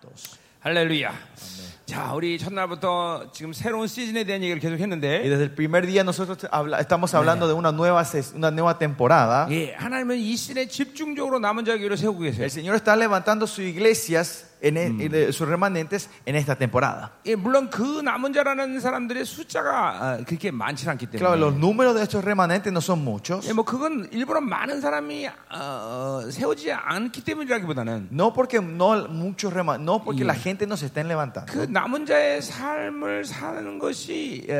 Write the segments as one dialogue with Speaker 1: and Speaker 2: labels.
Speaker 1: Dios.
Speaker 2: 할렐루야. 자, 우리 첫날부터 지금 새로운 시즌에 대한 얘기를 계속
Speaker 1: Y
Speaker 2: 했는데,
Speaker 1: desde el primer día nosotros habla- estamos hablando de una nueva, ses- una nueva temporada.
Speaker 2: 예, 하나님은 이 시즌에 집중적으로 남은 자기를 세우고 계세요.
Speaker 1: El Señor está levantando sus iglesias, en e- y de- sus remanentes, en esta temporada.
Speaker 2: 예, 물론 그 남은 자라는 사람들의 숫자가 아, 그렇게 많지 않기
Speaker 1: Claro,
Speaker 2: 때문에.
Speaker 1: los números de estos remanentes no son muchos.
Speaker 2: 예, 뭐 그건 일부러 많은 사람이 어, 어, 세우지 않기 때문이라기보다는
Speaker 1: No porque, no, muchos rema- no porque
Speaker 2: Yeah.
Speaker 1: la gente no se estén levantando.
Speaker 2: 그 남은 자의 삶을 사는 것이 예,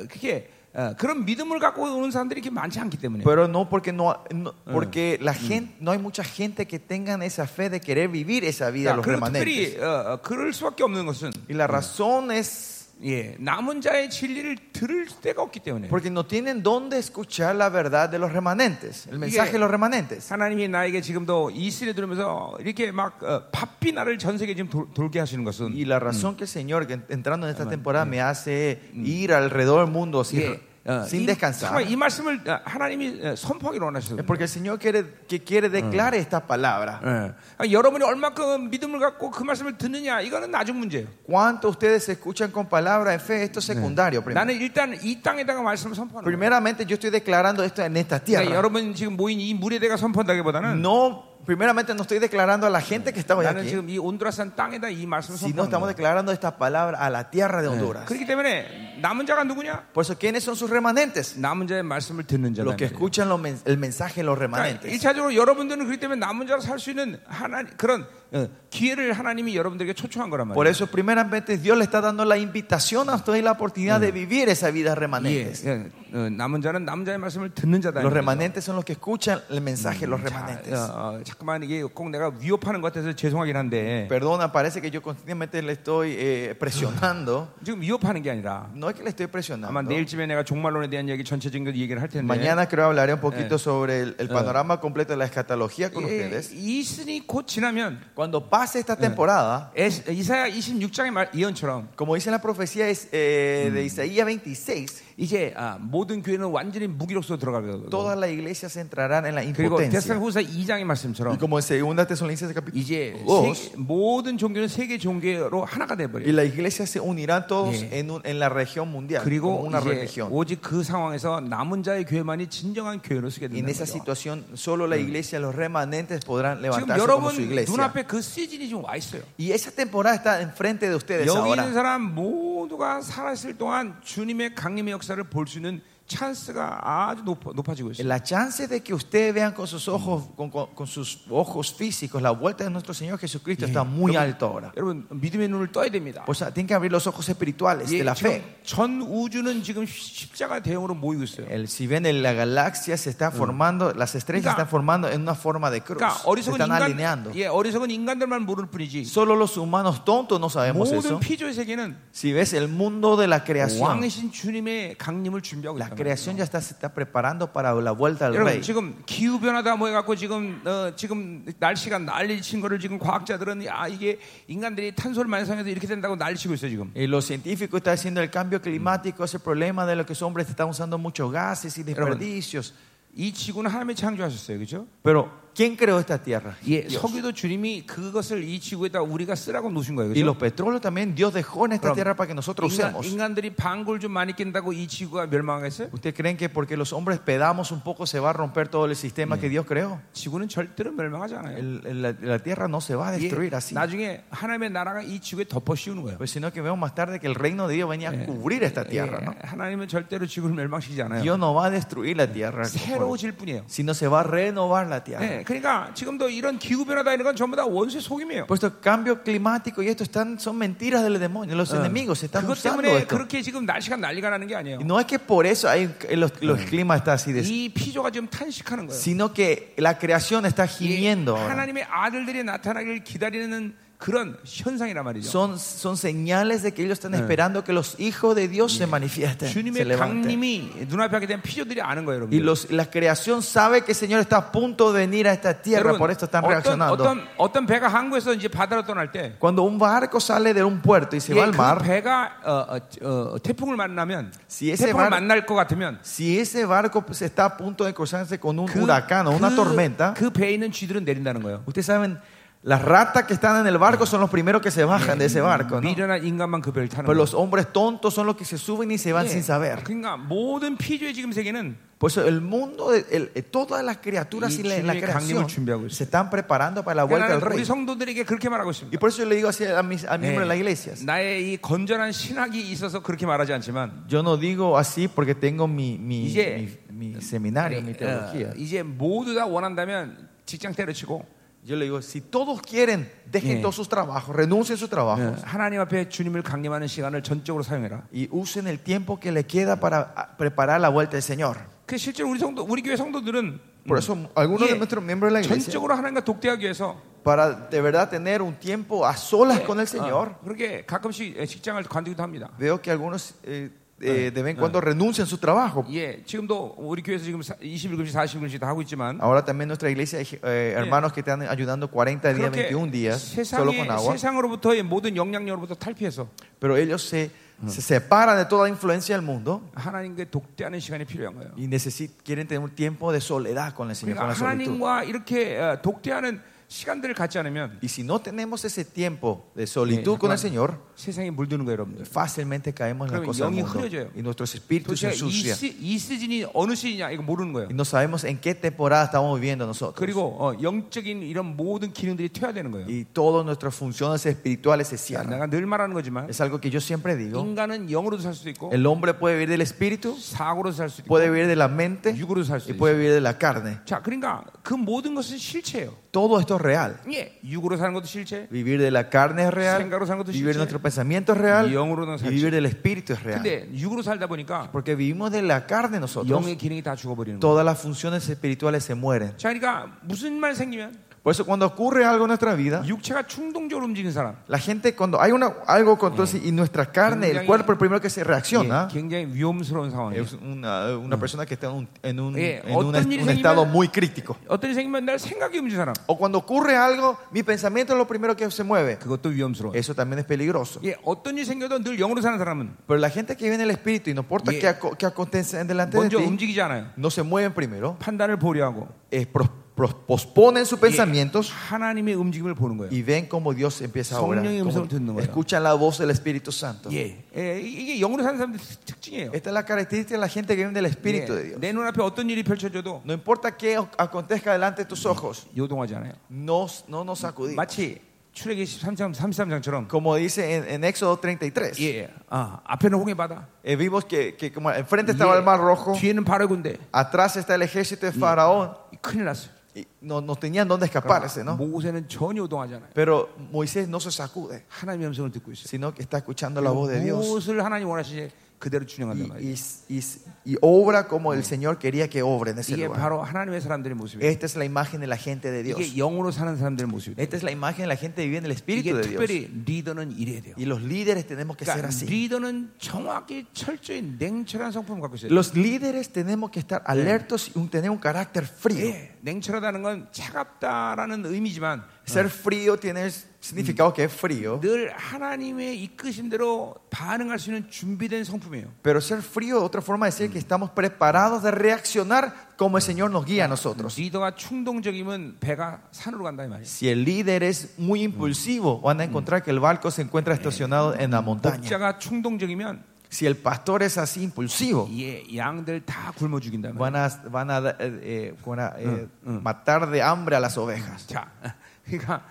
Speaker 2: 예, 그게 어, 그런 믿음을 갖고 오는 사람들이 이렇게 많지 않기 때문에.
Speaker 1: Pero no porque, no, no- porque la gente, no hay mucha gente que tengan esa fe de querer vivir esa vida,
Speaker 2: 자,
Speaker 1: los
Speaker 2: 그리고
Speaker 1: remanentes.
Speaker 2: 특별히 어, 어, 그럴 수밖에 없는 것은
Speaker 1: Y la razón es
Speaker 2: 예, 남은 자의 진리를 들을 때가 없기 때문에
Speaker 1: porque no tienen dónde escuchar la verdad de los remanentes, el mensaje de los remanentes.
Speaker 2: 하나님이 나에게 지금도 이 시를 들으면서 이렇게 막 어, 바삐 나를 전 세계 지금 돌, 돌게 하시는 것은
Speaker 1: Y la razón que el Señor, que entrando en esta temporada, me hace ir alrededor del mundo sin,
Speaker 2: 예, 어,
Speaker 1: sin
Speaker 2: 이,
Speaker 1: descansar.
Speaker 2: 정말 이 말씀을 어, 하나님이 어, 선포하기로
Speaker 1: Es
Speaker 2: 원하시는
Speaker 1: porque el Señor quiere, que quiere declare esta palabra.
Speaker 2: 예. 여러분이 얼마큼 믿음을 갖고 그 말씀을 듣느냐 이거는 나중 문제예요.
Speaker 1: ¿Cuánto ustedes escuchan con palabra en fe? Esto es secundario. primero.
Speaker 2: 나는 일단 이 땅에다가 말씀을 선포하는 거예요.
Speaker 1: Primeramente, yo estoy declarando esto en esta
Speaker 2: 그러니까
Speaker 1: tierra.
Speaker 2: 여러분 지금 모인 이 무리대가 선포한다기보다는
Speaker 1: No, primeramente no estoy declarando a la gente que está hoy
Speaker 2: 나는
Speaker 1: aquí,
Speaker 2: 지금 음, 이 온두라산 땅에다 이 말씀을
Speaker 1: sino
Speaker 2: 선포하는
Speaker 1: estamos
Speaker 2: 거예요.
Speaker 1: declarando esta palabra a la tierra de Honduras.
Speaker 2: 그렇기 때문에 남은 자가 누구냐?
Speaker 1: Por eso, ¿quiénes son sus remanentes?
Speaker 2: 남은 자의 말씀을 듣는 자다.
Speaker 1: Los que escuchan los men- el mensaje de los
Speaker 2: 그러니까
Speaker 1: remanentes.
Speaker 2: 일차적으로 여러분들은 그렇기 때문에 남은 자로 살 수 있는 하나 그런 어, 기회를 하나님이 여러분들에게 초청한 거란
Speaker 1: Por
Speaker 2: 말이에요.
Speaker 1: eso, primeramente, Dios le está dando la invitación a ustedes y la oportunidad de vivir esa vida
Speaker 2: 예,
Speaker 1: remanentes.
Speaker 2: 예, 어, 남은 자는 남자의 말씀을 듣는 자다.
Speaker 1: Los
Speaker 2: 이거죠.
Speaker 1: remanentes son los que escuchan el mensaje de
Speaker 2: Mm,
Speaker 1: los remanentes.
Speaker 2: 자, 어, 어, 잠깐만 이게 꼭 내가 위협하는 것 같아서 죄송하긴 한데
Speaker 1: Perdona, parece que yo continuamente le estoy eh, presionando.
Speaker 2: 지금 위협하는 게 아니라
Speaker 1: No es que le estoy
Speaker 2: 아마
Speaker 1: presionando.
Speaker 2: 내일쯤에 내가 종말론에 대한 얘기 전체적인 걸 얘기를 할 텐데
Speaker 1: Mañana creo hablaré un poquito sobre el, el panorama completo de la escatología con
Speaker 2: 예,
Speaker 1: ustedes.
Speaker 2: 이 시즌이 곧 지나면
Speaker 1: Cuando pase esta temporada,
Speaker 2: 에스- 이사야 26장의 말, 예언처럼
Speaker 1: como dice la profecía es, eh, de Isaías 26,
Speaker 2: 이제 아, 모든 교회는 완전히 무기력소로 들어가고
Speaker 1: todas las iglesias entrarán en la
Speaker 2: 그리고
Speaker 1: impotencia.
Speaker 2: 데살로니가 2장의 말씀처럼
Speaker 1: Y como en segunda Tesalonicenses
Speaker 2: 이제
Speaker 1: capítulo 2,
Speaker 2: 어, 세계- 모든 종교는 세계 종교로 하나가
Speaker 1: Y
Speaker 2: 돼버려요.
Speaker 1: las iglesias se unirán todos
Speaker 2: Yeah.
Speaker 1: en, un- en la región mundial, como
Speaker 2: 그리고
Speaker 1: una
Speaker 2: 이제
Speaker 1: religión.
Speaker 2: 오직 그 상황에서 남은 자의 교회만이 진정한 교회로 쓰게
Speaker 1: Y en
Speaker 2: 되는
Speaker 1: esa
Speaker 2: 거죠.
Speaker 1: situación, solo la iglesia, los remanentes podrán
Speaker 2: 지금
Speaker 1: levantarse como
Speaker 2: 여러분
Speaker 1: su iglesia.
Speaker 2: 눈앞에 그 시즌이 지금 와 있어요.
Speaker 1: Y esa temporada está enfrente de ustedes
Speaker 2: 여기 있는
Speaker 1: ahora.
Speaker 2: 사람 모두가 살아있을 동안 주님의 강림의 역사를 볼 수 있는 찬스가 아주 높아, 높아지고 있어요.
Speaker 1: La chance de que ustedes vean con sus ojos, con, con- con sus ojos físicos, la vuelta de nuestro Señor Jesucristo está muy alto ahora.
Speaker 2: 여러분 믿음의 눈을 떠야 됩니다.
Speaker 1: Pues ah, tienen que abrir los ojos espirituales de
Speaker 2: 예,
Speaker 1: la
Speaker 2: 지금
Speaker 1: fe.
Speaker 2: 전 우주는 지금 십자가 대형으로 모이고 있어요.
Speaker 1: El- si ven en la galaxia se están formando, las estrellas se
Speaker 2: Claro.
Speaker 1: están formando en una forma de cruz.
Speaker 2: 그러니까
Speaker 1: Se
Speaker 2: 어리석은
Speaker 1: están alineando.
Speaker 2: 인간, 예, 어리석은 인간들만 모를 뿐이지
Speaker 1: Solo los humanos tontos no sabemos
Speaker 2: 모든
Speaker 1: eso.
Speaker 2: 피조의 세계는
Speaker 1: Si ves el mundo de la creación,
Speaker 2: 왕이신 주님의 강림을 준비하고
Speaker 1: la
Speaker 2: 있다.
Speaker 1: creación ya está, se está preparando para la vuelta al
Speaker 2: 여러분
Speaker 1: rey.
Speaker 2: 지금 기후 변화다 뭐 해갖고 지금 어, 지금 날씨가 난리친 거를 지금 과학자들은 아 이게 인간들이 탄소를 많이 사용해서 이렇게 된다고 난리치고 있어 요 지금.
Speaker 1: Y los científicos están diciendo el cambio climático es el problema de lo que los hombres están usando muchos gases y desperdicios.
Speaker 2: 이 지구는 하나님이 창조하셨어요, 그렇죠?
Speaker 1: Pero, ¿quién creó esta tierra?
Speaker 2: 예,
Speaker 1: Dios.
Speaker 2: 석유도 주님이 그것을 이 지구에다 우리가 쓰라고 놓으신 거예요,
Speaker 1: Y los
Speaker 2: 그렇죠?
Speaker 1: petróleos también Dios dejó en esta
Speaker 2: Pero-
Speaker 1: tierra para que nosotros
Speaker 2: 인간,
Speaker 1: usemos.
Speaker 2: 인간들이 방골 좀 많이 낀다고 이 지구가 멸망했어요?
Speaker 1: ¿Ustedes creen que porque los hombres pedamos un poco se va a romper todo el sistema que Dios creó?
Speaker 2: 지구는 절대로 멸망하지 않아요.
Speaker 1: El- el- la, la tierra no se va a
Speaker 2: 예,
Speaker 1: destruir así.
Speaker 2: 나중에 하나님의 나라가 이 지구에 덮어 씌우는 거예요.
Speaker 1: Pues sino que vemos más tarde que el reino de Dios venía a cubrir esta
Speaker 2: 예,
Speaker 1: tierra. ¿no?
Speaker 2: 하나님은 절대로 지구를 멸망시키지 않아요.
Speaker 1: Dios no va a destruir la tierra,
Speaker 2: 새로워질 뿐이에요.
Speaker 1: sino se va a renovar la tierra.
Speaker 2: 예, 그러니까 지금도 이런 기후 변화다 이런 건 전부 다 원수의 속임이에요.
Speaker 1: Por esto, cambio climático y esto están, son mentiras del demonio. Los enemigos están
Speaker 2: 그것
Speaker 1: usando
Speaker 2: 때문에
Speaker 1: esto.
Speaker 2: 그렇게 지금 날씨가 난리가 나는 게 아니에요.
Speaker 1: Y no es que por eso hay, los, los climas están así, de,
Speaker 2: 이 피조가 지금 탄식하는 거예요.
Speaker 1: sino que la creación está
Speaker 2: 이
Speaker 1: gimiendo. ahora.
Speaker 2: 하나님의 아들들이 나타나기를 기다리는 그런 현상이란 말이죠.
Speaker 1: Son, son señales de que ellos están esperando que los hijos de Dios se
Speaker 2: 네,
Speaker 1: manifiesten. se
Speaker 2: 주님의
Speaker 1: levanten.
Speaker 2: 강림이 눈앞에 하게 된 피조들이 아는 거예요,
Speaker 1: Y
Speaker 2: 여러분.
Speaker 1: los, la creación sabe que el Señor está a punto de venir a esta tierra, por esto están
Speaker 2: 어떤,
Speaker 1: reaccionando.
Speaker 2: 어떤 어떤 배가 한국에서 이제 바다로 떠날 때
Speaker 1: Cuando un barco sale de un puerto y se
Speaker 2: 예,
Speaker 1: va al
Speaker 2: 그
Speaker 1: mar,
Speaker 2: 배가 어, 어, 어, 태풍을 만나면
Speaker 1: Si ese
Speaker 2: 태풍을
Speaker 1: bar-
Speaker 2: 만날 것 같으면
Speaker 1: si ese barco pues, está a punto de cruzarse con un
Speaker 2: 그,
Speaker 1: huracán o una tormenta,
Speaker 2: 그 배에 있는 쥐들은 내린다는 거예요.
Speaker 1: Ustedes saben, Las ratas que están en el barco son los primeros que se bajan de ese
Speaker 2: 어,
Speaker 1: barco. ¿no?
Speaker 2: 미련한 인간만 그 배를 타는
Speaker 1: Pero
Speaker 2: 거예요.
Speaker 1: los hombres tontos son los que se suben y se van
Speaker 2: 예.
Speaker 1: sin saber.
Speaker 2: 그러니까 모든 피조의 지금 세계는
Speaker 1: Por eso el mundo, de- el- eh, todas las criaturas
Speaker 2: Y
Speaker 1: y la, en la
Speaker 2: 주님의 강림을
Speaker 1: creación
Speaker 2: 준비하고 있어요.
Speaker 1: se están preparando para la vuelta del
Speaker 2: 그러니까 우리
Speaker 1: rey.
Speaker 2: 성도들에게 그렇게 말하고 있습니다.
Speaker 1: Y por eso yo le digo así a mis a
Speaker 2: 네,
Speaker 1: miembros de las iglesias.
Speaker 2: 나의 이 건전한 신학이 있어서 그렇게 말하지 않지만
Speaker 1: Yo no digo así porque tengo mi, mi,
Speaker 2: 이제-
Speaker 1: mi- mi
Speaker 2: Eh,
Speaker 1: seminario, mi teología.
Speaker 2: 어, 이제 모두 다 원한다면 직장 때려치고
Speaker 1: Yo le digo, si todos quieren, dejen
Speaker 2: 예.
Speaker 1: todos sus trabajos, renuncien sus
Speaker 2: 아,
Speaker 1: trabajos
Speaker 2: 하나님 앞에 주님을 강림하는 시간을 전적으로 사용해라.
Speaker 1: y usen el tiempo que le queda para ah, preparar la vuelta del Señor.
Speaker 2: 그 실제로 우리 성도 우리 교회 성도들은
Speaker 1: Por
Speaker 2: Mm.
Speaker 1: eso algunos
Speaker 2: 예,
Speaker 1: de nuestros miembros de la iglesia,
Speaker 2: 전적으로 하나님과 독대하기 위해서
Speaker 1: para de verdad tener un tiempo a solas
Speaker 2: 예,
Speaker 1: con el Señor,
Speaker 2: 어, 그렇게 가끔씩 예, 직장을 관두기도 합니다.
Speaker 1: veo que algunos eh,
Speaker 2: Ah,
Speaker 1: eh, de vez en cuando renuncian a su trabajo.
Speaker 2: 예, 지금도 우리 교회에서 지금 21금식, 40금식 다 하고 있지만
Speaker 1: Ahora también nuestra iglesia hay eh, hermanos que están ayudando 40 días, 21 días, solo
Speaker 2: 세상의,
Speaker 1: con agua.
Speaker 2: 세상으로부터의 모든 영향력으로부터 탈피해서
Speaker 1: Pero ellos se,
Speaker 2: Mm.
Speaker 1: se separan de toda influencia del mundo
Speaker 2: 하나님께 독대하는 시간이 필요한 거예요.
Speaker 1: y necesi- quieren tener un tiempo de soledad con el Señor,
Speaker 2: 그러니까
Speaker 1: con la solitud.
Speaker 2: 하나님과 이렇게 어, 독대하는 시간들을 갖지 않으면
Speaker 1: Y si no tenemos ese tiempo de solitud
Speaker 2: Sí,
Speaker 1: con el
Speaker 2: claro.
Speaker 1: Señor,
Speaker 2: 세상에 물드는 거예요, 여러분들.
Speaker 1: fácilmente caemos en las
Speaker 2: Claro,
Speaker 1: cosas
Speaker 2: 영이
Speaker 1: del mundo
Speaker 2: 흐려져요.
Speaker 1: y nuestros espíritus se
Speaker 2: 도대체 이,
Speaker 1: ensucian
Speaker 2: 시, 이 시즌이 어느 시즌이냐 이거 모르는 거예요.
Speaker 1: y no sabemos en qué temporada estamos viviendo nosotros.
Speaker 2: 그리고 어, 영적인 이런 모든 기능들이 퇴화되는 거예요.
Speaker 1: Y todas nuestras funciones espirituales se cierran.
Speaker 2: 내가 늘 말하는 거지만
Speaker 1: Es algo que yo siempre digo.
Speaker 2: 인간은 영으로도 살 수도 있고
Speaker 1: El hombre puede vivir del espíritu,
Speaker 2: 사고로도 살 수도
Speaker 1: puede
Speaker 2: 있고
Speaker 1: vivir de la mente
Speaker 2: 육으로도 살
Speaker 1: y
Speaker 2: 수도
Speaker 1: puede
Speaker 2: 있고
Speaker 1: vivir de la carne.
Speaker 2: 자, 그러니까 그 모든 것은 실체예요.
Speaker 1: Todo esto es real.
Speaker 2: 예, 육으로 사는 것도 실체.
Speaker 1: Vivir de la carne es real,
Speaker 2: 생각으로 사는 것도
Speaker 1: vivir de
Speaker 2: 실제,
Speaker 1: nuestro pensamiento es real
Speaker 2: 영으로는
Speaker 1: y
Speaker 2: 살지.
Speaker 1: vivir del espíritu es real.
Speaker 2: 근데 육으로 살다 보니까
Speaker 1: Porque vivimos de la carne nosotros.
Speaker 2: 영의 기능이 다 죽어버리는 거예요.
Speaker 1: Todas las funciones espirituales se mueren.
Speaker 2: 자, 그러니까 무슨 말 생기면
Speaker 1: Por eso cuando ocurre algo en nuestra vida,
Speaker 2: 육체가 충동적으로 움직이는 사람
Speaker 1: la gente cuando hay una, algo con todo y nuestra carne, el
Speaker 2: 굉장히-
Speaker 1: cuerpo, el primero que se
Speaker 2: 예,
Speaker 1: reacciona, ¿ah?
Speaker 2: 굉장히 위험스러운 상황이에요.
Speaker 1: es una, una persona que está en un, en un,
Speaker 2: Eh,
Speaker 1: en un,
Speaker 2: 어떤 일이
Speaker 1: un
Speaker 2: 생기면-
Speaker 1: estado muy crítico.
Speaker 2: 어떤 생기면 날 생각이 움직이는 사람
Speaker 1: O cuando ocurre algo, mi pensamiento es lo primero que se mueve.
Speaker 2: 그것도 위험스러워.
Speaker 1: Eso también es peligroso.
Speaker 2: 예, 어떤 일이 생겨도 늘 영으로 사는 사람은
Speaker 1: Pero la gente que viene el espíritu y no importa
Speaker 2: Yeah.
Speaker 1: qué, aco- qué acontece delante de
Speaker 2: 먼저
Speaker 1: ti,
Speaker 2: 움직이지 않아요.
Speaker 1: no se mueven primero,
Speaker 2: 판단을 보려하고
Speaker 1: eh, pros- pros- posponen sus pensamientos
Speaker 2: 하나님의 움직임을 보는 거예요.
Speaker 1: y ven cómo Dios empieza a obrar.
Speaker 2: 성령의
Speaker 1: cómo-
Speaker 2: 음성을 듣는 거예요.
Speaker 1: Escuchan la voz del Espíritu Santo.
Speaker 2: 예, 예, 이게 영으로 사는 사람들 특징이에요.
Speaker 1: Esta es la característica de la gente que viene del
Speaker 2: 예,
Speaker 1: Espíritu de Dios.
Speaker 2: 내 눈앞에 어떤 일이 펼쳐져도
Speaker 1: No importa qué o- acontezca delante de tus ojos,
Speaker 2: 요동하지 않아요.
Speaker 1: no, no nos sacudimos.
Speaker 2: 마치 출애기 13장 33장처럼
Speaker 1: Como dice en, en Éxodo 33,
Speaker 2: 예, 아, 앞에는 홍해 바다,
Speaker 1: eh, vimos que, que como enfrente estaba el mar rojo,
Speaker 2: 예, 뒤에는 바로 군대.
Speaker 1: atrás está el ejército de Faraón,
Speaker 2: 큰일 났어요.
Speaker 1: y no, no tenían dónde escaparse, ¿no?
Speaker 2: 모세는 전혀 요동하지 않아요.
Speaker 1: Pero Moisés no se sacude,
Speaker 2: 하나님의 음성을 듣고 있어요.
Speaker 1: sino que está escuchando la voz de Dios
Speaker 2: 무엇을 하나님 원하시지 그대로
Speaker 1: y,
Speaker 2: 준영한단 말이에요.
Speaker 1: y- y- y obra como el Señor quería que obre en ese
Speaker 2: 이게
Speaker 1: lugar.
Speaker 2: 바로 하나님의 사람들의 모습이에요.
Speaker 1: Esta es la imagen de la gente de Dios.
Speaker 2: 이게 영으로 사는 사람들의 모습이에요.
Speaker 1: Esta es la imagen de la gente que vive en el Espíritu
Speaker 2: 이게
Speaker 1: de Dios.
Speaker 2: 특별히 리더는 이래야 돼요.
Speaker 1: Y los líderes tenemos que ser
Speaker 2: 그러니까
Speaker 1: así.
Speaker 2: 리더는 정확히 철저히 냉철한 성품을 갖고 있어요.
Speaker 1: Los líderes tenemos que estar alertos y un- tener un carácter frío.
Speaker 2: 예, 냉철하다는 건 차갑다라는 의미지만
Speaker 1: Ser frío tiene el significado que es frío,
Speaker 2: 늘 하나님의 이끄심대로 반응할 수 있는 준비된 성품이에요.
Speaker 1: pero ser frío otra forma de decir que estamos preparados de reaccionar como el Señor nos guía a nosotros.
Speaker 2: 리더가 충동적이면 배가 산으로 간다 이 말이에요.
Speaker 1: Si el líder es muy impulsivo, van a encontrar que el barco se encuentra estacionado en la montaña.
Speaker 2: 목자가 충동적이면
Speaker 1: Si el pastor es así impulsivo,
Speaker 2: 예, 양들 다 굶어 죽인다 말이에요.
Speaker 1: van a, van a, eh, eh, van a, eh, matar de hambre a las ovejas.
Speaker 2: 자, 그러니까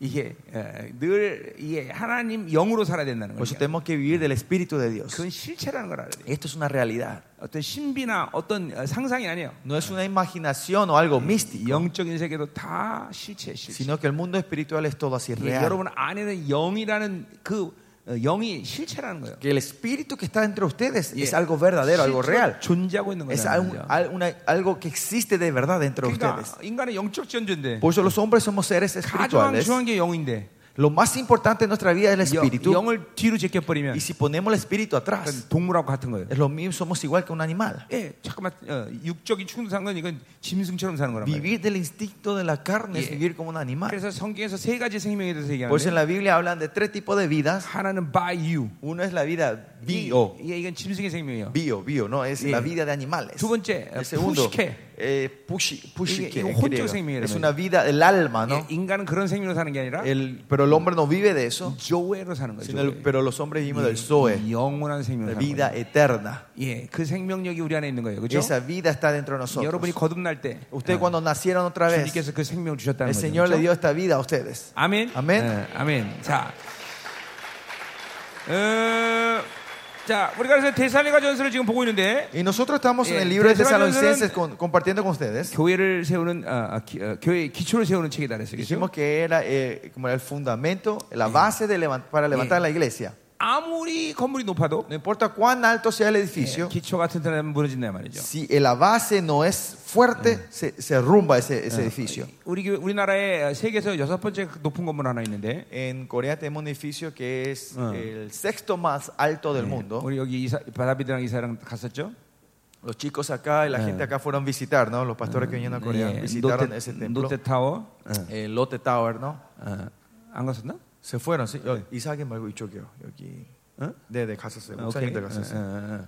Speaker 2: 이게 에, 늘 이게 하나님 영으로 살아야 된다는
Speaker 1: Por eso
Speaker 2: 거예요.
Speaker 1: tenemos que vivir del Espíritu de Dios.
Speaker 2: 그건 실체라는 걸 알아야 돼요.
Speaker 1: Esto es una realidad.
Speaker 2: 어떤 신비나 어떤 어, 상상이 아니에요.
Speaker 1: No es una imaginación o algo místico,
Speaker 2: 영적인 세계도 다 실체, 실체.
Speaker 1: sino que el mundo espiritual es todo así
Speaker 2: 예,
Speaker 1: real.
Speaker 2: 여러분 안에는 영이라는 그 어, 영이 실체라는 거예요.
Speaker 1: Que el espíritu que está entre ustedes
Speaker 2: 예.
Speaker 1: es algo verdadero, algo
Speaker 2: 실제로
Speaker 1: real.
Speaker 2: 존재하고 있는
Speaker 1: Es
Speaker 2: 거예요.
Speaker 1: un- al- una- algo que existe de verdad entre
Speaker 2: 그러니까
Speaker 1: ustedes.
Speaker 2: 인간의 영적 존재인데
Speaker 1: Por eso los hombres somos seres
Speaker 2: 가장
Speaker 1: espirituales.
Speaker 2: 중요한 게 영인데
Speaker 1: Lo más importante en nuestra vida es el
Speaker 2: 영-
Speaker 1: espíritu.
Speaker 2: 영을 뒤로 제껴버리면
Speaker 1: Y si ponemos el espíritu atrás,
Speaker 2: 동물하고 같은 거예요.
Speaker 1: es lo mismo, somos igual que un animal.
Speaker 2: 예, 잠깐만 어, 육적인 충동사는 건 이건 짐승처럼 사는 거란 말이에요.
Speaker 1: Vivir del instinto de la carne es
Speaker 2: Yeah.
Speaker 1: vivir como un animal.
Speaker 2: 그래서 성경에서 세 가지 생명에 대해서
Speaker 1: Por eso
Speaker 2: 얘기하는데
Speaker 1: en la Biblia hablan de tres tipos de vidas.
Speaker 2: 하나는 by you,
Speaker 1: Uno es la vida
Speaker 2: 이-
Speaker 1: bio,
Speaker 2: 예, 이건 짐승의 생명이에요.
Speaker 1: bio, bio, no es
Speaker 2: Yeah.
Speaker 1: la vida de animales.
Speaker 2: 두 번째
Speaker 1: El segundo,
Speaker 2: 푸시케,
Speaker 1: eh, pushi- pushi-
Speaker 2: 이게- 이거
Speaker 1: en
Speaker 2: 혼적
Speaker 1: griego.
Speaker 2: 생명이라는
Speaker 1: es una vida del alma, ¿no?
Speaker 2: 예, 인간은 그런 생명으로 사는 게 아니라
Speaker 1: El- pero el hombre no vive de eso,
Speaker 2: 조회로 사는 거죠. 예.
Speaker 1: sino el- pero los hombres vivimos del Zoe,
Speaker 2: 영원한 생명.
Speaker 1: la vida eterna.
Speaker 2: 예, 그 생명력이 우리 안에 있는 거예요. 그죠?
Speaker 1: Esa vida está dentro de
Speaker 2: 여러분이
Speaker 1: nosotros.
Speaker 2: 거듭날 때 어,
Speaker 1: Ustedes cuando nacieron otra vez,
Speaker 2: 주님께서 그 생명을 주셨다는
Speaker 1: el
Speaker 2: 거죠.
Speaker 1: Señor le
Speaker 2: 그죠?
Speaker 1: dio esta vida a ustedes.
Speaker 2: 아멘.
Speaker 1: 아멘.
Speaker 2: 예, 아멘. 자. 어, 자, 우리가 그래서 대살리가 전서를 지금 보고 있는데
Speaker 1: Y nosotros estamos en
Speaker 2: Eh,
Speaker 1: el libro de
Speaker 2: Tesalonicenses-
Speaker 1: Tesalonicenses con- compartiendo con ustedes.
Speaker 2: 교회를 세우는 아, 아, 기- 어, 교회의 기초를 세우는 책이다 그랬어요. 그죠?
Speaker 1: Dijimos que era eh, como era el fundamento, la base de levan- para levantar la iglesia.
Speaker 2: 아무리 건물이 높아도 예,
Speaker 1: No importa cuán alto sea el edificio,
Speaker 2: 기초 같은 데는 무너진다 말이죠.
Speaker 1: si la base no es fuerte, se, se rumba ese, ese edificio.
Speaker 2: 우리 교- 우리나라에 세계에서 여섯 번째 높은 건물 하나 있는데
Speaker 1: En Corea tenemos un edificio que es el sexto más alto del mundo.
Speaker 2: 우리 여기 이사, 바다비드랑 이사랑 갔었죠.
Speaker 1: Los chicos acá y la gente acá fueron a visitar, ¿no? Los pastores que vinieron a Corea
Speaker 2: 예,
Speaker 1: visitaron
Speaker 2: 노태-
Speaker 1: ese templo.
Speaker 2: 노태 타워
Speaker 1: El Lotte Tower, ¿no?
Speaker 2: 어, 안 갔었나?
Speaker 1: Se fueron, ¿sí? Isaac 말고 이쪽이요. 여기.
Speaker 2: 어?
Speaker 1: 네네
Speaker 2: Ah,
Speaker 1: 갔었어요. 목사님들
Speaker 2: 오케이. 어,
Speaker 1: 갔었어요.
Speaker 2: 어, 어.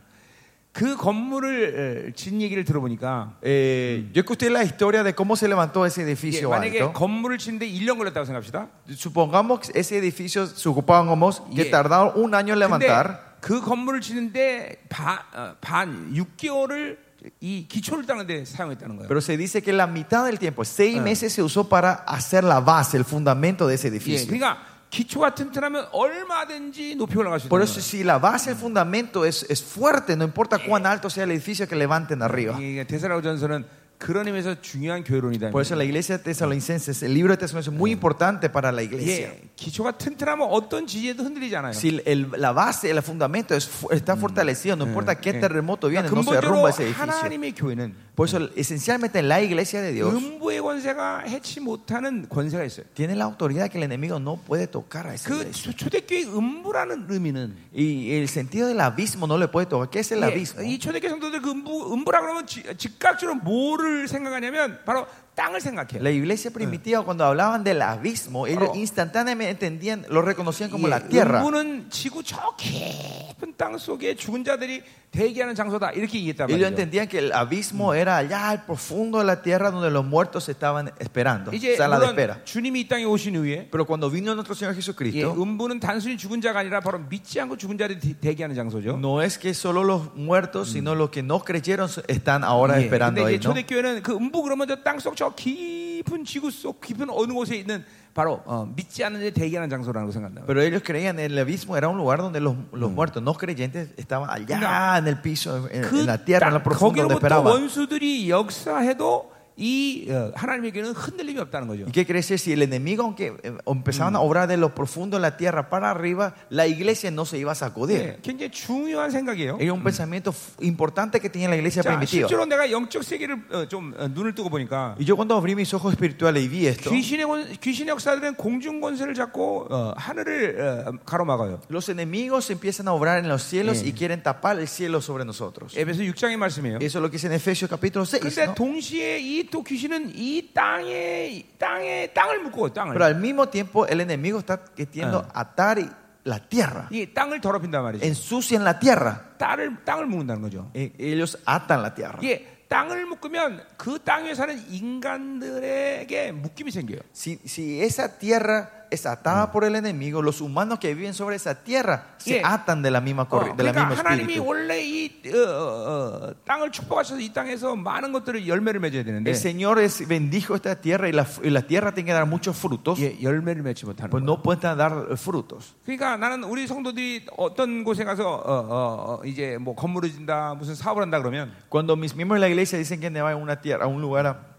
Speaker 2: 그 건물을 어, 진 얘기를 들어보니까
Speaker 1: Eh, yo escuché la historia de cómo se levantó ese
Speaker 2: 이게
Speaker 1: edificio
Speaker 2: 만약에
Speaker 1: alto.
Speaker 2: 건물을 짓는데 1년 걸렸다고 생각합시다.
Speaker 1: Supongamos que ese edificio se ocupaban como que
Speaker 2: Yeah.
Speaker 1: tardaron un año
Speaker 2: 근데
Speaker 1: en levantar.
Speaker 2: 그 건물을 짓는데 바- 어, 반 6개월을 이 기초를 닦는데 사용했다는 거예요.
Speaker 1: Pero se dice que la mitad del tiempo, seis meses se usó para hacer la base, el fundamento de ese
Speaker 2: 예,
Speaker 1: edificio.
Speaker 2: 그러니까 기초가 튼튼하면 얼마든지 높이 올라갈 수
Speaker 1: Por
Speaker 2: 있는
Speaker 1: eso si la base, el fundamento es, es fuerte, no importa cuán alto sea el edificio que levanten arriba.
Speaker 2: 거예요. 대사라고 전서는 그런 의미에서 중요한 교회론이다.
Speaker 1: Por eso la iglesia de tesalonicenses, el libro de tesalonicenses es muy importante para la iglesia.
Speaker 2: 예, 기초가 튼튼하면 어떤 지지에도 흔들리잖아요.
Speaker 1: Si el- el- la base, el fundamento es fu- está fortalecido, no importa qué
Speaker 2: 예.
Speaker 1: terremoto viene, no se
Speaker 2: 근본적으로
Speaker 1: derrumba ese edificio.
Speaker 2: 하나님의 교회는
Speaker 1: Por eso esencialmente la iglesia
Speaker 2: 예,
Speaker 1: de Dios
Speaker 2: 음부의 권세가 해치 못하는 권세가 있어요.
Speaker 1: tiene la autoridad que el enemigo no puede tocar a esa
Speaker 2: 그
Speaker 1: iglesia.
Speaker 2: 초- 초대교회 음부라는 의미는
Speaker 1: Y el sentido del abismo no le puede tocar. ¿Qué es el abismo?
Speaker 2: 예, 이 초대교회 성도들 그 음부, 음부라 그러면 지- 즉각적으로 뭐를 생각하냐면 바로 땅을 생각해요.
Speaker 1: La iglesia primitiva, cuando hablaban del abismo, ellos
Speaker 2: Claro.
Speaker 1: instantáneamente entendían, lo reconocían como
Speaker 2: 예,
Speaker 1: la tierra.
Speaker 2: 음부는 지구 저 깊은 땅 속에 죽은 자들이 대기하는 장소다 이렇게 얘기했단
Speaker 1: Ellos
Speaker 2: 말이죠.
Speaker 1: entendían que el abismo era allá al profundo de la tierra donde los muertos estaban esperando,
Speaker 2: 이제
Speaker 1: sala de
Speaker 2: 물론
Speaker 1: espera.
Speaker 2: 주님이 이 땅에 오신 후에
Speaker 1: Pero cuando vino nuestro
Speaker 2: 예,
Speaker 1: Señor Jesucristo,
Speaker 2: 음부는 단순히 죽은 자가 아니라 바로 믿지 않고 죽은 자들이 대- 대기하는 장소죠.
Speaker 1: no es que solo los muertos, sino los que no creyeron están ahora
Speaker 2: 예, 근데
Speaker 1: esperando
Speaker 2: 이제
Speaker 1: ahí. ¿no?
Speaker 2: 초대교회는 그 음부 그러면 저 땅 속 저 깊은 지구 속 깊은 어느 곳에 있는 바로 어, 믿지 않는 데 대기하는 장소라고 생각한다.
Speaker 1: Pero ellos creían el abismo era un lugar donde los, los muertos no creyentes estaban allá en el piso,
Speaker 2: 예,
Speaker 1: en, en la tierra, en la profunda donde
Speaker 2: 그 거기로부터
Speaker 1: esperaban.
Speaker 2: 원수들이 역사해도 이 어, 하나님의 교회는 흔들림이 없다는 거죠.
Speaker 1: ¿Y qué quiere decir? Si el enemigo, aunque eh, empezaban a obrar de lo profundo de la tierra para arriba, la iglesia no se iba a
Speaker 2: 예,
Speaker 1: sacudir.
Speaker 2: 굉장히 중요한 생각이에요.
Speaker 1: Era un pensamiento f- importante que tenía la iglesia
Speaker 2: 자,
Speaker 1: primitiva.
Speaker 2: 실제로 내가 영적 세계를 어, 좀 어, 눈을 뜨고 보니까
Speaker 1: Y yo cuando abrí mis ojos espirituales y vi esto,
Speaker 2: 귀신의 권- 귀신의 역사들은 공중 권세를 잡고 어, 하늘을 어, 가로막아요.
Speaker 1: los enemigos empiezan a obrar en los cielos y quieren tapar el cielo sobre nosotros.
Speaker 2: 에베소 6장의 말씀이에요.
Speaker 1: Eso es lo que dice en Efesios capítulo 6.
Speaker 2: 근데
Speaker 1: ¿no?
Speaker 2: 동시에 이 또 귀신은 이 땅에 이 땅에 땅을 묶고
Speaker 1: Pero
Speaker 2: 땅을
Speaker 1: al mismo tiempo el enemigo está queriendo atar y- la tierra,
Speaker 2: 이 땅을 더럽힌단 말이죠.
Speaker 1: ensucian la tierra.
Speaker 2: 땅을 땅을 묶는다는 거죠.
Speaker 1: Eh, Ellos atan la tierra.
Speaker 2: 이게 예, 땅을 묶으면 그 땅에 사는 인간들에게 묶임이 생겨요.
Speaker 1: Si, si esa tierra es atada por el enemigo, los humanos que viven sobre esa tierra se
Speaker 2: Yeah.
Speaker 1: atan de la misma
Speaker 2: 어,
Speaker 1: corri- de la
Speaker 2: 그러니까
Speaker 1: misma
Speaker 2: 하나님이
Speaker 1: espíritu.
Speaker 2: 원래 이 어, 어, 어, 땅을 축복하셔서 이 땅에서 많은 것들을 열매를 맺어야 되는데
Speaker 1: El Señor es- bendijo esta tierra y la, y la tierra tiene que dar muchos frutos,
Speaker 2: 예, 열매를 맺지 못하는
Speaker 1: pues
Speaker 2: 거예요.
Speaker 1: no pueden dar eh, frutos.
Speaker 2: 그러니까 나는 우리 성도들이 어떤 곳에 가서 어, 어, 어, 이제 뭐 건물을 진다 무슨 사업을 한다 그러면
Speaker 1: Cuando mis miembros de la iglesia dicen que van a una tierra, a un lugar a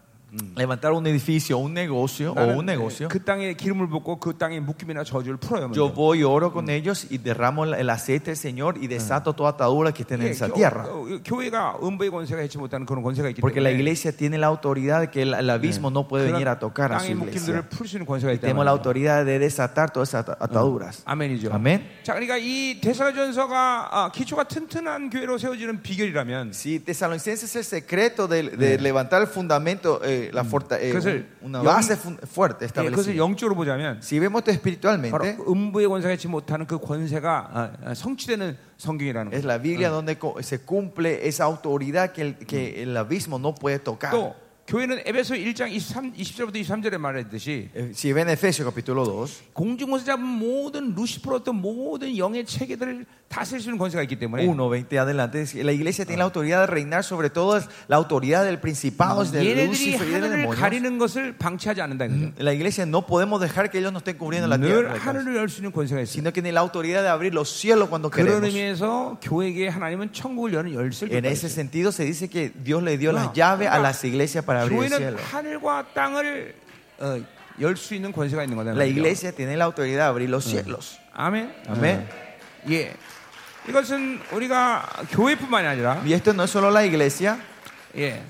Speaker 1: levantar un edificio, un negocio o
Speaker 2: 나는
Speaker 1: un negocio,
Speaker 2: 그 땅에 기름을 붓고 그 땅에 묶임이나 저주를 풀어요.
Speaker 1: yo
Speaker 2: 먼저.
Speaker 1: voy y oro con ellos y derramo la- el aceite del Señor y desato toda atadura que esté en
Speaker 2: 예,
Speaker 1: esa
Speaker 2: 교-
Speaker 1: tierra.
Speaker 2: 어, 어, 교회가 음부의 권세가 해치 못하는 그런 권세가 있기
Speaker 1: Porque la
Speaker 2: 때문에
Speaker 1: iglesia tiene la autoridad de que el, el abismo no puede venir a tocar a su
Speaker 2: 땅의 묶임들을
Speaker 1: iglesia.
Speaker 2: 풀 수 있는 권세가 있다.
Speaker 1: Tenemos la autoridad de desatar todas esas ata- ataduras.
Speaker 2: 아멘이죠.
Speaker 1: 아멘.
Speaker 2: 자, 그러니까 이 대사전서가 아, 기초가 튼튼한 교회로 세워지는 비결이라면
Speaker 1: Si Tesalonicenses es el secreto de, de levantar el fundamento, eh, eh, la forta- eh,
Speaker 2: 그것을
Speaker 1: un- una
Speaker 2: 영-
Speaker 1: base fu- fuerte
Speaker 2: 예, 그것을
Speaker 1: establecida.
Speaker 2: 영적으로 보자면
Speaker 1: Si vemos esto
Speaker 2: 바로
Speaker 1: espiritualmente,
Speaker 2: 음부의 권세가 있지 못하는 그 권세가 아, 아, 성취되는 성경이라는
Speaker 1: es
Speaker 2: 거예요.
Speaker 1: la Biblia donde co- se cumple esa autoridad que el, que el abismo no puede tocar.
Speaker 2: 또 교회는 에베소 1장 23, 20절부터 23절에 말했듯이
Speaker 1: Eh, Si ven Efesios capítulo 2,
Speaker 2: 공중권세 잡은 모든 루시퍼로 어떤 모든 영의 체계들을 다스릴 수 있는 권세가 있기 때문에
Speaker 1: 1, 20 adelante, es que la iglesia tiene la autoridad de reinar sobre todas la autoridad del principado, de
Speaker 2: 얘네들이
Speaker 1: Lucifer y de
Speaker 2: 하늘을
Speaker 1: demonios.
Speaker 2: 가리는 음, 것을 방치하지 않는다 이거죠.
Speaker 1: La iglesia no podemos dejar que ellos nos estén cubriendo la
Speaker 2: 늘
Speaker 1: tierra,
Speaker 2: 하늘을 열 수 있는 권세가 있습니다.
Speaker 1: sino que tiene la autoridad de abrir los cielos cuando
Speaker 2: 그런
Speaker 1: queremos.
Speaker 2: 의미에서 교회에게 하나님은 천국을 여는 열쇠를
Speaker 1: En
Speaker 2: 줬다
Speaker 1: ese
Speaker 2: 이거죠.
Speaker 1: sentido se dice que Dios le dio
Speaker 2: Ah,
Speaker 1: las llaves a
Speaker 2: ah.
Speaker 1: las iglesias para abrir el
Speaker 2: 교회는
Speaker 1: cielo.
Speaker 2: 하늘과 땅을 어, 열 수 있는 권세가 있는 거다.
Speaker 1: La iglesia tiene la autoridad de abrir los cielos.
Speaker 2: 아멘.
Speaker 1: 아멘.
Speaker 2: 예. 예. 이것은 우리가 교회뿐만이 아니라
Speaker 1: Y esto no es solo la iglesia,
Speaker 2: 예.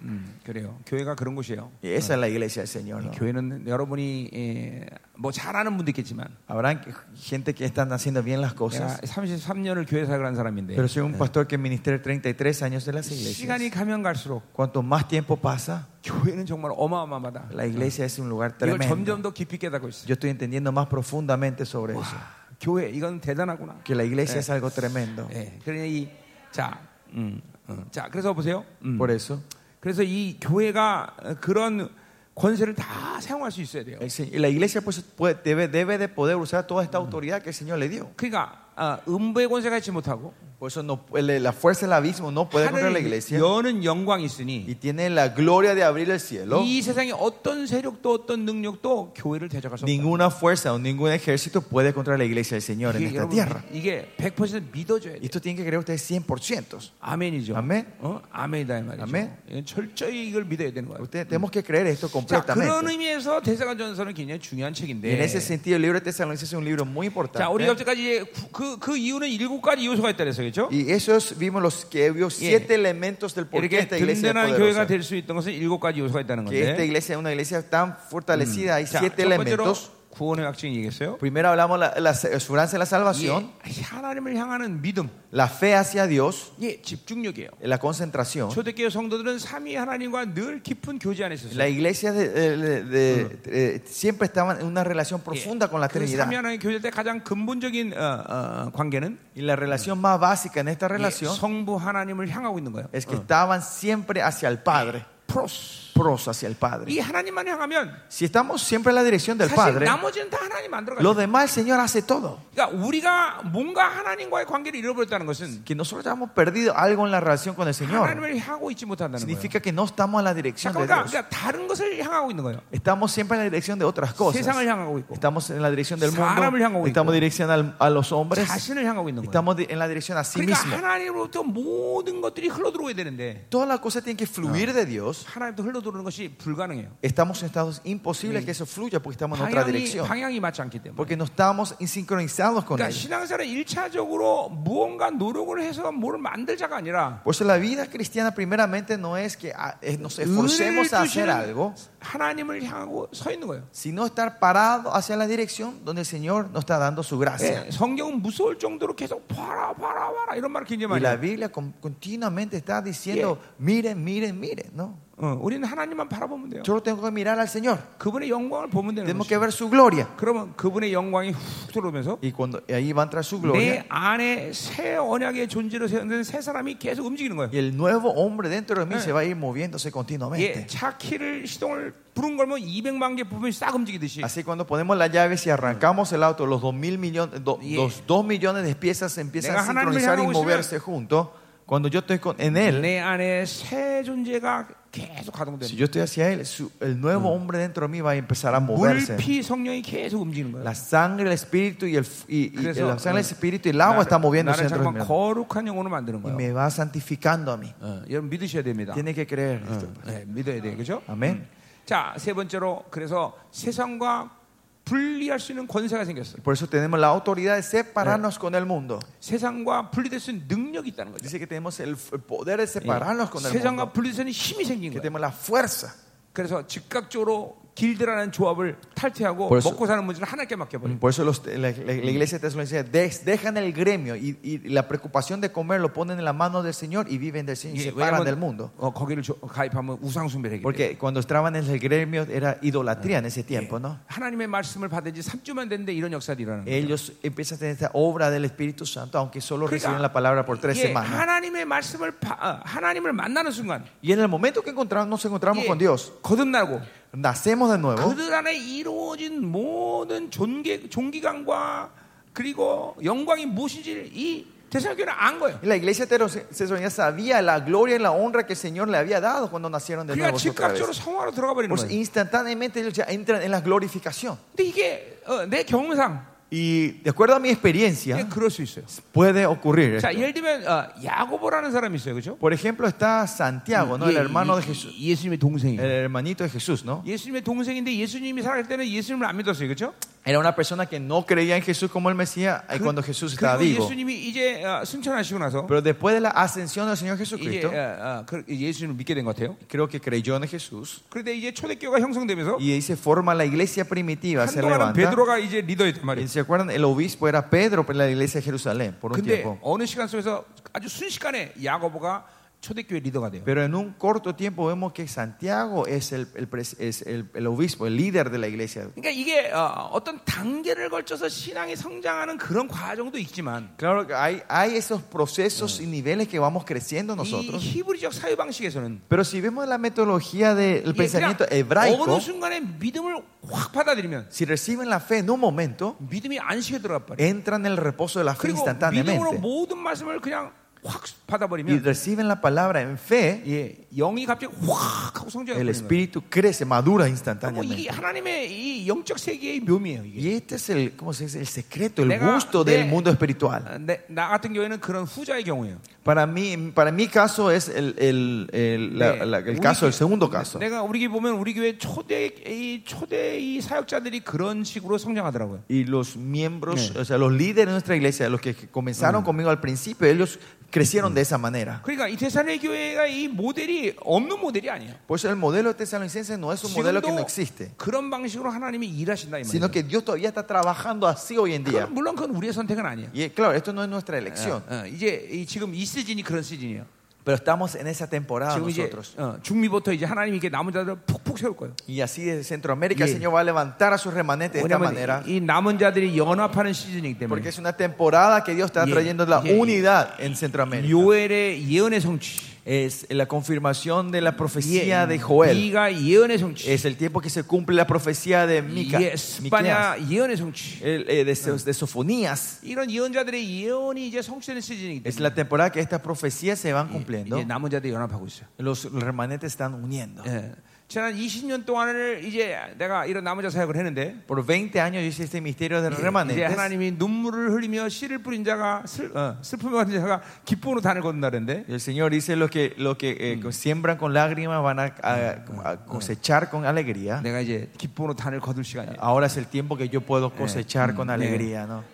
Speaker 2: 음, 그래요. 교회가 그런 곳이에요.
Speaker 1: y esa es la iglesia del Señor. ¿no?
Speaker 2: 교회는 여러분이 예, 뭐 잘하는 분도 있겠지만
Speaker 1: Habrán gente que están haciendo bien las
Speaker 2: 내가
Speaker 1: cosas,
Speaker 2: 33년을 교회 사역을 한 사람인데
Speaker 1: pero soy un pastor que ministré 33 años de las
Speaker 2: 시간이
Speaker 1: iglesias.
Speaker 2: 가면 갈수록
Speaker 1: Cuanto más tiempo pasa,
Speaker 2: 교회는 정말 어마어마하다.
Speaker 1: la iglesia es un lugar
Speaker 2: 이걸
Speaker 1: tremendo.
Speaker 2: 점점 더 깊이 깨닫고 있어.
Speaker 1: Yo estoy entendiendo más profundamente sobre eso,
Speaker 2: 교회 이건 대단하구나.
Speaker 1: que la iglesia es algo tremendo.
Speaker 2: 예, 그러니 이, 자, 음, 음. 자, 그래서 보세요. 음.
Speaker 1: Por eso,
Speaker 2: 그래서 이 교회가 어, 그런 권세를 다 사용할 수 있어야 돼요.
Speaker 1: el se- la iglesia pues, puede- debe, debe de poder usar toda esta autoridad que el Señor le dio.
Speaker 2: 그러니까 아, 음부의 권세가 있지 못하고
Speaker 1: Por eso no, el- la fuerza del abismo no puede contra la
Speaker 2: 하늘
Speaker 1: iglesia
Speaker 2: 여는 영광이 있으니
Speaker 1: y tiene la gloria de abrir el cielo.
Speaker 2: 이 세상의 어떤 세력도 어떤 능력도 교회를 대적할 수 없다.
Speaker 1: Ninguna fuerza o ningún ejército puede contra la iglesia del Señor en
Speaker 2: 이게,
Speaker 1: esta
Speaker 2: 여러분,
Speaker 1: tierra.
Speaker 2: 이게 100% 믿어줘야
Speaker 1: Y
Speaker 2: 돼.
Speaker 1: esto tienen que creer ustedes 100%.
Speaker 2: 아멘이죠.
Speaker 1: 아멘.
Speaker 2: 어? 아멘이다 이 말이죠.
Speaker 1: 아멘.
Speaker 2: 예, 철저히 이걸 믿어야 되는 거예요.
Speaker 1: Ustedes tenemos que creer esto
Speaker 2: 자, 그런
Speaker 1: completamente.
Speaker 2: 의미에서 대사관전서는 굉장히 중요한
Speaker 1: Y en
Speaker 2: 책인데.
Speaker 1: ese sentido, el libro de Tesalonicenses es un libro muy
Speaker 2: 자, 네. 우리가
Speaker 1: importante.
Speaker 2: 여태까지 이제 구- 그, 그 이유는 일곱 가지 요소가 있다 그랬어요. 그죠?
Speaker 1: Y esos vimos los que vio siete elementos del porqué
Speaker 2: 이렇게
Speaker 1: esta iglesia es
Speaker 2: 든든한 교회가
Speaker 1: poderosa.
Speaker 2: 될 수 있던 것은 일곱 가지 요소가 있다는
Speaker 1: Que esta
Speaker 2: 건데.
Speaker 1: iglesia es una iglesia tan fortalecida. Hay
Speaker 2: 자, 첫
Speaker 1: siete
Speaker 2: 번째로
Speaker 1: elementos.
Speaker 2: 구원의 확증이 얘기했어요.
Speaker 1: Primero hablamos de la, la aseguranza de la salvación,
Speaker 2: 예, 하나님을 향하는 믿음,
Speaker 1: la fe hacia Dios.
Speaker 2: 예, 집중력이에요.
Speaker 1: la concentración.
Speaker 2: 초대교회 성도들은 삼위 하나님과 늘 깊은 교제 안에 있었어요.
Speaker 1: La iglesia de- de- de- eh, siempre estaba en una relación profunda con la
Speaker 2: 그
Speaker 1: Trinidad.
Speaker 2: 삼위 하나님 교제 때 가장 근본적인 어, 어, 관계는
Speaker 1: Y la relación más básica en esta
Speaker 2: 예,
Speaker 1: relación
Speaker 2: 성부 하나님을 향하고 있는 거예요.
Speaker 1: es que estaban siempre hacia el Padre,
Speaker 2: 프로스.
Speaker 1: pros hacia el Padre.
Speaker 2: 이 하나님만 향하면
Speaker 1: Si estamos siempre en la dirección del
Speaker 2: 사실
Speaker 1: Padre,
Speaker 2: 나머지는 다 하나님 만들어가요.
Speaker 1: lo demás el Señor hace todo.
Speaker 2: 그러니까 우리가 뭔가 하나님과의 관계를 잃어버렸다는 것은
Speaker 1: Que nosotros hayamos perdido algo en la relación con el Señor
Speaker 2: 하나님을 향하고 있지 못한다는 거예요.
Speaker 1: significa que no estamos en la dirección de
Speaker 2: 잠깐만, 그러니까,
Speaker 1: Dios.
Speaker 2: 그러니까 다른 것을 향하고 있는 거예요.
Speaker 1: Estamos siempre en la dirección de otras cosas.
Speaker 2: 세상을 향하고 있고
Speaker 1: Estamos en la dirección del
Speaker 2: 사람을 향하고
Speaker 1: mundo, estamos en
Speaker 2: 있고,
Speaker 1: dirección al- a los hombres,
Speaker 2: 자신을 향하고 있는 거예요.
Speaker 1: estamos di- en la dirección a sí
Speaker 2: 그러니까
Speaker 1: mismo.
Speaker 2: 하나님으로부터 모든 것들이 흘러들어오게 되는데
Speaker 1: Todas las cosas tienen que fluir de Dios.
Speaker 2: 하나님부터 흘러들어오는 것이 불가능해요.
Speaker 1: Estamos en estados imposibles que eso fluya porque estamos en otra
Speaker 2: 방향이,
Speaker 1: dirección.
Speaker 2: 방향이 맞지 않기 때문에.
Speaker 1: Porque no estamos sincronizados con
Speaker 2: 그러니까
Speaker 1: Él.
Speaker 2: 신앙생활은 일차적으로 무언가 노력을 해서 뭘 만들자가 아니라
Speaker 1: Por eso la vida cristiana primeramente no es que ah, eh, nos
Speaker 2: 의를
Speaker 1: esforcemos a hacer
Speaker 2: 주시는
Speaker 1: algo,
Speaker 2: 하나님을 향하고 서 있는 거예요.
Speaker 1: sino estar parado hacia la dirección donde el Señor nos está dando su gracia.
Speaker 2: 예, 성경은 무서울 정도로 계속 봐라 봐라 봐라 이런 말을 굉장히
Speaker 1: Y
Speaker 2: 많이
Speaker 1: la
Speaker 2: 해요.
Speaker 1: Biblia con- continuamente está diciendo, miren, miren, miren. No,
Speaker 2: 어, 우리는 하나님만 바라보면 돼요.
Speaker 1: solo tengo que mirar al Señor.
Speaker 2: 그분의 영광을 보면 되는
Speaker 1: Tenemos
Speaker 2: 거죠.
Speaker 1: que ver su gloria.
Speaker 2: 그러면 그분의 영광이 훅 들어오면서
Speaker 1: Y cuando y ahí va a entrar su
Speaker 2: 내
Speaker 1: gloria.
Speaker 2: 안에 새 언약의 존재로 세운된 새 사람이 계속 움직이는 거예요.
Speaker 1: Y el nuevo hombre dentro de mí
Speaker 2: Eh.
Speaker 1: se va a ir moviéndose continuamente.
Speaker 2: 예, 차 키를 시동을 부른 걸면 200만 개 부분이 싹 움직이듯이
Speaker 1: Así cuando ponemos las llaves y arrancamos el auto, los dos mil millones, do-
Speaker 2: Yeah.
Speaker 1: los dos millones de piezas se empiezan a
Speaker 2: Nega ha나님을
Speaker 1: sincronizar y
Speaker 2: 향하고
Speaker 1: moverse juntos. Cuando yo estoy con- en él,
Speaker 2: 내 안에 새 존재가 계속
Speaker 1: si
Speaker 2: 가동되는
Speaker 1: yo estoy hacia él, su- el nuevo hombre dentro de mí va a empezar a moverse.
Speaker 2: 물피 성령이 계속 움직이는 거예요.
Speaker 1: La sangre, el espíritu y el, f- y, y-
Speaker 2: 그래서,
Speaker 1: la sangre, el
Speaker 2: eh,
Speaker 1: espíritu y el agua está moviéndose
Speaker 2: 나를
Speaker 1: dentro de mí.
Speaker 2: 잠깐 거룩한 영혼을 만드는
Speaker 1: Y
Speaker 2: 거예요.
Speaker 1: me va santificando a mí.
Speaker 2: 어, 여러분 믿으셔야 됩니다.
Speaker 1: Tiene que creer. esto.
Speaker 2: 네, 믿어야 돼요. 그죠?
Speaker 1: Amén.
Speaker 2: 자, 세 번째로 그래서 세상과 분리할 수 있는 권세가 생겼어요.
Speaker 1: Por eso tenemos la autoridad de separarnos con el mundo.
Speaker 2: 세상과 분리될 수 있는 능력이 있다는 거죠.
Speaker 1: Dice que tenemos el f- el poder de separarnos con el
Speaker 2: 세상과
Speaker 1: mundo.
Speaker 2: 분리될 수 있는 힘이 생긴
Speaker 1: Que
Speaker 2: 거예요.
Speaker 1: tenemos la fuerza.
Speaker 2: 그래서 즉각적으로 길드라는 조합을 탈퇴하고
Speaker 1: 벌써- 음.
Speaker 2: 먹고 사는 문제를 하나님께 맡겨버려.
Speaker 1: Por eso los- la, la- la iglesia de Tesalonicenses des- dejan el gremio y, y la preocupación de comer lo ponen en la mano del Señor y viven del Señor y
Speaker 2: 예,
Speaker 1: se
Speaker 2: 왜냐면,
Speaker 1: paran del mundo.
Speaker 2: 어, 거기를 조- 가입하면 우상 숭배를 하기 때문에.
Speaker 1: Porque cuando estaban en el gremio era idolatría en ese tiempo, ¿no?
Speaker 2: 하나님의 말씀을 받은 지 3주만 됐는데 이런 역사들이 일어나는 거예요.
Speaker 1: Ellos empiezan a tener esta obra del Espíritu Santo, aunque solo
Speaker 2: Kika.
Speaker 1: recibieron la palabra por tres
Speaker 2: 예,
Speaker 1: semanas.
Speaker 2: 하나님의 말씀을 바- 아, 하나님을 만나는 순간
Speaker 1: Y en el momento que encontramos, nos encontramos
Speaker 2: 예,
Speaker 1: con Dios,
Speaker 2: 거듭나고
Speaker 1: nacemos de nuevo.
Speaker 2: 그들 안에 이루어진 모든 존재 종기관과 그리고 영광이 무엇인지를 이 대사교는 안 거예요.
Speaker 1: Y la iglesia tesalonicense sabía la gloria y la honra que el Señor le había dado cuando nacieron de
Speaker 2: 그러니까
Speaker 1: nuevo. otra vez.
Speaker 2: 즉각적으로 성화로 들어가 버리는
Speaker 1: Por eso
Speaker 2: 거예요.
Speaker 1: Pues instantáneamente ellos ya entran en la glorificación.
Speaker 2: 근데 이게 어, 내 경험상
Speaker 1: Y de acuerdo a mi
Speaker 2: 이게
Speaker 1: experiencia,
Speaker 2: 그럴 수 있어요.
Speaker 1: puede ocurrir.
Speaker 2: 자,
Speaker 1: esto.
Speaker 2: 예를 들면 어, 야고보라는 사람이 있어요, 그렇죠? 예,
Speaker 1: Por ejemplo, está Santiago, ¿no? el hermano de Jesús,
Speaker 2: 예수님의 동생이.
Speaker 1: el
Speaker 2: 에요
Speaker 1: hermanito de Jesús, ¿no?
Speaker 2: 예수님의 동생인데 예수님이 살아갈 때는 예수님을 안 믿었어요, 그렇죠? 그
Speaker 1: Era una persona que no creía en Jesús como el Mesías eh, cuando Jesús estaba
Speaker 2: 그리고
Speaker 1: vivo.
Speaker 2: 예수님이 이제 어, 승천하시고 나서
Speaker 1: Pero después de la ascensión del Señor
Speaker 2: 이제
Speaker 1: Jesucristo,
Speaker 2: 어, 어, 그 예수님을 믿게 된 것 같아요.
Speaker 1: creo que creyó en Jesús.
Speaker 2: 그런데 이제 초대교가 형성되면서
Speaker 1: Y ahí se forma la iglesia
Speaker 2: Ah,
Speaker 1: primitiva, se
Speaker 2: 한동안은
Speaker 1: levanta.
Speaker 2: 베드로가 이제 리더였단
Speaker 1: Y
Speaker 2: 말이에요.
Speaker 1: ¿Se acuerdan? El obispo era Pedro en la iglesia de Jerusalén por un
Speaker 2: 근데
Speaker 1: tiempo.
Speaker 2: 어느 시간 속에서 아주 순식간에 야고보가 초대교회 리더가 돼요.
Speaker 1: Pero en un corto tiempo vemos que Santiago es el, el pres- es el- el obispo, el líder de la iglesia.
Speaker 2: 그러니까 이게 어, 떤 단계를 걸쳐서 신앙이 성장하는 그런 과정도 있지만
Speaker 1: Claro que hay, hay esos procesos y niveles que vamos creciendo
Speaker 2: 이
Speaker 1: nosotros.
Speaker 2: 히브리적 사유 방식에서는
Speaker 1: Pero si vemos la metodología del
Speaker 2: 이게 그냥
Speaker 1: pensamiento
Speaker 2: 어느
Speaker 1: hebraico,
Speaker 2: 순간에 믿음을 확 받아들이면
Speaker 1: si reciben la fe en un momento,
Speaker 2: 믿음이 안식에 들어가 버려.
Speaker 1: entran en el reposo de la fe
Speaker 2: 예, 그리고 믿음으로
Speaker 1: instantáneamente.
Speaker 2: 모든 말씀을 그냥 확
Speaker 1: Y
Speaker 2: 받아버리면
Speaker 1: reciben la palabra en fe,
Speaker 2: 예, 영이 갑자기 확 하고 성장해 버리는
Speaker 1: el
Speaker 2: 거예요.
Speaker 1: espíritu crece, madura
Speaker 2: 뭐 이게
Speaker 1: instantáneamente.
Speaker 2: 하나님의 이 영적 세계의 묘미예요. 이게.
Speaker 1: Y este es el, ¿cómo se dice? el secreto, el
Speaker 2: Venga,
Speaker 1: gusto
Speaker 2: ve.
Speaker 1: del mundo espiritual.
Speaker 2: 아, 내- 나 같은 경우에는 그런 후자의 경우예요.
Speaker 1: Para mí, para mi caso es el, el- el- la-
Speaker 2: 네.
Speaker 1: la- el
Speaker 2: 우리
Speaker 1: caso, el
Speaker 2: 교-
Speaker 1: segundo caso.
Speaker 2: 내가 우리 교회 보면 우리 교회 초대 이 초대 이 사역자들이 그런 식으로 성장하더라고요.
Speaker 1: Y los miembros, o sea, los líderes de nuestra iglesia, los que que comenzaron conmigo al principio, ellos crecieron de esa manera.
Speaker 2: 그러니까 이 대산의 교회가 이 모델이 없는 모델이 아니에요.
Speaker 1: Por eso el modelo de tesalonicense no es un modelo que no existe,
Speaker 2: 그런 방식으로 하나님이 일하신다 이
Speaker 1: sino
Speaker 2: 말이에요.
Speaker 1: que Dios todavía está trabajando así hoy en día.
Speaker 2: 그건 물론 그건 우리의 선택은 아니에요.
Speaker 1: Y eh, claro, esto no es nuestra elección,
Speaker 2: 어, 이제 이 지금 이 시즌이 그런 시즌이에요.
Speaker 1: pero estamos en esa temporada
Speaker 2: 지금 이제
Speaker 1: nosotros.
Speaker 2: 어, 중미부터 이제 하나님이 이렇게 남은 자들을 푹푹 세울 거예요.
Speaker 1: Y así de Centroamérica el
Speaker 2: Yeah.
Speaker 1: Señor va a levantar a sus remanentes de esta manera,
Speaker 2: 왜냐하면 이 남은 자들이 연합하는 시즌이기
Speaker 1: porque
Speaker 2: 때문에
Speaker 1: es una temporada que Dios está
Speaker 2: Yeah.
Speaker 1: trayendo la
Speaker 2: Yeah.
Speaker 1: unidad en Centroamérica.
Speaker 2: 요엘의 예언의 성취.
Speaker 1: es la confirmación de la profecía de Joel.
Speaker 2: 네가 예언의 성취.
Speaker 1: Es el tiempo que se cumple la profecía de
Speaker 2: 이게
Speaker 1: Mica, Miqueas.
Speaker 2: 스파냐 예언의 성취.
Speaker 1: El, eh, de, So- de Sofonías.
Speaker 2: 이런 예언자들의 예언이 이제 성취되는 시즌이기
Speaker 1: Es
Speaker 2: 때문에
Speaker 1: la temporada que estas profecías se van cumpliendo.
Speaker 2: 이제 남은 자들이 연합하고 있어요.
Speaker 1: Los remanentes están uniendo.
Speaker 2: 예. 지난 20년 동안을 이제 내가 이런 남은 자 사역을 했는데
Speaker 1: Por 20 años yo hice este misterio de
Speaker 2: 이제
Speaker 1: remanentes.
Speaker 2: 하나님이 눈물을 흘리며 씨를 뿌린 자가 슬, 어, 슬픔을 가진 자가 기쁨으로 단을 건다는데
Speaker 1: El Señor dice lo que, lo que eh, siembran con lágrimas van a, a- a cosechar con alegría.
Speaker 2: 내가 이제 기쁨으로 단을 거둘 시간이에요.
Speaker 1: Ahora es el tiempo que yo puedo cosechar con alegría. ¿no?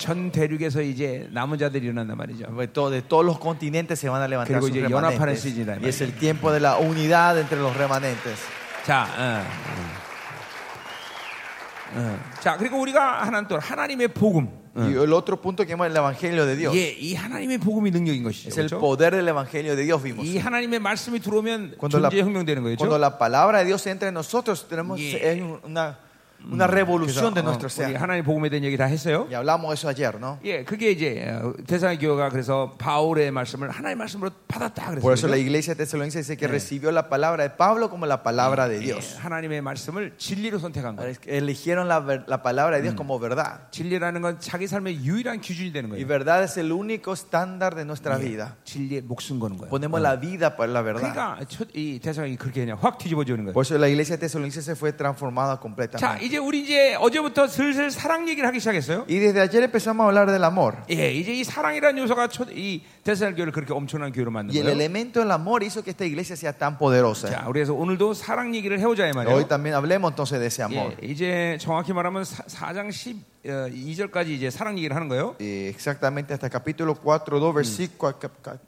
Speaker 2: 전 대륙에서 이제 남은 자들이 일어난단 말이죠.
Speaker 1: De to- de todos los continentes se van a levantar
Speaker 2: Creo
Speaker 1: sus
Speaker 2: que ya
Speaker 1: remanentes.
Speaker 2: 연합하는 시즌이다, 이
Speaker 1: Y es el tiempo de la unidad entre los remanentes.
Speaker 2: 자, 어. 어. 자 그리고 우리가 하나는 또 하나님의 복음.
Speaker 1: Y el otro punto que vemos es el evangelio de Dios.
Speaker 2: 예, 이 하나님의 복음이 능력인 것이죠.
Speaker 1: Es el
Speaker 2: 그렇죠?
Speaker 1: poder del evangelio de Dios vimos.
Speaker 2: 이 하나님의 말씀이 들어오면
Speaker 1: Cuando la,
Speaker 2: 존재 혁명되는 거죠.
Speaker 1: cuando la palabra de Dios entra en nosotros, tenemos
Speaker 2: Yeah. Mm,
Speaker 1: es una, una revolución de nuestro
Speaker 2: 어, 우리
Speaker 1: ser.
Speaker 2: 하나님 복음에 대한 얘기 다 했어요.
Speaker 1: Y hablamos eso ayer, ¿no?
Speaker 2: 예, 그게 이제 대상 교회가 그래서 바울의 말씀을 하나님의 말씀으로 받았다
Speaker 1: Por eso
Speaker 2: 그랬어요.
Speaker 1: la iglesia de Tesalónica dice que recibió la palabra de Pablo como la palabra de
Speaker 2: 예,
Speaker 1: Dios.
Speaker 2: 하나님의 말씀을 진리로 선택한 거예요.
Speaker 1: Eligieron la, ver- la palabra
Speaker 2: Mm.
Speaker 1: de Dios como verdad.
Speaker 2: 진리라는 건 자기 삶의 유일한 기준이 되는
Speaker 1: Y
Speaker 2: 거예요.
Speaker 1: verdad es el único estándar de nuestra vida.
Speaker 2: 진리에 목숨 거는 거예요.
Speaker 1: Ponemos la vida por la verdad.
Speaker 2: 그러니까 첫- 이 대상이 그렇게 그냥 확 뒤집어지는 거예요.
Speaker 1: Por eso la iglesia de Tesalonicenses fue transformada
Speaker 2: 자,
Speaker 1: completamente.
Speaker 2: 이제 우리 이제 어제부터 슬슬 사랑 얘기를 하기 시작했어요.
Speaker 1: Y desde ayer empezamos a hablar del amor.
Speaker 2: 예, 이제 이 사랑이라는 요소가 첫, 이 대상 교회를 그렇게 엄청난 교회로 만든
Speaker 1: Y el
Speaker 2: 거예요.
Speaker 1: elemento del amor hizo que esta iglesia sea tan poderosa.
Speaker 2: 자, 우리 그래서 오늘도 사랑 얘기를 해오자 이 말이에요. 뭐.
Speaker 1: Hoy también hablemos entonces de ese amor.
Speaker 2: 예, 이제 정확히 말하면 사, 4장 10, 어, 2절까지 이제 사랑 얘기를 하는 거예요.
Speaker 1: eh, exactamente hasta capítulo 4, 2, versículo, cap- cap-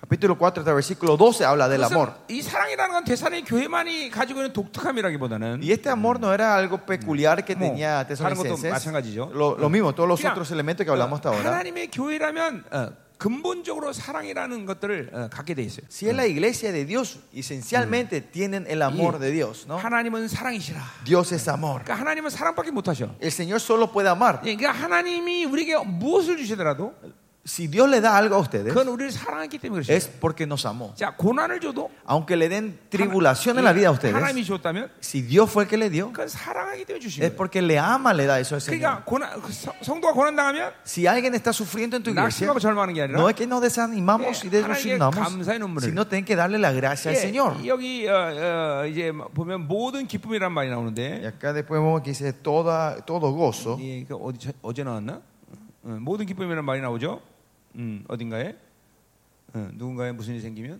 Speaker 1: capítulo 4 hasta versículo 12 habla del
Speaker 2: 그것은
Speaker 1: amor.
Speaker 2: 이 사랑이라는 건 대산의 교회만이 가지고 있는 독특함이라기보다는
Speaker 1: Y este amor no era algo peculiar que
Speaker 2: Como,
Speaker 1: tenía
Speaker 2: algo
Speaker 1: Tesalonicenses.
Speaker 2: ma찬가지죠.
Speaker 1: Lo, lo mismo, todos los
Speaker 2: 그냥,
Speaker 1: otros elementos que hablamos hasta
Speaker 2: 어,
Speaker 1: ahora.
Speaker 2: 하나님의 교회라면 어, 근본적으로 사랑이라는 것들을 어, 갖게 돼 있어요.
Speaker 1: Si es la iglesia de Dios, esencialmente tienen el
Speaker 2: Y-
Speaker 1: amor de Dios, ¿no?
Speaker 2: 하나님은 사랑이시라.
Speaker 1: Dios es amor.
Speaker 2: 그러니까 하나님은 사랑밖에 못 하셔.
Speaker 1: El Señor solo puede amar.
Speaker 2: 예, 그러니까 하나님이 우리에게 무엇을 주시더라도
Speaker 1: Si Dios le da algo a ustedes,
Speaker 2: 그건 우리를 사랑했기 네. 때문에 그러셔.
Speaker 1: es porque nos amó.
Speaker 2: 자, 고난을 줘도
Speaker 1: Aunque le den tribulación en la vida a
Speaker 2: 하나-
Speaker 1: ustedes,
Speaker 2: 하나님이 줬다면
Speaker 1: si Dios fue el que le dio,
Speaker 2: 그건 사랑하기 때문에 주신
Speaker 1: es
Speaker 2: 거예요.
Speaker 1: porque le ama, le da eso al Señor.
Speaker 2: 그러니까 고난, 그 성- 성도가 고난 당하면
Speaker 1: Si alguien está sufriendo en tu iglesia,
Speaker 2: 낙심하고 절망하는 게
Speaker 1: no
Speaker 2: 아니라
Speaker 1: es que nos desanimamos y desilusionamos,
Speaker 2: 하나님께 감사의 눈물을.
Speaker 1: sino tienen que darle la gracia al
Speaker 2: 예,
Speaker 1: Señor.
Speaker 2: 여기 어, 어, 이제 보면 모든 기쁨이란 말이 나오는데
Speaker 1: Y acá después vemos que dice toda, todo gozo.
Speaker 2: 예, 그 어디 저- 어제 나왔나? 어, 모든 기쁨이란 말이 나오죠. 음, 어딘가에 어, 누군가에 무슨 일이 생기면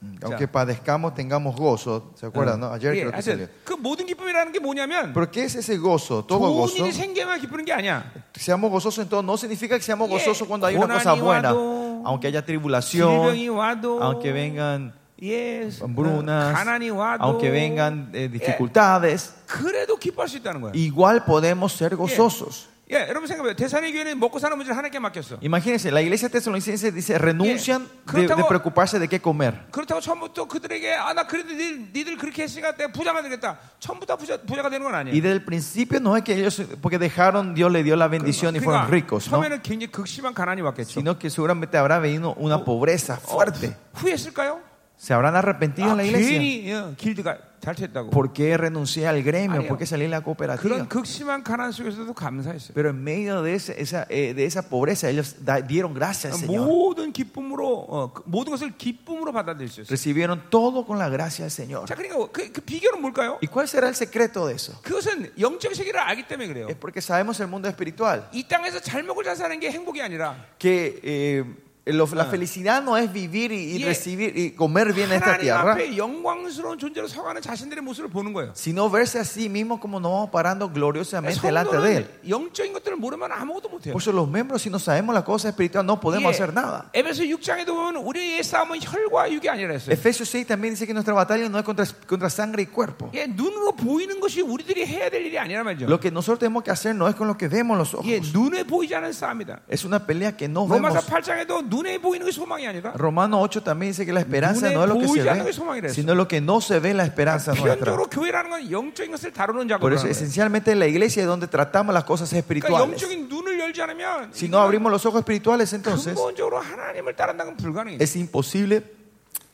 Speaker 2: 음,
Speaker 1: Aunque padezcamos, tengamos gozo. ¿Se acuerdan? no? Ayer
Speaker 2: 예,
Speaker 1: creo que salió.
Speaker 2: 하여튼 그 모든 기쁨이라는 게 뭐냐면
Speaker 1: ¿Pero qué es ese gozo? Todo
Speaker 2: 좋은
Speaker 1: gozo.
Speaker 2: 일이 생기면 기쁘는 게 아니야.
Speaker 1: Seamos gozosos en todo. No significa que seamos
Speaker 2: Yeah.
Speaker 1: gozosos cuando hay una cosa
Speaker 2: 고난이
Speaker 1: buena.
Speaker 2: 와도,
Speaker 1: Aunque haya
Speaker 2: 질병이
Speaker 1: tribulación,
Speaker 2: 와도
Speaker 1: aunque vengan
Speaker 2: 예,
Speaker 1: hambrunas,
Speaker 2: 가난이 와도
Speaker 1: aunque vengan eh,
Speaker 2: 예,
Speaker 1: dificultades,
Speaker 2: 그래도 기뻐할 수 있다는 거야.
Speaker 1: igual podemos ser gozosos.
Speaker 2: 예, 여러분 생각해요. 대산의 교회는 먹고 사는 문제를 하나님께 맡겼어.
Speaker 1: Imagínense, la iglesia tesalonicense dice, renuncian de, de
Speaker 2: 그렇다고-
Speaker 1: preocuparse de qué comer.
Speaker 2: 그렇다고 처음부터 그들에게 아 나 그래도 니들, 니들 그렇게 했으니까 내가 부자 만들겠다. 처음부터 부자, 부자가 되는 건
Speaker 1: Y
Speaker 2: 아니에요.
Speaker 1: desde el principio no es que ellos, porque dejaron, Dios le dio la bendición y fueron ricos, ¿no?
Speaker 2: 그러니까 처음에는 굉장히 극심한 가난이 왔겠죠.
Speaker 1: Sino que seguramente habrá venido
Speaker 2: Oh.
Speaker 1: una pobreza fuerte.
Speaker 2: 어, 후회했을까요?
Speaker 1: ¿Se habrán arrepentido
Speaker 2: 아,
Speaker 1: en la iglesia?
Speaker 2: 괜히 어, 길드가 잘퇴했다고.
Speaker 1: ¿Por qué renuncié al gremio?
Speaker 2: Ariel.
Speaker 1: ¿Por qué salí de la cooperativa?
Speaker 2: 그런 극심한 가난 속에서도 감사했어요.
Speaker 1: Pero en medio de, ese- esa, eh, de esa pobreza, ellos da- dieron gracias al
Speaker 2: 그러니까
Speaker 1: Señor.
Speaker 2: 모든 기쁨으로 어, 그 모든 것을 기쁨으로 받아들일 수 있어요.
Speaker 1: Recibieron todo con la gracia del Señor.
Speaker 2: 자, 그러니까 그, 그 비결은 뭘까요?
Speaker 1: ¿Y cuál será el secreto de eso?
Speaker 2: 그것은 영적 세계를 알기 때문에 그래요.
Speaker 1: Es porque sabemos el mundo espiritual.
Speaker 2: 이 땅에서 잘 먹고 잘 사는 게 행복이 아니라
Speaker 1: Que eh, lo- la felicidad no es vivir y, y
Speaker 2: Yeah.
Speaker 1: recibir y comer bien esta
Speaker 2: 하나님
Speaker 1: tierra,
Speaker 2: 앞에 영광스러운 존재로 서가는 자신들의 모습을 보는 거예요. 그러니까
Speaker 1: sino verse a sí mismo como nos vamos parando gloriosamente delante de Él.
Speaker 2: 성도는 영적인 것들을 모르면 아무것도 못해요.
Speaker 1: Por eso los miembros, si no sabemos la cosa espiritual, no podemos
Speaker 2: 예,
Speaker 1: hacer nada.
Speaker 2: 에베소 6장에도 보면 우리의 싸움은 혈과 육이 아니라 했어요.
Speaker 1: Efesios 6 también dice que nuestra batalla no es contra, contra sangre y cuerpo.
Speaker 2: 예, 눈으로 보이는 것이 우리들이 해야 될 일이 아니란 말이죠.
Speaker 1: Lo que nosotros tenemos que hacer no es con lo que vemos los ojos.
Speaker 2: 예, 눈에 보이지 않은 싸움이다.
Speaker 1: Es una pelea que no
Speaker 2: 로마서
Speaker 1: vemos.
Speaker 2: 8장에도 눈에 보이는 것이 소망이 아니라
Speaker 1: Romano 8 también dice que la esperanza
Speaker 2: Nune
Speaker 1: no es lo que se
Speaker 2: 보이지 않는 것이
Speaker 1: ve,
Speaker 2: 소망이라
Speaker 1: sino lo que no se ve la esperanza nuestra.
Speaker 2: 표현적으로 교회라는 건 영적인 것을 다루는
Speaker 1: Por
Speaker 2: 작업을
Speaker 1: eso
Speaker 2: 하는 거예요.
Speaker 1: esencialmente la iglesia es donde tratamos las cosas
Speaker 2: 그러니까
Speaker 1: espirituales.
Speaker 2: 영적인 눈을 열지 않으면
Speaker 1: Si no abrimos los ojos espirituales, entonces
Speaker 2: 근본적으로 하나님을 따른다는 건 불가능해요.
Speaker 1: es imposible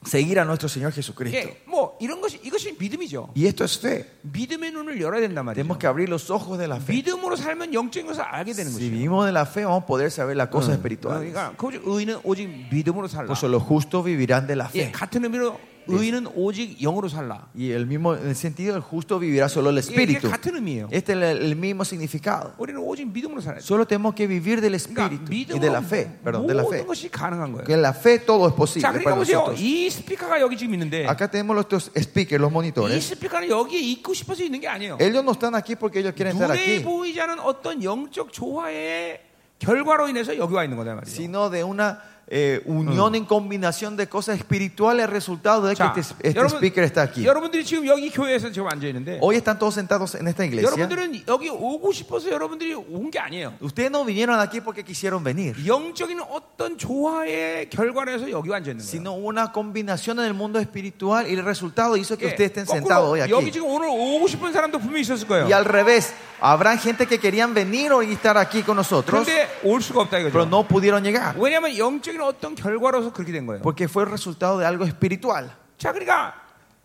Speaker 1: seguir a nuestro Señor Jesucristo.
Speaker 2: 예, 뭐 이런 것이 이것이 믿음이죠.
Speaker 1: Y esto es fe.
Speaker 2: 믿음의 눈을 열어야 된단 말이죠.
Speaker 1: Tenemos que abrir los ojos de la fe.
Speaker 2: 믿음으로 살면 영적인 것을 알게 되는
Speaker 1: Si
Speaker 2: 그렇죠. 것이에요.
Speaker 1: vivimos de la fe, vamos a poder saber las cosas espirituales.
Speaker 2: 그러니까 그 오직 의인은 오직 믿음으로 살라.
Speaker 1: Por eso los justos vivirán de la
Speaker 2: 예,
Speaker 1: fe.
Speaker 2: 같은 의미로 의인은 오직 영으로 살라.
Speaker 1: Y el mismo en el sentido, el justo vivirá solo el
Speaker 2: 예, 이게
Speaker 1: espíritu.
Speaker 2: 같은 의미예요.
Speaker 1: Este es el, el mismo significado.
Speaker 2: 우리는 오직 믿음으로 살아야 돼.
Speaker 1: Solo tenemos que vivir del
Speaker 2: 그러니까
Speaker 1: espíritu y de
Speaker 2: 믿음으로
Speaker 1: la fe. Perdón, de la fe.
Speaker 2: 모든 것이 가능한 거예요.
Speaker 1: Que en la fe todo es
Speaker 2: 자,
Speaker 1: posible
Speaker 2: 그러니까
Speaker 1: para
Speaker 2: 보세요.
Speaker 1: nosotros.
Speaker 2: 이 스피커가 여기 지금 있는데
Speaker 1: Acá tenemos los dos speakers,
Speaker 2: 이
Speaker 1: los monitores.
Speaker 2: 스피커는 여기에 있고 싶어서 있는 게 아니에요.
Speaker 1: Ellos no están aquí porque ellos quieren estar
Speaker 2: 눈에
Speaker 1: aquí,
Speaker 2: 보이지 않은 어떤 영적 조화의 결과로 인해서 여기 와 있는 거다 말이에요.
Speaker 1: sino de una eh, unión en combinación de cosas espirituales, resultado de que
Speaker 2: 자,
Speaker 1: este, este speaker está aquí.
Speaker 2: 여러분, 여러분들이 지금 여기 교회에서 지금 앉아 있는데
Speaker 1: Hoy están todos sentados en esta iglesia.
Speaker 2: 여러분들은 여기 오고 싶어서 여러분들이 온 게 아니에요.
Speaker 1: Ustedes no vinieron aquí porque quisieron venir,
Speaker 2: 영적인 어떤 조화의 결과로 해서 여기 앉아 있는 거예요.
Speaker 1: sino una combinación en el mundo espiritual y el resultado hizo que
Speaker 2: 예,
Speaker 1: ustedes estén
Speaker 2: 거꾸로
Speaker 1: sentados hoy
Speaker 2: 여기
Speaker 1: aquí.
Speaker 2: 지금 오늘 오고 싶은 사람도 분명히 있었을
Speaker 1: Y
Speaker 2: 거예요.
Speaker 1: al revés, habrá gente que querían venir hoy y estar aquí con nosotros,
Speaker 2: 그런데 올 수가 없다
Speaker 1: pero
Speaker 2: 이거죠.
Speaker 1: no pudieron llegar
Speaker 2: 왜냐하면 영적인 어떤 결과로서 그렇게 된 거예요.
Speaker 1: porque fue el resultado de algo espiritual.
Speaker 2: 자, 그러니까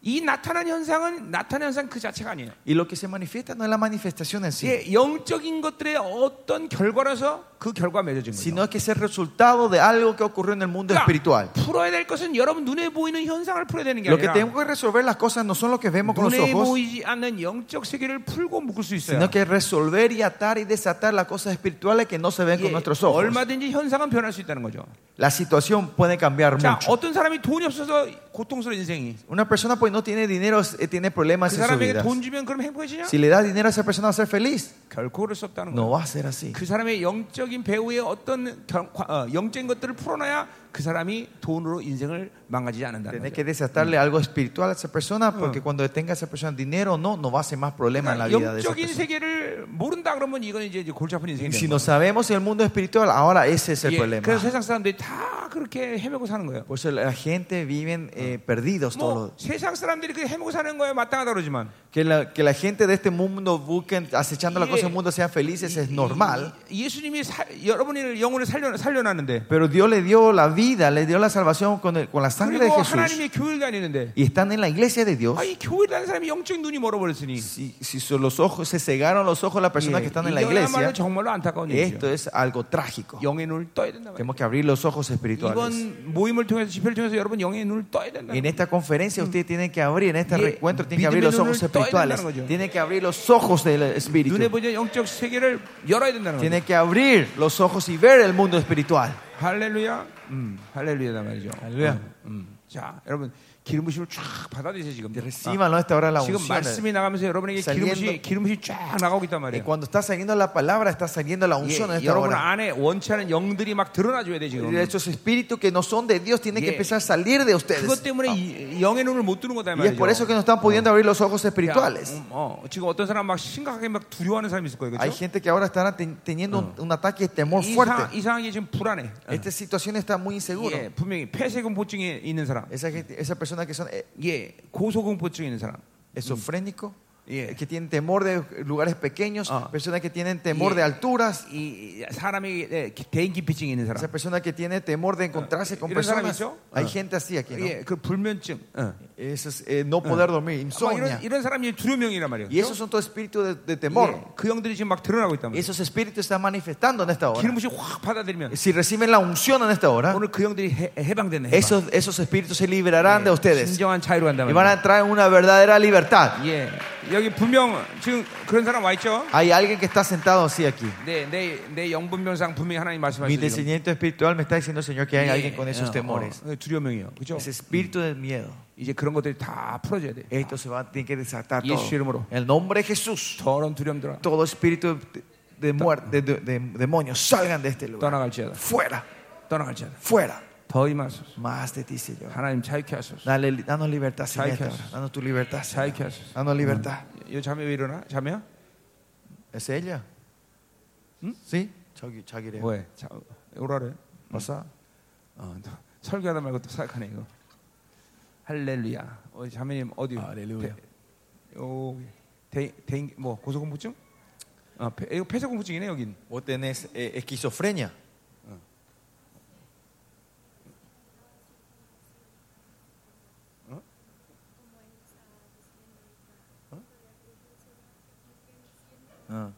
Speaker 2: 이 나타난 현상은 나타난 현상 그 자체가 아니에요.
Speaker 1: Y lo que se manifiesta no es la manifestación en sí,
Speaker 2: 예, 영적인 것들의 어떤 결과라서 그 결과 맺어진 거예요.
Speaker 1: sino que es el resultado de algo que ocurrió en el mundo espiritual.
Speaker 2: 풀어야 될 것은 여러분 눈에 보이는 현상을 풀어야 되는 게
Speaker 1: Lo que
Speaker 2: 아니라
Speaker 1: tenemos que resolver las cosas no son lo que vemos con los
Speaker 2: 눈에
Speaker 1: ojos,
Speaker 2: 보이지 않는 영적 세계를 풀고 묶을 수 있어요.
Speaker 1: sino que resolver y atar y desatar las cosas espirituales que no se ven
Speaker 2: 예,
Speaker 1: con nuestros ojos.
Speaker 2: 얼마든지 현상은 변할 수 있다는 거죠.
Speaker 1: La situación puede cambiar
Speaker 2: 자,
Speaker 1: mucho.
Speaker 2: 어떤 사람이 돈이 없어서 고통스러운 인생이
Speaker 1: Una persona puede no tiene dinero eh, tiene problemas
Speaker 2: 그
Speaker 1: en su
Speaker 2: 사람에게
Speaker 1: vida.
Speaker 2: 돈 주면 그럼 행복해지냐?
Speaker 1: Si le das dinero a esa persona va a ser feliz.
Speaker 2: 결코 그럴 수 없다는
Speaker 1: No
Speaker 2: 거예요.
Speaker 1: va a ser así.
Speaker 2: 그 사람의 영적인 배후에 어떤 경- 과- 어, 영적인 것들을 풀어놔야 그 사람이 돈으로 인생을 망가지지 않는다는
Speaker 1: Tenés
Speaker 2: 거죠.
Speaker 1: que desatarle algo espiritual a esa persona porque cuando tenga a esa persona dinero o no, no va a ser más
Speaker 2: 네,
Speaker 1: problema en la vida de esa
Speaker 2: 그러니까 영적인
Speaker 1: persona.
Speaker 2: 세계를 모른다 그러면 이건 이제 이제 골치 아픈 인생이
Speaker 1: Y Si
Speaker 2: 되는
Speaker 1: no sabemos el mundo espiritual, ahora ese es el
Speaker 2: 거예요. 예,
Speaker 1: problema.
Speaker 2: 그래서 세상 사람들이 다 그렇게 헤매고 사는 거예요.
Speaker 1: Por eso la gente viven eh, perdidos todos.
Speaker 2: 뭐 세상 사람들이 그렇게 헤매고 사는 거에 마땅하다 그러지만
Speaker 1: Que la, que la gente de este mundo busquen, acechando las
Speaker 2: Y-
Speaker 1: cosas del mundo, sean felices, es normal.
Speaker 2: 이- 예수님이 사- 여러분의 영혼을 살려 살려놨는데
Speaker 1: Pero Dios le dio la vida, le dio la salvación con, el- con la sangre de
Speaker 2: 그리고
Speaker 1: Jesús.
Speaker 2: 하나님의 교회를 다니는데
Speaker 1: Y están en la iglesia de Dios.
Speaker 2: 아 이 교회라는 사람이 영적인 눈이 멀어버렸으니 예,
Speaker 1: Si, si so- los ojos se cegaron los ojos de las personas que están en la
Speaker 2: 이거야말로 예,
Speaker 1: iglesia,
Speaker 2: 정말로 안타까운
Speaker 1: esto
Speaker 2: 일이죠.
Speaker 1: es algo trágico.
Speaker 2: 영의 눈을 떠야 된다 말이에요.
Speaker 1: Tenemos que abrir los ojos espirituales.
Speaker 2: 이번 모임을 통해서 집회를 통해서 여러분 영의 눈을 떠야 된다.
Speaker 1: En esta conferencia ustedes tienen que abrir, en este
Speaker 2: Y-
Speaker 1: reencuentro tienen que
Speaker 2: 믿음의
Speaker 1: abrir los
Speaker 2: 눈을
Speaker 1: ojos
Speaker 2: 떠야
Speaker 1: espirituales.
Speaker 2: 된다는 거죠.
Speaker 1: Tienen que abrir los ojos del
Speaker 2: 눈에
Speaker 1: espíritu.
Speaker 2: 보이는 영적 세계를 열어야 된다는 거죠.
Speaker 1: Tienen que abrir Ah. los ojos y ver el mundo espiritual.
Speaker 2: 할렐루야. 음, 할렐루야다 말이죠.
Speaker 1: 할렐루야.
Speaker 2: 음, 음. 자, 여러분 기름 부심을 쫙 받아들이세요 지금. 아,
Speaker 1: Recíbanlo a esta hora la
Speaker 2: 지금
Speaker 1: unción.
Speaker 2: 말씀이 나가면서 여러분에게 기름
Speaker 1: Saliendo-
Speaker 2: 부심 기름 부심 쫙 나가고 있단
Speaker 1: Y
Speaker 2: 말이에요.
Speaker 1: cuando está saliendo la palabra, está saliendo la unción en
Speaker 2: 예,
Speaker 1: esta
Speaker 2: 여러분
Speaker 1: hora.
Speaker 2: 안에 원치 않은 영들이 막 드러나줘야 돼 지금.
Speaker 1: Y De hecho, esos espíritus que no son de Dios tienen que
Speaker 2: Yeah.
Speaker 1: empezar a salir de
Speaker 2: 그것
Speaker 1: ustedes. Ah.
Speaker 2: 때문에 이- 영의 눈을 못 뜨는 거다 이
Speaker 1: Y es por
Speaker 2: 말이죠.
Speaker 1: eso que no están pudiendo abrir los ojos
Speaker 2: 야,
Speaker 1: espirituales.
Speaker 2: 음, 어, 지금 어떤 사람 막 심각하게 막 두려워하는 사람이 있을 거예요.
Speaker 1: Hay
Speaker 2: 그렇죠?
Speaker 1: gente que ahora estará ten- teniendo un, un ataque de temor
Speaker 2: 이상,
Speaker 1: fuerte.
Speaker 2: 이상하게 지금 불안해. 어.
Speaker 1: Esta situación está muy insegura.
Speaker 2: 예, 분명히 폐쇄공포증에 있는 사람,
Speaker 1: Esa, gente- esa persona que son eh,
Speaker 2: 예, 고소공포증에 있는 사람, 예,
Speaker 1: esofrénico, eh,
Speaker 2: Yeah.
Speaker 1: que tienen temor de lugares pequeños,
Speaker 2: Mm. Ah.
Speaker 1: personas que tienen temor
Speaker 2: Yeah.
Speaker 1: de alturas,
Speaker 2: 이 사람이 예, 대인기피증에 있는
Speaker 1: esa
Speaker 2: 사람,
Speaker 1: persona que tiene temor de encontrarse con
Speaker 2: Ah. ¿Y los
Speaker 1: personas.
Speaker 2: saben eso?
Speaker 1: Hay
Speaker 2: Ah.
Speaker 1: gente así aquí, ¿no?
Speaker 2: 예, 그 불면증, 어. 아마
Speaker 1: Eso es, eh, no poder
Speaker 2: Ah.
Speaker 1: dormir, insomnia.
Speaker 2: 이런 이런 사람이 두려명이란 말이에요.
Speaker 1: Y esos
Speaker 2: 그렇죠?
Speaker 1: son todos espíritus de, de
Speaker 2: 예,
Speaker 1: temor.
Speaker 2: 그 영들이 지금 막 드러나고 있단 말이에요.
Speaker 1: Esos espíritus están manifestando en esta hora.
Speaker 2: 기름부시 확 받아들이면
Speaker 1: Si reciben la unción en esta hora,
Speaker 2: 오늘 그 영들이 해, 해방되네. 해방.
Speaker 1: esos, esos espíritus se liberarán de ustedes
Speaker 2: 진정한 자유로 간다
Speaker 1: y van
Speaker 2: 말이에요.
Speaker 1: a traer una verdadera libertad.
Speaker 2: 예, 여기 분명 지금 그런 사람 와 있죠.
Speaker 1: Hay alguien que está sentado así aquí.
Speaker 2: 네, 내, 내 영분별상 분명히 하나님
Speaker 1: Mi
Speaker 2: 말씀하시죠. 지금.
Speaker 1: discernimiento espiritual me está diciendo, Señor, que hay alguien
Speaker 2: 예,
Speaker 1: con
Speaker 2: 어,
Speaker 1: esos
Speaker 2: 어,
Speaker 1: temores.
Speaker 2: 어, 두려움이에요. 그죠?
Speaker 1: Ese espíritu del miedo.
Speaker 2: 이제 그런 것들이 다 풀어져야 돼.
Speaker 1: Esto se va a tener que desatar
Speaker 2: Y es
Speaker 1: todo.
Speaker 2: iluminado.
Speaker 1: En el nombre de Jesús,
Speaker 2: 저런 두려움들아
Speaker 1: todo espíritu de- de muerte, de, de- de demonios, salgan de este lugar.
Speaker 2: 떠나갈지어다.
Speaker 1: Fuera,
Speaker 2: 떠나갈지어다.
Speaker 1: fuera.
Speaker 2: 더 임하소서.
Speaker 1: Más de ti, Señor.
Speaker 2: 하나님 자유케 하소서.
Speaker 1: Dale, danos libertad,
Speaker 2: Sabe
Speaker 1: Señor.
Speaker 2: que
Speaker 1: esta hora.
Speaker 2: haces.
Speaker 1: Danos tu libertad, Señor.
Speaker 2: 자유케 하소서.
Speaker 1: Danos libertad.
Speaker 2: 이 자매 왜 일어나? 자매야?
Speaker 1: ¿Es ella?
Speaker 2: ¿Mm?
Speaker 1: ¿Sí? 자기, 자기래요.
Speaker 2: 왜? 자, 오라래.
Speaker 1: ¿Pasa?
Speaker 2: 어, 너, 설교하다 말고 또 사악하네 이거. 할렐루야. 어, 자매님 어디?
Speaker 1: 할렐루야.
Speaker 2: 대- 오, 대대뭐 고소공포증? 아, 폐, 이거 폐쇄공포증이네 여긴.
Speaker 1: ¿Vos tenés eh, esquizofrenia? 어.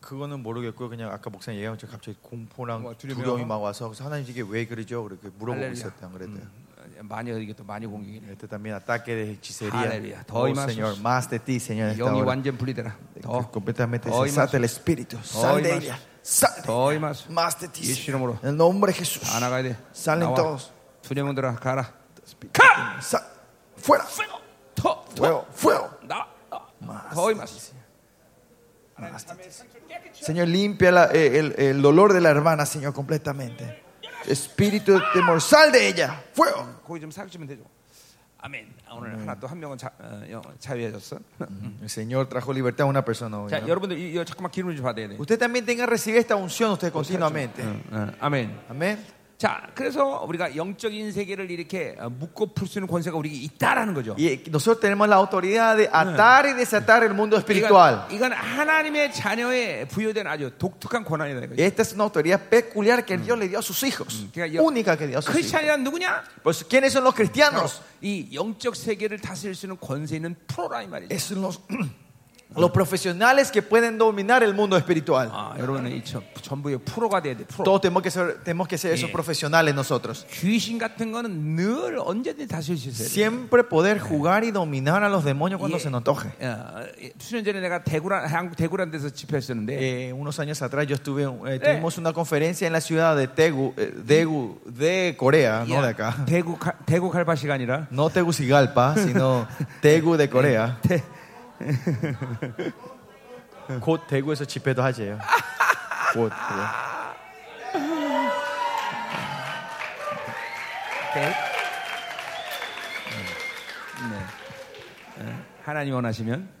Speaker 1: 그거는 모르겠고요. 그냥 아까 목사님 얘기한 것처럼 갑자기 공포랑
Speaker 2: 뭐 두려움이
Speaker 1: 두려움이
Speaker 2: 와서?
Speaker 1: 막 와서 그래서 하나님 이게 왜 그러죠? 그렇게 물어보고
Speaker 2: 할렐루야.
Speaker 1: 있었다 그랬대요.
Speaker 2: 음, 마녀 이게 또 마녀 공격이네.
Speaker 1: Este también ataque de hechicería.
Speaker 2: Aleluya.
Speaker 1: Oh,
Speaker 2: Doy más
Speaker 1: Señor,
Speaker 2: sus-
Speaker 1: más de ti, Señor. en esta
Speaker 2: 영이
Speaker 1: hora.
Speaker 2: 완전 분리되라.
Speaker 1: Que
Speaker 2: 더,
Speaker 1: completamente
Speaker 2: Doy
Speaker 1: se
Speaker 2: más
Speaker 1: desata
Speaker 2: sus-
Speaker 1: el espíritu. Sal
Speaker 2: Doy
Speaker 1: de
Speaker 2: más
Speaker 1: ella. Sal de
Speaker 2: 더
Speaker 1: ella.
Speaker 2: 임하소서.
Speaker 1: Más de ti.
Speaker 2: 예수
Speaker 1: Señor.
Speaker 2: 이름으로.
Speaker 1: En el nombre de Jesús.
Speaker 2: 다 나가야 돼.
Speaker 1: Salen todos.
Speaker 2: 두려움들아 가라. 가!
Speaker 1: Ah, Sal- Fuera.
Speaker 2: 더,
Speaker 1: Fuego. Fuego.
Speaker 2: 나, 어, 나.
Speaker 1: Más
Speaker 2: 더
Speaker 1: de
Speaker 2: 임하소서.
Speaker 1: ti, Señor. Más de ti, Señor. Señor, limpia la- eh, el, el dolor de la hermana, Señor, completamente. Espíritu de temor, sal de ella. Fuego.
Speaker 2: 거기 좀 사귀시면 되죠. 아멘. 아, 오늘 하나 또 한 명은 자, 어, 영- 자유해졌어.
Speaker 1: El Señor trajo libertad a una persona hoy.
Speaker 2: 자,
Speaker 1: ¿no?
Speaker 2: 여러분들 이, 이 잠깐만 기름을 좀 받아야 돼.
Speaker 1: Usted también tenga que recibir esta unción usted continuamente.
Speaker 2: 응, 응, 어, 아멘.
Speaker 1: Amén.
Speaker 2: 자, 그래서 우리가 영적인 세계를 이렇게 어, 묶고 풀 수 있는 권세가 우리에게 있다라는 거죠.
Speaker 1: Y eh, nosotros tenemos la autoridad de atar y desatar el mundo espiritual.
Speaker 2: 이건, 이건 하나님의 자녀에 부여된 아주 독특한 권한이다 이거죠.
Speaker 1: Esta es una autoridad peculiar que Dios le dio a sus hijos.
Speaker 2: 그러니까 여-
Speaker 1: Única que dio a sus hijos.
Speaker 2: 크리스찬이란 누구냐?
Speaker 1: Pues, ¿Quiénes son los
Speaker 2: 예,
Speaker 1: cristianos?
Speaker 2: 예, 이 영적 세계를 다스릴 수 있는 권세 있는 프로라 이 말이죠.
Speaker 1: Es los, Los profesionales que pueden dominar el mundo espiritual.
Speaker 2: 아, 여러분은 이 전- 전부의 프로가 돼야 돼. 프로.
Speaker 1: Todos tenemos que ser, tenemos que ser esos
Speaker 2: Sí.
Speaker 1: profesionales nosotros.
Speaker 2: 귀신 같은 거는 늘 언제든지 다스릴 수 있어야 돼.
Speaker 1: Siempre poder jugar y dominar a los demonios cuando
Speaker 2: Yeah.
Speaker 1: se nos antoje.
Speaker 2: 어, 수년 전에 내가 대구란 한국 대구란 데서 집회했었는데
Speaker 1: Eh, unos años atrás yo estuve, eh, tuvimos una conferencia en la ciudad de Tegu, eh, Daegu, de Corea, no de acá.
Speaker 2: 대구 가- 대구 갈바 시간이라
Speaker 1: No Tegucigalpa, sino Tegu de Corea. 곧 대구에서 집회도 하재요. 곧. 그래.
Speaker 2: 대. 음. 네. 네. 하나님 원하시면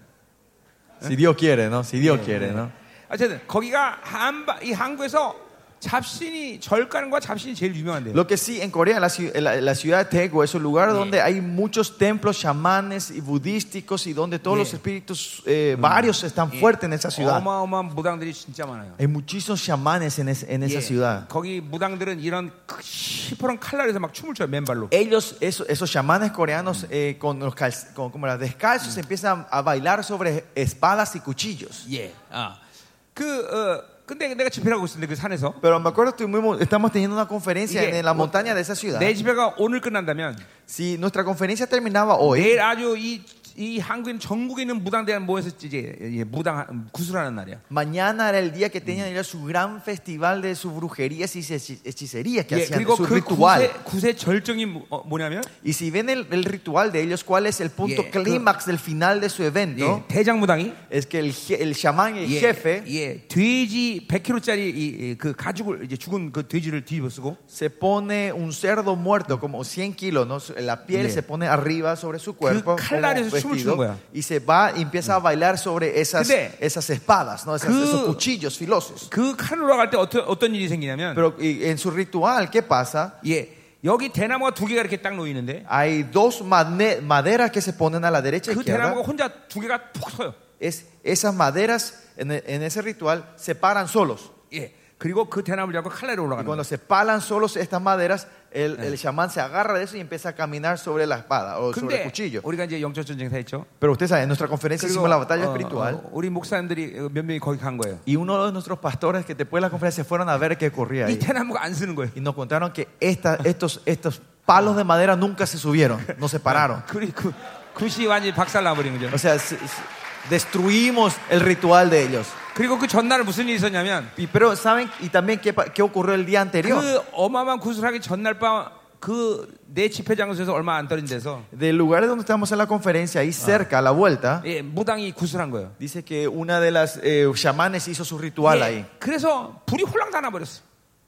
Speaker 1: Si Dios quiere, ¿no? Si Dios quiere, ¿no?
Speaker 2: 어쨌든 거기가 한바 이 한국에서 잡신이 절간과 잡신이 제일 유명한데요.
Speaker 1: Lo que sí, en Corea, la, ci- la- la ciudad de Daegu es un lugar donde hay muchos templos chamanes y budísticos y donde todos los espíritus eh, varios están fuertes en esa ciudad.
Speaker 2: 어마어마한 무당들이 진짜 많아요.
Speaker 1: Hay muchísimos chamanes en, es- en esa
Speaker 2: 예.
Speaker 1: ciudad.
Speaker 2: 거기 무당들은 이런 크- 시퍼런 칼날에서 막 춤을 춰요 맨발로.
Speaker 1: Ellos, esos, esos chamanes coreanos, eh, con los cal- con- como las descalzos, empiezan a bailar sobre espadas y cuchillos.
Speaker 2: 예. 아. 그 어, 근데 내가 집회를 하고 있었는데 그 산에서
Speaker 1: Pero me acuerdo, estuvimos- estamos teniendo una conferencia
Speaker 2: Ye-
Speaker 1: en la montaña de esa ciudad.
Speaker 2: 내 집회가 오늘 끝난다면
Speaker 1: Si nuestra conferencia terminaba hoy,
Speaker 2: 내일 아주 이, 이 한국인 전국에 있는 무당대한 모여서 이제 예, 무당 구슬하는 날이야.
Speaker 1: mañana era el día que tenían ellos su gran festival de sus brujerías y hechi- hechicerías que
Speaker 2: 예,
Speaker 1: hacían,
Speaker 2: 그리고
Speaker 1: su
Speaker 2: 그
Speaker 1: ritual.
Speaker 2: 구세, 구세 절정이 뭐- 어, 뭐냐면
Speaker 1: Y si ven el, el ritual de ellos, ¿cuál es el punto
Speaker 2: Ye-
Speaker 1: clímax del final de su
Speaker 2: 예,
Speaker 1: evento?
Speaker 2: 대장 무당이
Speaker 1: Es que el, je- el chamán, el
Speaker 2: 예,
Speaker 1: jefe,
Speaker 2: 예, 돼지 100kg짜리 이, 이, 그 가죽을 이제 죽은 그 돼지를 뒤집어 쓰고
Speaker 1: se pone un cerdo muerto, como 100 kilos, ¿no? Su- la piel
Speaker 2: Sí.
Speaker 1: se pone arriba sobre su cuerpo,
Speaker 2: Que
Speaker 1: como
Speaker 2: claro, eso es mucho,
Speaker 1: vestido,
Speaker 2: güey.
Speaker 1: y se va y empieza a bailar sobre esas,
Speaker 2: Pero-
Speaker 1: esas espadas, ¿no? Esas-
Speaker 2: Que-
Speaker 1: esos cuchillos filosos.
Speaker 2: 그 칼로 나갈 때 어떤 어떤 일이 생기냐면
Speaker 1: Pero y en su ritual, ¿qué pasa?
Speaker 2: 예, 여기 대나무가 두 개가 이렇게 딱 놓이는데
Speaker 1: Hay dos mane- maderas que se ponen a la derecha y
Speaker 2: 그
Speaker 1: izquierda.
Speaker 2: 대나무가 혼자 두 개가 푹 서요.
Speaker 1: Es, esas maderas en, e- en ese ritual se paran solos.
Speaker 2: 예, 그리고 그 대나무를 잡고 칼날에
Speaker 1: Y
Speaker 2: 올라가는 거예요.
Speaker 1: cuando se paran solos estas maderas, el, el chamán se agarra de eso y empieza a caminar sobre la espada o sobre el
Speaker 2: 근데
Speaker 1: cuchillo.
Speaker 2: 우리가 이제 영적 전쟁 다 했죠.
Speaker 1: Pero ustedes saben, en nuestra conferencia hicimos la batalla
Speaker 2: 어,
Speaker 1: espiritual.
Speaker 2: 어, 우리 목사님들이 몇 명이 거기 간 거예요.
Speaker 1: Y uno de nuestros pastores que después de la conferencia fueron a ver qué ocurría
Speaker 2: 이
Speaker 1: ahí.
Speaker 2: 대나무가 안 쓰는 거예요.
Speaker 1: Y nos contaron que esta- estos, estos palos de madera nunca se subieron, no se pararon.
Speaker 2: 그리 그 굿이 완전히 박살나버린 거죠.
Speaker 1: O sea, se- se- destruimos el ritual de ellos.
Speaker 2: 그리고 그 전날 무슨 일이 있었냐면
Speaker 1: Y, pero, ¿saben? Y también qué, pa- qué ocurrió el día anterior.
Speaker 2: 그 어마어마한 구슬하기 전날 밤 그 내 집회 장소에서 얼마 안 떨어진 데서
Speaker 1: Del lugar donde estábamos en la conferencia, ahí cerca, a la vuelta,
Speaker 2: 예, 무당이 구슬한 거예요.
Speaker 1: dice que una de las eh, chamanes hizo su ritual
Speaker 2: 예,
Speaker 1: ahí.
Speaker 2: 그래서 불이 홀랑 다 나버렸어.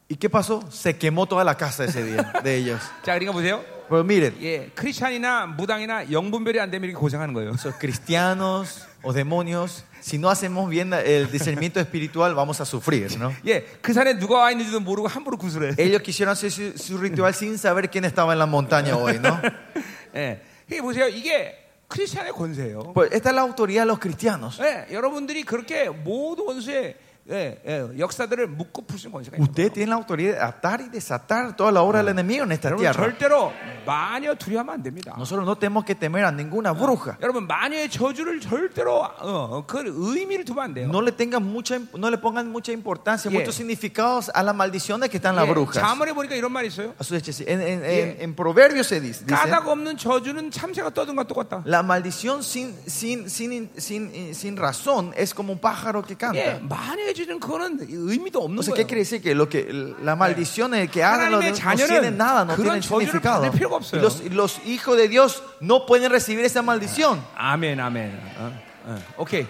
Speaker 1: ¿Y qué pasó? Se quemó toda la casa ese día de ellos.
Speaker 2: 자, 그러니까 보세요.
Speaker 1: Pero miren,
Speaker 2: 예, 크리스찬이나 무당이나 영분별이 안 되면 이렇게 고생하는 거예요.
Speaker 1: esos cristianos o demonios, si no hacemos bien el discernimiento espiritual, vamos a sufrir, ¿no?
Speaker 2: 예, 그 산에 누가 와 있는지도 모르고 함부로 구슬해.
Speaker 1: Ellos quisieron hacer su, su ritual sin saber quién estaba en la montaña hoy, ¿no?
Speaker 2: 예, 이게 보세요. 이게 크리스찬의 권세예요.
Speaker 1: Pues esta es la autoridad de los cristianos.
Speaker 2: 예, 여러분들이 그렇게 모든 원수의 예, 예, 역사들을 묶고 풀 수 있는 권세가 있는 거예요.
Speaker 1: Usted tiene la autoridad de atar y desatar toda la obra del enemigo en esta
Speaker 2: 여러분
Speaker 1: tierra.
Speaker 2: 절대로 마녀 두려하면 안 됩니다.
Speaker 1: Nosotros no tenemos que temer a ninguna bruja.
Speaker 2: 여러분 마녀의 저주를 절대로 어, 어, 그 의미를 두면 안 돼요.
Speaker 1: No le, tengan mucha, imp- no le pongan mucha importancia,
Speaker 2: Yeah.
Speaker 1: muchos significados a las maldiciones que están las
Speaker 2: 예,
Speaker 1: brujas.
Speaker 2: 자문해 보니까 이런 말이 있어요.
Speaker 1: A sus hechiceros. En, en, en- en Proverbios se dice, dice,
Speaker 2: 까닭 없는 저주는 참새가 떠든 것과 똑같다.
Speaker 1: la maldición sin, sin, sin, sin, eh, sin razón es como un pájaro que
Speaker 2: 예,
Speaker 1: canta.
Speaker 2: 마녀의 저주는 그거는 의미도 없는
Speaker 1: O sea, ¿qué
Speaker 2: 거예요.
Speaker 1: quiere decir? Que, lo que la maldición es que hagan los
Speaker 2: 하나님의
Speaker 1: no
Speaker 2: 자녀는
Speaker 1: tienen nada, no
Speaker 2: 그런
Speaker 1: tienen
Speaker 2: 저주를
Speaker 1: significado.
Speaker 2: 받을 필요가
Speaker 1: Y
Speaker 2: 없어요.
Speaker 1: los, y los hijos de Dios no pueden recibir esa maldición.
Speaker 2: 아멘, 아멘. 어, 어. 오케이.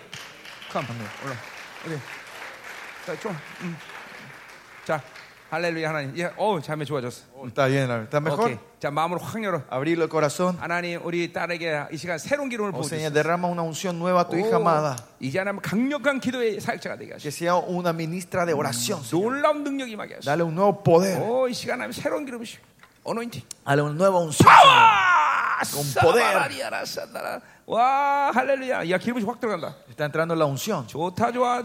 Speaker 2: 컴, 올라. 오케이. 자, 좀. 음. 자, 할렐루야 하나님. 예, 어, 자매 좋아졌어.
Speaker 1: Está bien, está
Speaker 2: 오케이. 자, 마음을 확 열어.
Speaker 1: Abrirlo el corazón.
Speaker 2: 하나님, 우리 딸에게 이 시간 새로운 기름을
Speaker 1: O
Speaker 2: 부어주세요.
Speaker 1: Señor, derrama una unción nueva a tu hija
Speaker 2: 오,
Speaker 1: amada.
Speaker 2: 이제 하나님 강력한 기도의 사역자가 되게
Speaker 1: Que
Speaker 2: 하시고
Speaker 1: sea una ministra de oración. Señor.
Speaker 2: 놀라운 능력이 임하게 하시고
Speaker 1: Dale un nuevo poder.
Speaker 2: 오, 이 시간 하나님 새로운 기름이시 어노인팅
Speaker 1: Dale una nueva unción. Señor.
Speaker 2: 아,
Speaker 1: 돈
Speaker 2: 사마리아라, 사다라. 와 할렐루야 야 기름이 확 들어간다
Speaker 1: Está entrando la unción.
Speaker 2: 좋다 좋아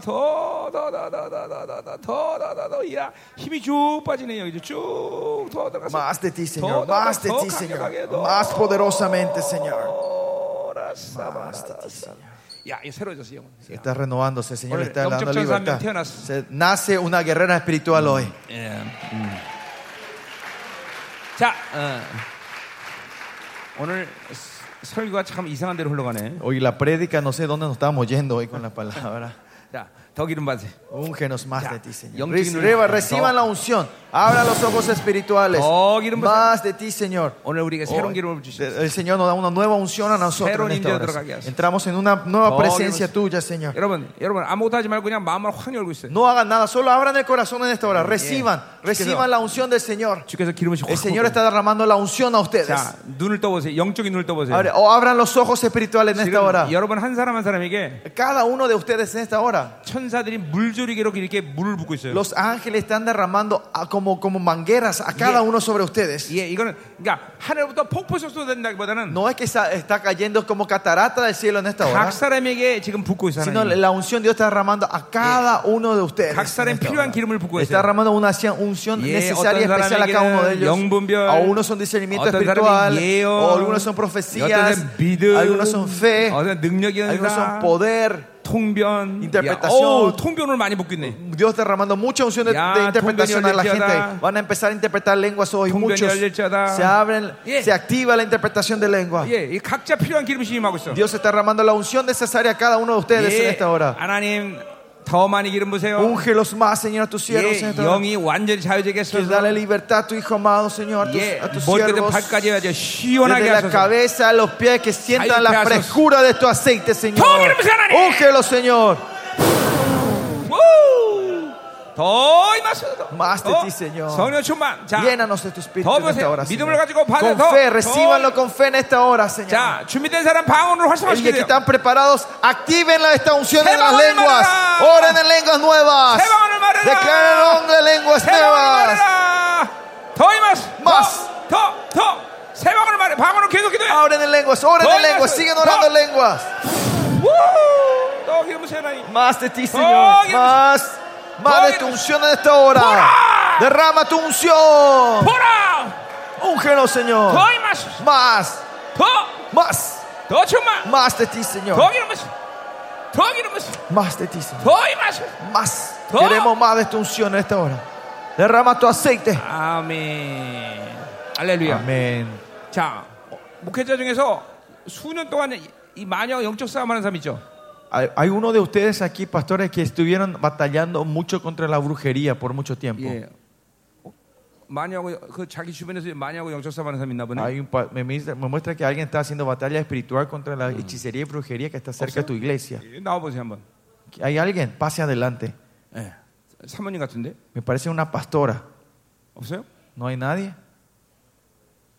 Speaker 2: 더더더더더더더더더더더야 힘이 쭉 빠지네요 이제 쭉더 들어가서
Speaker 1: Más de ti,
Speaker 2: 더,
Speaker 1: Señor.
Speaker 2: 더,
Speaker 1: Más de
Speaker 2: 더
Speaker 1: ti,
Speaker 2: 강력하게
Speaker 1: Señor.
Speaker 2: 더.
Speaker 1: Más poderosamente, Señor.
Speaker 2: 오라, 사바라,
Speaker 1: Más de
Speaker 2: 사바라.
Speaker 1: ti, Señor.
Speaker 2: 야, 이 새로워졌어, 영혼. 야.
Speaker 1: Está renovándose, el Señor
Speaker 2: Oye,
Speaker 1: está dando
Speaker 2: 영적 전사하면
Speaker 1: libertad.
Speaker 2: 태어났어.
Speaker 1: Se- nace una guerrera espiritual hoy.
Speaker 2: 예. 자, 어, 오늘 스- 설교가 참 이상한 데로 흘러가네.
Speaker 1: Hoy la prédica, no sé dónde nos estamos yendo hoy con la palabra.
Speaker 2: 자, 더 기름 받으세요.
Speaker 1: Úngenos más
Speaker 2: Ya.
Speaker 1: de ti, Señor.
Speaker 2: Young
Speaker 1: Re-
Speaker 2: King-
Speaker 1: reba- reciban la unción. Abra los ojos espirituales.
Speaker 2: Oh, quiero empezar.
Speaker 1: Más de ti, Señor.
Speaker 2: 오늘 우리에게 새로운 기름을
Speaker 1: Oh,
Speaker 2: 주시옵소서.
Speaker 1: el Señor nos da una nueva unción a nosotros.
Speaker 2: Cero
Speaker 1: En esta
Speaker 2: ninja
Speaker 1: hora.
Speaker 2: 들어가게 하소서.
Speaker 1: Entramos en una nueva
Speaker 2: Oh,
Speaker 1: presencia
Speaker 2: Dios.
Speaker 1: tuya, Señor.
Speaker 2: 여러분, 여러분 아무것도 하지 말고 그냥 마음을 확 열고 있어요.
Speaker 1: No hagan nada, solo abran el corazón en esta hora. Reciban,
Speaker 2: Quiero-
Speaker 1: reciban la unción del Señor.
Speaker 2: 주께서 기름을
Speaker 1: El Señor está derramando la unción a ustedes.
Speaker 2: 자, 눈을 떠보세요. 영적인 눈을 떠보세요.
Speaker 1: Abre- o abran los ojos espirituales en
Speaker 2: 지금
Speaker 1: esta hora.
Speaker 2: 여러분 한 사람 한 사람에게
Speaker 1: Cada uno de ustedes en esta hora,
Speaker 2: 천사들이 물조리개로 이렇게 물을 붓고 있어요.
Speaker 1: los ángeles están derramando a- como, como mangueras a cada uno sobre ustedes.
Speaker 2: 예, 이거는 그러니까 하늘로부터 폭포처럼 쏟아진다기보다는
Speaker 1: No es que está, está cayendo como catarata del cielo en esta hora,
Speaker 2: 각 사람에게 지금 붓고 있어요.
Speaker 1: sino
Speaker 2: 하나님.
Speaker 1: la unción de Dios está derramando a cada uno de ustedes.
Speaker 2: 각 사람
Speaker 1: en esta
Speaker 2: 필요한
Speaker 1: hora.
Speaker 2: 기름을 붓고
Speaker 1: Está
Speaker 2: 있어요.
Speaker 1: derramando una unción- unción
Speaker 2: 예,
Speaker 1: necesaria y
Speaker 2: 어떤
Speaker 1: especial a cada uno de
Speaker 2: 사람에게는
Speaker 1: ellos.
Speaker 2: 영분별,
Speaker 1: A unos son discernimiento
Speaker 2: 어떤
Speaker 1: espiritual,
Speaker 2: 사람은 예언,
Speaker 1: o algunos son
Speaker 2: 어떤
Speaker 1: profecías,
Speaker 2: 사람은 믿음,
Speaker 1: algunos son fe,
Speaker 2: 어떤 능력이
Speaker 1: algunos
Speaker 2: 은사,
Speaker 1: son poder.
Speaker 2: 통변,
Speaker 1: Interpretación.
Speaker 2: 오, 통변을 많이 붓고 있네.
Speaker 1: Dios derramando mucha unción de,
Speaker 2: Ya,
Speaker 1: de interpretación a la
Speaker 2: 통변이 열릴지어다.
Speaker 1: gente. Van a empezar a interpretar lenguas hoy.
Speaker 2: 통변이
Speaker 1: Muchos
Speaker 2: 열릴지어다.
Speaker 1: se abren,
Speaker 2: Yeah.
Speaker 1: se activa la interpretación de lengua.
Speaker 2: 예, 이 각자 필요한 기름을 심임하고 있어.
Speaker 1: Dios está derramando la unción necesaria a cada uno de ustedes en
Speaker 2: 예,
Speaker 1: esta hora.
Speaker 2: 하나님 더 많이 기름 부세요.
Speaker 1: Úngelos más, Señor, a tus siervos
Speaker 2: 예,
Speaker 1: en esta hora.
Speaker 2: 영이 완전히 자유되게
Speaker 1: Que
Speaker 2: 해서
Speaker 1: dale libertad a tu hijo amado, Señor, a tus,
Speaker 2: 예,
Speaker 1: a tus
Speaker 2: 머리부터
Speaker 1: siervos.
Speaker 2: 발까지 아주 시원하게
Speaker 1: Desde la
Speaker 2: 하소서.
Speaker 1: cabeza a los pies que sientan
Speaker 2: Ahí,
Speaker 1: la
Speaker 2: pedazos.
Speaker 1: frescura de tu aceite, Señor.
Speaker 2: ¡Todo quiero empezar, Dani!
Speaker 1: Úngelos, Señor.
Speaker 2: 우! 더 임하소서.
Speaker 1: Más de
Speaker 2: 더
Speaker 1: ti, Señor.
Speaker 2: 성령 충만. 자,
Speaker 1: Llénanos de tu espíritu
Speaker 2: Todo
Speaker 1: en esta
Speaker 2: puede-
Speaker 1: hora,
Speaker 2: 믿음을
Speaker 1: Señor.
Speaker 2: 가지고 받아,
Speaker 1: Con
Speaker 2: todo,
Speaker 1: fe,
Speaker 2: todo.
Speaker 1: recíbanlo con fe en esta hora, Señor.
Speaker 2: 자, 준비된 사람 방언으로
Speaker 1: Y que
Speaker 2: 활성화시키세요.
Speaker 1: están preparados, activen la- esta unción en las
Speaker 2: Seban을
Speaker 1: lenguas.
Speaker 2: 말해라.
Speaker 1: Oren en lenguas nuevas.
Speaker 2: Seban을 말해라.
Speaker 1: 네, Declaren hombre lenguas
Speaker 2: 세방을
Speaker 1: nuevas.
Speaker 2: 말해라. 더 임하소.
Speaker 1: Más.
Speaker 2: 더, 더, 더. 세방을 말해. 방언으로 계속 기도해.
Speaker 1: Oren en lenguas, oren
Speaker 2: Todo
Speaker 1: en lenguas.
Speaker 2: eso.
Speaker 1: Siguen orando en
Speaker 2: Todo.
Speaker 1: lenguas.
Speaker 2: 우! 더 기름 부세요, 하나님.
Speaker 1: Más de ti,
Speaker 2: Todo.
Speaker 1: Señor. Más, más de tu unción en esta hora.
Speaker 2: Todo.
Speaker 1: Derrama tu unción.
Speaker 2: 보라.
Speaker 1: Úngenos, Señor.
Speaker 2: 더 임하소.
Speaker 1: Más,
Speaker 2: 더,
Speaker 1: más,
Speaker 2: 더 충만.
Speaker 1: más de ti,
Speaker 2: 더
Speaker 1: Señor.
Speaker 2: 기름 부세요. 더 기름 부세요.
Speaker 1: Más de ti, Señor.
Speaker 2: 더 임하소.
Speaker 1: Más.
Speaker 2: Todo.
Speaker 1: Queremos más de tu unción en esta hora. Derrama tu aceite.
Speaker 2: 아멘. 할렐루야.
Speaker 1: Amén.
Speaker 2: 자, 어, 목회자 중에서 수년 동안 이- 이 마녀 영적 싸움하는 사람 있죠.
Speaker 1: Hay, hay uno de ustedes aquí, pastores, que estuvieron batallando mucho contra la brujería por mucho tiempo.
Speaker 2: 예. 어? 마녀하고 그 자기 주변에서 마녀하고 영적 싸움하는 사람 있나 보네.
Speaker 1: Hay un pa- me, muestra, me muestra que alguien está haciendo batalla espiritual contra la hechicería y brujería que está cerca de tu iglesia.
Speaker 2: 예, 나와 보세요 한번.
Speaker 1: Hay alguien, pase adelante.
Speaker 2: 예. 사모님 같은데
Speaker 1: Me parece una pastora.
Speaker 2: 없어요?
Speaker 1: ¿No hay nadie?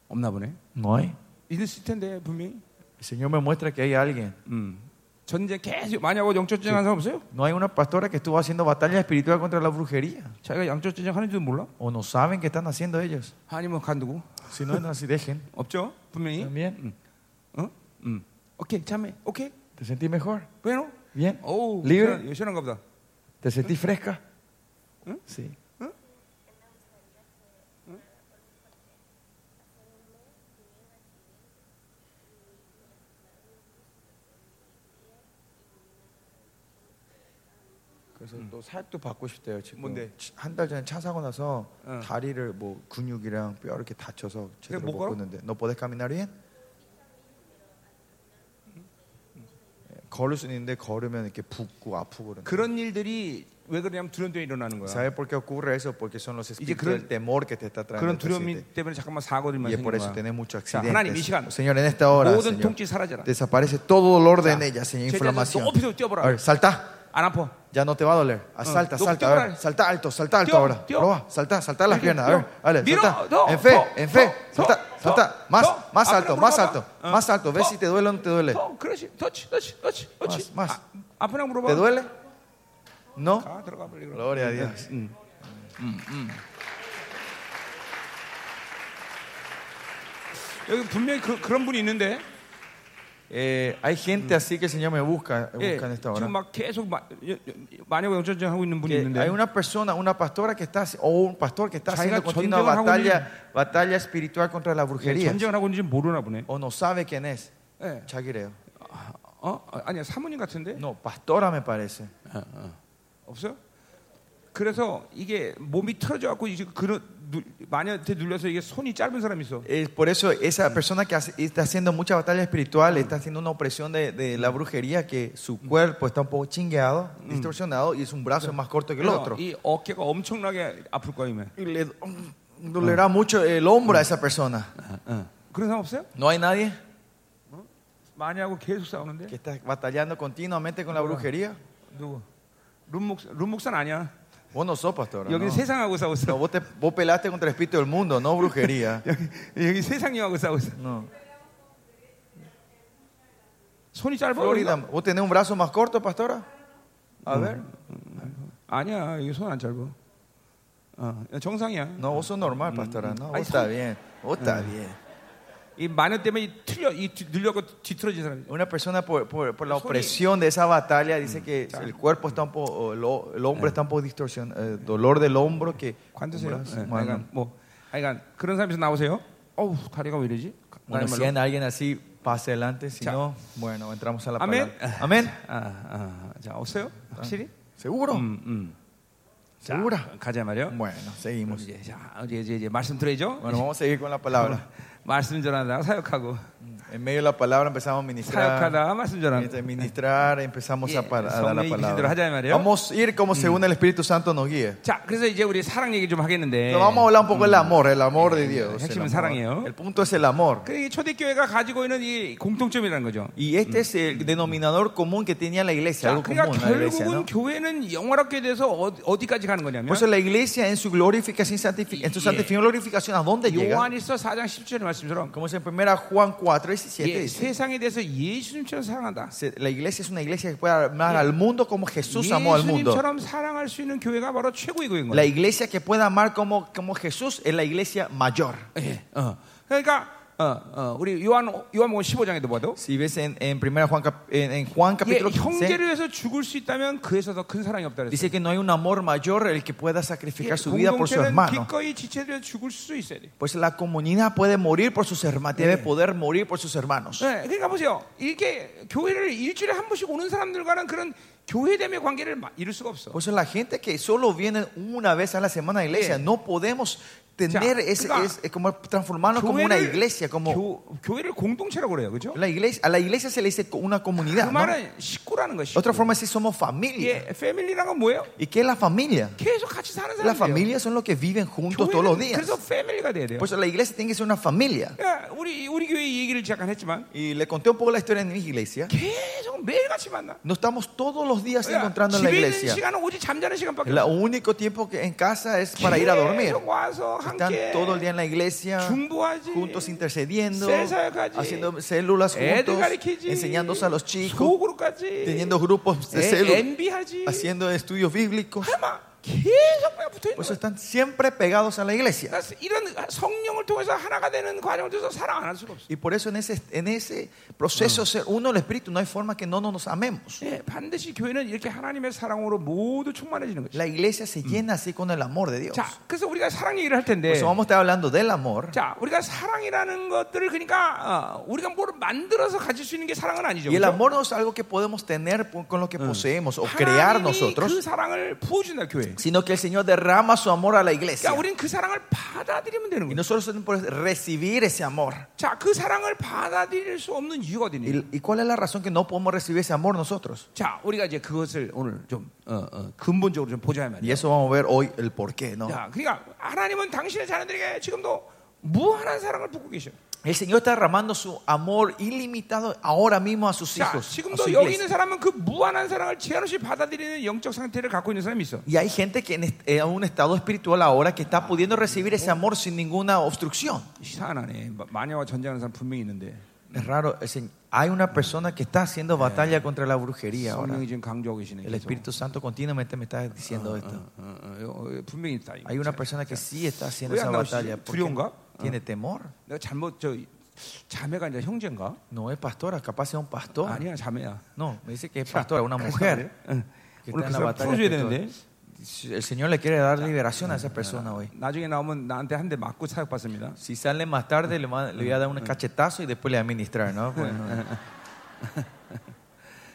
Speaker 2: 없나 보네.
Speaker 1: No hay.
Speaker 2: 있을 텐데 분명히.
Speaker 1: El Señor me muestra que hay alguien.
Speaker 2: 음. 전쟁 계속 마녀하고 영적 전쟁하는 사람 없어요?
Speaker 1: No hay una pastora que estuvo haciendo batalla espiritual contra la brujería.
Speaker 2: 자기가 영적 전쟁하는지도 몰라?
Speaker 1: O no saben qué están haciendo ellos.
Speaker 2: 아니면 뭐, 간두고?
Speaker 1: Si no, no, así dejen.
Speaker 2: 없죠? 분명히.
Speaker 1: También.
Speaker 2: 어? 음. 오케이, 참해. 오케이.
Speaker 1: ¿Te sentí mejor?
Speaker 2: 왜요?
Speaker 1: Bien.
Speaker 2: 오,
Speaker 1: Libre.
Speaker 2: 시원- 시원한가 보다.
Speaker 1: ¿Te sentí fresca? ¿Eh? Sí. 그래서 또 사역도 받고 싶대요 지금.
Speaker 2: 뭔데?
Speaker 1: 한 달 전에 차 사고 나서
Speaker 2: 어.
Speaker 1: 다리를 뭐 근육이랑 뼈 이렇게 다쳐서 제대로
Speaker 2: 못
Speaker 1: 못
Speaker 2: 걸어?
Speaker 1: 걷는데. 너 puedes caminar bien? 예, 걸을 수 있는데 걸으면 이렇게 붓고 아프고 그런.
Speaker 2: 그런 일들이 왜 그러냐면 두려움에 일어나는 거야.
Speaker 1: ¿Sabe por qué ocurre eso? Porque son los espíritus
Speaker 2: 그런-
Speaker 1: del temor que te está trayendo.
Speaker 2: 그런
Speaker 1: este
Speaker 2: 두려움
Speaker 1: accidente.
Speaker 2: 때문에 잠깐만 사고들이
Speaker 1: Y es
Speaker 2: 많이
Speaker 1: por eso
Speaker 2: 생기는 거야.
Speaker 1: tenés muchos
Speaker 2: 자, 하나님 이
Speaker 1: accidentes.
Speaker 2: 시간
Speaker 1: Señor, en esta hora,
Speaker 2: 모든
Speaker 1: Señor,
Speaker 2: 통증이 사라져라. 네.
Speaker 1: desaparece todo dolor de
Speaker 2: 자,
Speaker 1: en ella, Señor,
Speaker 2: 제자들
Speaker 1: inflamación.
Speaker 2: 높이서 뛰어보라.
Speaker 1: A ver, salta,
Speaker 2: 안 아파.
Speaker 1: ya no te va a doler. Ah, Salta,
Speaker 2: 높이
Speaker 1: salta, a ver,
Speaker 2: 뛰어보라.
Speaker 1: salta alto, salta alto
Speaker 2: 뛰어,
Speaker 1: ahora.
Speaker 2: 뛰어.
Speaker 1: Proba, salta, salta las
Speaker 2: 이렇게
Speaker 1: piernas, a ver,
Speaker 2: 뛰어.
Speaker 1: dale,
Speaker 2: 밀어,
Speaker 1: salta.
Speaker 2: 더,
Speaker 1: En fe,
Speaker 2: 더,
Speaker 1: en fe,
Speaker 2: 더,
Speaker 1: salta,
Speaker 2: 더,
Speaker 1: salta, más,
Speaker 2: 더.
Speaker 1: más
Speaker 2: 앞으로
Speaker 1: alto, más
Speaker 2: 물어봐.
Speaker 1: alto, más alto. Ve
Speaker 2: 더.
Speaker 1: si te duele o Ah. no te duele.
Speaker 2: 어, 그렇지. 터치, 터치, 터치, 터치.
Speaker 1: 맞, 맞.
Speaker 2: 아, 아프냐 물어봐.
Speaker 1: ¿Te duele? No.
Speaker 2: 아, 들어가 빨리 그럼.
Speaker 1: Gloria a Dios.
Speaker 2: 여기 분명히 그, 그런 분이 있는데.
Speaker 1: Eh, hay gente así que el Señor me busca, me
Speaker 2: 예,
Speaker 1: busca en esta hora.
Speaker 2: 지금 막 계속 마- 여- 여- 마녀와 영전쟁 하고 있는 분이
Speaker 1: que
Speaker 2: 있는데.
Speaker 1: hay una persona, una pastora que está, o un pastor que está
Speaker 2: Chaiga
Speaker 1: haciendo continua
Speaker 2: 전쟁을 하고
Speaker 1: batalla, batalla espiritual contra la
Speaker 2: 예,
Speaker 1: brujería.
Speaker 2: 전쟁을 하고 있는지 모르나 보네.
Speaker 1: O no sabe quién es.
Speaker 2: 예.
Speaker 1: Chagireo.
Speaker 2: 아, 어? 어, 아니야 사모님 같은데
Speaker 1: ¿Eh? No, pastora me parece.
Speaker 2: 어, 어. 없어요? 그래서 이게 몸이 틀어져 갖고 이제 그 마녀한테 눌려서 이게 손이 짧은 사람이 있어.
Speaker 1: Eh, por eso esa persona que hace- está haciendo mucha batalla espiritual, está haciendo una opresión de, de la brujería, que su cuerpo está un poco chingueado, distorsionado, y es un brazo más corto que el
Speaker 2: 그래서
Speaker 1: otro.
Speaker 2: 이 어깨가 엄청나게 아플 거야 이면.
Speaker 1: Y le mm, dolerá mucho el hombro a esa persona.
Speaker 2: 그런 사람 어, 없어요?
Speaker 1: ¿No hay nadie
Speaker 2: 마녀하고 계속 싸우는데
Speaker 1: que está batallando continuamente con la brujería?
Speaker 2: 누구? 룸목 룸목산 아니야.
Speaker 1: Vos no sos pastora.
Speaker 2: 여기
Speaker 1: No,
Speaker 2: 는 세상하고 싸고
Speaker 1: No,
Speaker 2: 있어.
Speaker 1: vos, te- vos pelaste contra el espíritu del mundo, no brujería.
Speaker 2: 여기, 여기 세상형하고 싸고 있어.
Speaker 1: No.
Speaker 2: 손이 짧아.
Speaker 1: Florida,
Speaker 2: 여기가?
Speaker 1: ¿vos tenés un brazo más corto, pastora? A ver.
Speaker 2: 아니야 여기 손 안 짧아. 어, 정상이야.
Speaker 1: No, vos sos normal, pastora. No, vos
Speaker 2: Ay,
Speaker 1: está bien. Vos está bien.
Speaker 2: 이 마녀 때문에 이 틀려 이 뒤- 눌려고 뒤틀어진 사람이.
Speaker 1: Una persona por, por- por la opresión de esa batalla dice que el cuerpo está un poco, o el, o- el hombro está un poco distorsionado, eh, dolor del hombro que...
Speaker 2: 관두세요.
Speaker 1: un brazo
Speaker 2: 예,
Speaker 1: humano.
Speaker 2: 그러니까 뭐, 그러니까 그런 사람에서 나오세요. 어우 다리가 왜 이러지?
Speaker 1: Bueno, si hay alguien así, pase adelante, si
Speaker 2: Chao.
Speaker 1: no, bueno, entramos a la
Speaker 2: Amén.
Speaker 1: palabra. Amén.
Speaker 2: 아, 아, 자 없어요? 확실히?
Speaker 1: ¿Seguro?
Speaker 2: 음, 음. 자,
Speaker 1: ¿Seguro?
Speaker 2: 가자 말이요.
Speaker 1: Bueno, seguimos.
Speaker 2: 이제 자 이제 이제, 이제 말씀 들어야죠.
Speaker 1: Bueno, vamos a seguir con la palabra.
Speaker 2: 말씀 전하다가 사역하고
Speaker 1: En medio de la palabra empezamos a ministrar.
Speaker 2: 사역하다가 말씀 전하고.
Speaker 1: Mientras ministrar empezamos a, par- a dar la
Speaker 2: 성령이 이끄시도록 하자,
Speaker 1: palabra.
Speaker 2: 말이에요.
Speaker 1: Vamos a ir como según el Espíritu Santo nos guíe.
Speaker 2: 자 그래서 이제 우리 사랑 얘기 좀 하겠는데. 그
Speaker 1: Pero vamos a hablar un poco del amor, el amor de Dios.
Speaker 2: 핵심은
Speaker 1: El,
Speaker 2: 사랑이에요.
Speaker 1: amor. El punto es el amor.
Speaker 2: 그게 초대교회가 가지고 있는 이 공통점이라는 거죠.
Speaker 1: Y este es el denominador común que tenía la iglesia,
Speaker 2: 자,
Speaker 1: algo
Speaker 2: 그러니까
Speaker 1: común en la iglesia.
Speaker 2: 결국은
Speaker 1: ¿no?
Speaker 2: 교회는 영화롭게 돼서 어디- 어디까지 가는 거냐면
Speaker 1: Por eso la iglesia en su glorificación, santifi- en su
Speaker 2: Yeah.
Speaker 1: santificación y glorificación, ¿a dónde llega?
Speaker 2: 요한일서 4장 17절의 말씀처럼
Speaker 1: Como es en 1 Juan 4, 17,
Speaker 2: 예,
Speaker 1: dice,
Speaker 2: 세상에 대해서 예수님처럼 사랑한다.
Speaker 1: se- la iglesia es una iglesia que puede amar al mundo como Jesús amó al mundo.
Speaker 2: 예수님처럼 사랑할 수 있는 교회가 바로 최고의 교회인
Speaker 1: La
Speaker 2: 거예요.
Speaker 1: iglesia que puede amar como, como Jesús es la iglesia mayor.
Speaker 2: 예, 어. 그러니까 어, 어, 우리 요한 요한복음 15장에도 봐도
Speaker 1: Si ves en, en, 1 Juan, cap- en, en Juan
Speaker 2: 예,
Speaker 1: capítulo 15,
Speaker 2: 형제를 위해서 죽을 수 있다면 그에서 더 큰 사랑이 없다 그랬어요.
Speaker 1: dice que no hay un amor mayor el que pueda sacrificar su vida por su
Speaker 2: 공동체는
Speaker 1: hermano.
Speaker 2: 기꺼이 지체를 위해 죽을 수 있어야 돼.
Speaker 1: Pues la comunidad puede morir por sus hermanos, debe poder morir por sus hermanos.
Speaker 2: 네, 그러니까 보세요. 이렇게 교회를 일주일에 한 번씩 오는 사람들과는 그런 교회됨의 관계를 마- 이룰 수가 없어.
Speaker 1: Por eso Pues la gente que solo viene una vez a la semana a la iglesia,
Speaker 2: Sí.
Speaker 1: no podemos
Speaker 2: O
Speaker 1: tener
Speaker 2: sea,
Speaker 1: ese,
Speaker 2: claro.
Speaker 1: ese- como transformarnos como una iglesia, 그 뭐- como
Speaker 2: 교, 교회를 공동체라고 그래요. 그죠?
Speaker 1: la iglesia, a la iglesia se le dice co- una
Speaker 2: 그
Speaker 1: comunidad. ¿no?
Speaker 2: 말은 식구라는 것이.
Speaker 1: 뭐? Otra forma es si somos familia.
Speaker 2: 예, 패밀리라는 건 뭐예요?
Speaker 1: ¿Y qué es la familia?
Speaker 2: 계속 같이 사는
Speaker 1: La
Speaker 2: 사람들.
Speaker 1: familia son los que viven juntos todos los días.
Speaker 2: 그래서 패밀리가 돼야 돼요.
Speaker 1: Por eso la iglesia tiene que ser una familia.
Speaker 2: 예, 우리 우리 교회 얘기를 잠깐 했지만
Speaker 1: Y le conté un poco la historia en mi iglesia.
Speaker 2: 계속 매일 같이 만나.
Speaker 1: No estamos todos los días
Speaker 2: 그러니까
Speaker 1: encontrando en la
Speaker 2: 집에 있는
Speaker 1: iglesia.
Speaker 2: 시간은 오직 잠자는 시간밖에.
Speaker 1: El único tiempo que en casa es para ir a dormir.
Speaker 2: 계속 와서
Speaker 1: Están
Speaker 2: 함께
Speaker 1: todo el día en la iglesia,
Speaker 2: 중보하지.
Speaker 1: 아, juntos intercediendo,
Speaker 2: César-caji.
Speaker 1: haciendo células
Speaker 2: 애들
Speaker 1: juntos,
Speaker 2: 가르치지.
Speaker 1: enseñándose a los chicos,
Speaker 2: 소그룹까지.
Speaker 1: teniendo grupos
Speaker 2: Eh,
Speaker 1: de células,
Speaker 2: 엔비하지.
Speaker 1: haciendo estudios bíblicos.
Speaker 2: 아마 계속 그냥 붙어 있는
Speaker 1: Por eso
Speaker 2: 거야.
Speaker 1: están siempre pegados a la iglesia.
Speaker 2: 그러니까 이런 성령을 통해서 하나가 되는 과정을 통해서 사랑 안 할 수가 없어.
Speaker 1: Y por eso en ese, en ese proceso ser uno el Espíritu no hay forma que no nos amemos.
Speaker 2: 예, 반드시 교회는 이렇게 하나님의 사랑으로 모두 충만해지는 거죠.
Speaker 1: La iglesia se llena así con el amor de Dios.
Speaker 2: 자, 그래서 우리가 사랑 얘기를 할
Speaker 1: Por
Speaker 2: 텐데,
Speaker 1: eso vamos a estar hablando del amor.
Speaker 2: 자, 우리가 사랑이라는 것들을 그러니까 어, 우리가 뭘 만들어서 가질 수 있는 게 사랑은 아니죠.
Speaker 1: Y el
Speaker 2: 그죠?
Speaker 1: amor no es algo que podemos tener por- con lo que poseemos o
Speaker 2: 하나님이
Speaker 1: crear nosotros.
Speaker 2: 그 사랑을 부어준다 교회.
Speaker 1: sino que el Señor derrama su amor a la iglesia.
Speaker 2: 그러니까 우리는 그 사랑을 받아들이면 되는
Speaker 1: Y
Speaker 2: 거예요.
Speaker 1: nosotros tenemos que recibir ese amor.
Speaker 2: 자, 그 사랑을 받아들일 수 없는 이유가 어디니?
Speaker 1: ¿Y, y cuál es la razón que no podemos recibir ese amor nosotros?
Speaker 2: 자, 우리가 이제 그것을 오늘 좀 어, 어, 근본적으로 좀 보자
Speaker 1: Y
Speaker 2: 말이에요.
Speaker 1: eso vamos a ver hoy el por qué, ¿no?
Speaker 2: 자, 그러니까 하나님은 당신의 자녀들에게 지금도 무한한 사랑을 붓고 계셔.
Speaker 1: El Señor está derramando su amor ilimitado ahora mismo a sus
Speaker 2: 자,
Speaker 1: hijos. a su
Speaker 2: 지금도 여기
Speaker 1: iglesia.
Speaker 2: 있는 사람은 아, 그 무한한 사랑을 제한 없이 받아들이는 영적 상태를 갖고 있는 사람이 있어.
Speaker 1: Y hay gente que en est- en un estado espiritual ahora que está pudiendo recibir ese amor sin ninguna obstrucción.
Speaker 2: 희한하네. 마- 마녀와 전쟁하는 사람 분명히 있는데
Speaker 1: Es raro, el Señor- hay una persona que está haciendo batalla contra la brujería ahora.
Speaker 2: 성령이 지금 강조하고 계시네.
Speaker 1: El
Speaker 2: 계속.
Speaker 1: Espíritu Santo continuamente me está diciendo esto.
Speaker 2: 어, 어, 어, 어, 분명히 있다. 이거.
Speaker 1: Hay una persona que Ah, sí está haciendo
Speaker 2: Oye,
Speaker 1: esa
Speaker 2: no,
Speaker 1: batalla.
Speaker 2: sí,
Speaker 1: ¿Por qué?
Speaker 2: ¿Friunga?
Speaker 1: Tiene temor.
Speaker 2: 내가 잘못 저 자매가 아니라 형제인가?
Speaker 1: No es pastora, capaz es un pastor.
Speaker 2: 아니야 자매야.
Speaker 1: No, me dice que es pastora, una
Speaker 2: 그래서
Speaker 1: mujer.
Speaker 2: 그래? 아, 응.
Speaker 1: Ah. que
Speaker 2: 오늘 그
Speaker 1: está en la
Speaker 2: 사람
Speaker 1: batalla
Speaker 2: 풀어줘야 되는데
Speaker 1: espiritual. El Señor le quiere dar liberación a esa persona hoy.
Speaker 2: 나중에 나오면 나한테 한 대 맞고 사역 받습니다.
Speaker 1: Si sale más Ah. tarde, le, va- le voy a dar un cachetazo y después le voy a ministrar, ¿no? Bueno,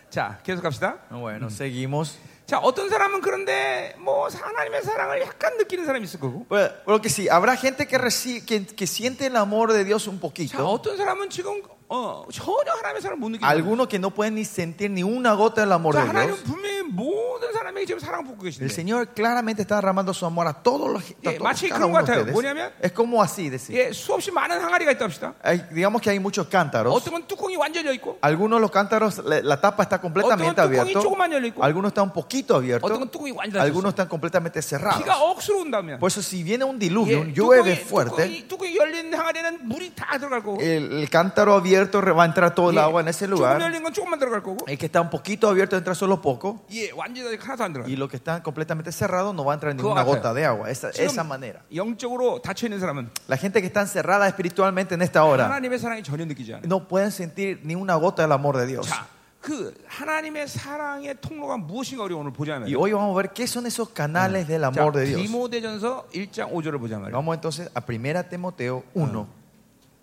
Speaker 2: 자, 계속 갑시다.
Speaker 1: Ah,
Speaker 3: Bueno, seguimos.
Speaker 2: 자, 어떤 사람은 그런데 뭐 하나님의 사랑을 약간 느끼는 사람이 있을 거고.
Speaker 1: Bueno, lo que sí, habrá gente que, reci- que, que siente el amor de Dios un
Speaker 2: 자,
Speaker 1: poquito.
Speaker 2: 어떤 사람은 지금 어, 전혀 하나님의 사랑을 못 느끼는 거예요.
Speaker 1: Algunos que no pueden ni sentir ni una gota del amor
Speaker 2: 자,
Speaker 1: de Dios.
Speaker 2: 하나님은 분명히 모든 사람에게 지금 사랑을 붓고
Speaker 1: El
Speaker 2: 계신데.
Speaker 1: Señor claramente está derramando su amor a todos los a
Speaker 2: 예,
Speaker 1: todos,
Speaker 2: 마치
Speaker 1: cada
Speaker 2: 그런
Speaker 1: uno
Speaker 2: 것 같아요.
Speaker 1: de Eh. ustedes.
Speaker 2: 뭐냐면,
Speaker 1: Es como así decir.
Speaker 2: 예, 수없이 많은 항아리가 있다 합시다.
Speaker 1: Hay- digamos que hay muchos cántaros.
Speaker 2: 어떤 건 뚜껑이 완전히 열려 있고,
Speaker 1: Algunos de los cántaros, la, la tapa está completamente
Speaker 2: Otro- otro-
Speaker 1: abierta.
Speaker 2: 조금만 열리고.
Speaker 1: Algunos están un poquito
Speaker 2: 어떤
Speaker 1: abiertos.
Speaker 2: 건 뚜껑이 완전히 닫혀
Speaker 1: Algunos
Speaker 2: 있어요.
Speaker 1: están completamente cerrados.
Speaker 2: 비가 억수로 온다면
Speaker 1: Por eso, si viene un
Speaker 2: 예,
Speaker 1: diluvio, un llueve
Speaker 2: 뚜껑이,
Speaker 1: fuerte,
Speaker 2: 뚜껑이, 뚜껑이 열린 항아리는 물이 다 들어갈 거고
Speaker 1: el, el cántaro abierto re- va a entrar todo el agua en ese
Speaker 2: 조금
Speaker 1: lugar.
Speaker 2: 열린 건 조금만 들어갈 거고
Speaker 1: El que está un poquito abierto entra solo poco.
Speaker 2: 예, 완전히 아직 하나도 안 들어가
Speaker 1: Y
Speaker 2: 요
Speaker 1: los que están completamente cerrados no va a entrar
Speaker 2: Claro.
Speaker 1: ninguna gota de agua. Esa, esa
Speaker 2: 지금
Speaker 1: manera.
Speaker 2: 영적으로 닫혀있는 사람은
Speaker 1: La gente que está encerrada espiritualmente en esta hora
Speaker 2: 하나님의 사랑이 전혀 느끼지 않아요
Speaker 1: no pueden sentir ni una gota del amor de Dios.
Speaker 2: 자, 그 하나님의 사랑의 통로가 무엇인가 우리 오늘 보자면
Speaker 1: Y hoy vamos a ver qué son esos canales del
Speaker 2: 자,
Speaker 1: amor de Dios.
Speaker 2: 디모데전서 1장 5절을 보자면
Speaker 1: Vamos entonces a 1 Timoteo 1.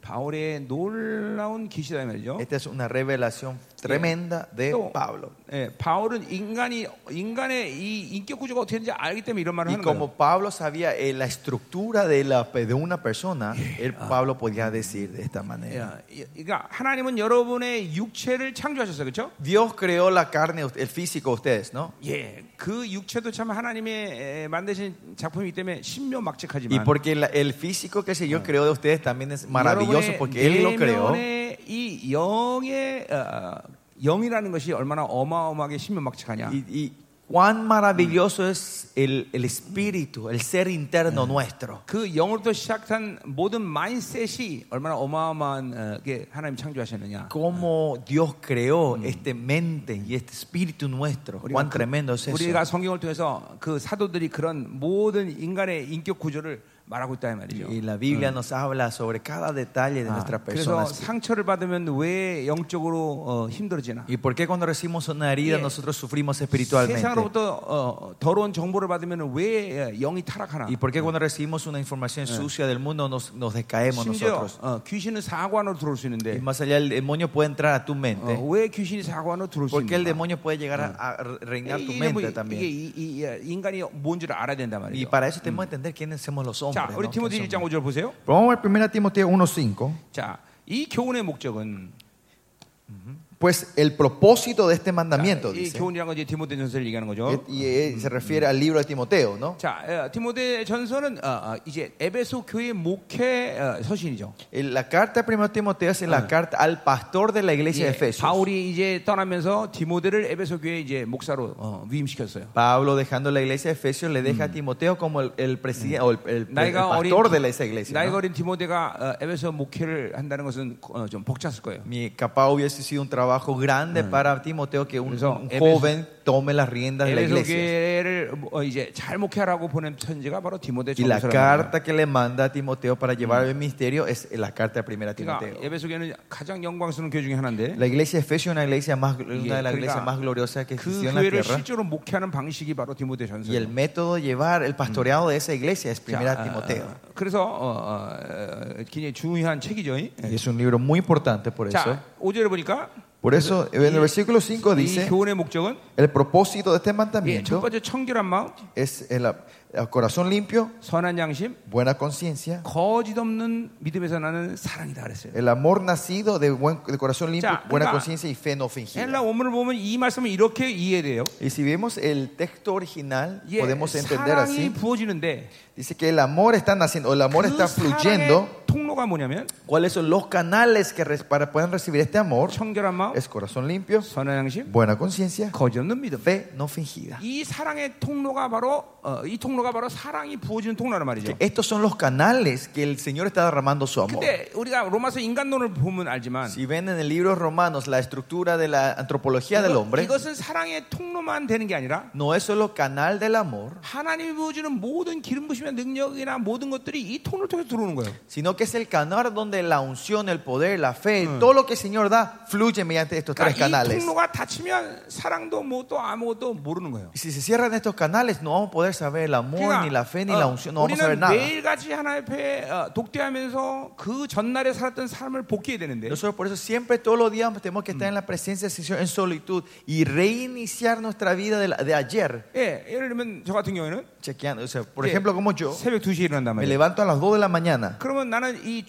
Speaker 2: 바울의 놀라운 계시다 이 말이죠
Speaker 1: Esta es una revelación tremenda de
Speaker 2: No.
Speaker 1: Pablo.
Speaker 2: 예, 바울은 인간이 인간의 이 인격 구조가 어떻게 되는지 알기 때문에 이런 말을
Speaker 1: Y
Speaker 2: 하는 거예요 뭐-
Speaker 1: como Pablo sabía eh, la estructura de, la, de una persona, el Pablo podía decir de esta manera.
Speaker 2: 야, 이- 그러니까 하나님은 여러분의 육체를 창조하셨어요, 그렇죠?
Speaker 1: Dios creó la carne, el físico de ustedes, ¿no?
Speaker 2: 예, 그 육체도 참 하나님의 에, 만드신 작품이기 때문에
Speaker 1: Y
Speaker 2: 신묘막측하지만
Speaker 1: porque la- el físico que el Señor creó de ustedes también es maravilloso
Speaker 2: 여러분의
Speaker 1: porque Él lo creó.
Speaker 2: 내면의 이 영의 어, 영이라는 것이 얼마나 어마어마하게 신묘막측하냐.
Speaker 1: Y, y cuán maravilloso es el, el espíritu, el ser interno nuestro.
Speaker 2: 그 영으로부터 시작한 모든 마인셋이 얼마나 어마어마한 어, 게 하나님 창조하셨느냐.
Speaker 1: Cómo Dios creó este mente y este espíritu nuestro. Cuán
Speaker 2: 그-
Speaker 1: tremendo es eso.
Speaker 2: 우리가 성경을 통해서 그 사도들이 그런 모든 인간의 인격 구조를 말하고 있다 이 말이죠.
Speaker 1: Y la Biblia nos habla sobre cada detalle de
Speaker 2: 아,
Speaker 1: nuestra
Speaker 2: 그래서
Speaker 1: persona.
Speaker 2: 상처를 받으면 왜 영적으로 어, 힘들어지나?
Speaker 1: ¿Y por qué cuando recibimos una herida
Speaker 2: 예.
Speaker 1: nosotros sufrimos espiritualmente?
Speaker 2: 세상으로부터 어, 더러운 정보를 받으면 왜 어, 영이 타락하나?
Speaker 1: ¿Y por qué cuando recibimos una información sucia del mundo nos, nos decaemos
Speaker 2: 심지어
Speaker 1: nosotros?
Speaker 2: 어, 귀신은 사관으로 들어올 수
Speaker 1: Y
Speaker 2: 있는데
Speaker 1: más allá, el demonio puede entrar a tu mente.
Speaker 2: 어, 왜 귀신이 사관으로 들어올 수
Speaker 1: Porque el
Speaker 2: 있는가?
Speaker 1: demonio puede llegar a, a reinar tu
Speaker 2: 이게, 뭐,
Speaker 1: mente
Speaker 2: 이게
Speaker 1: también.
Speaker 2: 이, 이, 이, 인간이 뭔지를 알아야 된단
Speaker 1: Y
Speaker 2: 말이에요.
Speaker 1: para eso tenemos que entender quiénes somos los hombres.
Speaker 2: 자, 우리
Speaker 1: ¿no?
Speaker 2: 티모데
Speaker 1: ¿Quiénes
Speaker 2: 1장
Speaker 1: somos?
Speaker 2: 5절 보세요.
Speaker 1: Mm. Vamos a ver 1 Timoteo 1.5.
Speaker 2: 자, 이 교훈의 목적은
Speaker 1: Pues el propósito de este mandamiento,
Speaker 2: 이
Speaker 1: dice,
Speaker 2: 교훈이라는 건 이제 디모데 전서를 얘기하는 거죠.
Speaker 1: y, eh, se refiere al libro de Timoteo, ¿no?
Speaker 2: 자, 어, 디모데 전서는 어, 어, 이제 에베소 교회 목회 어, 서신이죠.
Speaker 1: El- Eh, La carta de 1 Timoteo es la carta al pastor de la iglesia de
Speaker 2: 예,
Speaker 1: Efesios.
Speaker 2: 바울이 이제 떠나면서 디모데를 에베소 교회 이제 목사로 어, 위임시켰어요.
Speaker 1: Pablo dejando la iglesia de Efesios le deja a Timoteo como el, el presidente o el, el- el
Speaker 2: 나이가 어린
Speaker 1: pastor de la- esa iglesia.
Speaker 2: 나이가
Speaker 1: ¿no?
Speaker 2: 어린 디모데가 어, 에베소 목회를 한다는 것은 어, 좀 벅찼을 거예요.
Speaker 1: Mi capaz hubiese sido un trabajo grande para Timoteo que un,
Speaker 2: Eso,
Speaker 1: un
Speaker 2: Efesios-
Speaker 1: joven tome las riendas de la
Speaker 2: 에베소
Speaker 1: iglesia.
Speaker 2: 교회를 어, 이제 잘 목회하라고 보낸 편지가 바로 디모데
Speaker 1: Y la
Speaker 2: 전서라는
Speaker 1: carta que le manda a Timoteo para llevar el ministerio es la carta de primera
Speaker 2: 그러니까
Speaker 1: Timoteo.
Speaker 2: 에베소 교회는 가장 영광스러운 교회 중에 하나인데
Speaker 1: La iglesia de Efesios es una, iglesia más,
Speaker 2: 예,
Speaker 1: una de las iglesias más gloriosas que
Speaker 2: 그
Speaker 1: existió en la
Speaker 2: 교회를
Speaker 1: tierra.
Speaker 2: 실제로 목회하는 방식이 바로 디모데 전서.
Speaker 1: Y el método de llevar el pastoreado de esa iglesia es primera Timoteo.
Speaker 2: 아, 그래서 어, 어, 어, 굉장히 중요한 책이죠. 이.
Speaker 1: Y es un libro muy importante por eso.
Speaker 2: 자, 5절에 보니까
Speaker 1: Por eso, en el versículo 5
Speaker 2: 이
Speaker 1: dice:
Speaker 2: 교훈의 목적은
Speaker 1: El propósito de este
Speaker 2: 예, 첫
Speaker 1: mandamiento
Speaker 2: 번째 청결한 마음,
Speaker 1: es el, el corazón limpio,
Speaker 2: 선한 양심,
Speaker 1: buena conciencia,
Speaker 2: 거짓 없는 믿음에서 나는 사랑이다 그랬어요.
Speaker 1: el amor nacido de, buen, de corazón limpio,
Speaker 2: Ya, venga.
Speaker 1: buena conciencia y fe no
Speaker 2: 헬라
Speaker 1: fingida.
Speaker 2: 원문을 보면 이 말씀을 이렇게 이해돼요.
Speaker 1: Y si vemos el texto original,
Speaker 2: 예,
Speaker 1: podemos entender
Speaker 2: 사랑이
Speaker 1: así.
Speaker 2: 부어지는데
Speaker 1: Dice que el amor está naciendo, o el amor
Speaker 2: 그
Speaker 1: está fluyendo.
Speaker 2: 사랑의 통로가 뭐냐면
Speaker 1: ¿Cuáles son los canales que res- para puedan recibir este amor?
Speaker 2: 청결한 마음,
Speaker 1: Es corazón limpio,
Speaker 2: 선한 양심,
Speaker 1: buena conciencia,
Speaker 2: 거짓 없는 믿음.
Speaker 1: fe no fingida.
Speaker 2: 이 사랑의 통로가 바로 어, 이 통로가 바로 사랑이 부어지는 통로란 말이죠.
Speaker 1: Estos son los canales que el Señor está derramando su amor.
Speaker 2: 근데 우리가 로마서 인간론을 보면 알지만
Speaker 1: Si ven en el libro Romanos la estructura de la antropología del
Speaker 2: 이거,
Speaker 1: hombre,
Speaker 2: 이것은 사랑의 통로만 되는 게 아니라
Speaker 1: no es solo canal del amor,
Speaker 2: 하나님이 부어주는 모든 기름 부심의 능력이나 모든 것들이 이 통로를 통해서 들어오는 거예요.
Speaker 1: sino que es el canal donde la unción, el poder, la fe, todo lo que el Señor da, fluye mediante estos tres
Speaker 2: 그러니까 이
Speaker 1: canales.
Speaker 2: 통로가 닫히면 사랑도 뭐또 아무것도 모르는 거예요.
Speaker 1: Y si se cierran estos canales, no vamos a poder saber el amor, ni la fe, ni la 어, unción, no vamos a saber
Speaker 2: 그러니까, 어, 우리는
Speaker 1: nada.
Speaker 2: 매일같이 하나님 앞에 어, 독대하면서 그 전날에 살았던 삶을 복귀해야 되는데
Speaker 1: Nosotros por eso siempre todos los días tenemos que estar
Speaker 2: Mm.
Speaker 1: en la presencia del Señor en solitud y reiniciar nuestra vida de, la- de ayer.
Speaker 2: 예, 예를 들면 저 같은 경우에는
Speaker 1: Chequeando, o sea, por
Speaker 2: Sí.
Speaker 1: ejemplo, como yo,
Speaker 2: 새벽 2시에 일어난단
Speaker 1: me
Speaker 2: 말이에요.
Speaker 1: levanto a las 2 de la mañana.
Speaker 2: 그러면 나는 이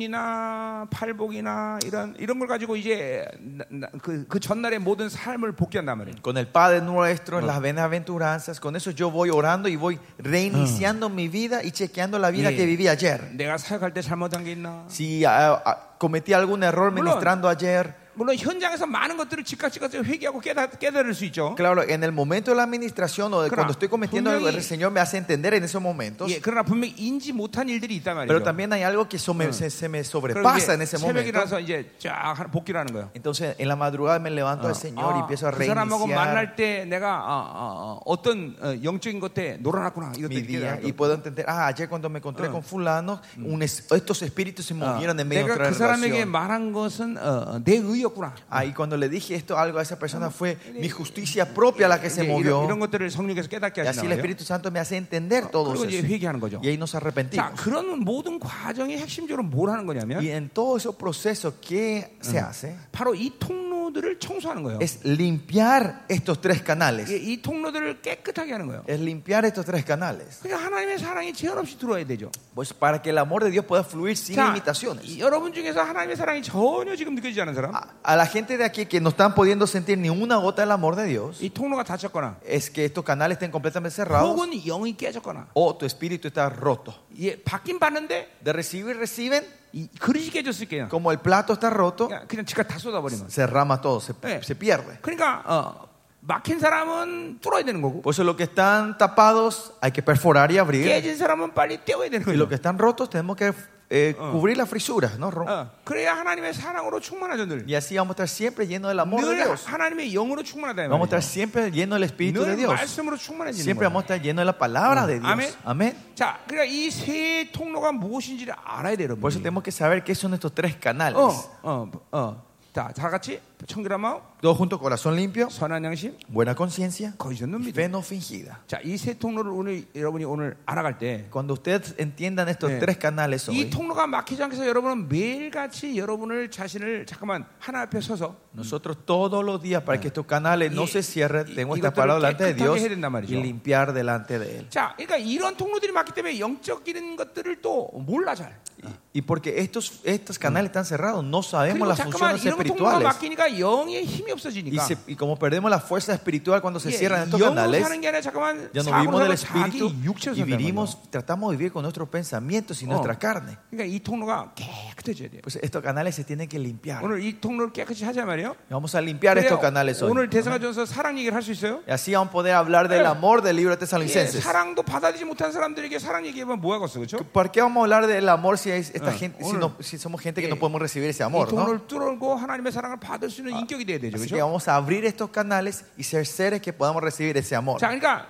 Speaker 2: 주기도문이나 팔복이나 이런 이런 걸 가지고 이제 나- 나- 그, 그 전날의 모든 삶을 복귀한단 말이에요.
Speaker 1: Con el Padre nuestro,
Speaker 2: Ah.
Speaker 1: en las bienaventuranzas, con eso yo voy orando y voy reiniciando mi vida y chequeando la vida
Speaker 2: Ah. Sí.
Speaker 1: que viví ayer.
Speaker 2: 내가 사역할 때 잘못한 게 있나?
Speaker 1: Si ah, ah, cometí algún error
Speaker 2: Mulón.
Speaker 1: ministrando ayer,
Speaker 2: 물론 현장에서 많은 것들을 즉각즉각 회개하고 깨달, 깨달을 수 있죠.
Speaker 1: Claro, en el momento de la administración o pues de
Speaker 2: Claro.
Speaker 1: cuando estoy cometiendo algo, el
Speaker 2: Punto y-
Speaker 1: Señor me hace entender en esos momentos.
Speaker 2: 예, 그러나 분명히 인지 못한 일들이 있단 말이죠.
Speaker 1: Pero también hay algo que eso me- se, se me
Speaker 2: 그리고
Speaker 1: sobrepasa en
Speaker 2: 이제
Speaker 1: ese
Speaker 2: 새벽에
Speaker 1: momento.
Speaker 2: 일어나서 이제 쫙 하- 복귀를 하는 거예요.
Speaker 1: Entonces, en la madrugada me levanto al
Speaker 2: 아,
Speaker 1: Señor y empiezo a
Speaker 2: 그 사람하고
Speaker 1: reiniciar
Speaker 2: 만날 때 내가 아, 아, 아, 어떤 어, 영적인 것에 놀아났구나 이것도
Speaker 1: mi
Speaker 2: 이렇게
Speaker 1: día
Speaker 2: 알고.
Speaker 1: y puedo entender, ah, Mm. Ah. ayer cuando me encontré con fulano, un es- estos espíritus se
Speaker 2: 아,
Speaker 1: movieron en medio de
Speaker 2: 내가
Speaker 1: nuestra
Speaker 2: 그 사람에게
Speaker 1: relación.
Speaker 2: 말한 것은 어, 어, 내 의였구나.
Speaker 1: Ahí cuando le dije esto algo a esa persona fue mi justicia propia la que se
Speaker 2: 이제 이런, 이런
Speaker 1: movió.
Speaker 2: 것들을 성령께서 깨닫게
Speaker 1: Y
Speaker 2: 하시는
Speaker 1: así el
Speaker 2: 거예요.
Speaker 1: Espíritu Santo me hace entender todo
Speaker 2: 그리고
Speaker 1: eso.
Speaker 2: 이제 회개하는 거죠.
Speaker 1: Y ahí nos
Speaker 2: 자,
Speaker 1: arrepentimos.
Speaker 2: 그런 모든 과정이 핵심적으로 뭘 하는 거냐면
Speaker 1: Y en todo ese proceso, ¿qué se hace?
Speaker 2: 바로 이 통로들을 청소하는 거예요.
Speaker 1: es limpiar estos tres
Speaker 2: 예,
Speaker 1: canales.
Speaker 2: 이 통로들을 깨끗하게 하는 거예요.
Speaker 1: Es limpiar estos tres canales.
Speaker 2: 그러니까 하나님의 사랑이 제한 없이 들어와야 되죠.
Speaker 1: Pues para que el amor de Dios pueda fluir sin
Speaker 2: 자,
Speaker 1: limitaciones.
Speaker 2: 여러분 중에서 하나님의 사랑이 전혀 지금 느껴지지 않은 사람,
Speaker 1: A, a la gente de aquí que no están pudiendo sentir ni una gota del amor de Dios,
Speaker 2: 이 통로가 닫혔거나,
Speaker 1: es que estos canales estén completamente cerrados
Speaker 2: 혹은 영이 깨졌거나,
Speaker 1: o tu espíritu está roto.
Speaker 2: 예, 받긴 받는데
Speaker 1: De recibir, reciben.
Speaker 2: 이 그릇이 깨졌을 게요. 그러니까
Speaker 1: Como el plato está roto,
Speaker 2: 그냥 그냥 지가 다 쏟아버리면.
Speaker 1: se rama todo, se,
Speaker 2: Eh.
Speaker 1: se pierde.
Speaker 2: 그러니까 어, 막힌 사람은 뚫어야 되는 거고,
Speaker 1: Por eso los que están tapados hay que perforar y
Speaker 2: 예.
Speaker 1: abrir.
Speaker 2: 깨진 사람은 빨리 떼어야 되는
Speaker 1: Y los
Speaker 2: 거죠.
Speaker 1: que están rotos tenemos que eh, cubrir las frisuras, ¿no? Rom-
Speaker 2: 어, 그래야 하나님의 사랑으로 충만하죠 늘.
Speaker 1: Y así vamos a estar siempre llenos del amor de
Speaker 2: 늘
Speaker 1: Dios.
Speaker 2: 예, 하나님의 영으로 충만하다 이
Speaker 1: Vamos a
Speaker 2: 말이죠.
Speaker 1: estar siempre llenos del Espíritu de
Speaker 2: 늘
Speaker 1: Dios.
Speaker 2: 말씀으로 충만해지는
Speaker 1: Siempre
Speaker 2: 거예요.
Speaker 1: vamos a estar llenos de la palabra de Dios.
Speaker 2: Amén.
Speaker 1: Amén.
Speaker 2: 자, 그러니까 이 세 통로가 무엇인지를 알아야 돼요,
Speaker 1: Por eso
Speaker 2: 여러분.
Speaker 1: tenemos que saber qué son estos tres canales.
Speaker 2: 어, 어, 어. 자, 다 같이 청결한 마음,
Speaker 1: Todos juntos, corazón limpio,
Speaker 2: 선한 양심,
Speaker 1: buena conciencia,
Speaker 2: 거짓는 믿음.
Speaker 1: y fe no fingida.
Speaker 2: 자, 이 세 통로를 오늘 여러분이 오늘 알아갈 때 이
Speaker 1: Cuando ustedes entiendan estos
Speaker 2: Sí.
Speaker 1: tres canales hoy,
Speaker 2: 통로가 막히지 않게 해서 여러분은 매일같이 여러분을 자신을 잠깐만 하나 앞에 서서
Speaker 1: nosotros todos los días, para que estos canales no
Speaker 2: Y-
Speaker 1: se cierren,
Speaker 2: y-
Speaker 1: tenemos
Speaker 2: y-
Speaker 1: que estar parados delante de
Speaker 2: 깨끗하게
Speaker 1: Dios
Speaker 2: 해야 된단 말이죠.
Speaker 1: y limpiar delante de Él.
Speaker 2: 자, 그러니까 이런 통로들이 막기 때문에 영적인 것들을 또 몰라 잘.
Speaker 1: Y, y porque estos, estos canales están cerrados, no sabemos
Speaker 2: 그리고
Speaker 1: las
Speaker 2: 잠깐만
Speaker 1: funciones
Speaker 2: 이런 통로가
Speaker 1: espirituales.
Speaker 2: 막히니까 영의 힘이
Speaker 1: Y,
Speaker 2: 없어지니까.
Speaker 1: se- y como perdemos la fuerza espiritual cuando se
Speaker 2: 예,
Speaker 1: cierran estos
Speaker 2: 영으로
Speaker 1: canales,
Speaker 2: 사는 게 아니라 잠깐만
Speaker 1: Ya no
Speaker 2: 사고로
Speaker 1: vivimos
Speaker 2: 살고
Speaker 1: del
Speaker 2: 자기
Speaker 1: espíritu
Speaker 2: 육체로
Speaker 1: y
Speaker 2: 산다는
Speaker 1: vivimos, tratamos de vivir con nuestros pensamientos y
Speaker 2: Oh.
Speaker 1: nuestra carne.
Speaker 2: 거예요. 그러니까 이 통로가 깨끗해져야 돼요.
Speaker 1: Pues estos canales se tienen que limpiar.
Speaker 2: 오늘 이 통로를 깨끗이 하자 말이에요.
Speaker 1: Vamos a limpiar estos canales
Speaker 2: 그래야 오늘
Speaker 1: hoy.
Speaker 2: 대사가전서 사랑 얘기를 할 수 있어요?
Speaker 1: Y así vamos a poder hablar del
Speaker 2: Eh.
Speaker 1: amor del libro de
Speaker 2: 예,
Speaker 1: Tesalonicenses.
Speaker 2: 사랑도 받아들이지 못한 사람들에게 사랑 얘기하면 뭐하겠어, 그렇죠?
Speaker 1: ¿Por qué vamos a hablar del amor si, es esta
Speaker 2: Eh,
Speaker 1: gente, si,
Speaker 2: 오늘-
Speaker 1: no- si somos gente que
Speaker 2: Eh,
Speaker 1: no podemos recibir ese
Speaker 2: 이
Speaker 1: amor? ¿no?
Speaker 2: 통로를 뚫고 하나님의 사랑을 받을 수 있는 인격이 돼야 되죠,
Speaker 1: Así
Speaker 2: 그렇죠?
Speaker 1: que vamos a abrir estos canales y ser seres que podamos recibir ese amor.
Speaker 2: 자, 그러니까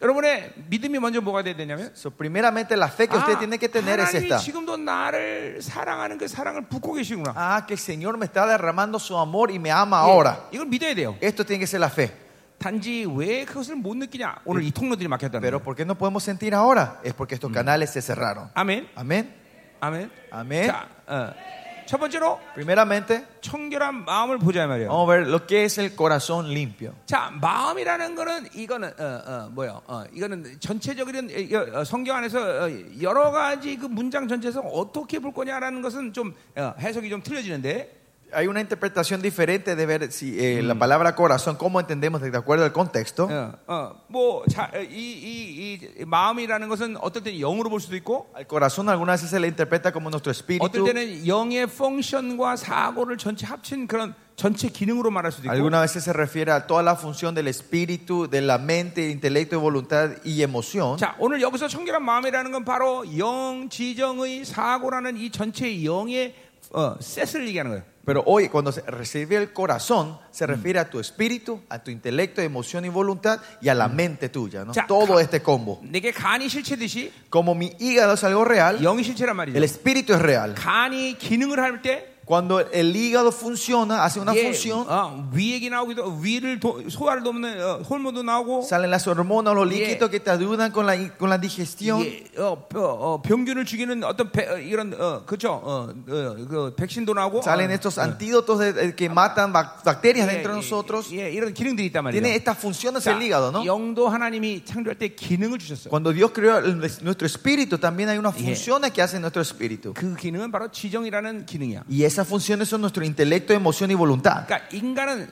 Speaker 2: 여러분의 믿음이 먼저 뭐가 돼야 되냐면 아,
Speaker 1: So, primeramente, la fe que
Speaker 2: Ah.
Speaker 1: usted tiene que tener es
Speaker 2: 하나님이
Speaker 1: esta.
Speaker 2: 지금도 나를 사랑하는 그 사랑을 붓고 계시구나.
Speaker 1: Ah, que el Señor me está derramando su amor y me ama ahora.
Speaker 2: 예, 이걸 믿어야 돼요.
Speaker 1: Esto tiene que ser la fe.
Speaker 2: 단지 왜 그것을 못 느끼냐? 오늘 이 통로들이 막혔다는
Speaker 1: Pero
Speaker 2: 거예요.
Speaker 1: ¿por qué no podemos sentir ahora? Es porque estos canales se cerraron.
Speaker 2: 아멘.
Speaker 1: Amén.
Speaker 2: 아멘.
Speaker 1: 아멘.
Speaker 2: 자, 어, 첫 번째로
Speaker 1: Primeramente,
Speaker 2: 청결한 마음을 보자 말이에요.
Speaker 1: vamos a ver lo que es el corazón limpio.
Speaker 2: 자, 마음이라는 거는 이거는 어, 어, 뭐요? 어, 이거는 전체적인 어, 어, 성경 안에서 어, 여러 가지 그 문장 전체에서 어떻게 볼 거냐라는 것은 좀 어, 해석이 좀 틀려지는데.
Speaker 1: Hay una interpretación diferente de ver si eh, la palabra corazón, cómo entendemos de acuerdo al contexto.
Speaker 2: 어, 어, 뭐, 자, 이, 이, 이, 이 마음이라는 것은 어떨 때는 영으로 볼 수도 있고,
Speaker 1: Al corazón algunas veces se le interpreta como
Speaker 2: 어떨
Speaker 1: nuestro espíritu,
Speaker 2: 때는 영의 펑션과 사고를 전체 합친 그런 전체 기능으로 말할 수도 있고,
Speaker 1: algunas veces se refiere a toda la función del espíritu, de la mente, intelecto, voluntad y emoción.
Speaker 2: 자, 오늘 여기서 청결한 마음이라는 건 바로 영, 지정의, 사고라는 이 전체 영의 어, 셋을 얘기하는 거예요.
Speaker 1: Pero hoy, cuando se recibe el corazón, se refiere a tu espíritu, a tu intelecto, emoción y voluntad y a la mente tuya. ¿no?
Speaker 2: Ya,
Speaker 1: Todo
Speaker 2: ca-
Speaker 1: este combo.
Speaker 2: 내게 간이 실체듯이
Speaker 1: Como mi hígado es algo real,
Speaker 2: 영이 실체란 말이죠.
Speaker 1: el espíritu es real.
Speaker 2: 간이 기능을 할 때
Speaker 1: Cuando el hígado funciona, hace una
Speaker 2: 예,
Speaker 1: función,
Speaker 2: 어, 위액이 나오기도 위를 도, 소화를 돕는 어, 호르몬도 나오고
Speaker 1: salen las hormonas, los
Speaker 2: Yeah.
Speaker 1: líquidos que te ayudan con la, con la digestión.
Speaker 2: 예, 어, 어, 어, 병균을 죽이는 어떤 배- 어, 이런 어, 그죠 어, 어, 그 백신도 나오고
Speaker 1: Salen
Speaker 2: 어,
Speaker 1: estos antídotos de- de- que matan bac- bacterias
Speaker 2: 예,
Speaker 1: dentro de nosotros.
Speaker 2: 예, 예, 이런 기능들이 있단 말이죠.
Speaker 1: Tiene estas funciones
Speaker 2: 자,
Speaker 1: el hígado, ¿no?
Speaker 2: 영도 하나님이 창조할 때 기능을 주셨어요.
Speaker 1: Cuando Dios creó el- nuestro espíritu, también hay unas
Speaker 2: Yeah.
Speaker 1: funciones que hace nuestro espíritu.
Speaker 2: 그 기능은 바로 지정이라는 기능이야.
Speaker 1: Y esas funciones son nuestro intelecto, emoción y voluntad.
Speaker 2: 그러니까 인간은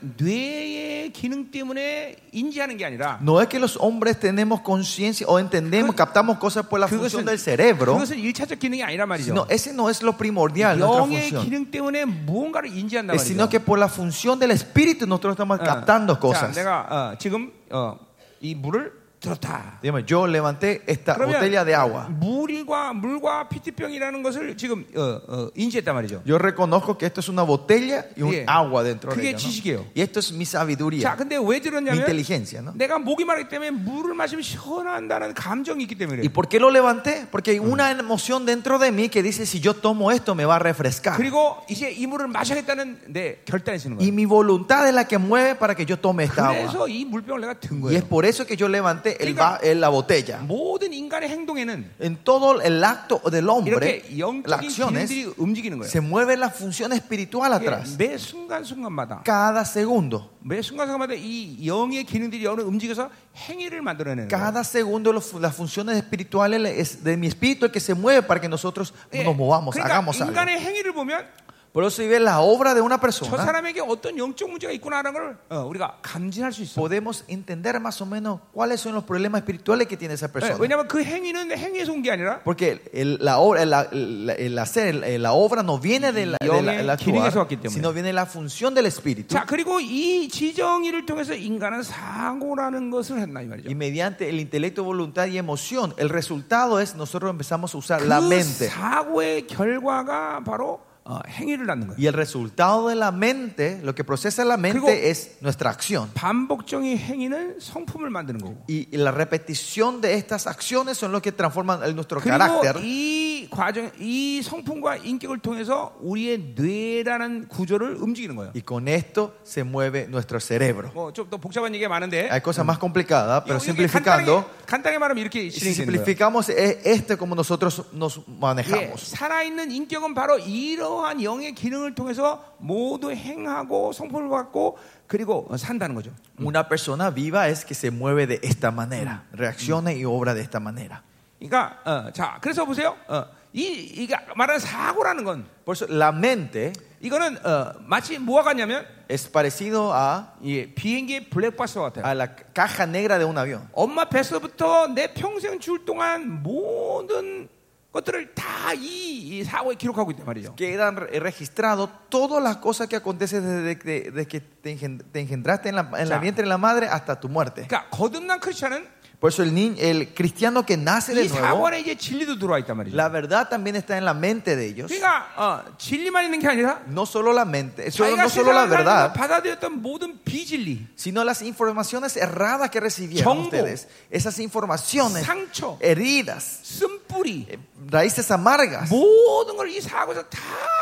Speaker 2: 뇌의 기능 때문에 인지하는 게 아니라
Speaker 1: No es que los hombres tenemos conciencia o entendemos,
Speaker 2: 그-
Speaker 1: captamos cosas por la función
Speaker 2: 그것은
Speaker 1: del cerebro.
Speaker 2: 그것은 일차적 기능이 아니란 말이죠.
Speaker 1: No, ese no es lo primordial, nuestra
Speaker 2: 영의
Speaker 1: función.
Speaker 2: 기능 때문에 무언가를 인지한단
Speaker 1: Es Sino
Speaker 2: 말이죠.
Speaker 1: que por la Ah, función del espíritu nosotros estamos
Speaker 2: 어.
Speaker 1: captando
Speaker 2: 자,
Speaker 1: cosas.
Speaker 2: 내가 어, 지금 어, 이 물을 들었다.
Speaker 1: Dígame, yo levanté esta botella de agua.
Speaker 2: 그러면 물과 물과 피트병이라는 것을 지금 어, 어, 인지했단 말이죠.
Speaker 1: Yo reconozco que esto es una botella y un
Speaker 2: Yeah.
Speaker 1: agua dentro
Speaker 2: 그게
Speaker 1: de ella. ¿no?
Speaker 2: 지식이에요.
Speaker 1: Y esto es mi
Speaker 2: 자,
Speaker 1: sabiduría,
Speaker 2: 근데 왜
Speaker 1: mi
Speaker 2: 들었냐면
Speaker 1: inteligencia. ¿no?
Speaker 2: 내가 목이 마르기 때문에 물을 마시면 시원한다는 감정이 있기 때문에
Speaker 1: ¿Y
Speaker 2: 그래요.
Speaker 1: por qué lo levanté? Porque hay una emoción dentro de mí que dice: si yo tomo esto, me va a refrescar.
Speaker 2: 그리고 이제 이 물을 마셔야겠다는 내 결단이 쓰는
Speaker 1: Y
Speaker 2: 거예요.
Speaker 1: mi voluntad es la que mueve para que yo tome esta agua.
Speaker 2: 그래서 이 물병을 내가 든
Speaker 1: Y
Speaker 2: 거예요.
Speaker 1: es por eso que yo levanté el va- el- la botella.
Speaker 2: 모든 인간의 행동에는
Speaker 1: En todo el acto del hombre,
Speaker 2: 이렇게 영적인
Speaker 1: las acciones,
Speaker 2: 기능들이 움직이는 거예요.
Speaker 1: se mueve la función espiritual atrás.
Speaker 2: 이게 매 순간 순간마다
Speaker 1: Cada segundo,
Speaker 2: 매 순간 순간마다 이 영의 기능들이 영을 움직여서 행위를 만들어내는 거예요.
Speaker 1: cada segundo los- las funciones espirituales le- es de mi espíritu el que se mueve para que nosotros
Speaker 2: 예,
Speaker 1: nos movamos,
Speaker 2: 그러니까
Speaker 1: hagamos algo.
Speaker 2: 인간의 행위를 보면
Speaker 1: Por eso si ves la obra de una
Speaker 2: 저
Speaker 1: persona,
Speaker 2: 사람에게 어떤 영적 문제가 있구나라는 걸 어, 우리가 감지할 수 있어. 요
Speaker 1: podemos entender más o menos cuáles son los problemas espirituales que tiene esa persona.
Speaker 2: 왜냐하면 그 행위는 행위에서 온 게 아니라
Speaker 1: Porque el, la, obra- la- la- el hacer, el- la obra no viene de la, de la- el actuar, sino viene de la función del espíritu.
Speaker 2: 자 그리고 이 지정이를 통해서 인간은 사고라는 것을 했나 이 말이죠.
Speaker 1: Y mediante el intelecto, voluntad y emoción, el resultado es nosotros empezamos a usar la
Speaker 2: 그
Speaker 1: mente.
Speaker 2: 사고의 결과가 바로 어, 행위를 낳는 거예요.
Speaker 1: Y el resultado de la mente, lo que procesa la
Speaker 2: 그리고-
Speaker 1: mente es nuestra acción.
Speaker 2: 반복적인 행위는 성품을 만드는 거고.
Speaker 1: Y la repetición de estas acciones son lo que transforman el- nuestro
Speaker 2: 그리고
Speaker 1: carácter.
Speaker 2: 이 과정, 이 성품과 인격을 통해서 우리의 뇌라는 구조를 움직이는 거예요.
Speaker 1: Y con esto se mueve nuestro cerebro.
Speaker 2: 뭐 좀 더 복잡한 얘기가 많은데.
Speaker 1: Hay cosas más complicadas, pero
Speaker 2: 이렇게
Speaker 1: simplificando,
Speaker 2: 간단하게, 간단하게 말하면 이렇게
Speaker 1: si
Speaker 2: 진행되는 거예요.
Speaker 1: simplificamos e- este como nosotros nos
Speaker 2: 예,
Speaker 1: manejamos.
Speaker 2: 살아있는 인격은 바로 이러한 영의 기능을 통해서 모두 행하고 성품을 갖고 그리고 어, 산다는 거죠.
Speaker 1: Mm. Una persona viva es que se mueve de esta manera, reacciona y obra de esta manera.
Speaker 2: 그러니까 어, 자 그래서 보세요. 어, 이 이게 말하는 사고라는 건
Speaker 1: Por eso la mente
Speaker 2: 이거는 어, 마치 뭐와 같냐면
Speaker 1: es parecido a,
Speaker 2: 예, 비행기의 블랙박스 와 같아요.
Speaker 1: a la caja negra de un avión.
Speaker 2: 엄마 뱃속부터 내 평생 줄 동안 모든 것들을 다 이 사고에 기록하고 있단 말이죠.
Speaker 1: Quedan re- registrados todas las cosas que acontecen desde que, desde que te engen- te engendraste en la, en la
Speaker 2: Ya.
Speaker 1: vientre de la madre hasta tu muerte.
Speaker 2: 그러니까 거듭난 크리스천은
Speaker 1: Por eso el, ni- el cristiano que nace
Speaker 2: 이
Speaker 1: de nuevo,
Speaker 2: 사고 안에 이제 진리도 들어와 있단 말이죠.
Speaker 1: la verdad también está en la mente de ellos.
Speaker 2: 그러니까 어, 진리만 있는 게 아니라
Speaker 1: No solo la mente, solo-
Speaker 2: 자기가
Speaker 1: no solo la
Speaker 2: 세상을 살면서
Speaker 1: verdad,
Speaker 2: 받아들였던 모든 비진리,
Speaker 1: sino las informaciones erradas que recibieron
Speaker 2: Chongo.
Speaker 1: ustedes. Esas informaciones,
Speaker 2: 상처,
Speaker 1: 네. heridas,
Speaker 2: 쓴뿌리
Speaker 1: eh, raíces amargas.
Speaker 2: 모든 걸 이 사고에서 다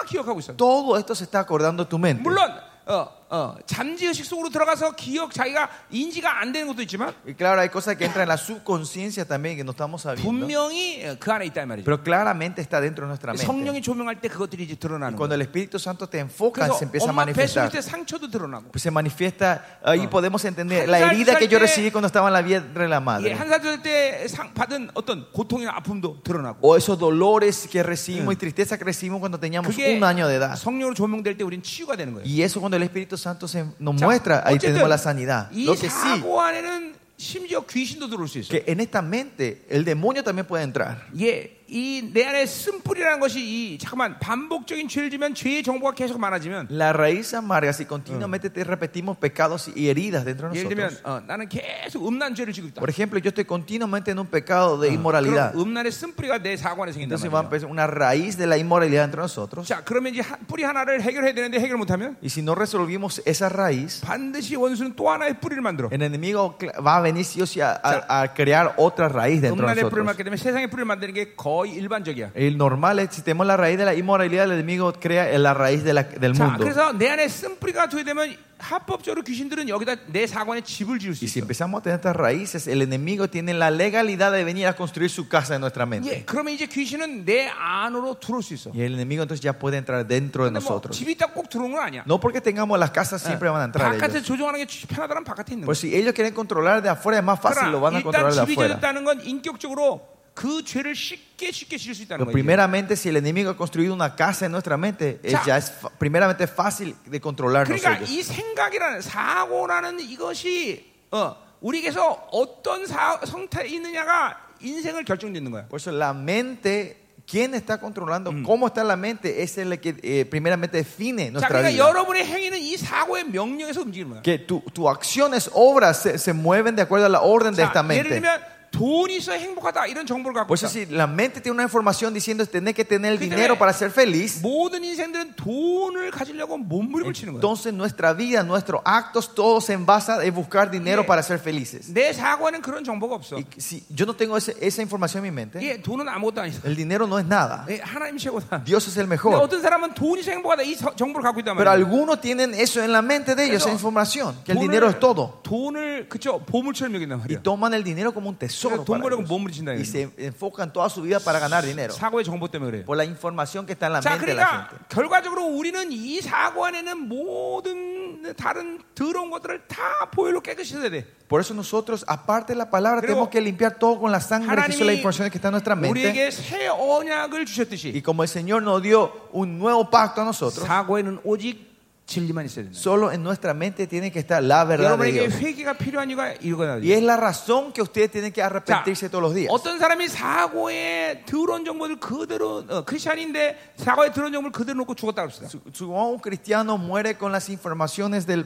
Speaker 2: 기억하고 있어요.
Speaker 1: Todo esto se está acordando tu mente.
Speaker 2: 물론 어, 어, 잠재의식 속으로 들어가서 기억 자기가 인지가 안 되는 것도 있지만
Speaker 1: Y claro, hay cosas que entran en la subconsciencia también que no estamos sabiendo.
Speaker 2: 분명히 그 안에 있다 이 말이죠.
Speaker 1: Pero claramente está dentro de nuestra mente.
Speaker 2: 성령이 조명할 때 그것들이 이제 드러나는
Speaker 1: Cuando
Speaker 2: 거예요.
Speaker 1: el Espíritu Santo te enfoca,
Speaker 2: 그래서
Speaker 1: se empieza a
Speaker 2: 엄마 뱃속일
Speaker 1: manifestar.
Speaker 2: 때 상처도 드러나고
Speaker 1: Pues se manifiesta, ahí podemos entender
Speaker 2: Han
Speaker 1: la
Speaker 2: Ah. sal- eh.
Speaker 1: herida que yo
Speaker 2: salte-
Speaker 1: recibí cuando estaba en la vientre de la
Speaker 2: 예,
Speaker 1: madre.
Speaker 2: 한살때 받은 어떤 고통이나 아픔도 드러나고
Speaker 1: O esos dolores que
Speaker 2: Mm.
Speaker 1: recibimos y tristeza que recibimos cuando teníamos
Speaker 2: 그게
Speaker 1: un año de edad.
Speaker 2: 성령으로 조명될 때 우리는 치유가 되는 거예요.
Speaker 1: Y eso cuando el Espíritu Santo se nos
Speaker 2: 자,
Speaker 1: muestra, ahí
Speaker 2: 어쨌든
Speaker 1: tenemos la sanidad.
Speaker 2: 이
Speaker 1: Lo que sí,
Speaker 2: 사고 안에는 심지어 귀신도 들어올 수 있어요.
Speaker 1: que en esta mente el demonio también puede entrar.
Speaker 2: 예, 이 내 안에 쓴뿌리라는 것이 이 잠깐만 반복적인 죄를 지면 죄의 정보가 계속 많아지면
Speaker 1: La raíz amarga, si
Speaker 2: Mm.
Speaker 1: continuamente te repetimos pecados y heridas dentro de
Speaker 2: 예를 들면
Speaker 1: nosotros.
Speaker 2: 어, 나는 계속 음란 죄를 지고 있다.
Speaker 1: Por ejemplo, yo estoy continuamente en un pecado de inmoralidad.
Speaker 2: 그럼 음란의 쓴뿌리가 내 사고 안에 생긴단
Speaker 1: Entonces va a
Speaker 2: 말이야.
Speaker 1: empezar una raíz de la inmoralidad entre nosotros.
Speaker 2: 자, 그러면 이제 한- 뿌리 하나를 해결해야 되는데 해결 못하면
Speaker 1: Y si no resolvimos esa raíz,
Speaker 2: 반드시 원수는 또 하나의 뿌리를 만들어.
Speaker 1: el enemigo cl- va a venir sí o sí a, a- a crear otra raíz dentro de
Speaker 2: 음란의 뿌리를
Speaker 1: nosotros.
Speaker 2: 맞게 되면 세상의 뿌리를 만드는 게 거의 일반적이야.
Speaker 1: El normal es, si tenemos la raíz de la inmoralidad, el enemigo crea la raíz de la- del
Speaker 2: 자,
Speaker 1: mundo.
Speaker 2: 그래서 내 안에 쓴뿌리가 투여되면 합법적으로 귀신들은 여기다 내 사관에 집을 지을 수
Speaker 1: Y si
Speaker 2: 있어.
Speaker 1: empezamos a tener estas raíces, el enemigo tiene la legalidad de venir a construir su casa en nuestra
Speaker 2: 예,
Speaker 1: mente.
Speaker 2: 그러면 이제 귀신은 내 안으로 들어올 수 있어.
Speaker 1: Y el enemigo entonces ya puede entrar dentro de
Speaker 2: 근데 뭐
Speaker 1: nosotros.
Speaker 2: 집이 있다고 꼭 들어온 건 아니야. 예.
Speaker 1: No porque tengamos las
Speaker 2: Ah,
Speaker 1: casas siempre van a entrar
Speaker 2: 바깥에
Speaker 1: ellos.
Speaker 2: 조종하는 게 편하다면 바깥에 있는 거야.
Speaker 1: Pues si ellos quieren controlar de afuera es más fácil, lo van a
Speaker 2: 일단
Speaker 1: controlar de
Speaker 2: 집이
Speaker 1: afuera.
Speaker 2: 지었다는 건 인격적으로 그 죄를 쉽게 쉽게 지을 수 있다는
Speaker 1: Pero
Speaker 2: 거예요.
Speaker 1: primeramente, si el enemigo ha construido una casa en nuestra mente, es-
Speaker 2: Ya.
Speaker 1: ya es fa- primeramente fácil de controlarnos
Speaker 2: 그러니까
Speaker 1: ellos.
Speaker 2: 이 생각이라는 사고라는 이것이 어, 우리에게서 어떤 사- 성태에 있느냐가 인생을 결정짓는 거야.
Speaker 1: Por eso la mente, quién está controlando, cómo está la mente, es el que eh, primeramente define
Speaker 2: 자,
Speaker 1: nuestra
Speaker 2: 그러니까
Speaker 1: vida.
Speaker 2: 여러분의 행위는 이 사고의 명령에서 움직이는 거야.
Speaker 1: Que tu- tus acciones, obras se, se mueven de acuerdo a la orden de
Speaker 2: 자,
Speaker 1: esta
Speaker 2: 예를
Speaker 1: mente.
Speaker 2: 들면 돈이 있어야 행복하다 이런 정보를 갖고
Speaker 1: Por eso
Speaker 2: 있다.
Speaker 1: si la mente tiene una información diciendo tenés que tener el
Speaker 2: Que te
Speaker 1: dinero
Speaker 2: ve.
Speaker 1: para ser feliz,
Speaker 2: 모든 인생들은 돈을 가지려고 몸부림을 치는 거야.
Speaker 1: entonces nuestra vida, nuestros actos, todo se envasa en buscar dinero
Speaker 2: Yeah.
Speaker 1: para ser felices.
Speaker 2: 내 사고에는 그런 정보가 없어.
Speaker 1: Y si yo no tengo ese- esa información en mi mente,
Speaker 2: 예, 돈은 아무것도 아니다.
Speaker 1: el dinero no es nada.
Speaker 2: 예, 하나님 최고다.
Speaker 1: Dios es el
Speaker 2: 근데
Speaker 1: mejor.
Speaker 2: 어떤 사람은 돈이 행복하다 이 서- 정보를 갖고 있단
Speaker 1: Pero
Speaker 2: 말이야.
Speaker 1: algunos tienen eso en la mente de
Speaker 2: Eso.
Speaker 1: ellos, esa información, que el dinero
Speaker 2: 돈을,
Speaker 1: es todo.
Speaker 2: 돈을 그쵸 보물처럼 여긴단
Speaker 1: Y
Speaker 2: 말이야.
Speaker 1: toman el dinero como un tesoro.
Speaker 2: 그래서 돈
Speaker 1: para
Speaker 2: 벌려고
Speaker 1: ellos.
Speaker 2: 몸부림친다.
Speaker 1: Y se enfocan toda su vida para ganar dinero.
Speaker 2: 사고의 정보 때문에 그래.
Speaker 1: Por la información que está en la
Speaker 2: 자,
Speaker 1: mente de
Speaker 2: 그러니까
Speaker 1: la gente.
Speaker 2: 결과적으로 우리는 이 사고 안에는 모든 다른 더러운 것들을 다 보혈로 깨끗이 해야 돼.
Speaker 1: Por eso nosotros, aparte de la palabra,
Speaker 2: Pero-
Speaker 1: tenemos que limpiar todo con la sangre que son las
Speaker 2: 하나님이
Speaker 1: informaciones que están en nuestra mente.
Speaker 2: 우리에게 새 언약을 주셨듯이
Speaker 1: Y como el Señor nos dio un nuevo pacto a nosotros,
Speaker 2: 사고에는 오직 진리만 있어야 된다.
Speaker 1: solo en nuestra mente tiene que estar la verdad de
Speaker 2: 여러분에게
Speaker 1: Dios.
Speaker 2: 회개가 예, 필요한 이유가 이거야.
Speaker 1: Y es la razón que ustedes tienen que arrepentirse todos los días.
Speaker 2: 어떤 사람이 사고에 들어온 정보를 그대로 어, 크리스천인데 사고에 들어온 정보를 그대로 놓고 죽었다 합시다.
Speaker 1: Su- su- un cristiano muere con las informaciones del,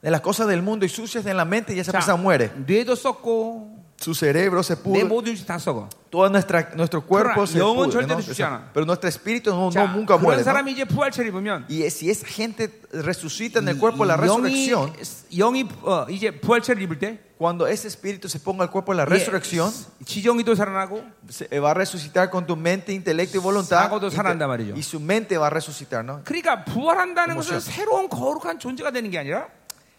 Speaker 1: de las cosas del mundo y sucias en la mente y esa
Speaker 2: 자,
Speaker 1: persona muere.
Speaker 2: 뇌도 썩고
Speaker 1: Su cerebro se
Speaker 2: 내
Speaker 1: pudre,
Speaker 2: 모든 것이 다 썩어.
Speaker 1: todo nuestra, nuestro cuerpo
Speaker 2: Pero
Speaker 1: se
Speaker 2: 영혼
Speaker 1: pudre,
Speaker 2: 절대로
Speaker 1: ¿no?
Speaker 2: 죽지 않아.
Speaker 1: pero nuestro espíritu no,
Speaker 2: 자,
Speaker 1: no, nunca
Speaker 2: 그런
Speaker 1: muere. ¿no?
Speaker 2: 사람이 이제 부활체를 입으면
Speaker 1: Y es- si esa gente resucita en el cuerpo de la
Speaker 2: 영이
Speaker 1: resurrección,
Speaker 2: 영이 어, 이제 부활체를 입을 때
Speaker 1: cuando ese espíritu se ponga al cuerpo de la
Speaker 2: 예,
Speaker 1: resurrección,
Speaker 2: 지정이도 살아나고
Speaker 1: se- eh, va a resucitar con tu mente, intelecto y voluntad.
Speaker 2: Sago도 살아난단 말이죠.
Speaker 1: Y, su mente va a resucitar, ¿no?
Speaker 2: 그러니까 부활한다는 것은 새로운 거룩한 존재가 되는 게 아니라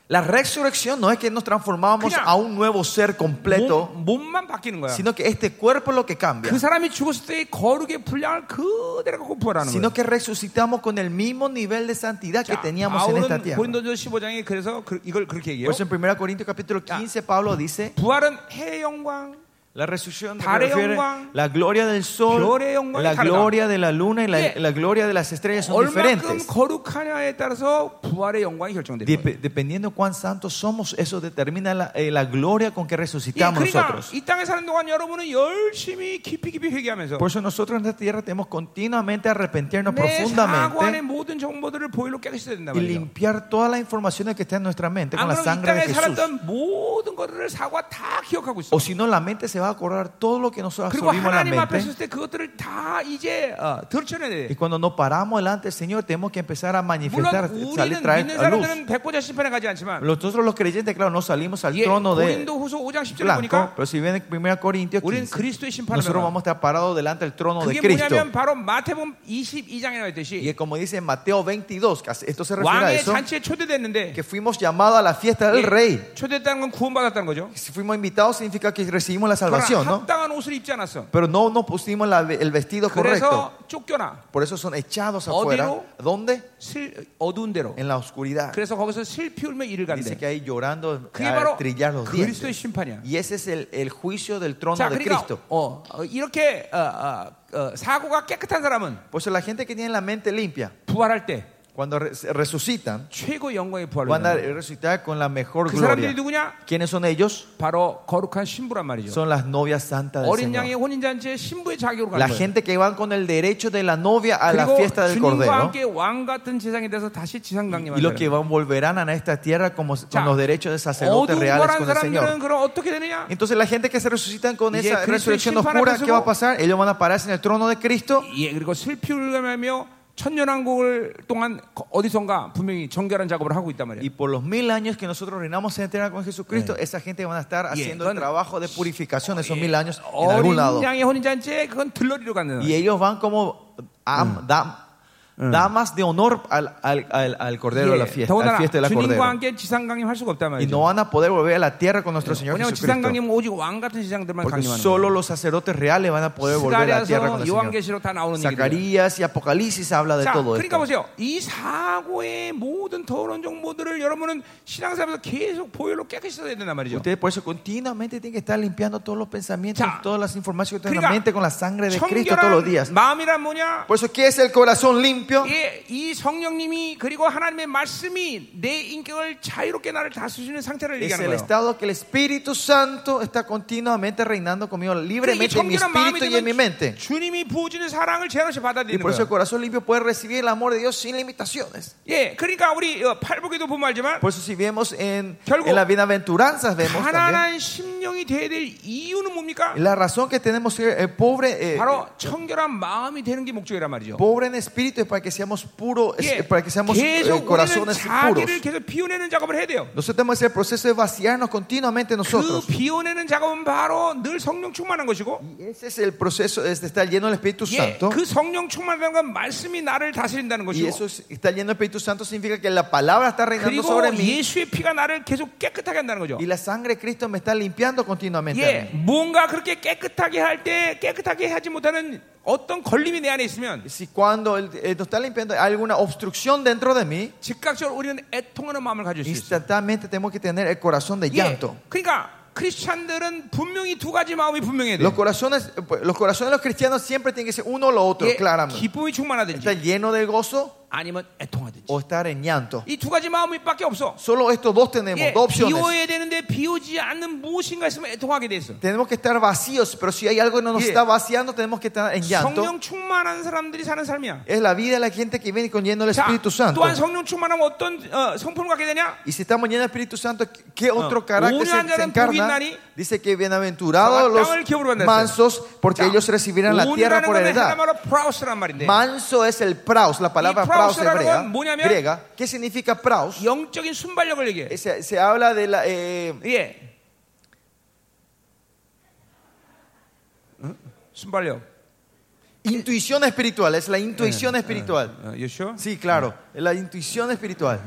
Speaker 1: La resurrección no es que nos transformamos
Speaker 2: 그냥
Speaker 1: a un nuevo ser completo.
Speaker 2: 몸, 몸만 바뀌는 거야.
Speaker 1: sino que este cuerpo es lo que cambia,
Speaker 2: 그 사람이 죽었을 때의 거룩의 분량을 그대로 갖고 부활하는 거야.
Speaker 1: sino que resucitamos con el mismo nivel de santidad que
Speaker 2: 자,
Speaker 1: teníamos en esta
Speaker 2: 바울은
Speaker 1: tierra.
Speaker 2: 고린도전서 15장에 그래서 그- 이걸 그렇게 얘기해요.
Speaker 1: Por eso en 1 Corintios capítulo 15 Pablo dice,
Speaker 2: 부활은 해의 영광,
Speaker 1: la resurrección se
Speaker 2: 달의
Speaker 1: refiere
Speaker 2: 영광,
Speaker 1: la gloria del sol,
Speaker 2: 별의 영광이
Speaker 1: la
Speaker 2: 다르다.
Speaker 1: gloria de la luna y la,
Speaker 2: 예.
Speaker 1: la gloria de las estrellas son
Speaker 2: 얼마큼
Speaker 1: diferentes.
Speaker 2: 거룩하냐에 따라서 부활의 영광이 결정되는 거예요.
Speaker 1: Dep- dependiendo cuán santos somos, eso determina la, eh, la gloria con que
Speaker 2: 예,
Speaker 1: resucitamos
Speaker 2: 그러니까
Speaker 1: nosotros.
Speaker 2: 이 땅에 사는 동안 여러분은 열심히 깊이 깊이 회개하면서
Speaker 1: Por eso nosotros en esta tierra tenemos continuamente arrepentirnos
Speaker 2: 내 사고 안의
Speaker 1: profundamente
Speaker 2: 모든 정보들을 보일로 깨끗이 해야 된다
Speaker 1: y
Speaker 2: 말이죠.
Speaker 1: limpiar todas las informaciones que están en nuestra mente
Speaker 2: 안
Speaker 1: con la
Speaker 2: 그러면 이
Speaker 1: sangre de
Speaker 2: 땅에
Speaker 1: Jesús.
Speaker 2: 살았던 모든 것들을 사고가 다 기억하고 있어.
Speaker 1: O si no, la mente se va a acordar todo lo que nosotros
Speaker 2: 그리고
Speaker 1: absorbimos en la
Speaker 2: 하나님 앞에 섰을
Speaker 1: mente.
Speaker 2: 때 그것들을 다 이제 어, 들춰내야
Speaker 1: Y
Speaker 2: 돼.
Speaker 1: cuando nos paramos delante del Señor, tenemos que empezar a
Speaker 2: 물론
Speaker 1: manifestar, salir,
Speaker 2: 우리는
Speaker 1: traer
Speaker 2: 믿는
Speaker 1: a luz.
Speaker 2: 사람들은 백보자 심판에 가지 않지만
Speaker 1: Nosotros los creyentes, claro, no salimos al
Speaker 2: 예,
Speaker 1: trono de
Speaker 2: 고린도 후서 5장 10절을
Speaker 1: blanco,
Speaker 2: 보니까
Speaker 1: pero si viene 1 Corintios
Speaker 2: 우리는
Speaker 1: 15,
Speaker 2: 그리스도의 심판을
Speaker 1: nosotros vamos
Speaker 2: 받아.
Speaker 1: a estar parados delante del trono de
Speaker 2: 그게
Speaker 1: Cristo.
Speaker 2: 뭐냐면 바로 마태복음 22장에 나와
Speaker 1: Y
Speaker 2: 있듯이
Speaker 1: es como dice en Mateo 22, que esto se refiere a
Speaker 2: 왕의
Speaker 1: eso,
Speaker 2: 잔치에 초대됐는데
Speaker 1: que fuimos llamados a la fiesta del rey.
Speaker 2: 예, 초대됐다는 건 구원받았다는 거죠.
Speaker 1: Si fuimos invitados significa que recibimos la
Speaker 2: 그러나
Speaker 1: salvación, ¿no?
Speaker 2: 합당한 옷을 입지 않았어.
Speaker 1: Pero no nos pusimos la- el vestido
Speaker 2: 그러니까.
Speaker 1: correcto.
Speaker 2: 그래서 쫓겨나
Speaker 1: Por eso son echados afuera.
Speaker 2: ¿Odiro?
Speaker 1: ¿Dónde?
Speaker 2: 실, 어두운 대로.
Speaker 1: en la oscuridad.
Speaker 2: 그래서 거기서 실피 울며 이를
Speaker 1: Dice
Speaker 2: 간대.
Speaker 1: que ahí llorando
Speaker 2: 그게
Speaker 1: a
Speaker 2: 바로
Speaker 1: trillar los
Speaker 2: 그리스도의
Speaker 1: dientes.
Speaker 2: 심판이야.
Speaker 1: Y ese es el, el juicio del trono
Speaker 2: 자,
Speaker 1: de
Speaker 2: 그러니까
Speaker 1: Cristo.
Speaker 2: 어, 어, 이렇게 어, 어, 어, 사고가 깨끗한 사람은
Speaker 1: Por eso la gente que tiene la mente limpia,
Speaker 2: 부활할 때
Speaker 1: Cuando re- resucitan,
Speaker 2: 최고 영광의 부활로
Speaker 1: van a
Speaker 2: 일어나는 거예요.
Speaker 1: resucitar con la mejor
Speaker 2: 그 사람들이
Speaker 1: gloria.
Speaker 2: 누구냐?
Speaker 1: ¿Quiénes son ellos?
Speaker 2: 바로 거룩한 신부란 말이죠.
Speaker 1: Son las novias santas del
Speaker 2: 어린 양의
Speaker 1: Señor.
Speaker 2: 혼인잔치에 신부의 자격으로 간
Speaker 1: La
Speaker 2: 거예요.
Speaker 1: gente que van con el derecho de la novia a la
Speaker 2: 그리고
Speaker 1: fiesta del
Speaker 2: 주님과
Speaker 1: Cordero
Speaker 2: 함께 왕 같은 지상에 대해서 다시 지상 강림한
Speaker 1: y los que van volverán a esta tierra como, con los derechos de sacerdotes reales
Speaker 2: 어두운거란
Speaker 1: con el
Speaker 2: 사람들은
Speaker 1: Señor.
Speaker 2: 그럼 어떻게 되느냐?
Speaker 1: Entonces la gente que se resucitan con
Speaker 2: Y el
Speaker 1: esa
Speaker 2: Cristo
Speaker 1: resurrección
Speaker 2: y el
Speaker 1: oscura,
Speaker 2: Cristo
Speaker 1: ¿qué va a pasar? Ellos van a pararse en el trono de Cristo
Speaker 2: 예, 그리고 슬피 울면하며 천년왕국을 동안 거- 어디선가 분명히 정결한 작업을 하고 있단
Speaker 1: y
Speaker 2: 말이에요.
Speaker 1: por los mil años que nosotros reinamos en eterna con Jesucristo, esa gente van a estar haciendo el
Speaker 2: con-
Speaker 1: trabajo de purificación de esos mil años en algún lado.
Speaker 2: 어린 양의 혼인잔치에 그건 들러리로 가는
Speaker 1: Y
Speaker 2: 거예요.
Speaker 1: ellos van como am- dam- damas de honor al, al- al- al Cordero de la
Speaker 2: 예,
Speaker 1: fiesta, a la
Speaker 2: 더군다나
Speaker 1: fiesta de la Cordero.
Speaker 2: 주님과 함께 지상 강림할 수가 없단
Speaker 1: Y no
Speaker 2: 말이죠.
Speaker 1: van a poder volver a la tierra con nuestro Señor
Speaker 2: 왜냐하면 지상
Speaker 1: Jesucristo.
Speaker 2: 강림은 오직 왕 같은 지상들만
Speaker 1: Porque
Speaker 2: 강림하는
Speaker 1: solo
Speaker 2: 거예요.
Speaker 1: los sacerdotes reales van a poder volver a la tierra
Speaker 2: 스가랴서
Speaker 1: con el Señor.
Speaker 2: 요한계시록 다 나오는 얘기예요.
Speaker 1: Zacarías y Apocalipsis habla de
Speaker 2: 자,
Speaker 1: todo
Speaker 2: 그러니까
Speaker 1: esto.
Speaker 2: 보세요. 이 사고의 모든 더러운 정보들을 여러분은 신앙생활에서 계속 보혈로 깨끗이 써야 된단 말이죠.
Speaker 1: Ustedes por eso continuamente tienen que estar limpiando todos los pensamientos,
Speaker 2: 자,
Speaker 1: todas las informaciones que tienen en la
Speaker 2: 그러니까
Speaker 1: mente con la sangre de Cristo todos los días.
Speaker 2: 청결한 마음이란 뭐냐?
Speaker 1: Por eso, ¿qué es el corazón limpio?
Speaker 2: 예, 이 성령님이 그리고 하나님의 말씀이 내 인격을 자유롭게 나를 다스리는 상태를
Speaker 1: Es
Speaker 2: 얘기하는
Speaker 1: el
Speaker 2: 거예요.
Speaker 1: estado que el Espíritu Santo está continuamente reinando conmigo
Speaker 2: 그러니까 이
Speaker 1: libremente en mi
Speaker 2: 청결한 마음이
Speaker 1: espíritu y en mi mente.
Speaker 2: 되면 주님이 부어주는 사랑을 제한없이
Speaker 1: Y
Speaker 2: 받아들이는
Speaker 1: por eso el
Speaker 2: 거예요.
Speaker 1: corazón limpio puede recibir el amor de Dios sin limitaciones.
Speaker 2: 예, 그러니까 우리 어, 팔복에도 보면 알지만
Speaker 1: Por eso si vemos en,
Speaker 2: 결국
Speaker 1: en las bienaventuranzas, vemos también,
Speaker 2: 가난한 심령이 돼야 될 이유는 뭡니까?
Speaker 1: la razón que tenemos que ser eh, pobre, eh,
Speaker 2: 바로 청결한 마음이 되는 게 목적이란 말이죠.
Speaker 1: pobre en espíritu es para que seamos puros,
Speaker 2: 예,
Speaker 1: para que seamos eh,
Speaker 2: 계속 우리는
Speaker 1: corazones puros.
Speaker 2: 자기를 계속 비워내는 작업을 해야 돼요.
Speaker 1: Nosotros tenemos que hacer el proceso de vaciarnos continuamente
Speaker 2: 그
Speaker 1: nosotros.
Speaker 2: 비워내는 작업은 바로 늘 성령 충만한 것이고,
Speaker 1: Y ese es el proceso de estar lleno del Espíritu
Speaker 2: 예,
Speaker 1: Santo.
Speaker 2: 그 성령 충만한 건 말씀이 나를 다스린다는
Speaker 1: Y
Speaker 2: 것이고,
Speaker 1: eso es- estar lleno del Espíritu Santo significa que la palabra está reinando sobre
Speaker 2: 그리고
Speaker 1: mí
Speaker 2: 예수의 피가 나를 계속 깨끗하게 한다는 거죠.
Speaker 1: y la sangre de Cristo me está limpiando continuamente.
Speaker 2: 예,
Speaker 1: a mí.
Speaker 2: 뭔가 그렇게 깨끗하게 할 때 깨끗하게 하지 못하는 어떤 걸림이 내 안에 있으면
Speaker 1: Si cuando el- eh, nos está limpiando hay alguna obstrucción dentro de mí,
Speaker 2: 즉각적으로 우리는 애통하는 마음을 가질 수 있어요.
Speaker 1: instantáneamente tenemos que tener el corazón de
Speaker 2: 예,
Speaker 1: llanto.
Speaker 2: 그러니까 크리스찬들은 분명히 두 가지 마음이 분명해야
Speaker 1: Los
Speaker 2: 돼요.
Speaker 1: corazones, pues, los corazones de los cristianos siempre tienen que ser uno o lo otro,
Speaker 2: 예,
Speaker 1: claramente.
Speaker 2: 기쁨이 충만하든지
Speaker 1: Estar lleno del gozo
Speaker 2: 아니면 애통하든지.
Speaker 1: o estar en llanto.
Speaker 2: 이 두 가지 마음밖에 없어.
Speaker 1: Solo estos dos tenemos,
Speaker 2: 예,
Speaker 1: dos opciones.
Speaker 2: 비워야 되는데 비우지 않는 무엇인가 있으면 애통하게 돼 있어.
Speaker 1: Tenemos que estar vacíos, pero si hay algo que no nos
Speaker 2: Yeah.
Speaker 1: está vaciando, tenemos que estar en llanto.
Speaker 2: 성령 충만한 사람들이 사는 삶이야.
Speaker 1: Es la vida de la gente que viene con lleno del
Speaker 2: 자,
Speaker 1: Espíritu Santo.
Speaker 2: 또한 성령 충만하면 어떤 어, 성품을 갖게 되냐?
Speaker 1: Y si estamos llenos del Espíritu Santo, ¿qué- ¿qué otro carácter
Speaker 2: Uno
Speaker 1: se, se
Speaker 2: andará Ah. en
Speaker 1: encarna?
Speaker 2: pugnani.
Speaker 1: Dice que
Speaker 2: Toda
Speaker 1: bienaventurados los
Speaker 2: 땅을 기업으로
Speaker 1: mansos, porque
Speaker 2: 자,
Speaker 1: ellos recibirán la tierra
Speaker 2: 온유라는
Speaker 1: por
Speaker 2: 거는
Speaker 1: heredad.
Speaker 2: 헬라말로 프라우스란 말인데
Speaker 1: Manso es el praus, la palabra
Speaker 2: Y
Speaker 1: praus
Speaker 2: praus라는
Speaker 1: hebrea,
Speaker 2: 건 뭐냐면-
Speaker 1: griega. ¿Qué significa praus? Eh,
Speaker 2: 영적인 순발력을 얘기해.
Speaker 1: Se, se habla de la. eh,
Speaker 2: 예. 응? 순발력.
Speaker 1: intuición espiritual, es la
Speaker 2: Eh,
Speaker 1: intuición espiritual.
Speaker 2: 어, you sure?
Speaker 1: Sí, claro, es la intuición espiritual.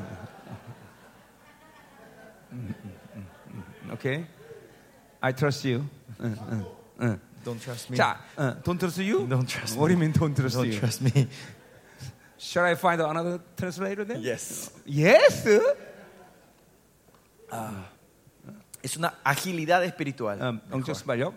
Speaker 2: Okay. I trust you.
Speaker 1: Don't trust me.
Speaker 2: 자, 어, don't trust you?
Speaker 1: Don't trust
Speaker 2: What do you mean don't trust
Speaker 1: Don't
Speaker 2: you?
Speaker 1: trust me.
Speaker 2: Shall I find another translator then?
Speaker 1: Yes.
Speaker 2: Yes?
Speaker 1: Es una agilidad espiritual.
Speaker 2: 어, 영적 순발력.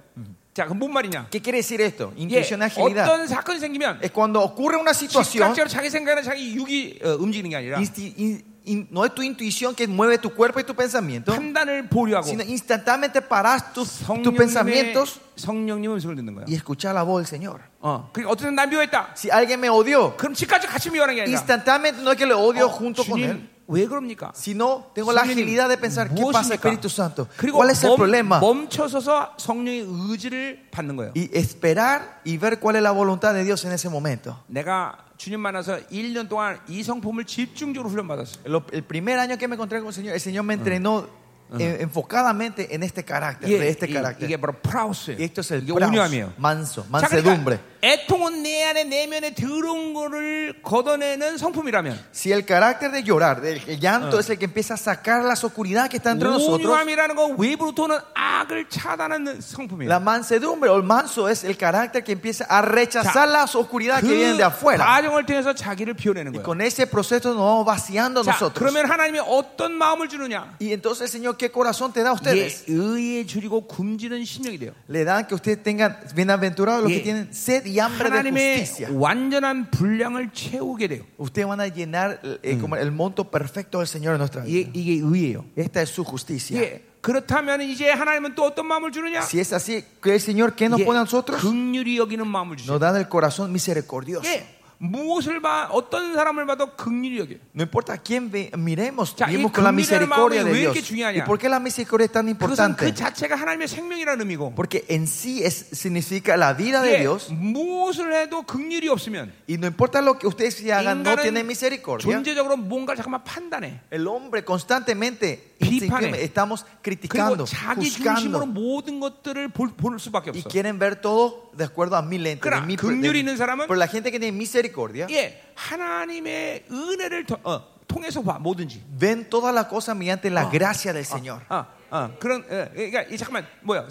Speaker 2: 자, 그럼 뭔 말이냐?
Speaker 1: ¿Qué quiere decir esto?
Speaker 2: 예,
Speaker 1: Intuición, agilidad.
Speaker 2: 어떤 사건이 생기면
Speaker 1: Es cuando ocurre una situación,
Speaker 2: 즉각적으로 자기 생각이나 자기 육이 어, 움직이는 게 아니라
Speaker 1: insti- in- in- no es tu intuición que mueve tu cuerpo y tu pensamiento,
Speaker 2: 판단을 보류하고
Speaker 1: sino instantáneamente paras tus, tus
Speaker 2: 성령님의
Speaker 1: pensamientos
Speaker 2: 성령님의 음성을 듣는 거야.
Speaker 1: y escuchas la voz del Señor.
Speaker 2: 어, 그러니까 어쨌든 난 미워했다.
Speaker 1: Si alguien me odió,
Speaker 2: 그럼 집까지 같이 미워하는 게 아니라
Speaker 1: instantáneamente no es que le odio
Speaker 2: 어,
Speaker 1: junto con
Speaker 2: 주님
Speaker 1: él,
Speaker 2: 왜 그럽니까?
Speaker 1: sino tengo la
Speaker 2: Señor,
Speaker 1: agilidad de pensar qué pasa,
Speaker 2: 무엇입니까?
Speaker 1: Espíritu Santo,
Speaker 2: 그리고
Speaker 1: cuál es el
Speaker 2: 멈-
Speaker 1: problema
Speaker 2: 멈춰서서 성령의 의지를 받는 거예요.
Speaker 1: y esperar y ver cuál es la voluntad de Dios en ese momento.
Speaker 2: 내가 주님 만나서 1년 동안 이 성품을 집중적으로 훈련받았어요.
Speaker 1: Lo- el primer año que me encontré con el Señor, el Señor me entrenó eh, enfocadamente en este carácter, de este
Speaker 2: 이-
Speaker 1: carácter.
Speaker 2: 이게 바로 프라우스예요.
Speaker 1: y esto es el
Speaker 2: 네, 이게
Speaker 1: praus,
Speaker 2: 온유함이에요.
Speaker 1: manso,
Speaker 2: 자,
Speaker 1: mansedumbre.
Speaker 2: 그러니까 애통은 내 안에 내면에 더러운 거를 걷어내는 성품이라면
Speaker 1: Si el carácter de llorar, del el llanto, es el que empieza a sacar la oscuridad que está entre nosotros,
Speaker 2: 온유함이라는 건 외부로부터는 악을 차단하는 성품이에요.
Speaker 1: la mansedumbre o el manso es el carácter que empieza a rechazar
Speaker 2: Ya.
Speaker 1: la oscuridad que viene
Speaker 2: 그
Speaker 1: de afuera.
Speaker 2: 과정을 통해서 자기를 비워내는
Speaker 1: Y
Speaker 2: 거예요.
Speaker 1: con ese proceso nos vamos vaciando
Speaker 2: 자,
Speaker 1: nosotros.
Speaker 2: 그러면 하나님이 어떤 마음을 주느냐?
Speaker 1: Y entonces, Señor, ¿qué corazón te da a
Speaker 2: 예,
Speaker 1: ustedes?
Speaker 2: 의에 줄이고 굶주는 심령이 돼요.
Speaker 1: Le dan que ustedes tengan bienaventurados los
Speaker 2: 예.
Speaker 1: que tienen sed y y hambre de
Speaker 2: 하나님의
Speaker 1: justicia.
Speaker 2: 완전한 분량을 채우게 돼요.
Speaker 1: Ustedes van a llenar eh, como el monto perfecto del Señor en nuestra vida.
Speaker 2: 이게, 이게 의예요.
Speaker 1: Esta es su justicia.
Speaker 2: 예, 그렇다면 이제 하나님은 또 어떤 마음을 주느냐?
Speaker 1: Si es así, que el Señor que nos
Speaker 2: 이게
Speaker 1: pone a nosotros
Speaker 2: 긍휼히 여기는 마음을 주셔.
Speaker 1: nos da el corazón misericordioso.
Speaker 2: 예, 무엇을 봐 어떤 사람을 봐도 긍휼히 여겨.
Speaker 1: No importa a quién ve- miremos,
Speaker 2: 자,
Speaker 1: miremos
Speaker 2: 이
Speaker 1: con la
Speaker 2: 긍휼이라는
Speaker 1: misericordia
Speaker 2: 마음이
Speaker 1: de
Speaker 2: 왜
Speaker 1: Dios.
Speaker 2: 이렇게 중요하냐?
Speaker 1: ¿Y por qué la misericordia es tan
Speaker 2: 그것은
Speaker 1: importante?
Speaker 2: 그 자체가 하나님의 생명이라는 의미고.
Speaker 1: Porque en sí es, significa la vida de
Speaker 2: 예,
Speaker 1: Dios.
Speaker 2: 무엇을 해도 긍휼이 없으면
Speaker 1: Y no importa lo que ustedes se hagan, no
Speaker 2: 인간은
Speaker 1: tienen misericordia.
Speaker 2: 존재적으로 뭔가를 잠깐만 판단해.
Speaker 1: El hombre constantemente
Speaker 2: 비판해.
Speaker 1: estamos
Speaker 2: 그리고
Speaker 1: criticando,
Speaker 2: 자기 중심으로
Speaker 1: juzgando
Speaker 2: 모든 것들을 볼, 볼 수밖에
Speaker 1: y
Speaker 2: 없어.
Speaker 1: quieren ver todo de acuerdo a mi lente. de
Speaker 2: 그러나
Speaker 1: mi-
Speaker 2: 긍휼이
Speaker 1: de-
Speaker 2: 있는 사람은
Speaker 1: pero la gente que tiene misericordia
Speaker 2: 예, 하나님의 은혜를 더- 어, 통해서 봐 뭐든지.
Speaker 1: ven todas las cosas mediante la gracia del Señor.
Speaker 2: 아, 아, 그런 예, 그러니까 이 잠깐만 뭐야?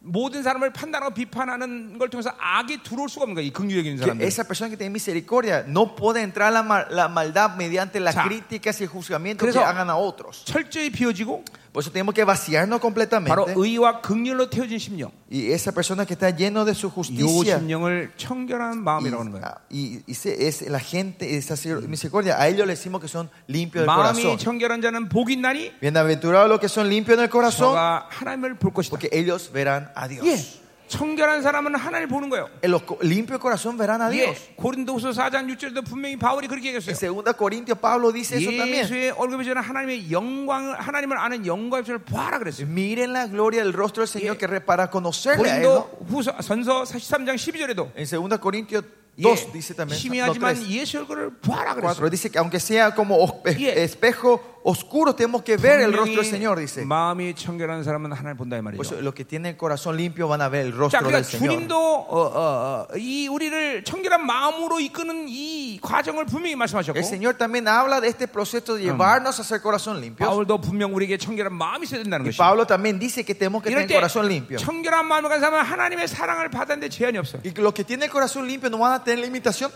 Speaker 2: 모든 사람을 판단하고 비판하는 걸 통해서 악이 들어올 수가 없는 거야. 이 긍휼적인
Speaker 1: Que
Speaker 2: 사람들.
Speaker 1: esa persona que tiene misericordia no puede entrar la, ma- la maldad mediante las
Speaker 2: 자,
Speaker 1: críticas y juzgamientos que
Speaker 2: 그래서-
Speaker 1: hagan a otros.
Speaker 2: 철저히 비워지고
Speaker 1: Por eso tenemos que vaciarnos
Speaker 2: 바로
Speaker 1: completamente.
Speaker 2: 의와 긍휼로 태워진 심령.
Speaker 1: Y esa persona que está lleno de su
Speaker 2: 요
Speaker 1: justicia
Speaker 2: 심령을 청결한 마음이라고 하는 거야.
Speaker 1: y, ah, y- y se- es la gente, esa misericordia, a ellos le decimos que son limpios del
Speaker 2: 마음이
Speaker 1: corazón.
Speaker 2: 청결한 자는 복이 있나니
Speaker 1: Bienaventurados los que son limpios en el corazón,
Speaker 2: 저가 하나님을 볼 것이다.
Speaker 1: porque ellos verán a Dios.
Speaker 2: 예. 청결한 사람은 하나님 보는 거예요.
Speaker 1: En los co- limpios de corazón verán a
Speaker 2: 예,
Speaker 1: Dios.
Speaker 2: 고린도후서 4장 6절도 분명히 바울이 그렇게 얘기했어요.
Speaker 1: En 2 Corintios Pablo dice eso también.
Speaker 2: 예수의 얼굴 비전은 하나님의 영광을 하나님을 아는 영광의 빛을 보아라 그랬어요.
Speaker 1: Miren la gloria del rostro del
Speaker 2: Yeah.
Speaker 1: Señor que re- para
Speaker 2: 네,
Speaker 1: conocerle a él. ¿no?
Speaker 2: 고린도 후서 선서 13장 12절에도
Speaker 1: En 2 Corintios 2 dice
Speaker 2: 예,
Speaker 1: también, no,
Speaker 2: 심히하지만
Speaker 1: 3,
Speaker 2: 예수 얼굴을 보아라 그랬어요.
Speaker 1: 4 dice que aunque sea como os- es-
Speaker 2: Yeah.
Speaker 1: espejo oscuro, tenemos que ver el rostro del
Speaker 2: 분명히
Speaker 1: Señor, dice.
Speaker 2: 마음이 청결한 사람은 하나님 본다 이 말이죠.
Speaker 1: Por eso, los que tienen el corazón limpio van a ver el
Speaker 2: 자,
Speaker 1: rostro
Speaker 2: 그러니까
Speaker 1: del Señor.
Speaker 2: 주님도 어, 어, 어, 이 우리를 청결한 마음으로 이끄는 이 과정을 분명히 말씀하셨고
Speaker 1: El Señor también habla de este proceso de llevarnos a ser corazón limpio.
Speaker 2: 바울도 분명 우리에게 청결한 마음이 있어야 된다는
Speaker 1: Y
Speaker 2: 것이죠.
Speaker 1: Pablo también dice que tenemos que
Speaker 2: 이럴
Speaker 1: tener
Speaker 2: 때
Speaker 1: corazón limpio.
Speaker 2: 청결한 마음을 가진 사람은 하나님의 사랑을 받았는데 제한이 없어요.
Speaker 1: Y que los que tienen el corazón limpio no van a tener limitación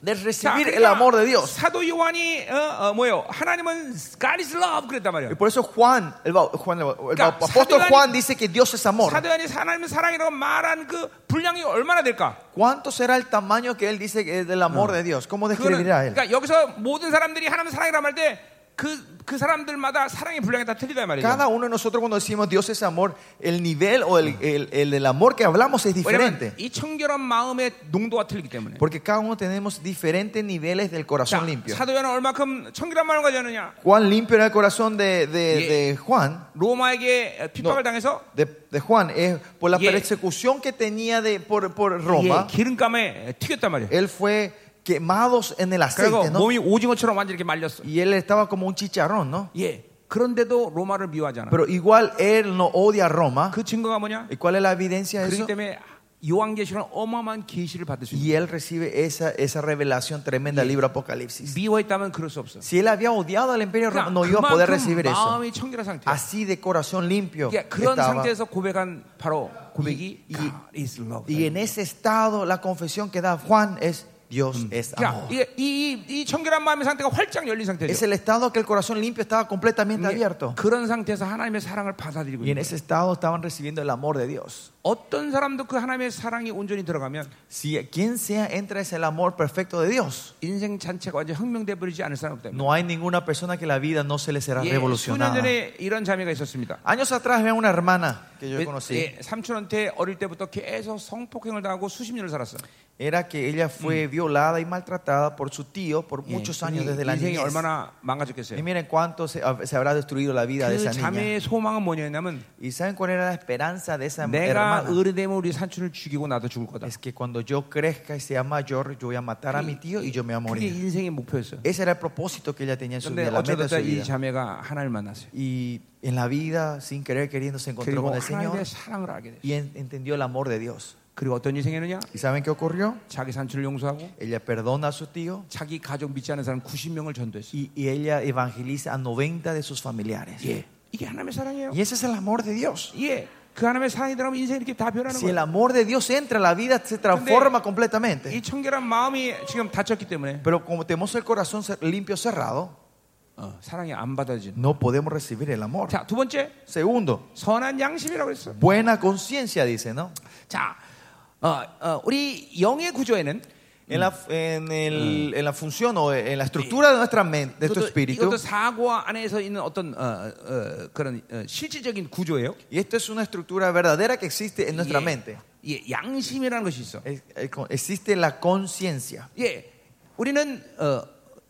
Speaker 1: de
Speaker 2: 자,
Speaker 1: recibir el
Speaker 2: 그러니까
Speaker 1: amor de Dios.
Speaker 2: 사도 요한이 어, 어, 뭐요? 하나님은 God is love 그랬단 말이에요.
Speaker 1: Y por eso Juan, el, bau- Juan, el bau- el
Speaker 2: Claro,
Speaker 1: bau- apóstol
Speaker 2: Satanás-
Speaker 1: Juan dice que Dios es amor.
Speaker 2: 사도 요한이 하나님은 사랑이라고 말한 그 분량이 얼마나 될까?
Speaker 1: ¿Cuánto será el tamaño que él dice que es del amor de Dios? ¿Cómo
Speaker 2: 그거는
Speaker 1: describirá él?
Speaker 2: 그러니까 여기서 모든 사람들이 하나님은 사랑이라고 말때그 그 사람들마다 사랑의 분량이 다 틀리다 이 말이죠.
Speaker 1: Cada uno de nosotros cuando decimos Dios es amor, el nivel o el, el, el- el amor que hablamos
Speaker 2: 왜냐면
Speaker 1: es diferente.
Speaker 2: 이 청결한 마음의 농도가 틀리기 때문에.
Speaker 1: Porque cada uno tenemos diferentes niveles del
Speaker 2: 자,
Speaker 1: corazón limpio.
Speaker 2: 사도 요한은 얼마큼 청결한 마음을 가졌느냐?
Speaker 1: Juan limpio era el corazón de, de-
Speaker 2: Yeah.
Speaker 1: de Juan.
Speaker 2: 로마에게 핍박을
Speaker 1: No.
Speaker 2: 당해서
Speaker 1: De, de Juan es por la
Speaker 2: Yeah.
Speaker 1: persecución que tenía de, por, por
Speaker 2: 예,
Speaker 1: Roma.
Speaker 2: 기름감에 튀겼단 말이에요.
Speaker 1: Él fue quemados en el
Speaker 2: 그리고
Speaker 1: aceite, ¿no?
Speaker 2: 몸이 오징어처럼 완전히 이렇게 말렸어.
Speaker 1: Y él estaba como un chicharrón, ¿no?
Speaker 2: 예. 그런데도 로마를 미워하잖아.
Speaker 1: Pero igual él no odia a Roma.
Speaker 2: 그 증거가 뭐냐?
Speaker 1: ¿Y cuál es la evidencia de
Speaker 2: 그렇기
Speaker 1: eso?
Speaker 2: 때문에 요한계시는 어마어마한 계시를 받을 수 있는.
Speaker 1: Y él recibe esa, esa revelación tremenda del libro
Speaker 2: 예.
Speaker 1: Apocalipsis.
Speaker 2: 미워했다면 그럴 수 없어.
Speaker 1: Si él había odiado al imperio romano, no iba a poder recibir
Speaker 2: 그만큼
Speaker 1: eso.
Speaker 2: 마음이 청결한 상태.
Speaker 1: Así de corazón limpio
Speaker 2: 그러니까 그런
Speaker 1: estaba.
Speaker 2: 상태에서 고백한 바로 고백이
Speaker 1: 이- 이-
Speaker 2: God is love.
Speaker 1: Y en ese estado, la confesión que da Juan es: Dios es
Speaker 2: 그러니까
Speaker 1: amor.
Speaker 2: 이게 이, 이, 이 청결한 마음의 상태가 활짝 열린
Speaker 1: Es
Speaker 2: 상태죠.
Speaker 1: el estado que el corazón limpio estaba completamente
Speaker 2: 이게
Speaker 1: abierto.
Speaker 2: 그런 상태에서 하나님의 사랑을 받아들이고
Speaker 1: Y en
Speaker 2: 있는
Speaker 1: ese estado estaban recibiendo el amor de Dios.
Speaker 2: 어떤 사람도 그 하나님의 사랑이 온전히 들어가면
Speaker 1: Si quien sea entra es el amor perfecto de Dios.
Speaker 2: 인생 자체가 완전 혁명돼 버리지 않을 사람 없다.
Speaker 1: No hay ninguna persona que la vida no se le será
Speaker 2: 예, 수년
Speaker 1: revolucionada.
Speaker 2: 전에 이런 자매가 있었습니다.
Speaker 1: Años atrás había una hermana que
Speaker 2: Eh,
Speaker 1: yo conocí.
Speaker 2: 예, 삼촌한테 어릴 때부터 계속 성폭행을 당하고 수십 년을 살았어.
Speaker 1: Era que ella fue violada y maltratada por su tío por
Speaker 2: 예,
Speaker 1: muchos años desde la
Speaker 2: 인생이
Speaker 1: niñez.
Speaker 2: 얼마나
Speaker 1: Y
Speaker 2: 망가졌겠어요.
Speaker 1: miren cuánto se, se habrá destruido la vida de
Speaker 2: 그
Speaker 1: esa niña.
Speaker 2: 자매의 소망은 뭐냐면
Speaker 1: ¿Y saben cuál era la esperanza de esa
Speaker 2: 내가
Speaker 1: hermana?
Speaker 2: 어른되면 우리 산촌을 죽이고 나도 죽을 거다.
Speaker 1: Es que cuando yo crezca y sea mayor, yo voy a matar a mi tío y yo me voy a
Speaker 2: 그게
Speaker 1: morir.
Speaker 2: 인생의 목표였어요.
Speaker 1: Ese era el propósito que ella tenía en su
Speaker 2: 그런데
Speaker 1: vida, la meta de
Speaker 2: 어쩌다
Speaker 1: su
Speaker 2: 이
Speaker 1: vida.
Speaker 2: 자매가 하나님을 만났어요.
Speaker 1: Y en la vida, sin querer queriendo, se encontró
Speaker 2: 그리고
Speaker 1: con el Señor
Speaker 2: 하나님의 사랑을 알게 돼.
Speaker 1: y en- entendió el amor de Dios.
Speaker 2: 그리고 어떤 인생이 느냐
Speaker 1: ¿Y saben qué ocurrió?
Speaker 2: 자기 산촌을 용서하고
Speaker 1: Ella perdona a su tío
Speaker 2: 자기 가족 믿지 않은 사람 90명을 전도했어요.
Speaker 1: y, y ella evangeliza a 90 de sus familiares.
Speaker 2: 예, 이게 하나님의 사랑이에요.
Speaker 1: Y ese es el amor de Dios.
Speaker 2: 예, 그 하나님의 사랑이 들어가면 인생이 이렇게 다 변하는
Speaker 1: Si el
Speaker 2: 거예요.
Speaker 1: amor de Dios entra, la vida se transforma completamente.
Speaker 2: 이 청결한 마음이 지금 닫혔기 때문에
Speaker 1: Pero como tenemos el corazón cer- limpio cerrado,
Speaker 2: 어, 사랑이 안 받아지는.
Speaker 1: no podemos recibir el amor.
Speaker 2: 자, 두 번째
Speaker 1: Segundo,
Speaker 2: 선한 양심이라고 했어.
Speaker 1: buena conciencia, dice, ¿no?
Speaker 2: 자, 어, 어, 우리 영의 구조에는
Speaker 1: En la, en, el- en la función o en la estructura de nuestra mente, de nuestro
Speaker 2: 이것도,
Speaker 1: espíritu.
Speaker 2: 이것도 사고 안에서 있는 어떤 어, 어, 그런 어, 실질적인 구조예요.
Speaker 1: Y esta es una estructura verdadera que existe en nuestra
Speaker 2: 예,
Speaker 1: mente.
Speaker 2: 예, 양심이라는 것이 있어.
Speaker 1: Es- es- Existe la conciencia.
Speaker 2: 예, 우리는 어,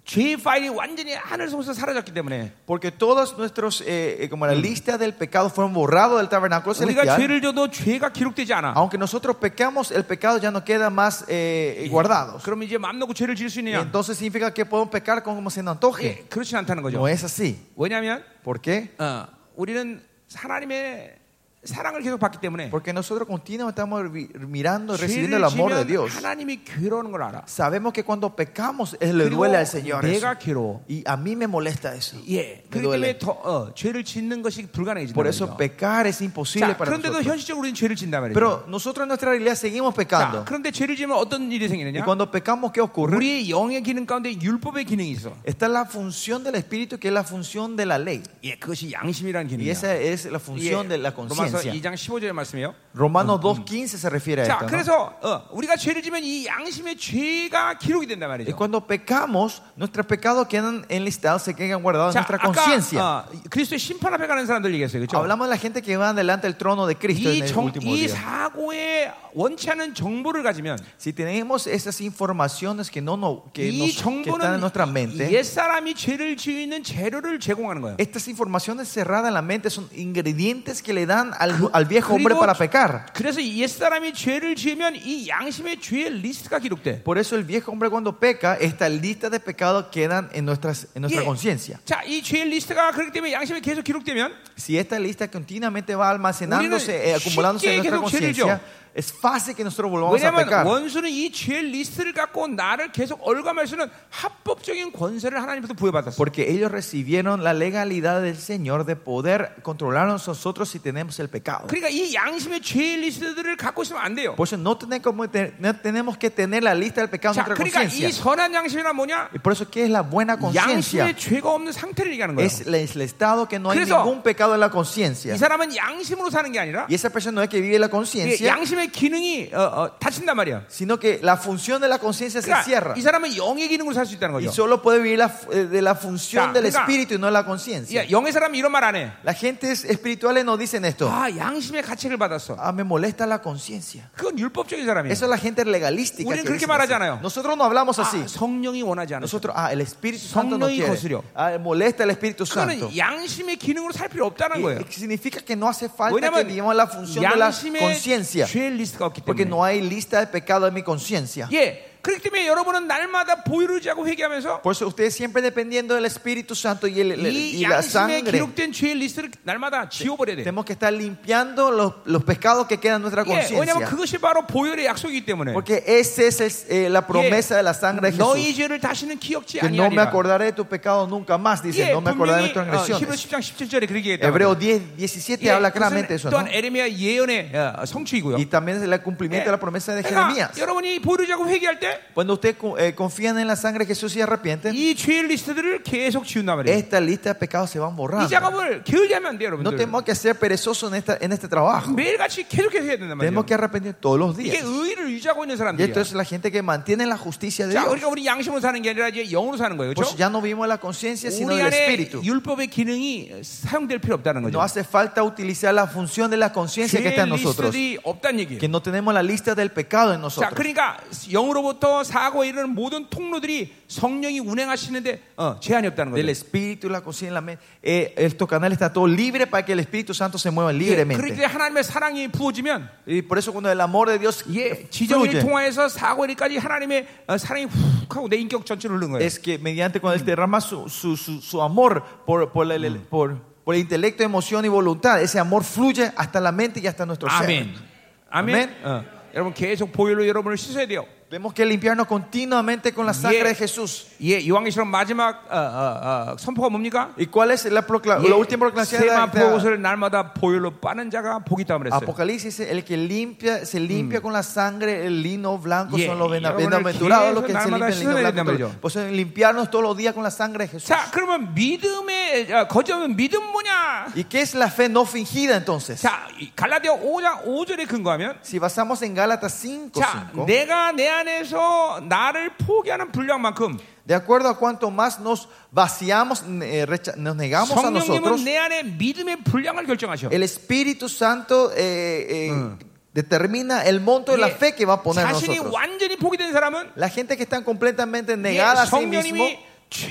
Speaker 2: 죄 파일이 완전히 하늘 속에서 사라졌기 때문에
Speaker 1: Porque todos nuestros, eh, eh, como la lista del pecado, fueron borrados del tabernáculo
Speaker 2: 우리가
Speaker 1: celestial.
Speaker 2: 죄를 져도 죄가 기록되지 않아.
Speaker 1: Aunque nosotros pecamos, el pecado ya no queda más eh, guardado.
Speaker 2: 예. 그럼 이제 맘 놓고 죄를 지을 수
Speaker 1: Y
Speaker 2: 있느냐?
Speaker 1: entonces significa que podemos pecar como se
Speaker 2: 예,
Speaker 1: nos antoje.
Speaker 2: 그렇지 않다는
Speaker 1: No
Speaker 2: 거죠.
Speaker 1: es así.
Speaker 2: 왜냐하면
Speaker 1: ¿Por qué?
Speaker 2: 어, 우리는 하나님의 사랑을 계속 받기 때문에
Speaker 1: Porque nosotros continuamente estamos vi- mirando, recibiendo el
Speaker 2: 죄를
Speaker 1: amor de
Speaker 2: 지면
Speaker 1: Dios.
Speaker 2: 하나님이 괴로워하는 걸 알아.
Speaker 1: Sabemos que cuando pecamos, Él le
Speaker 2: 그리고
Speaker 1: duele al Señor. eso.
Speaker 2: 내가 괴로워.
Speaker 1: Y a mí me molesta eso.
Speaker 2: 예,
Speaker 1: Me
Speaker 2: 그렇기 때문에
Speaker 1: duele.
Speaker 2: 더, 어, 죄를 짓는 것이 불가능해진다.
Speaker 1: Por eso pecar es imposible
Speaker 2: 자,
Speaker 1: para
Speaker 2: 그런데도
Speaker 1: nosotros.
Speaker 2: 현실적으로 우리는 죄를 진단 말이죠.
Speaker 1: Pero nosotros en nuestra realidad seguimos
Speaker 2: 자,
Speaker 1: pecando.
Speaker 2: 그런데 죄를 지면 어떤 일이
Speaker 1: Y
Speaker 2: 생기느냐?
Speaker 1: cuando pecamos, ¿qué ocurre?
Speaker 2: 우리의 영의 기능 가운데 율법의 기능이 있어.
Speaker 1: Está la función del Espíritu que es la función de la ley.
Speaker 2: 예, 그것이 양심이라는
Speaker 1: Y
Speaker 2: 기능이야. 예,
Speaker 1: esa es la función de la
Speaker 2: 로마서
Speaker 1: conciencia.
Speaker 2: 2장 15절의 말씀이에요.
Speaker 1: Romanos 2.15 se refiere a
Speaker 2: 자,
Speaker 1: esto. ¿no?
Speaker 2: 그래서 어, 우리가 죄를 지면 이 양심의 죄가 기록이 된단
Speaker 1: Y
Speaker 2: 말이죠.
Speaker 1: cuando pecamos, nuestros pecados quedan enlistados, se quedan guardados
Speaker 2: 자,
Speaker 1: en nuestra conciencia.
Speaker 2: 아까 어, 그리스도의 심판 앞에 가는 사람들 얘기했어요. 그렇죠?
Speaker 1: Hablamos de la gente que va delante del trono de Cristo en
Speaker 2: 이,
Speaker 1: el
Speaker 2: 정,
Speaker 1: último
Speaker 2: 이
Speaker 1: día.
Speaker 2: 사고에 원치 않은 정보를 가지면
Speaker 1: Si tenemos esas informaciones que, no, no- que,
Speaker 2: 이
Speaker 1: nos- que están en
Speaker 2: 정보는
Speaker 1: nuestra mente,
Speaker 2: 옛 사람이 죄를 지는 재료를 제공하는 거예요.
Speaker 1: estas informaciones cerradas en la mente son ingredientes que le dan al, al viejo hombre
Speaker 2: 그리고-
Speaker 1: para pecar.
Speaker 2: 그래서 옛 사람이 죄를 지으면 이 양심의 죄의 리스트가 기록돼.
Speaker 1: Por eso el viejo hombre cuando peca, esta lista de pecados quedan en, nuestras, en nuestra
Speaker 2: 예.
Speaker 1: conciencia.
Speaker 2: 자, 이 죄의 리스트가 그렇기 때문에 양심이 계속 기록되면
Speaker 1: Si esta lista continuamente va almacenándose,
Speaker 2: 우리는
Speaker 1: eh, acumulándose en
Speaker 2: 쉽게
Speaker 1: nuestra
Speaker 2: 계속
Speaker 1: conciencia,
Speaker 2: 죄를
Speaker 1: es fácil que nosotros volvamos a
Speaker 2: 왜냐하면
Speaker 1: pecar.
Speaker 2: 원수는 이 죄의 리스트를 갖고 나를 계속 얼감할 수는 합법적인 권세를 하나님부터 부여받았어.
Speaker 1: Porque ellos recibieron la legalidad del Señor de poder controlarnos nosotros si tenemos el pecado.
Speaker 2: 그러니까 이 양심의 죄의 리스트들을 갖고 있으면 안 돼요.
Speaker 1: Por eso no tenemos, como te- no tenemos que tener la lista del pecado en
Speaker 2: 자,
Speaker 1: nuestra
Speaker 2: 그러니까 이
Speaker 1: conciencia.
Speaker 2: 선한 양심이란 뭐냐?
Speaker 1: Y por eso, ¿qué es la buena conciencia?
Speaker 2: 양심의 죄가 없는 상태를 얘기하는 거예요.
Speaker 1: Es el, es el estado que no hay
Speaker 2: 그래서
Speaker 1: ningún pecado en la
Speaker 2: 이
Speaker 1: conciencia.
Speaker 2: 사람은 양심으로 사는 게 아니라
Speaker 1: Y esa persona no es que vive la
Speaker 2: 이게
Speaker 1: conciencia,
Speaker 2: 양심의 기능이 어, 어, 다친단 말이야.
Speaker 1: sino que la función de la conciencia se
Speaker 2: 그러니까
Speaker 1: cierra.
Speaker 2: 이 사람은 영의 기능으로 살 수 있다는
Speaker 1: Y
Speaker 2: 거죠.
Speaker 1: solo puede vivir la, eh, de la
Speaker 2: 자,
Speaker 1: función del
Speaker 2: 그러니까-
Speaker 1: espíritu y no de la conciencia.
Speaker 2: 야, 영의 사람은 이런 말 안 해.
Speaker 1: La gente es- espirituales nos dicen esto.
Speaker 2: 아, 양심의 가책을 받았어.
Speaker 1: Ah, me molesta la conciencia.
Speaker 2: 그건 율법적인 사람이에요.
Speaker 1: Eso es la gente legalística.
Speaker 2: 우리는
Speaker 1: que
Speaker 2: 그렇게
Speaker 1: dicen así.
Speaker 2: 말하잖아요.
Speaker 1: Nosotros no Ah, hablamos así.
Speaker 2: 아, 성령이 원하지 않아.
Speaker 1: Nosotros, ah, el Espíritu Santo no
Speaker 2: 성령이
Speaker 1: quiere.
Speaker 2: 거스려.
Speaker 1: Ah, molesta el Espíritu Santo.
Speaker 2: 그거는 양심의 기능으로 살 필요
Speaker 1: Y-
Speaker 2: 없다는 거예요.
Speaker 1: y significa que no hace falta que
Speaker 2: 왜냐면
Speaker 1: vivamos la función de la
Speaker 2: 양심의
Speaker 1: conciencia.
Speaker 2: 죄 리스트가 없기
Speaker 1: Porque
Speaker 2: 때문에.
Speaker 1: no hay lista de pecado en mi conciencia.
Speaker 2: 예, 그렇기 때문에 여러분은 날마다 보혈을 의지하고 회개하면서
Speaker 1: Por eso ustedes siempre dependiendo del Espíritu Santo y, el- el-
Speaker 2: 이
Speaker 1: y la
Speaker 2: 양심에
Speaker 1: sangre,
Speaker 2: 기록된 죄 리스트를 날마다 지워버려야 돼.
Speaker 1: tenemos que estar limpiando los, los pecados que quedan en nuestra
Speaker 2: 예, 왜냐하면
Speaker 1: conciencia.
Speaker 2: 그것이 바로 보혈의 약속이기 때문에.
Speaker 1: Porque esa es el- eh, la promesa de la sangre de Jesús.
Speaker 2: 너희 죄를 다시는 기억지
Speaker 1: Que no me
Speaker 2: 아니하리라.
Speaker 1: acordaré de tu pecado nunca más, dice.
Speaker 2: 예,
Speaker 1: No me acordaré de mis
Speaker 2: 분명히 어,
Speaker 1: transgresiones.
Speaker 2: 히브리 10장 17절에 그렇게 얘기했다. 예,
Speaker 1: Hebreo 10, 17 habla claramente eso, ¿no?
Speaker 2: 또한 에레미야 예언의 어, 성취이고요.
Speaker 1: Y también es el cumplimiento de la promesa de
Speaker 2: 그러니까
Speaker 1: Jeremías.
Speaker 2: 여러분이 보르자고 회개할 때 이
Speaker 1: Cuando ustedes co- eh, confían en la sangre de Jesús y
Speaker 2: 네.
Speaker 1: arrepienten,
Speaker 2: 죄의 리스트들을 계속 지운단 말이에요.
Speaker 1: esta lista de pecados se van
Speaker 2: 이
Speaker 1: borrando.
Speaker 2: 작업을 게을리하면 안 돼요,
Speaker 1: No
Speaker 2: 여러분들.
Speaker 1: tenemos que ser perezosos en, esta, en este trabajo.
Speaker 2: 매일같이 계속해서 해야 된단 말이에요.
Speaker 1: Tenemos que arrepentir todos los
Speaker 2: 이게
Speaker 1: días.
Speaker 2: 의를 유지하고 있는
Speaker 1: Y
Speaker 2: 사람들이야.
Speaker 1: esto es la gente que mantiene la justicia de
Speaker 2: 자,
Speaker 1: Dios.
Speaker 2: 우리가 우리 양심으로 사는 게 아니라 이제 영으로 사는 거예요.
Speaker 1: Pues
Speaker 2: 그렇죠?
Speaker 1: ya no vivimos la conciencia, sino
Speaker 2: 우리
Speaker 1: el
Speaker 2: 안에
Speaker 1: espíritu.
Speaker 2: 율법의 기능이 사용될 필요 없다는
Speaker 1: No
Speaker 2: 거죠.
Speaker 1: hace falta utilizar la función de la conciencia que está
Speaker 2: 죄의
Speaker 1: en nosotros.
Speaker 2: 리스트들이 없다는 얘기예요.
Speaker 1: Que no tenemos la lista del pecado en
Speaker 2: 자,
Speaker 1: nosotros.
Speaker 2: 그러니까 영으로부터 사고에 이르는 모든 통로들이 성령이 운행하시는데 어, 제한이 없다는
Speaker 1: Del
Speaker 2: 거죠.
Speaker 1: espíritu, la conciencia, la mente. Eh, estos canales está todo libre para que el Espíritu Santo se mueva libremente.
Speaker 2: 예, 그렇게 하나님의 사랑이 부어지면
Speaker 1: Y por eso cuando el amor de Dios
Speaker 2: 예, 지정을
Speaker 1: fluye,
Speaker 2: 통하여서 사고리까지 하나님의 어, 사랑이 훅 하고 내 인격 전체로 흐르는 거예요.
Speaker 1: es que mediante cuando Él derrama su, su, su, su amor por, por, el, el- por, por el intelecto, emoción y voluntad, ese amor fluye hasta la mente y hasta nuestro
Speaker 2: 아멘.
Speaker 1: ser.
Speaker 2: 아멘. 어, 여러분 계속 보혈로 여러분을 씻어야 돼요.
Speaker 1: Tenemos que limpiarnos continuamente con la sangre
Speaker 2: Yeah.
Speaker 1: de Jesús.
Speaker 2: 예, 요한계시록 마지막 어, 어, 어, 선포가 뭡니까? 예,
Speaker 1: ¿Y cuál es la,
Speaker 2: 아,
Speaker 1: procla- la última proclamación? de la-
Speaker 2: 세마 보옷을 날마다 보혈로 빠는 자가 복이 있다 그랬어요.
Speaker 1: Apocalipsis dice, el que limpia, se limpia con la sangre, el lino blanco
Speaker 2: Yeah.
Speaker 1: son los bena-
Speaker 2: Y
Speaker 1: bienaventurados, los que se
Speaker 2: 여러분을
Speaker 1: limpian el lino
Speaker 2: 계속
Speaker 1: blanco.
Speaker 2: 날마다
Speaker 1: Pues eh, limpiarnos todos los días con la sangre de Jesús.
Speaker 2: 자, 그러면 믿음의 아, 거점은 믿음 뭐냐?
Speaker 1: ¿Y qué es la fe no fingida entonces?
Speaker 2: 자, 이 갈라디아 5장 5절에 근거하면
Speaker 1: Si basamos en Gálatas 5,
Speaker 2: 자, 내가 내 안에서 나를 포기하는 분량만큼
Speaker 1: de acuerdo a cuanto más nos vaciamos, eh, recha- nos negamos a nosotros,
Speaker 2: 성령님은 내 안에 믿음의 분량을 결정하셔.
Speaker 1: el Espíritu Santo eh, eh, determina el monto de la
Speaker 2: 예,
Speaker 1: fe que va a poner en
Speaker 2: 자신이
Speaker 1: nosotros. 네,
Speaker 2: 완전히 포기된 사람은
Speaker 1: La gente que están completamente
Speaker 2: 예,
Speaker 1: negada a sí mismo,
Speaker 2: 성령님이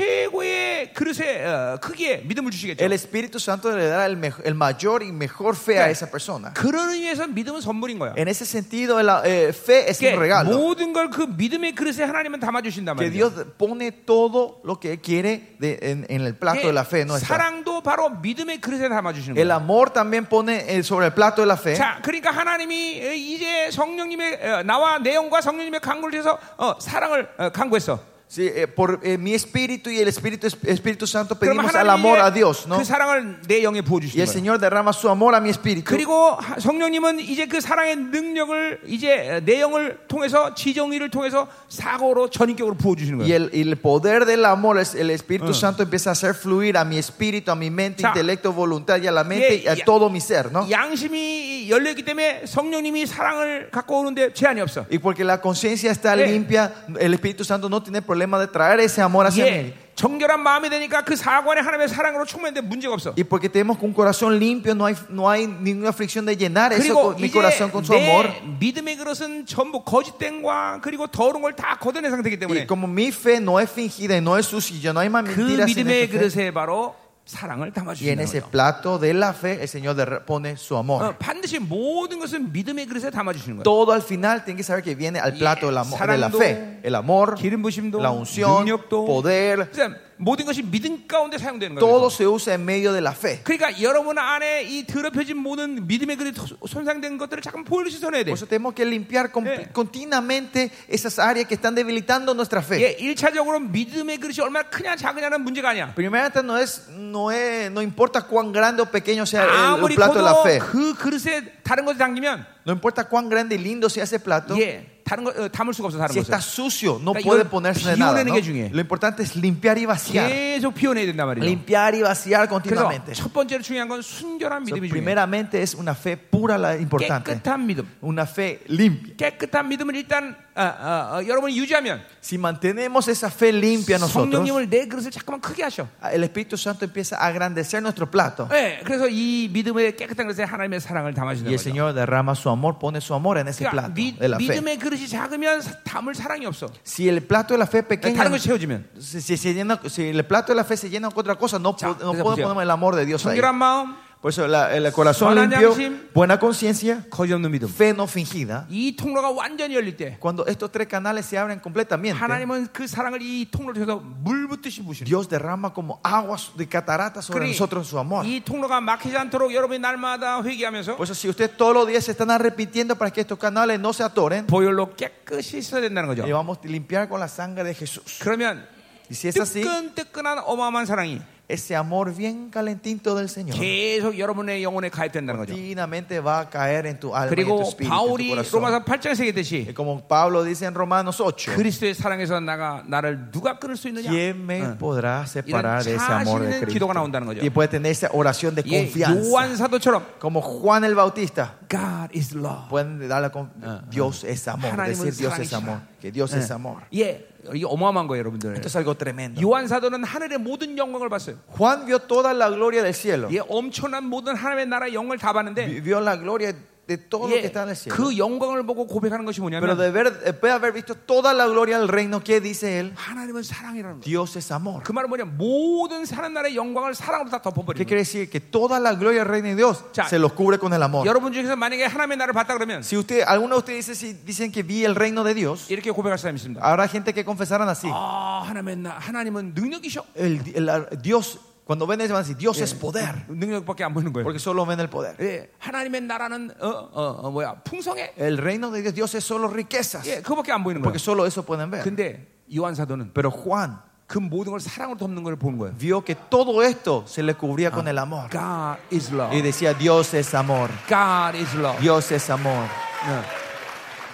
Speaker 2: 최고의 그릇의 어, 크기에 믿음을 주시겠죠.
Speaker 1: el Espíritu Santo le dará el, mej- el mayor y mejor fe a
Speaker 2: 네.
Speaker 1: esa persona.
Speaker 2: 그런 의미에서 믿음은 선물인 거야.
Speaker 1: En ese sentido, la eh, fe es un
Speaker 2: 그러니까
Speaker 1: regalo.
Speaker 2: 모든 걸 그 믿음의 그릇에 하나님은 담아주신단
Speaker 1: Que
Speaker 2: 말이야.
Speaker 1: Dios pone todo lo que Él quiere de- en, en el plato de la fe nuestra.
Speaker 2: 사랑도 바로 믿음의 그릇에 담아주시는
Speaker 1: El
Speaker 2: 거야.
Speaker 1: amor también pone eh, sobre el plato de la fe.
Speaker 2: 자, 그러니까 하나님이 어, 이제 성령님의 어, 나와 내 영과 성령님의 강구를 해서 어, 사랑을 어, 강구했어.
Speaker 1: Sí, eh, por eh, mi espíritu y el espíritu, espíritu Santo
Speaker 2: 그러면
Speaker 1: pedimos al
Speaker 2: 하나님이
Speaker 1: amor a Dios, ¿no?
Speaker 2: 그 사랑을 내 영에
Speaker 1: Y
Speaker 2: 부어주시는
Speaker 1: el
Speaker 2: 거야.
Speaker 1: Señor derrama su amor a mi espíritu.
Speaker 2: 그리고 하- 성령님은 이제 그 사랑의 능력을 이제 내 영을 통해서 지정의를 통해서 사고로 전인격으로 부어주시는
Speaker 1: Y
Speaker 2: 거예요.
Speaker 1: el, y el poder del amor, es- el Espíritu Santo empieza a hacer fluir a mi espíritu, a mi mente,
Speaker 2: 자,
Speaker 1: intelecto, voluntad y a la mente
Speaker 2: 예,
Speaker 1: y a
Speaker 2: 야-
Speaker 1: todo mi ser, ¿no?
Speaker 2: 양심이 열려있기 때문에 성령님이 사랑을 갖고 오는데 제한이 없어.
Speaker 1: Y porque la conciencia está
Speaker 2: 예.
Speaker 1: limpia, el Espíritu Santo no tiene problema de traer ese amor hacia mí.
Speaker 2: 예, 정결한 마음이 되니까 그 사관에 하나님의 사랑으로 충만했는데 문제가 없어.
Speaker 1: Y porque tenemos un corazón limpio, no hay, no hay ninguna fricción de llenar eso
Speaker 2: 그리고
Speaker 1: con, mi
Speaker 2: 이제
Speaker 1: corazón con su amor.
Speaker 2: 내 믿음의 그릇은 전부 거짓된과 그리고 더러운 걸 다 걷어낸 상태이기
Speaker 1: Y
Speaker 2: 때문에
Speaker 1: como mi fe no es fingida y no es sucia, no hay más
Speaker 2: 그
Speaker 1: mentiras. en
Speaker 2: 믿음의
Speaker 1: esta fe.
Speaker 2: 그릇에 바로 사랑을
Speaker 1: Y en
Speaker 2: 담아주시는
Speaker 1: ese
Speaker 2: 거예요. 네,
Speaker 1: plato de la fe, el Señor derra- pone su
Speaker 2: 어,
Speaker 1: amor.
Speaker 2: 반드시 모든 것은 믿음의 그릇에 담아주시는 거예요.
Speaker 1: Todo al final tiene que saber que viene al plato del amor, de la fe. El amor,
Speaker 2: 기름 부심도,
Speaker 1: la unción,
Speaker 2: 능력도,
Speaker 1: poder.
Speaker 2: 그러니까 모든 것이 믿음 가운데 사용되는 거예요.
Speaker 1: Todo se usa en medio de la fe.
Speaker 2: 그러니까 여러분 안에 이 더럽혀진 모든 믿음의 그릇 손상된 것들을 잠깐 보일러 씻어내야 돼.
Speaker 1: Por eso tenemos que limpiar con-
Speaker 2: 예.
Speaker 1: continuamente esas áreas que están debilitando nuestra
Speaker 2: 예,
Speaker 1: fe.
Speaker 2: 일차적으로 믿음의 그릇이 얼마나 크냐 작으냐는 문제가 아니야.
Speaker 1: Primeramente no es, no es, no importa cuán grande o pequeño sea el, el
Speaker 2: 아무리
Speaker 1: plato de la
Speaker 2: 커도
Speaker 1: fe.
Speaker 2: 예, 그 그릇에 다른 것이 담기면
Speaker 1: No importa cuán grande y lindo sea ese plato.
Speaker 2: 예, 다른 거 어, 담을 수가 없어 다른
Speaker 1: Si
Speaker 2: 것을.
Speaker 1: está sucio, no
Speaker 2: 그러니까
Speaker 1: puede
Speaker 2: 이걸
Speaker 1: ponerse de nada.
Speaker 2: 비워내는
Speaker 1: ¿no?
Speaker 2: 게 중요해.
Speaker 1: Lo importante es limpiar y vaciar.
Speaker 2: 계속 피워내야 된단 말이에요.
Speaker 1: Limpiar y vaciar
Speaker 2: 그래서
Speaker 1: continuamente.
Speaker 2: 첫 번째로 중요한 건 순결한
Speaker 1: So,
Speaker 2: 믿음이 중요해.
Speaker 1: primeramente es una fe pura la importante.
Speaker 2: 깨끗한 믿음.
Speaker 1: Una fe limpia.
Speaker 2: 깨끗한 믿음을 일단 어, 어, 어, 여러분이 유지하면
Speaker 1: Si mantenemos esa fe limpia nosotros, ah,
Speaker 2: 성령님을 내 그릇을 자꾸만 크게 하셔.
Speaker 1: el Espíritu Santo empieza a agrandecer nuestro plato.
Speaker 2: 네, 그래서 이 믿음의 깨끗한 그릇에 하나님의 사랑을
Speaker 1: Y
Speaker 2: 담아주는
Speaker 1: el
Speaker 2: 거죠.
Speaker 1: Señor derrama su amor, pone su amor en ese
Speaker 2: 그러니까
Speaker 1: plato
Speaker 2: 미,
Speaker 1: de la fe.
Speaker 2: 믿음의 그릇이 작으면 사- 담을 사랑이 없어.
Speaker 1: Si el plato de la fe es pequeño,
Speaker 2: 다른 걸 채워주면
Speaker 1: si, si se llena- si el plato de la fe se llena con otra cosa, no,
Speaker 2: 자,
Speaker 1: po- no
Speaker 2: 그래서
Speaker 1: podemos
Speaker 2: 보세요.
Speaker 1: poner el amor de Dios ahí.
Speaker 2: 정결한 마음,
Speaker 1: Por eso la- el corazón
Speaker 2: 선한
Speaker 1: limpio,
Speaker 2: 양심,
Speaker 1: buena conciencia,
Speaker 2: 거짓 없는 믿음.
Speaker 1: fe no fingida.
Speaker 2: 이 통로가 완전히 열릴 때
Speaker 1: Cuando estos tres canales se abren completamente,
Speaker 2: 하나님은 그 사랑을 이 통로를 통해서 물 붓듯이 부시는
Speaker 1: Dios derrama como aguas de catarata sobre
Speaker 2: 그러니 뭐.
Speaker 1: nosotros en su amor.
Speaker 2: 이 통로가 막히지 않도록 여러분이 날마다 회개하면서
Speaker 1: Por eso, si ustedes todos los días se están arrepintiendo para que estos canales no se atoren,
Speaker 2: 보혈로 깨끗이 씻어야 된다는
Speaker 1: le
Speaker 2: 거죠.
Speaker 1: vamos a limpiar con la sangre de Jesús.
Speaker 2: 그러면
Speaker 1: Y si es así,
Speaker 2: 뜨끈뜨끈한 어마어마한 사랑이
Speaker 1: ese amor bien calentito del Señor
Speaker 2: 계속 여러분의 영혼에 가입된다는 거죠.
Speaker 1: divinamente va a caer en tu alma y en tu
Speaker 2: 그리고
Speaker 1: espíritu, en tu
Speaker 2: 바울이
Speaker 1: corazón.
Speaker 2: 로마서 8장에 새기듯이
Speaker 1: Y como Pablo dice en Romanos 8,
Speaker 2: 그리스도의 사랑에서 나가 나를 누가 끊을 수 있느냐?
Speaker 1: ¿quién me
Speaker 2: 응.
Speaker 1: podrá separar de ese
Speaker 2: 이런
Speaker 1: amor de
Speaker 2: 자신 있는 기도가 나온다는
Speaker 1: Cristo?
Speaker 2: 거죠.
Speaker 1: Y puede tener esa oración de
Speaker 2: 예,
Speaker 1: confianza.
Speaker 2: 요한 사도처럼
Speaker 1: Como Juan el Bautista.
Speaker 2: God is love.
Speaker 1: Pueden darle con Dios es amor,
Speaker 2: 하나님은
Speaker 1: decir Dios es
Speaker 2: 사랑이시라.
Speaker 1: amor, que Dios es amor.
Speaker 2: 예, 이게 어마어마한 거예요, 여러분들.
Speaker 1: Ah. Esto es algo tremendo.
Speaker 2: 요한 사도는 하늘의 모든 영광을 봤어요.
Speaker 1: Juan vio toda la gloria del cielo.
Speaker 2: 예, 엄청난 모든 하나님의 나라의 영광을 다 봤는데
Speaker 1: Vi- Vio la gloria de todo lo que
Speaker 2: 예,
Speaker 1: está en el cielo.
Speaker 2: 그 영광을 보고 고백하는 것이
Speaker 1: Pero
Speaker 2: 뭐냐면
Speaker 1: de ver, después de haber visto toda la gloria del reino, ¿qué dice él?
Speaker 2: 하나님은 사랑이라는 거예요.
Speaker 1: Dios es amor.
Speaker 2: 그 말은 뭐냐? 모든 사는 나라의 영광을 사랑으로 다
Speaker 1: ¿Qué
Speaker 2: 덮어버리는 거예요.
Speaker 1: quiere decir? Que toda la gloria del reino de Dios
Speaker 2: 자,
Speaker 1: se los cubre con el amor.
Speaker 2: 여러분 중에서 만약에 하나님의 나를 봤다 그러면
Speaker 1: Si usted, algunos de ustedes dicen, si dicen que vi el reino de Dios,
Speaker 2: 이렇게 고백할 사람이 있습니다.
Speaker 1: Ah. habrá gente que confesarán así.
Speaker 2: 아, 하나님은 나, 하나님은 능력이셔.
Speaker 1: El, el- Dios Cuando ven eso van a decir, Dios es poder.
Speaker 2: 능력밖에 안 보이는 거예요.
Speaker 1: Porque solo ven el poder.
Speaker 2: 예, 하나님의 나라는 어, 어, 어, 뭐야 풍성해.
Speaker 1: El reino de Dios, Dios es solo riquezas.
Speaker 2: 예, 그거밖에 안 보이는 거예요.
Speaker 1: Porque solo eso pueden ver.
Speaker 2: 근데 요한 사도는
Speaker 1: Pero Juan
Speaker 2: 그 모든 걸 사랑으로 덮는 걸 본 거예요.
Speaker 1: vio que todo esto se le cubría con el amor.
Speaker 2: God is
Speaker 1: Y
Speaker 2: love.
Speaker 1: decía, Dios es amor.
Speaker 2: God is love.
Speaker 1: Dios es amor.
Speaker 2: 네.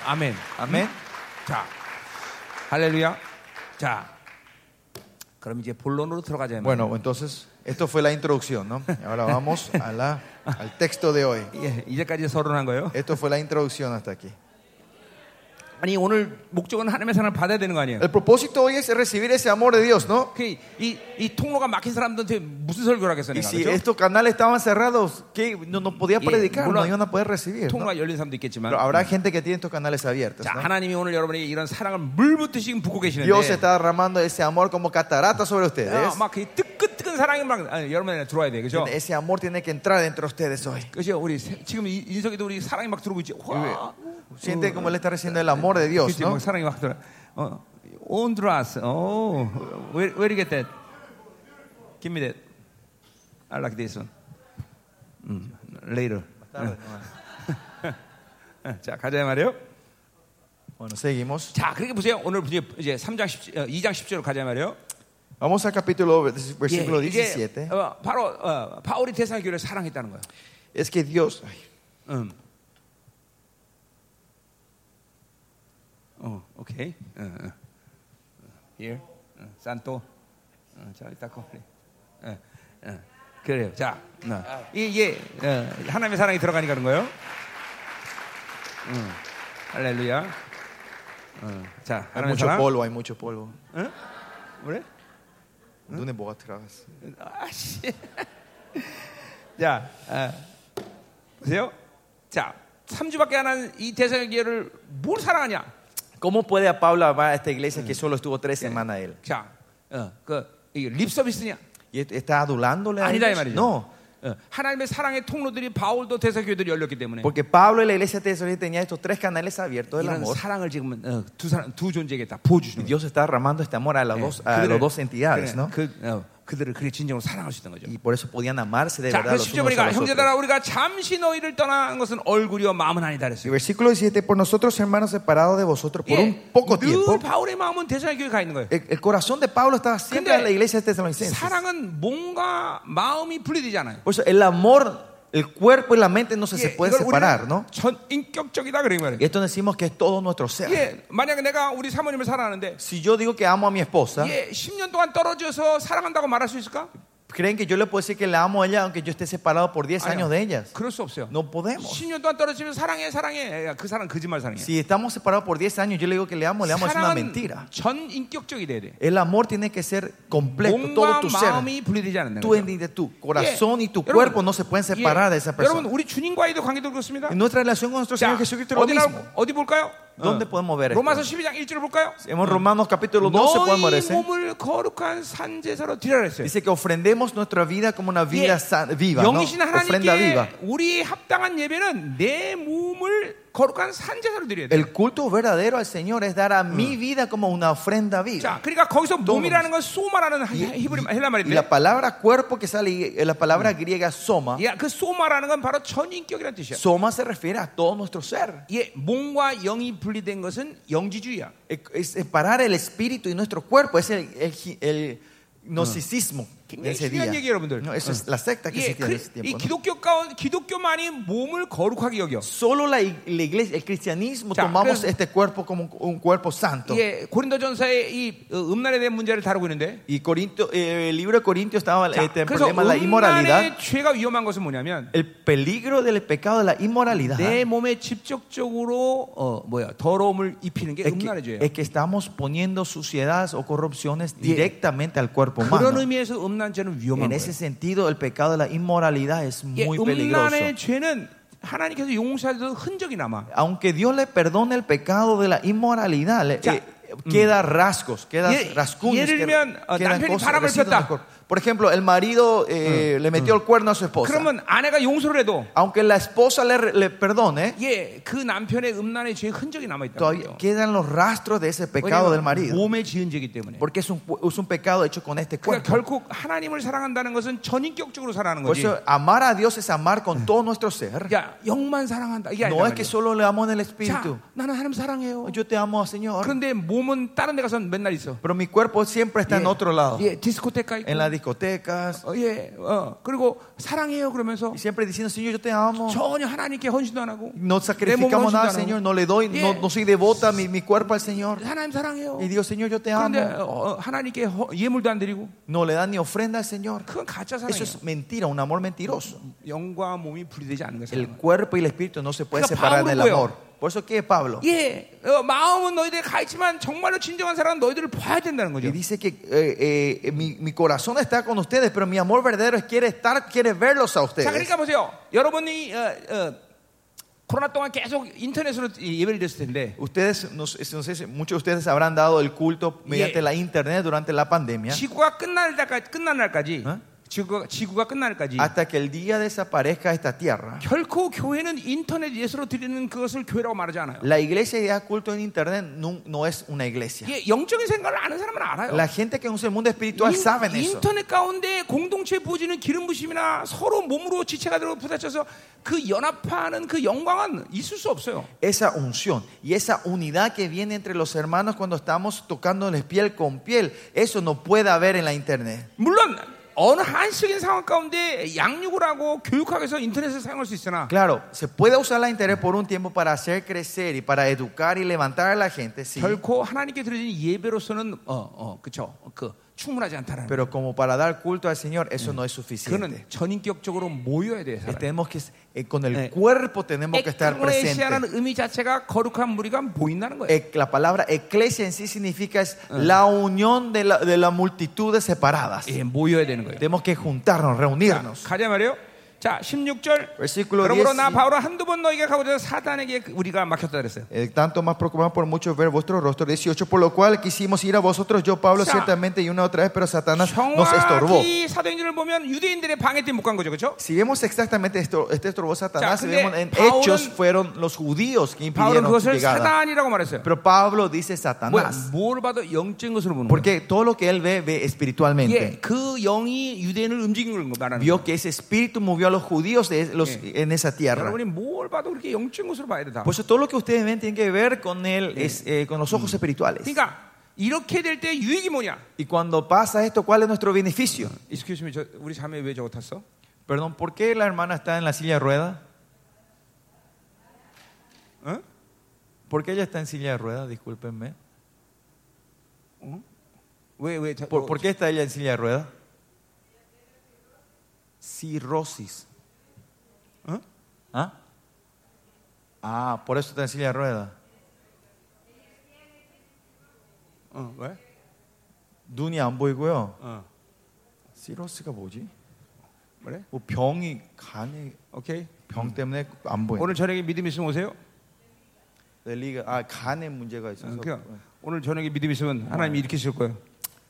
Speaker 2: 아멘. 음?
Speaker 1: Amén.
Speaker 2: 자, 할렐루야. 자, 그럼 이제 본론으로 들어가자. 뭐.
Speaker 1: Bueno, entonces, esto fue la introducción, ¿no? Ahora vamos a la- al texto de hoy.
Speaker 2: 예, 이제까지 서론한 거예요.
Speaker 1: Esto fue la introducción hasta aquí.
Speaker 2: 아니 오늘 목적은 하나님의 사랑을 받아야 되는 거 아니에요?
Speaker 1: El propósito hoy es recibir ese amor de Dios, ¿no?
Speaker 2: 어, 그 이 이 통로가 막힌 사람들한테 무슨 설교를 하겠어
Speaker 1: Y
Speaker 2: 내가
Speaker 1: si
Speaker 2: 그렇죠?
Speaker 1: estos canales estaban cerrados, ¿qué? No, no podía
Speaker 2: Yeah,
Speaker 1: predicar,
Speaker 2: bueno,
Speaker 1: no iban a poder recibir. ¿no?
Speaker 2: 통로가 열린 사람도 있겠지만
Speaker 1: Pero habrá gente que tiene estos canales abiertos.
Speaker 2: 자
Speaker 1: ¿no?
Speaker 2: 하나님이 오늘 여러분에게 이런 사랑을 물붓듯이 지금 붓고 계시는데
Speaker 1: Dios está derramando ese amor como catarata sobre ustedes.
Speaker 2: 막그 뜨끈뜨끈 사랑이 막 아니, 여러분에 들어와야 돼 그죠?
Speaker 1: Ese amor tiene que entrar dentro de ustedes hoy.
Speaker 2: 그죠? 우리 세- 지금 이- 인석이도 우리 사랑이 막 들어오고 있지. 와,
Speaker 1: Siente como él está recibiendo el amor de Dios,
Speaker 2: 그치?
Speaker 1: ¿no?
Speaker 2: 막 사랑이 막 들어. 어, 온드라스. 어, 오, where where you get that? Give me that. I like this one. 음, later. 예, 자 가자 말이요.
Speaker 1: Bueno, seguimos.
Speaker 2: 자 그렇게 보세요. 오늘 이제 이제 3장 10, 어, 2장 10절로 가자 말이요. 예,
Speaker 1: Vamos al capítulo, versículo
Speaker 2: 이게
Speaker 1: 17.
Speaker 2: 어, 바로 어, 바울이 대사 교회를 사랑했다는 거예요.
Speaker 1: Es que Dios. ay,
Speaker 2: 음. 어, 오케이. 어, 어. Here. 어, 산토. 어, 자, 이따 거리. 어, 어. 그래요. 자, 어. 이게 어, 하나님의 사랑이 들어가니까 그런 거예요. 음. 할렐루야. 어, 자,
Speaker 1: Hay
Speaker 2: 하나님의
Speaker 1: mucho
Speaker 2: 사랑.
Speaker 1: polvo, hay mucho polvo.
Speaker 2: 응? 그래?
Speaker 1: ¿Dónde vos trabajas?
Speaker 2: 아씨. 자, 아, 보세요. 자, 3주밖에 안 한 이 대사의 기회를 뭘 사랑하냐?
Speaker 1: ¿Cómo puede a Pablo amar a esta iglesia que solo estuvo tres semanas él?
Speaker 2: 자, 어, 그, 이게 립서비스냐?
Speaker 1: ¿Y est- está adulándole a
Speaker 2: 아니다, 이
Speaker 1: ellos?
Speaker 2: 말이죠.
Speaker 1: 네, No.
Speaker 2: 어, 하나님의 사랑의 통로들이 바울도 대사교회들이 열렸기 때문에
Speaker 1: Porque Pablo y la iglesia de Tesalónica tenían estos tres canales abiertos del
Speaker 2: 이런
Speaker 1: amor.
Speaker 2: 사랑을 지금 어, 두, 사람, 두 존재에게 다
Speaker 1: Y
Speaker 2: 보여주시는 거예요.
Speaker 1: 뭐. Dios está derramando este amor a las dos, a
Speaker 2: 그들을-
Speaker 1: las dos entidades, ¿no?
Speaker 2: 그래, 그, 어, 그들을 그렇게 진정으로 사랑할 수 있는 거죠.
Speaker 1: Y por eso podían amarse de
Speaker 2: 자,
Speaker 1: verdad
Speaker 2: 그
Speaker 1: los
Speaker 2: 십자
Speaker 1: unos a
Speaker 2: 보니까
Speaker 1: los otros.
Speaker 2: 형제들아 우리가 잠시 너희를 떠난 것은 얼굴이요 마음은 아니다
Speaker 1: Y
Speaker 2: 그랬어요.
Speaker 1: versículo 17, por nosotros hermanos separados de vosotros por un
Speaker 2: 예,
Speaker 1: poco tiempo,
Speaker 2: 늘 바울의 마음은 대사의 교회 가 있는 거예요.
Speaker 1: el, el corazón de Pablo estaba siempre
Speaker 2: 근데
Speaker 1: en la iglesia de Tesalonicenses.
Speaker 2: 사랑은 뭔가 마음이 분리되지 않아요.
Speaker 1: Por eso el amor, el cuerpo y la mente no se, se
Speaker 2: 예,
Speaker 1: pueden
Speaker 2: 이걸
Speaker 1: separar,
Speaker 2: 우리는
Speaker 1: ¿no?
Speaker 2: 전 인격적이다 그래 말이에요.
Speaker 1: Y esto decimos que es todo nuestro ser.
Speaker 2: 예, 만약에 내가 우리 사모님을 사랑하는데
Speaker 1: Si yo digo que amo a mi esposa,
Speaker 2: 예, 10년 동안 떨어져서 사랑한다고 말할 수 있을까?
Speaker 1: ¿creen que yo le puedo decir que la amo a ella aunque yo esté separado por 10
Speaker 2: 아니요.
Speaker 1: años de ellas?
Speaker 2: 그럴 수 없어요.
Speaker 1: No podemos.
Speaker 2: 10년 동안 떨어지면 사랑해 사랑해. 야, 그 사랑 거짓말 사랑해.
Speaker 1: Si estamos separados por 10 años, yo le digo que le amo, le amo, es una
Speaker 2: 사랑은
Speaker 1: mentira.
Speaker 2: 전 인격적이 돼야 돼.
Speaker 1: El amor tiene que ser completo, todo
Speaker 2: 몸과
Speaker 1: tu ser.
Speaker 2: 마음이 분리되지 않는다. 예.
Speaker 1: Tú, de tu corazón y tu
Speaker 2: 여러분,
Speaker 1: cuerpo no se pueden
Speaker 2: 예,
Speaker 1: separar de esa
Speaker 2: 여러분
Speaker 1: persona. 예,
Speaker 2: 우리 주님과의 관계도 그렇습니다.
Speaker 1: En nuestra relación con nuestro
Speaker 2: 자,
Speaker 1: Señor Jesucristo es lo
Speaker 2: 어디 나
Speaker 1: mismo.
Speaker 2: 어디 뭐 볼까요?
Speaker 1: ¿Dónde podemos ver esto?
Speaker 2: 로마서 12장 1절을 볼까요?
Speaker 1: En Romanos capítulo 12 podemos ver
Speaker 2: 너희
Speaker 1: ese.
Speaker 2: 몸을 거룩한 산제사로 드리라 했어요.
Speaker 1: Dice que ofrendemos nuestra vida como una vida san- viva, ¿no?
Speaker 2: 영이신
Speaker 1: ofrenda viva.
Speaker 2: 하나님께 우리 합당한 예배는 내 몸을 거룩한 산제사로 드려야 돼.
Speaker 1: El culto verdadero al Señor es dar a mi vida como una ofrenda
Speaker 2: 자,
Speaker 1: viva.
Speaker 2: 그러니까 거기서 몸이라는 건 소마라는 히브리 헬라
Speaker 1: Y la
Speaker 2: 말인데,
Speaker 1: palabra cuerpo que sale, eh, la palabra griega soma,
Speaker 2: 야, 그 소마라는 건 바로 전인격이라는 뜻이야.
Speaker 1: soma se refiere a todo nuestro ser.
Speaker 2: 예, 몸과 영이 분리된 것은 영지주의야.
Speaker 1: Eh, Es separar el espíritu y nuestro cuerpo es el, el, gi- el gnosticismo de
Speaker 2: 굉장히
Speaker 1: ese
Speaker 2: 중요한
Speaker 1: día.
Speaker 2: 얘기예요, 여러분들.
Speaker 1: No, esa es la secta
Speaker 2: 예,
Speaker 1: que existía en
Speaker 2: 그,
Speaker 1: ese
Speaker 2: 이
Speaker 1: tiempo. ¿no?
Speaker 2: 기독교가 기독교만이 몸을 거룩하게 여겨.
Speaker 1: Solo la, ig- la iglesia, el cristianismo,
Speaker 2: Ya,
Speaker 1: tomamos
Speaker 2: pero-
Speaker 1: este cuerpo como un, un cuerpo santo.
Speaker 2: 예, 고린도전서의 이 어, 음란에 대한 문제를 다루고 있는데.
Speaker 1: Y Corinto, eh, el libro de Corintio estaba
Speaker 2: 자,
Speaker 1: eh, el
Speaker 2: 그래서
Speaker 1: problema de la inmoralidad.
Speaker 2: 음란의 죄가 위험한 것은 뭐냐면
Speaker 1: El peligro del pecado de la inmoralidad
Speaker 2: 내 몸에 직접적으로 어, 뭐야 더러움을 입히는 게
Speaker 1: es
Speaker 2: 음란의
Speaker 1: que,
Speaker 2: 죄예요.
Speaker 1: es que estamos poniendo suciedades o corrupciones directamente al cuerpo
Speaker 2: 그런
Speaker 1: humano.
Speaker 2: 의미에서 음란죄는 위험한
Speaker 1: En
Speaker 2: 거예요.
Speaker 1: ese sentido, el pecado de la inmoralidad es
Speaker 2: 예,
Speaker 1: muy peligroso.
Speaker 2: 음란의 죄는 하나님께서 용서하셔도 흔적이 남아.
Speaker 1: Aunque Dios le perdone el pecado de la inmoralidad, le-
Speaker 2: 자,
Speaker 1: eh, queda rasgos, queda
Speaker 2: 예-
Speaker 1: rascuños,
Speaker 2: 예를
Speaker 1: queda-
Speaker 2: 들면, 어,
Speaker 1: quedan
Speaker 2: 남편이
Speaker 1: cosas,
Speaker 2: 바람을
Speaker 1: residuos
Speaker 2: 폈다.
Speaker 1: del cuerpo. Por ejemplo, el marido eh, le metió el cuerno a su esposa.
Speaker 2: 그러면 아내가 용서를 해도
Speaker 1: Aunque la esposa le, le perdone,
Speaker 2: 예, 그 남편의 음란의 죄의 흔적이 남아 있다.
Speaker 1: todavía quedan los rastros de ese pecado del marido.
Speaker 2: 몸에 지은 죄이기 때문에.
Speaker 1: Porque es un, es un pecado hecho con este
Speaker 2: 그러니까
Speaker 1: cuerpo.
Speaker 2: 결국 하나님을 사랑한다는 것은 전인격적으로 사랑하는
Speaker 1: Por
Speaker 2: 거지.
Speaker 1: eso, amar a Dios es amar con todo nuestro ser.
Speaker 2: 야, 영만 사랑한다. 이게 아니란
Speaker 1: No es que
Speaker 2: 말이야.
Speaker 1: solo le amo en el
Speaker 2: 자,
Speaker 1: espíritu.
Speaker 2: 나는 하나님 사랑해요.
Speaker 1: Yo te amo, Señor.
Speaker 2: 그런데 몸은 다른 데 가서 맨날 있어.
Speaker 1: Pero mi cuerpo siempre está en otro lado.
Speaker 2: 예, 디스코텍 가 있고.
Speaker 1: En las discotecas.
Speaker 2: 어, 예, 어, 그리고 사랑해요 그러면서
Speaker 1: Y siempre diciendo, Señor, yo te amo.
Speaker 2: 전혀 하나님께 헌신도 안 하고.
Speaker 1: No sacrificamos nada, Señor. No le doy, no, no soy devota mi, mi cuerpo al Señor.
Speaker 2: 하나님 사랑해요.
Speaker 1: Y digo, Señor, yo te
Speaker 2: 그런데
Speaker 1: amo.
Speaker 2: 어, 어, 하나님께 허- 예물도 안 드리고
Speaker 1: No le dan ni ofrenda al Señor.
Speaker 2: 그건 가짜
Speaker 1: Eso
Speaker 2: 사랑이에요.
Speaker 1: es mentira, un amor mentiroso.
Speaker 2: 영과 몸이 분리되지 않는 거예요.
Speaker 1: El
Speaker 2: 사랑은.
Speaker 1: cuerpo y el espíritu no se puede
Speaker 2: Pero
Speaker 1: separar
Speaker 2: Pablo
Speaker 1: del
Speaker 2: 뭐예요?
Speaker 1: amor. Por eso, ¿qué es Pablo?
Speaker 2: 예, 어, 마음은 너희들에 가 있지만 정말로 진정한 사랑은 너희들을 봐야 된다는 거죠.
Speaker 1: Y dice que eh, eh, mi, mi corazón está con ustedes, pero mi amor verdadero es quiere estar, quiere verlos a
Speaker 2: 자,
Speaker 1: ustedes.
Speaker 2: 그러니까 보세요. 여러분이 어, 어, 코로나 동안 계속 인터넷으로 이- 예배를 드렸을 텐데
Speaker 1: Ustedes, no sé no sé si muchos de ustedes habrán dado el culto mediante
Speaker 2: Yeah.
Speaker 1: la internet durante la pandemia.
Speaker 2: 지구가 끝날 날까지, 끝날 날까지
Speaker 1: 어? 아,
Speaker 2: 지구가, 지구가 끝날 날까지
Speaker 1: Hasta que el día desaparezca esta tierra.
Speaker 2: 결코 교회는 인터넷 예수로 드리는 그것을 교회라고 말하지 않아요.
Speaker 1: La iglesia que da culto en internet no, no es una iglesia.
Speaker 2: 예, 영적인 생각을 아는 사람은 알아요.
Speaker 1: La gente que usa el mundo espiritual
Speaker 2: 인-
Speaker 1: saben eso.
Speaker 2: 인터넷 가운데 공동체 부어지는 기름 부심이나 서로 몸으로 지체가 들어 부딪혀서 그 연합하는 그 영광은 있을 수 없어요.
Speaker 1: Esa unción y esa unidad que viene entre los hermanos cuando estamos tocándoles piel con piel, eso no puede haber en la internet.
Speaker 2: 물론 어느 한식인 상황 가운데 양육을 하고 교육하기 위해서 인터넷을 사용할 수 있으나
Speaker 1: Claro, se puede usar la internet por un tiempo para hacer crecer y para educar y levantar a la gente, sí.
Speaker 2: 결코 하나님께 드려진 예배로서는 어어 그쵸 그 충분하지 않다는
Speaker 1: Pero como para dar culto al Señor, eso no es suficiente.
Speaker 2: 그거는 전인격적으로 모여야 돼요.
Speaker 1: Eh, Tenemos que, eh, con el
Speaker 2: Eh.
Speaker 1: cuerpo tenemos que estar presentes.
Speaker 2: 에클레시아라는 의미 자체가 거룩한 무리가 모인다는 거예요.
Speaker 1: Eh, La palabra eclesia en sí significa es la unión de la, de las multitudes separadas.
Speaker 2: 예, 모여야 되는 거예요.
Speaker 1: Tenemos que juntarnos,
Speaker 2: 자,
Speaker 1: reunirnos.
Speaker 2: 가자 말이요. 자, 16절.
Speaker 1: Versículo
Speaker 2: 그러므로 나
Speaker 1: 10.
Speaker 2: 바울은 한두 번 너희가 가고자 사단에게 그 우리가 막혔다 그랬어요.
Speaker 1: Eh, tanto más preocupado por muchos ver vuestro rostro 18 por lo cual quisimos ir a vosotros yo Pablo
Speaker 2: Ya.
Speaker 1: ciertamente y una otra vez pero Satanás nos estorbó
Speaker 2: 정확히 사도행전을 보면 유대인들의 방해 때문에 못 간 거죠. 그렇죠?
Speaker 1: si vemos exactamente esto, este estorbó Satanás
Speaker 2: Ya,
Speaker 1: si
Speaker 2: 근데
Speaker 1: vemos en
Speaker 2: Paul은-
Speaker 1: hechos fueron los judíos que
Speaker 2: 바울은
Speaker 1: impidieron su
Speaker 2: 그것을
Speaker 1: llegada
Speaker 2: 사단이라고 말했어요.
Speaker 1: pero Pablo dice
Speaker 2: 뭐,
Speaker 1: Satanás
Speaker 2: 뭘 봐도 영적인 것으로 보는 거예요.
Speaker 1: porque todo lo que él ve ve
Speaker 2: 예,
Speaker 1: espiritualmente
Speaker 2: 그 영이 유대인을 움직이는 걸 말하는 거예요.
Speaker 1: vio que ese espíritu movió a los judíos de los,
Speaker 2: Sí.
Speaker 1: en esa tierra
Speaker 2: 여러분이 뭘 봐도 그렇게 영적인 것으로 봐야 된다.
Speaker 1: por eso todo lo que ustedes ven tiene que ver con él es, eh, con los ojos espirituales
Speaker 2: 그러니까 이렇게 될 때 유익이 뭐냐?
Speaker 1: y cuando pasa esto ¿cuál es nuestro beneficio?
Speaker 2: Excuse me, 저, 우리 자매 왜 저거 탔어?
Speaker 1: Perdón, ¿por qué la hermana está en la silla de rueda?
Speaker 2: 응?
Speaker 1: ¿Por qué ella está en silla de rueda? Discúlpenme.
Speaker 2: 왜, 뭐- 왜? 자,
Speaker 1: ¿Por, por qué está ella en silla de rueda? Cirrosis.
Speaker 2: ¿Eh?
Speaker 1: ¿Ah? Ah, por eso está en silla de rueda.
Speaker 2: 어, 왜?
Speaker 1: 눈이 안 보이고요.
Speaker 2: 어,
Speaker 1: 시러스가 뭐지?
Speaker 2: 그래?
Speaker 1: 뭐 병이 간에
Speaker 2: 오케이.
Speaker 1: 병 때문에 안 보여.
Speaker 2: 오늘 저녁에 믿음 있으면 오세요.
Speaker 1: 넬리가 아 간에 문제가 있어서.
Speaker 2: 그냥 오늘 저녁에 믿음 있으면 하나님이 일으키실 거예요.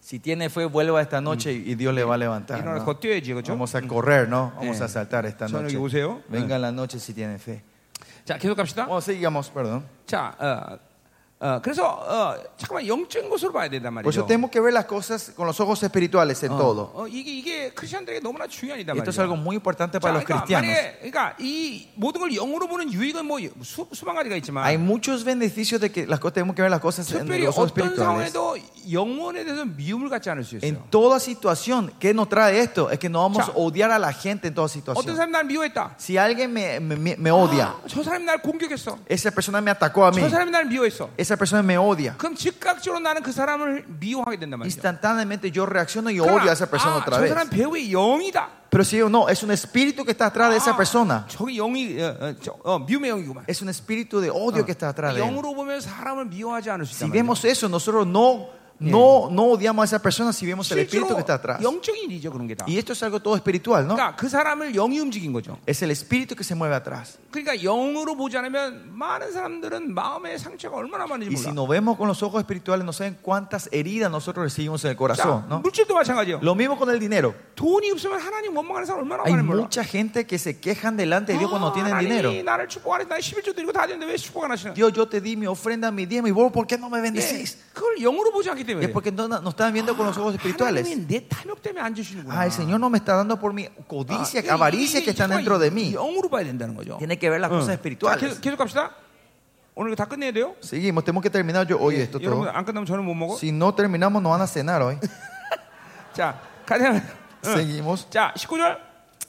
Speaker 1: Si tiene fe, vuelva esta noche y Dios le va a levantar.
Speaker 2: 일어나서
Speaker 1: ¿no?
Speaker 2: 걷뛰어야지 그렇죠?
Speaker 1: Vamos a correr, ¿no? Vamos
Speaker 2: Eh.
Speaker 1: a saltar esta
Speaker 2: Solo
Speaker 1: noche.
Speaker 2: que buceo.
Speaker 1: Venga la noche si tiene fe.
Speaker 2: 자 계속 갑시다.
Speaker 1: Bueno, sigamos, perdón.
Speaker 2: 자, 어, 어, 그래서 어, 잠깐만 영적인 것으로 봐야 된단
Speaker 1: Por eso
Speaker 2: 말이죠.
Speaker 1: tenemos Pues que ver las cosas con los ojos espirituales en todo.
Speaker 2: 어, 이게 이게 크리스천들에게 너무나 중요한 일단
Speaker 1: Esto
Speaker 2: 말이죠.
Speaker 1: es algo muy importante
Speaker 2: 자,
Speaker 1: para los cristianos.
Speaker 2: 만약에, 그러니까 이 모든 걸 영으로 보는 유익은 뭐 수, 수만 가지가
Speaker 1: Hay
Speaker 2: 있지만
Speaker 1: muchos beneficios de que las cosas tenemos que ver las cosas en
Speaker 2: 특별히
Speaker 1: los ojos
Speaker 2: 어떤
Speaker 1: espirituales.
Speaker 2: 상황에도 영혼에 대해서 미움을 갖지 않을 수
Speaker 1: En
Speaker 2: 있어요.
Speaker 1: toda situación, ¿qué nos trae esto? Es que no vamos
Speaker 2: Ya.
Speaker 1: a odiar a la gente en toda
Speaker 2: 어떤
Speaker 1: situación.
Speaker 2: 사람이 날 미워했다. 아,
Speaker 1: Si alguien me, me- me- me odia,
Speaker 2: 저 사람이 날 공격했어.
Speaker 1: esa persona me atacó a mí,
Speaker 2: 저 사람이 날 미워했어.
Speaker 1: esa persona me odia.
Speaker 2: 그럼 즉각적으로 나는 그 사람을 미워하게 된단 말이죠.
Speaker 1: Instantáneamente yo reacciono y
Speaker 2: 그러나,
Speaker 1: odio a esa persona
Speaker 2: 아,
Speaker 1: otra
Speaker 2: 저
Speaker 1: vez.
Speaker 2: 사람 배우의 영이다.
Speaker 1: Pero si yo no, es un espíritu que está atrás de esa
Speaker 2: 아,
Speaker 1: persona.
Speaker 2: 저기 영이 어, 어, 저, 어, 미움의 영이구만.
Speaker 1: Es un espíritu de odio que está atrás de él.
Speaker 2: 영으로 보면 사람을 미워하지 않을 수
Speaker 1: Si
Speaker 2: 있다.
Speaker 1: vemos eso, nosotros no No, no odiamos a esa persona si vemos el espíritu
Speaker 2: 실제로
Speaker 1: que está atrás.
Speaker 2: 영적인 일이죠 어? 그런 게 다.
Speaker 1: Y esto es algo todo espiritual, ¿no?
Speaker 2: 그러니까 그 사람을 영이 움직인 거죠.
Speaker 1: Es el espíritu que se mueve atrás.
Speaker 2: 그러니까 영으로 보지 않으면 많은 사람들은 마음의 상처가 얼마나
Speaker 1: Y
Speaker 2: 많은지
Speaker 1: si
Speaker 2: 몰라.
Speaker 1: nos vemos con los ojos espirituales, no saben cuántas heridas nosotros recibimos en el
Speaker 2: 자,
Speaker 1: corazón, ¿no?
Speaker 2: 물질도 마찬가지예요.
Speaker 1: Lo mismo con el dinero.
Speaker 2: 돈이 없으면 하나님 원망하는 사람 얼마나
Speaker 1: Hay
Speaker 2: 많이 몰라.
Speaker 1: mucha gente que se quejan delante de Dios cuando
Speaker 2: 아,
Speaker 1: tienen dinero.
Speaker 2: 하나님이 나를 축복하네. 나 11조 드리고 다 되는데 왜 축복 안 하시나?
Speaker 1: Dios, yo te di mi ofrenda, mi diezmo, y vos, ¿por qué no me
Speaker 2: 예,
Speaker 1: bendecís?
Speaker 2: 그걸 영으로 보지 않기
Speaker 1: Es
Speaker 2: 때문에.
Speaker 1: porque no, no están viendo con los ojos espirituales.
Speaker 2: 하나님이 내 탐욕 때문에 안 주시는구나.
Speaker 1: Ah, el Señor no me está dando por mi codicia,
Speaker 2: 아, 이게-
Speaker 1: avaricia
Speaker 2: 이게
Speaker 1: que están
Speaker 2: 정말
Speaker 1: dentro de mí.
Speaker 2: 영으로 봐야 된다는 거죠.
Speaker 1: Tiene que ver las cosas
Speaker 2: 자, 계속,
Speaker 1: espirituales.
Speaker 2: 계속 갑시다. 오늘 이거 다 끝내야 돼요.
Speaker 1: Seguimos, tenemos que terminar
Speaker 2: 어,
Speaker 1: yo hoy esto
Speaker 2: 여러분
Speaker 1: todo.
Speaker 2: 안 끝나면 저는 못 먹어.
Speaker 1: Si no terminamos, nos van a cenar hoy.
Speaker 2: 자, 가자.
Speaker 1: Ah.
Speaker 2: 응.
Speaker 1: Seguimos.
Speaker 2: 자, 19절.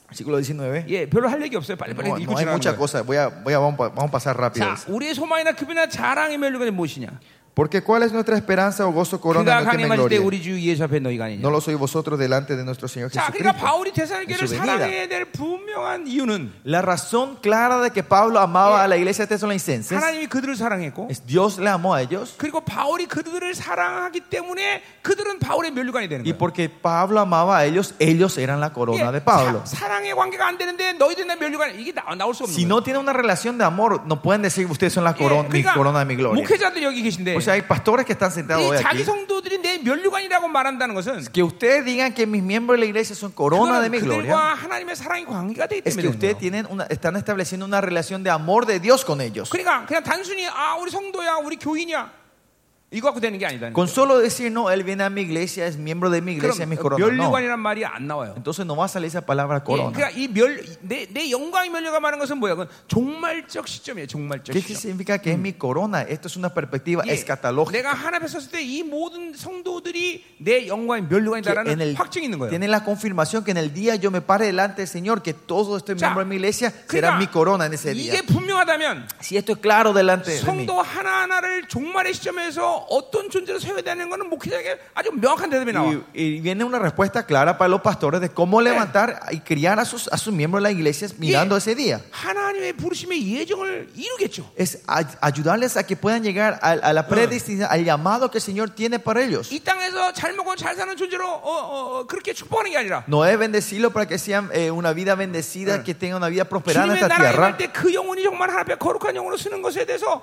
Speaker 1: Versículo 19.
Speaker 2: 예, 별로 할 얘기 없어요. 빨리빨리
Speaker 1: No,
Speaker 2: 읽고
Speaker 1: no hay
Speaker 2: 지나가는
Speaker 1: muchas
Speaker 2: 거예요.
Speaker 1: cosas. Voy a, voy a, vamos, a- vamos a pasar rápido.
Speaker 2: 자, 우리의 소망이나 급이나 자랑의 멸류관이 무엇이냐?
Speaker 1: Porque ¿cuál es nuestra esperanza o gozo corona
Speaker 2: 그가
Speaker 1: en lo que me
Speaker 2: 강림하실 때
Speaker 1: glorie?
Speaker 2: 우리 주 예수 앞에 너희가 아니냐?
Speaker 1: No lo sois vosotros delante de nuestro Señor
Speaker 2: 자, 그러니까
Speaker 1: Jesucristo.
Speaker 2: 바울이 대사님께를
Speaker 1: 예수 venida.
Speaker 2: 사랑해야 될 분명한 이유는
Speaker 1: La razón clara de que Pablo amaba a la iglesia de Tesalonicenses
Speaker 2: 하나님이 그들을 사랑했고
Speaker 1: es Dios le amó a ellos.
Speaker 2: 그리고 바울이 그들을 사랑하기 때문에 그들은 바울의 멸류관이 되는
Speaker 1: Y
Speaker 2: 거예요.
Speaker 1: porque Pablo amaba a ellos, ellos eran la corona de Pablo.
Speaker 2: 사, 사랑의 관계가 안 되는데 너희들은 내 멸류관 이게 나, 나올 수 없는
Speaker 1: Si no tienen una relación de amor, no pueden decir ustedes son la
Speaker 2: 거예요. 그러니까
Speaker 1: corona, mi corona de mi gloria.
Speaker 2: 목회자들 여기 계신데
Speaker 1: O sea, hay pastores que están sentados hoy
Speaker 2: 이
Speaker 1: aquí.
Speaker 2: 자기 성도들이 내 멸류관이라고 말한다는 것은
Speaker 1: Que ustedes digan que mis miembros de la iglesia son corona de
Speaker 2: 그거는
Speaker 1: mi gloria.
Speaker 2: 그들과 하나님의 사랑의 관계가 되기 때문에
Speaker 1: Es que
Speaker 2: 되는
Speaker 1: ustedes
Speaker 2: 거예요.
Speaker 1: tienen una, están estableciendo una relación de amor de Dios con ellos.
Speaker 2: 그러니까 그냥 단순히 아 우리 성도야 우리 교인이야 이거 갖고 되는 게 아니다.
Speaker 1: Con solo decir no, él viene a mi iglesia, es miembro de mi iglesia, es mi
Speaker 2: 그럼
Speaker 1: corona. No.
Speaker 2: 멸류관이란 말이 안 나와요.
Speaker 1: Entonces no va a salir esa palabra
Speaker 2: 예,
Speaker 1: corona.
Speaker 2: 그러니까 이멸내내 영광의 멸류가 말하는 것은 뭐야? 그건 종말적 시점이에요. 종말적
Speaker 1: ¿Qué
Speaker 2: 시점.
Speaker 1: significa que es mi corona? Esto es una perspectiva
Speaker 2: 예,
Speaker 1: escatológica.
Speaker 2: 내가 하나 앞에 섰을 때 이 모든 성도들이 내 영광의
Speaker 1: que en
Speaker 2: 멸류관이다라는
Speaker 1: el-
Speaker 2: 확증이 있는 거예요.
Speaker 1: tiene la confirmación que en el día yo me pare delante del Señor, que todo este
Speaker 2: 자,
Speaker 1: miembro de mi iglesia será
Speaker 2: 그러니까
Speaker 1: mi corona en ese
Speaker 2: 이게
Speaker 1: día.
Speaker 2: 분명하다면
Speaker 1: Si esto es claro delante de mí,
Speaker 2: 성도 하나하나를 종말의 시점에서 어떤 존재로 세워야 되는 것은 목회자에게 아주 명확한 대답이 나와.
Speaker 1: y, y viene una respuesta clara para los pastores de cómo levantar y criar a sus, a sus miembros de la iglesia mirando ese día.
Speaker 2: 하나님의 부르심의 예정을 이루겠죠.
Speaker 1: Es ay- ayudarles a que puedan llegar a, a la predestina, al llamado que el Señor tiene para ellos.
Speaker 2: 이 땅에서 잘 먹고 잘 사는 존재로 어, 어, 어, 그렇게 축복하는 게 아니라
Speaker 1: No es bendecirlo para que sean eh, una vida bendecida, que tengan una vida prosperada en
Speaker 2: 주님의
Speaker 1: esta
Speaker 2: 나라에 갈
Speaker 1: tierra,
Speaker 2: 때 그 영혼이 정말 하나님 앞에 거룩한 영혼으로 쓰는 것에 대해서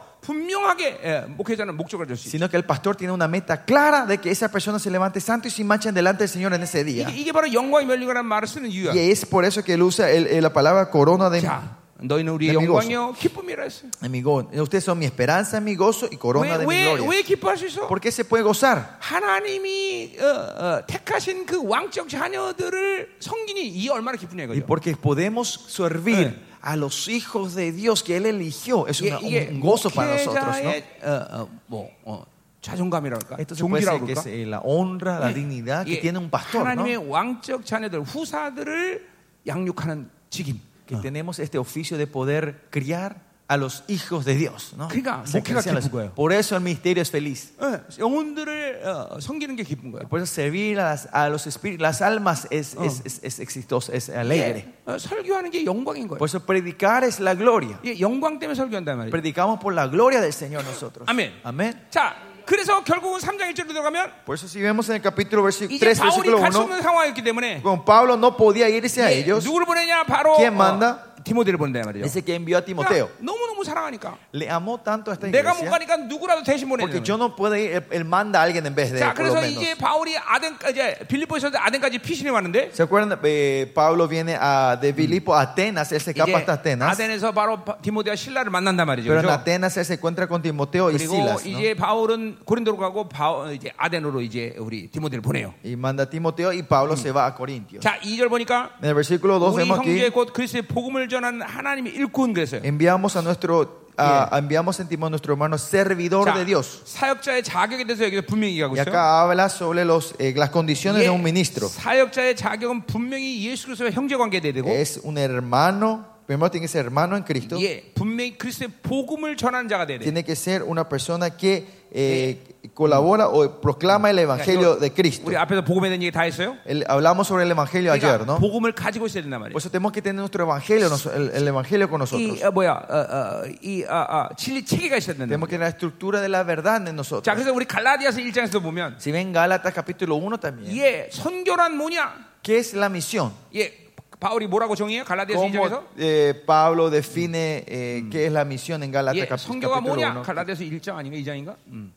Speaker 2: 분명하게 예, 목회자는 목적을 줄 수 있죠.
Speaker 1: sino que el pastor tiene una meta clara de que esa persona se levante santo y sin mancha delante del Señor en ese día.
Speaker 2: 이게, 이게 바로 영광의 멸류관이라는 말을 쓰는 이유야.
Speaker 1: Y es por eso que él usa el- el- la palabra corona de,
Speaker 2: 자, 너희는 우리의
Speaker 1: 내 미워서.
Speaker 2: 영광이요 기쁨이라 했어요.
Speaker 1: de mi gozo. Ustedes son mi esperanza, mi gozo y corona de mi
Speaker 2: 왜왜
Speaker 1: gloria.
Speaker 2: 왜 기뻐할 수 있어?
Speaker 1: ¿Por qué se puede gozar?
Speaker 2: 하나님이 어, 어, 택하신 그 왕적 자녀들을 성기니 이 얼마나 기쁘냐
Speaker 1: Y
Speaker 2: 이거죠.
Speaker 1: porque podemos servir a los hijos de Dios que él eligió. Es una- un, un gozo para nosotros. ¿no?
Speaker 2: 목회자의 어, 어, 뭐 어, 자존감이랄까,
Speaker 1: Esto se puede
Speaker 2: 종기라고
Speaker 1: decir que es
Speaker 2: 그럴까.
Speaker 1: eh, la honra, la dignidad que
Speaker 2: 이게
Speaker 1: tiene un 그뭐 pastor. ¿no?
Speaker 2: 예, 하나님의 왕적 자녀들 후사들을 양육하는 직임.
Speaker 1: Que tenemos este oficio de poder criar a los hijos de Dios. ¿no?
Speaker 2: 그러니까
Speaker 1: Ser
Speaker 2: 목회가
Speaker 1: cristianos.
Speaker 2: 기쁜 거예요.
Speaker 1: Por eso el ministerio es feliz.
Speaker 2: 예, 영혼들을 어, 섬기는 게 기쁜 거예요.
Speaker 1: Por eso servir a las, a los espíritus, las almas es, es, es, es exitoso, es alegre.
Speaker 2: 예, 어, 설교하는 게 영광인 거예요.
Speaker 1: Por eso predicar es la gloria.
Speaker 2: 예, 영광 때문에 설교한단 말이에요.
Speaker 1: Predicamos por la gloria del Señor nosotros.
Speaker 2: Amén.
Speaker 1: Amén.
Speaker 2: 자, 그래서 결국은 3장 1절로 들어가면
Speaker 1: Por eso si vemos en el capítulo versi-
Speaker 2: 이제
Speaker 1: 3,
Speaker 2: 바울이
Speaker 1: versículo
Speaker 2: 갈 수
Speaker 1: 1,
Speaker 2: 없는 상황이었기 때문에
Speaker 1: con Pablo no podía irse a
Speaker 2: 예,
Speaker 1: ellos.
Speaker 2: 누구를 보내냐? 바로
Speaker 1: ¿Quién manda?
Speaker 2: 어, 디모데를 보낸단 말이죠.
Speaker 1: Ese que envió a Timoteo.
Speaker 2: 그러니까 너무너무 사랑하니까
Speaker 1: Le amó tanto a esta
Speaker 2: 내가 못
Speaker 1: iglesia
Speaker 2: 가니까 누구라도 대신
Speaker 1: porque
Speaker 2: 보내는
Speaker 1: yo no puedo ir, él, él manda a alguien en vez de él,
Speaker 2: 자,
Speaker 1: por lo
Speaker 2: 그래서
Speaker 1: menos.
Speaker 2: 이제 바울이 아덴 이제 빌립보에서 아덴까지 피신해 왔는데
Speaker 1: ¿Se acuerdan? Eh, Pablo viene a, de Filipo a Atenas, él se escapa
Speaker 2: 이제
Speaker 1: hasta Atenas,
Speaker 2: 아덴에서 바로 바- 디모데와 신라를 만난단 말이죠.
Speaker 1: pero en
Speaker 2: 그죠?
Speaker 1: Atenas él se encuentra con Timoteo y
Speaker 2: 그리고
Speaker 1: Silas. ¿no?
Speaker 2: 이제 바울은 고린도로 가고 바, 이제 아덴으로 이제 우리 디모데를 보내요.
Speaker 1: Y manda a Timoteo y Pablo se va a Corintio.
Speaker 2: 자, 2절 보니까
Speaker 1: En el versículo 2
Speaker 2: 우리
Speaker 1: vemos aquí.
Speaker 2: 형제 곧 그리스도의 복음을 전한 하나님의 일꾼 그랬어요.
Speaker 1: enviamos a nuestro a- a- enviamos en Timón nuestro hermano servidor
Speaker 2: 자,
Speaker 1: de Dios
Speaker 2: 사역자의 자격에 대해서 여기서 분명히 얘기하고
Speaker 1: y
Speaker 2: 있어요.
Speaker 1: acá habla sobre los, eh, las condiciones
Speaker 2: 예,
Speaker 1: de un ministro
Speaker 2: 사역자의 자격은 분명히 예수 그리스도와 형제 관계에 대야 되고
Speaker 1: es un hermano primero tiene que ser hermano en Cristo,
Speaker 2: 예, 분명히 그리스도의 복음을 전하는 자가 돼야 돼.
Speaker 1: tiene que ser una persona que eh, mm. colabora o proclama el evangelio de Cristo.
Speaker 2: 우리 앞에서 복음에 대한 얘기 다 했어요.
Speaker 1: El- hablamos sobre el evangelio ayer,
Speaker 2: 그러니까
Speaker 1: ¿no?
Speaker 2: 복음을 가지고 있어야 된단 말이에요.
Speaker 1: Por eso tenemos que tener nuestro evangelio, nos- el, el evangelio con nosotros.
Speaker 2: 이 어, 뭐야 어, 어, 이 아, 아, 진리 체계가 있어야 된다.
Speaker 1: Tenemos que tener la estructura de la verdad
Speaker 2: 자,
Speaker 1: en nosotros.
Speaker 2: 그래서 우리 갈라디아서 1장에서 보면
Speaker 1: Si ven Gálatas capítulo 1 también,
Speaker 2: 예, 선교란 뭐냐?
Speaker 1: ¿qué es la misión?
Speaker 2: 예, 바울이 뭐라고 정의해요? 갈라디아서
Speaker 1: ¿Cómo
Speaker 2: 1장에서?
Speaker 1: eh, Pablo define eh, qué es la misión en Gálatas
Speaker 2: 예,
Speaker 1: cap-
Speaker 2: 선교가
Speaker 1: capítulo
Speaker 2: 뭐냐?
Speaker 1: 1?
Speaker 2: 갈라디아서 1장 아닌가 2장인가? 음.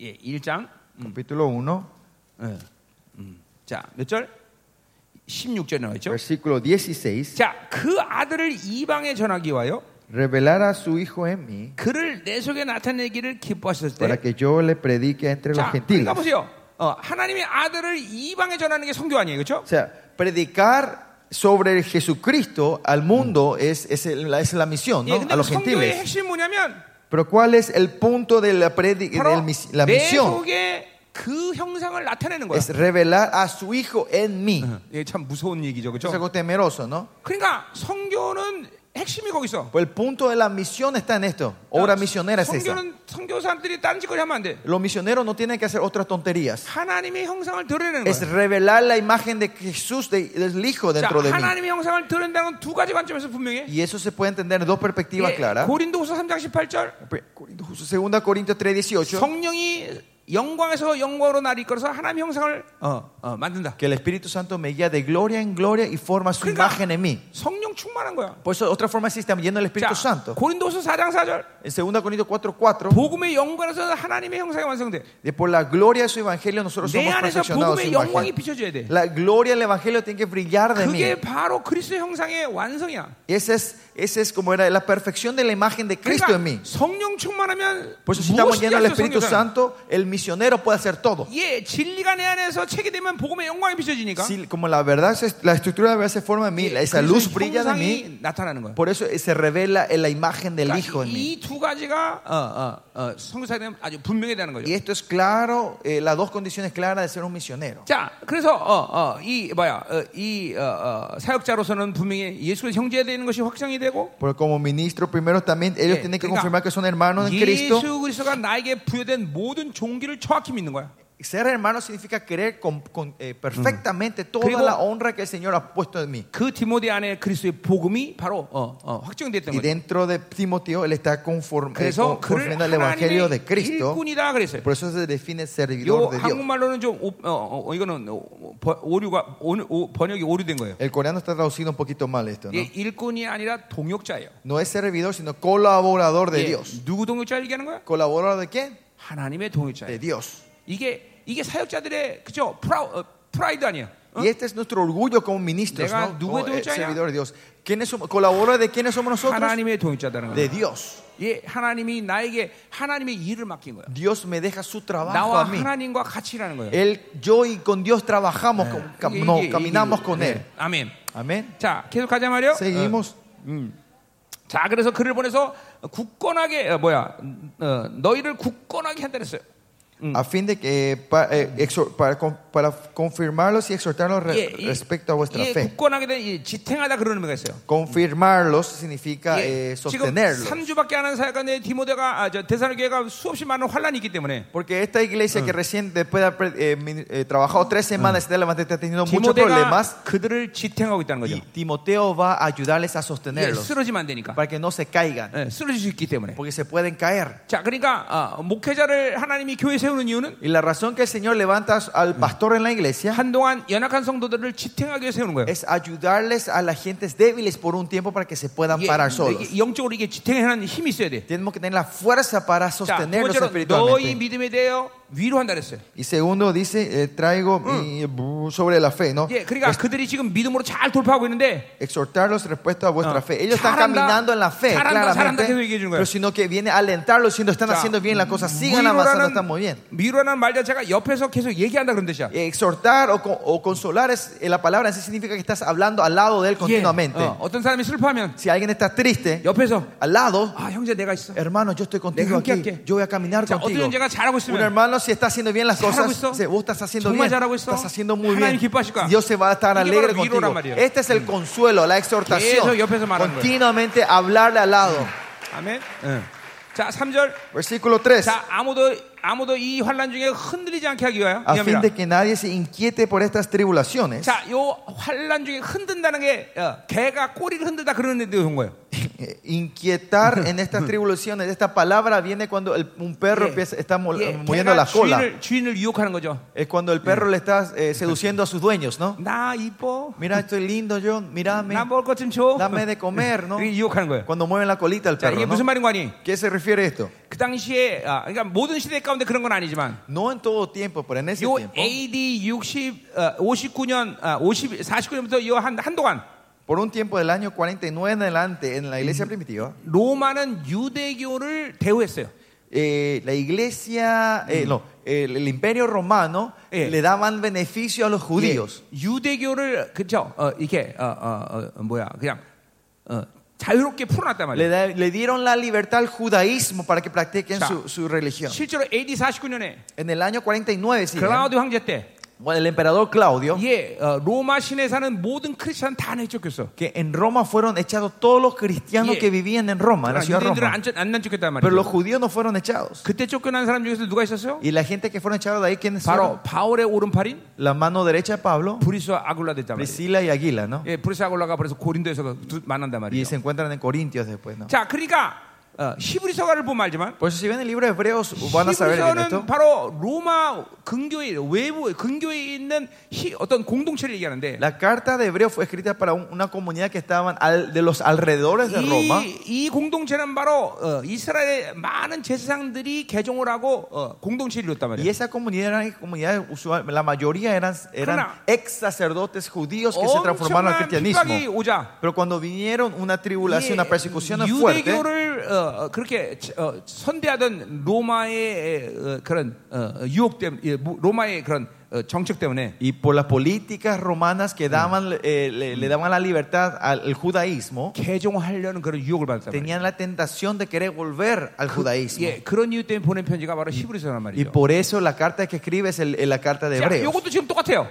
Speaker 2: 예, 1장.
Speaker 1: Mm. Capítulo 1,
Speaker 2: 예. 음. 자, 몇 절? 16절에 나와 있죠.
Speaker 1: versículo 16.
Speaker 2: 자, 그 아들을 이방에 전하기 위하여
Speaker 1: Revelar a su hijo en mí
Speaker 2: 그를 내 속에 나타내기를 기뻐하셨을 때
Speaker 1: para que yo le predique entre los
Speaker 2: 자, 그러니까
Speaker 1: gentiles.
Speaker 2: 보세요. 어, 하나님의 아들을 이방에 전하는 게 선교 아니에요. 그렇죠?
Speaker 1: O sea, predicar sobre Jesucristo al mundo es, es, el- la, Mm. es la misión
Speaker 2: 예,
Speaker 1: ¿no?
Speaker 2: 근데
Speaker 1: a
Speaker 2: 그
Speaker 1: los
Speaker 2: 선교의
Speaker 1: gentiles.
Speaker 2: 핵심이 뭐냐면
Speaker 1: Pero ¿cuál es el punto de la, predi-
Speaker 2: 바로
Speaker 1: del mis- la
Speaker 2: 내
Speaker 1: misión?
Speaker 2: 속에 그 형상을 나타내는 거야.
Speaker 1: Es revelar a su hijo en mí.
Speaker 2: 예, 참 무서운 얘기죠.
Speaker 1: Es
Speaker 2: 그렇죠?
Speaker 1: algo temeroso, ¿no?
Speaker 2: 그러니까 선교는 핵심이 거기 있어.
Speaker 1: Pues el punto de la misión está en esto. Obra misionera es esa.
Speaker 2: 선교는 선교 사람들이 딴짓거리 하면 안 돼.
Speaker 1: Los misioneros no tienen que hacer otras tonterías.
Speaker 2: 하나님의 형상을 드러내는
Speaker 1: Es
Speaker 2: 거야.
Speaker 1: revelar la imagen de Jesús, de- del Hijo
Speaker 2: 자,
Speaker 1: dentro de mí.
Speaker 2: 하나님의 형상을 드러낸다는 건 두 가지 관점에서 분명해.
Speaker 1: Y eso se puede entender en dos perspectivas
Speaker 2: 예,
Speaker 1: claras.
Speaker 2: 고린도후서 3장 18절
Speaker 1: 2 Corintios 3, 18.
Speaker 2: 성령이 영광에서 영광으로 나를 이끌어서 하나님의 형상을 어, 어, 만든다.
Speaker 1: Ah, Que el Espíritu Santo me guía de gloria en gloria y forma su
Speaker 2: 그러니까
Speaker 1: imagen en mí.
Speaker 2: 성령 충만한 거야.
Speaker 1: Por eso, otra forma es estamos yendo el
Speaker 2: 자,
Speaker 1: Espíritu Santo.
Speaker 2: 고린도후서 4장 4절
Speaker 1: En 2 Corintios 4, 4.
Speaker 2: 복음의 영광에서 하나님의 형상이 완성돼.
Speaker 1: De por la gloria de su evangelio, nosotros
Speaker 2: 내
Speaker 1: somos
Speaker 2: 안에서
Speaker 1: perfeccionados. en su
Speaker 2: 복음의
Speaker 1: imagen.
Speaker 2: 영광이 비춰져야 돼.
Speaker 1: La gloria del evangelio tiene que brillar de mí.
Speaker 2: 그게 바로 그리스도 형상의 완성이야.
Speaker 1: Esa es, esa es como era la perfección de la imagen de Cristo en mí.
Speaker 2: 그러니까 성령 충만하면
Speaker 1: Por eso si estamos
Speaker 2: 무엇이든지
Speaker 1: llenos
Speaker 2: 할수
Speaker 1: del Espíritu
Speaker 2: 성교사는.
Speaker 1: Santo, el misionero puede hacer todo.
Speaker 2: 예, 진리가 내 안에서 체계되면 복음의 영광이 비춰지니ca.
Speaker 1: Si, como la verdad, se- la estructura de la verdad se forma en mí,
Speaker 2: 예,
Speaker 1: esa luz brilla de
Speaker 2: 형상이
Speaker 1: mí,
Speaker 2: 나타나는 거야. 그러니까
Speaker 1: por eso eh, se revela en la imagen del Hijo en mí.
Speaker 2: 이 두 가지가 어, 어, 어, 성교사에 대한 아주 분명히 되는 거죠.
Speaker 1: Y esto es claro, eh, las dos condiciones claras de ser un misionero.
Speaker 2: 자, 그래서 어, 어, 이 뭐야, 어, 이 어, 어, 사역자로서는 분명히 예수의 형제가 되는 것이 확정이 되고,
Speaker 1: Porque como ministro, primero también ellos
Speaker 2: 예,
Speaker 1: tienen que
Speaker 2: 그러니까
Speaker 1: confirmar que son hermanos en Cristo.
Speaker 2: 예수 그리스도가 나에게 부여된 모든 종기를 정확히 믿는 거야.
Speaker 1: Ser hermano significa creer con- con, eh, perfectamente toda
Speaker 2: 그리고-
Speaker 1: la honra que el Señor ha puesto en mí.
Speaker 2: 그 디모데 안에 그리스도의 복음이 바로 어, 어, 확정됐던
Speaker 1: Y
Speaker 2: 거죠.
Speaker 1: dentro de Timoteo, él está conforme, eh,
Speaker 2: 그래서
Speaker 1: con-
Speaker 2: 그를
Speaker 1: conforme al Evangelio
Speaker 2: 하나님의
Speaker 1: de Cristo.
Speaker 2: 일꾼이다 그랬어요.
Speaker 1: Por eso se define
Speaker 2: 요
Speaker 1: servidor de Dios.
Speaker 2: 한국말로는 좀 오, 어, 어, 이거는 오- 번- 오류가 오늘- 오- 번역이 오류된 거예요.
Speaker 1: El coreano está traducido un poquito mal esto,
Speaker 2: 예,
Speaker 1: ¿no?
Speaker 2: 일꾼이 아니라 동역자예요.
Speaker 1: No es servidor, sino colaborador de
Speaker 2: 예,
Speaker 1: Dios.
Speaker 2: 누구 동역자 얘기하는 거야?
Speaker 1: ¿Colaborador de quién?
Speaker 2: 하나님의 동역자예요.
Speaker 1: De Dios.
Speaker 2: 이게 이게 사역자들의 그죠 프라 어, 프라이드 아니에요? 어?
Speaker 1: Y este es nuestro orgullo como ministros,
Speaker 2: 내가
Speaker 1: ¿no?
Speaker 2: 누구의
Speaker 1: Como, eh,
Speaker 2: 동역자냐?
Speaker 1: servidor de Dios. ¿Quiénes somos? ¿Colaboradores de quiénes somos nosotros?
Speaker 2: 하나님의 동역자다는
Speaker 1: De
Speaker 2: 거예요.
Speaker 1: Dios.
Speaker 2: 예, 하나님이 나에게 하나님의 일을 맡긴 거예요.
Speaker 1: Dios me deja su trabajo
Speaker 2: 나와
Speaker 1: a mí.
Speaker 2: 하나님과 같이 일하는 거예요. 그러니까
Speaker 1: Él, yo y con Dios trabajamos, con- cam-
Speaker 2: 이게-
Speaker 1: no,
Speaker 2: 이게-
Speaker 1: caminamos
Speaker 2: 이게-
Speaker 1: con
Speaker 2: 예,
Speaker 1: Él.
Speaker 2: 아멘.
Speaker 1: Amén.
Speaker 2: 자, 계속 가자
Speaker 1: Ah.
Speaker 2: 말이요.
Speaker 1: Seguimos.
Speaker 2: 자, 그래서 그를 보내서 굳건하게 어, 뭐야 어, 너희를 굳건하게 한다 그랬어요.
Speaker 1: a fin de que eh, pa- eh, exhor- para, con- para confirmarlos y exhortarlos re-
Speaker 2: 예, 이-
Speaker 1: respecto a vuestra
Speaker 2: 예,
Speaker 1: fe.
Speaker 2: 굳건하게 된 이, 지탱하다 그런 의미가 있어요.
Speaker 1: Confirmarlos significa
Speaker 2: 예,
Speaker 1: eh,
Speaker 2: 지금
Speaker 1: sostenerlos.
Speaker 2: 3주밖에 안 한 사역관의 디모데가 아, 저 대사로 교회가 수없이 많은 환란이 있기 때문에
Speaker 1: Porque esta iglesia que recién después de haber eh, min- eh, trabajado tres semanas de levantar está teniendo muchos problemas.
Speaker 2: 디모데가 그들을 지탱하고 있다는 거죠.
Speaker 1: Y Timoteo va a ayudarles a
Speaker 2: 예,
Speaker 1: sostenerlos
Speaker 2: 쓰러지면 안 되니까.
Speaker 1: para que no se caigan,
Speaker 2: 예, 쓰러질 수 있기 때문에.
Speaker 1: porque se pueden caer.
Speaker 2: 자, 그러니까 아, 목회자를 하나님이 교회 에 세우는 이유는
Speaker 1: Y la razón que el Señor levanta al pastor en la iglesia
Speaker 2: 한동안 연약한 성도들을 지탱하기 위해 세우는 거예요.
Speaker 1: es ayudarles a las gentes débiles por un tiempo para que se pue하는
Speaker 2: 이게-
Speaker 1: parar solos.
Speaker 2: 이게 영적으로 이게 지탱하는 힘이 있어야 돼.
Speaker 1: Tenemos que tener la fuerza para
Speaker 2: 자, 두
Speaker 1: sostenerlos
Speaker 2: 번째로 너희
Speaker 1: espiritualmente.
Speaker 2: 믿음에 대하여 위로한다 그랬어요.
Speaker 1: Y segundo dice, eh, traigo mi- bu- sobre la fe, ¿no?
Speaker 2: 예, 그러니까 그들이 지금 믿음으로 잘 돌파하고 있는데
Speaker 1: Exhortarlos respecto a vuestra
Speaker 2: Ah.
Speaker 1: fe. Ellos están
Speaker 2: Zaranda,
Speaker 1: caminando en la fe,
Speaker 2: zaranda, zaranda,
Speaker 1: claramente.
Speaker 2: 계속 얘기해 주는 거예요.
Speaker 1: Pero sino que viene a alentarlos, si no están
Speaker 2: 자,
Speaker 1: haciendo bien la cosa, sigan avanzando, están muy bien.
Speaker 2: 위로라는 위로라는 말 자체가 옆에서 계속 얘기한다 그런 뜻이야. 예,
Speaker 1: Eh, Exhortar o, co- o consolar es, eh, la palabra en sí significa que estás hablando al lado de él
Speaker 2: 예,
Speaker 1: continuamente.
Speaker 2: 어, 어떤 사람이 슬퍼하면
Speaker 1: Si alguien está triste,
Speaker 2: 옆에서
Speaker 1: al lado,
Speaker 2: 아 형제 내가 있어.
Speaker 1: hermano, yo estoy contigo
Speaker 2: 함께
Speaker 1: aquí,
Speaker 2: 할게.
Speaker 1: yo voy a caminar
Speaker 2: 자, 어떤
Speaker 1: contigo.
Speaker 2: 형제가 잘하고
Speaker 1: Un
Speaker 2: 있으면
Speaker 1: hermano hermano, si está haciendo bien las
Speaker 2: 잘하고
Speaker 1: cosas,
Speaker 2: 있어?
Speaker 1: si vos estás haciendo
Speaker 2: 정말
Speaker 1: bien,
Speaker 2: 잘하고 있어?
Speaker 1: estás haciendo muy
Speaker 2: 하나님
Speaker 1: bien,
Speaker 2: 기뻐하실 거야.
Speaker 1: Dios se va a estar
Speaker 2: 이게
Speaker 1: alegre
Speaker 2: 바로
Speaker 1: contigo.
Speaker 2: 위로란 말이에요.
Speaker 1: Este es el consuelo, la exhortación.
Speaker 2: 계속 옆에서 말하는
Speaker 1: Continuamente hablarle al lado.
Speaker 2: 아멘. 예. 자, 3절.
Speaker 1: Versículo 3.
Speaker 2: 자, 아무도 아무도 이 환란 중에 흔들리지 않게 하기 위하여.
Speaker 1: A fin
Speaker 2: 이합니다.
Speaker 1: de que nadie se inquiete por estas tribulaciones.
Speaker 2: 자, 요 환란 중에 흔든다는 게 어, 개가 꼬리를 흔들다 그러는 데도 온 거예요.
Speaker 1: Eh, Inquietar en estas tribulaciones. Esta palabra viene cuando el- un perro
Speaker 2: 예.
Speaker 1: empieza- está mo-
Speaker 2: 예,
Speaker 1: moviendo la cola.
Speaker 2: 주인을, 주인을 유혹하는 거죠.
Speaker 1: Es cuando el perro le está eh, seduciendo a sus dueños, ¿no?
Speaker 2: 나 이뻐.
Speaker 1: Mira, estoy lindo, John. Mírame.
Speaker 2: 나 먹을 것 좀 줘.
Speaker 1: Dame de comer, ¿no?
Speaker 2: 이렇게 유혹하는 거예요.
Speaker 1: Cuando mueven la colita el
Speaker 2: 자,
Speaker 1: perro.
Speaker 2: 이게 무슨
Speaker 1: ¿no?
Speaker 2: 말인 거 아니?
Speaker 1: ¿Qué se refiere esto?
Speaker 2: 그 당시에 아, 그러니까 모든 시대 가운데 그런 건 아니지만
Speaker 1: No en todo tiempo, pero en ese
Speaker 2: 요
Speaker 1: tiempo.
Speaker 2: AD 60 어, 59년 아, 50 49년부터 요한 한동안
Speaker 1: Por un tiempo del año 49 en adelante, en la iglesia primitiva,
Speaker 2: 로마는 유대교를 대우했어요.
Speaker 1: eh, la iglesia, eh, no, el, el imperio romano
Speaker 2: Eh.
Speaker 1: le daban beneficio a los judíos.
Speaker 2: 예, 유대교를 그죠? 어, 이렇게 어, 어, 어, 뭐야 그냥 어, 자유롭게 풀어놨단
Speaker 1: Le,
Speaker 2: 말이에요.
Speaker 1: da- le dieron la libertad al judaísmo para que practiquen
Speaker 2: Ya.
Speaker 1: su, su religión.
Speaker 2: 실제로 AD 49년에
Speaker 1: En el año 49, si bien,
Speaker 2: 클라우드 황제 때
Speaker 1: ¿eh? bueno, el emperador Claudio,
Speaker 2: 예, 어, 로마 시내 사는 모든 크리스천 다 내쫓겼어.
Speaker 1: que en Roma fueron echados todos los cristianos
Speaker 2: Yeah.
Speaker 1: que vivían en Roma, en la ciudad de
Speaker 2: 그러니까 유대인들은
Speaker 1: Roma.
Speaker 2: 안, 쫓- 안 내쫓겼단
Speaker 1: Pero los
Speaker 2: 말이에요.
Speaker 1: judíos no fueron echados.
Speaker 2: 그때 쫓겨난 사람 중에서 누가 있었어요?
Speaker 1: Y la gente que fueron echados de ahí, ¿quiénes fueron?
Speaker 2: 바로 바울의 오른팔인
Speaker 1: La mano derecha de Pablo,
Speaker 2: 브리스와 아굴라 됐단 말이에요.
Speaker 1: Priscila y Aguila, ¿no?
Speaker 2: 예, 브리스와 아굴라가 그래서 고린도에서 그 두- 만난단
Speaker 1: Y
Speaker 2: 말이에요.
Speaker 1: se encuentran en Corintios después, ¿no?
Speaker 2: 자, 그러니까 어, 히브리서가를 보면 알지만
Speaker 1: Por eso si ven el libro de Hebreos van a
Speaker 2: pues,
Speaker 1: saber bien esto.
Speaker 2: 히브리서는 바로 로마 근교에 외부 근교에 있는 히- 어떤 공동체를 얘기하는데
Speaker 1: La carta de Hebreos fue escrita para un- una comunidad que estaban al- de los alrededores de Roma.
Speaker 2: 이, 이 공동체는 바로 어, 이스라엘의 많은 제사장들이 개종을 하고 어, 공동체를 이뤘단
Speaker 1: Y
Speaker 2: 말이에요.
Speaker 1: esa comunidad eran comunidades usual- la mayoría eran, eran
Speaker 2: Claro. Oh,
Speaker 1: ex sacerdotes judíos que se transformaron al
Speaker 2: 엄청난 핍박이
Speaker 1: cristianismo.
Speaker 2: 오자
Speaker 1: Pero cuando vinieron una tribulación, una persecución
Speaker 2: 예,
Speaker 1: fuerte,
Speaker 2: 유대교를 어, 어, 그렇게 어, 선대하던 로마의 어, 그런 어, 유혹 때문에 로마의 그런 어, 정책 때문에
Speaker 1: y por las políticas romanas que daban, eh, le, le daban la libertad al al judaísmo,
Speaker 2: 개종하려는 그런 유혹을 받았단 말이에요.
Speaker 1: tenían la tentación de querer volver al judaísmo.
Speaker 2: 예, 그런 이유 때문에 보낸 편지가 바로 히브리서란
Speaker 1: Y
Speaker 2: 말이죠.
Speaker 1: por eso la carta que escribe es el- la carta de
Speaker 2: 자,
Speaker 1: Hebreos.
Speaker 2: 이것도 지금 똑같아요.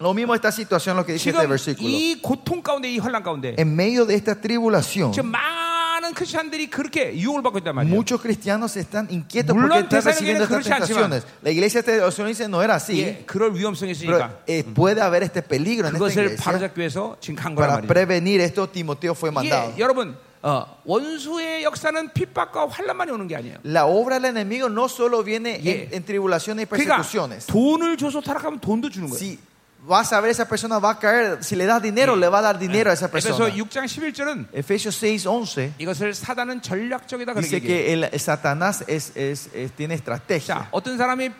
Speaker 1: Lo mismo esta situación, lo que dice
Speaker 2: 지금
Speaker 1: este versículo.
Speaker 2: 이 고통 가운데 이 환란 가운데
Speaker 1: En medio de esta tribulación,
Speaker 2: 지금 많은 크리스천들이 그렇게 유혹을 받고 있단 말이에요.
Speaker 1: muchos cristianos están inquietos
Speaker 2: Mulón
Speaker 1: porque
Speaker 2: Tesalónica
Speaker 1: están recibiendo estas
Speaker 2: 그렇지
Speaker 1: tentaciones. La iglesia este, tesalonicense no era
Speaker 2: 예,
Speaker 1: así,
Speaker 2: 그럴 위험성이
Speaker 1: pero
Speaker 2: 있으니까
Speaker 1: eh, puede haber este peligro en esta
Speaker 2: 그것을
Speaker 1: iglesia.
Speaker 2: 바로잡기 위해서 지금 간 거란
Speaker 1: Para
Speaker 2: 말이에요.
Speaker 1: prevenir esto, Timoteo fue mandado.
Speaker 2: 예, 여러분 어, 원수의 역사는 핍박과 환란만이 오는 게 아니에요.
Speaker 1: La obra del enemigo no solo viene
Speaker 2: Yeah.
Speaker 1: en, en tribulaciones y
Speaker 2: 그러니까
Speaker 1: persecuciones.
Speaker 2: 돈을 줘서 타락하면 돈도 주는 거예요.
Speaker 1: Si vas a ver esa persona va a caer, si le das dinero, le va a dar dinero a esa
Speaker 2: 그래서
Speaker 1: persona.
Speaker 2: 6장 11절은
Speaker 1: Efesios 6, 11
Speaker 2: 이것을 사단은 전략적이다 그렇게
Speaker 1: dice
Speaker 2: 얘기해요.
Speaker 1: que el, Satanás es, es- es- tiene
Speaker 2: 자,
Speaker 1: estrategia.
Speaker 2: 어떤 사람이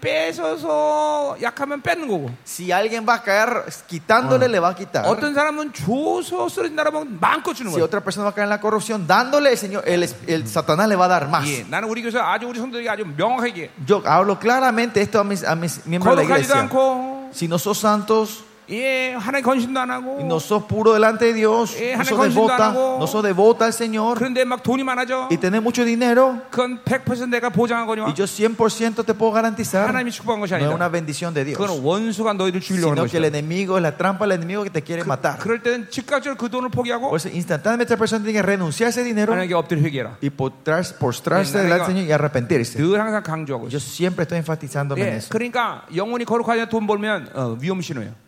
Speaker 2: 뺏어서 약하면 뺏는 거고
Speaker 1: Si alguien va a caer quitándole, le va a quitar.
Speaker 2: 어떤 사람은 줘서 쓰러진다라고 하면 마음껏 주는
Speaker 1: Si
Speaker 2: 거예요.
Speaker 1: otra persona va a caer en la corrupción, dándole el Señor, el, el Satanás le va a dar más.
Speaker 2: 예, 나는 우리 교회에서 아주 우리 성도들이 아주 명확하게
Speaker 1: Yo hablo claramente esto a mis, a mis miembros de la
Speaker 2: 거룩하지도
Speaker 1: iglesia.
Speaker 2: 않고
Speaker 1: Si no sos santos,
Speaker 2: 예, 하나님 건신도 안 하고
Speaker 1: y no sos puro delante de Dios,
Speaker 2: Eh,
Speaker 1: no
Speaker 2: 하나님
Speaker 1: sos
Speaker 2: 관심도 안
Speaker 1: devota,
Speaker 2: 하고.
Speaker 1: no sos devota al Señor
Speaker 2: 그런데 막 돈이 많아져.
Speaker 1: y tenés mucho dinero,
Speaker 2: 그건 100% 내가 보장하거니와
Speaker 1: y yo 100% te puedo garantizar, no
Speaker 2: 하나님이 어, 축복한 것이
Speaker 1: es una
Speaker 2: 아니다.
Speaker 1: bendición de Dios,
Speaker 2: 그건 원수가 너희를 죽이려고 하는
Speaker 1: sino que el
Speaker 2: 것이다.
Speaker 1: enemigo es la trampa del enemigo que te quiere matar.
Speaker 2: 그럴 때는 즉각적으로 그 돈을 포기하고
Speaker 1: Por eso, instantáneamente esta persona tiene que renunciar a ese dinero
Speaker 2: 하나님께 엎드려 회개해라.
Speaker 1: y postrarse, postrarse
Speaker 2: Eh,
Speaker 1: delante
Speaker 2: 나이가-
Speaker 1: del Señor y arrepentirse.
Speaker 2: 늘 항상 강조하고
Speaker 1: Yo
Speaker 2: 있어요.
Speaker 1: siempre estoy enfatizándome
Speaker 2: 예,
Speaker 1: en eso.
Speaker 2: 그러니까 영혼이 거룩하냐 돈 벌면 어, 위험 신호예요.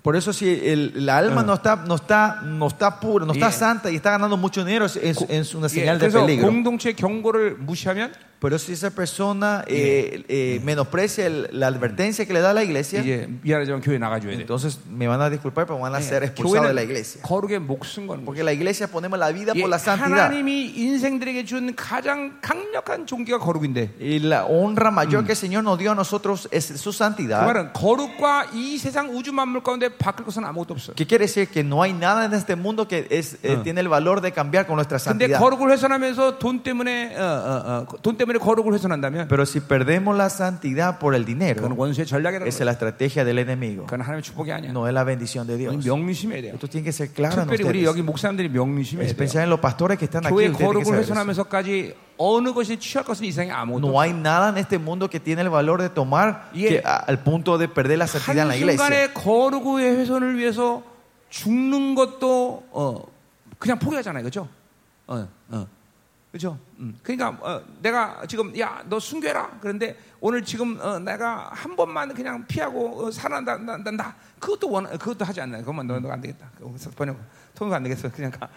Speaker 1: Por eso si el, la alma no está, no está, no está pura, no está
Speaker 2: Yeah.
Speaker 1: santa y está ganando mucho dinero, es, es- es una
Speaker 2: 예,
Speaker 1: señal de
Speaker 2: 그래서
Speaker 1: peligro.
Speaker 2: 공동체 경고를 무시하면
Speaker 1: Pero si esa persona eh, eh, menosprecia el- la advertencia que le da la iglesia,
Speaker 2: 이제 미안하지만 교회 나가줘야 돼.
Speaker 1: entonces me van a disculpar, pero van a ser expulsados de la
Speaker 2: 교회는
Speaker 1: iglesia.
Speaker 2: 거룩에 목숨 거는 거예요.
Speaker 1: Porque la iglesia ponemos la vida
Speaker 2: 예,
Speaker 1: por la santidad.
Speaker 2: 하나님이 인생들에게 준 가장 강력한 종기가 거룩인데
Speaker 1: Y la honra mayor que el Señor nos dio a nosotros es su
Speaker 2: 그
Speaker 1: santidad.
Speaker 2: 말은 거룩과 이 세상 우주 만물 가운데 바뀔 것은 아무것도 없어요.
Speaker 1: ¿Qué quiere decir? Que no hay nada en este mundo que es, eh, tiene el valor de cambiar con nuestra
Speaker 2: 근데
Speaker 1: santidad.
Speaker 2: 거룩을 훼손하면서 돈 때문에 어, 어, 어, 돈 때문에 거룩을 훼손한다면
Speaker 1: Pero si perdemos la santidad por el dinero,
Speaker 2: 그건 원수의 전략이라는
Speaker 1: esa
Speaker 2: 거예요.
Speaker 1: es la estrategia del enemigo.
Speaker 2: 그건 하나님의 축복이 아니야.
Speaker 1: No es la bendición de Dios.
Speaker 2: 우리 명심해야 돼요.
Speaker 1: Esto tiene que ser claro en
Speaker 2: 특별히 우리
Speaker 1: ustedes.
Speaker 2: 여기 목사님들이 명심해야
Speaker 1: Es
Speaker 2: 돼요.
Speaker 1: pensar en los pastores que están aquí.
Speaker 2: 교회
Speaker 1: ustedes tienen
Speaker 2: 거룩을
Speaker 1: que saber eso.
Speaker 2: 훼손하면서까지 어느 것이 취할 것은 이상이 아무것도
Speaker 1: No hay nada en este mundo que tiene el valor de tomar
Speaker 2: Yeah.
Speaker 1: que- a- al punto de perder la santidad en la iglesia.
Speaker 2: 한순간에 거룩의 훼손을 위해서 죽는 것도 어, 그냥 포기하잖아요. 그죠? 어, 어. 그죠? 음. 그러니까 어, 내가 지금 야, 너 순교해라. 그런데 오늘 지금 어, 내가 한 번만 그냥 피하고 어, 살아난다. 난- 난- 나. 그것도 원 그것도 하지 않나요? 그것만 너, 너안 되겠다. 그래서 번역 통역 안 되겠어. 그냥 가.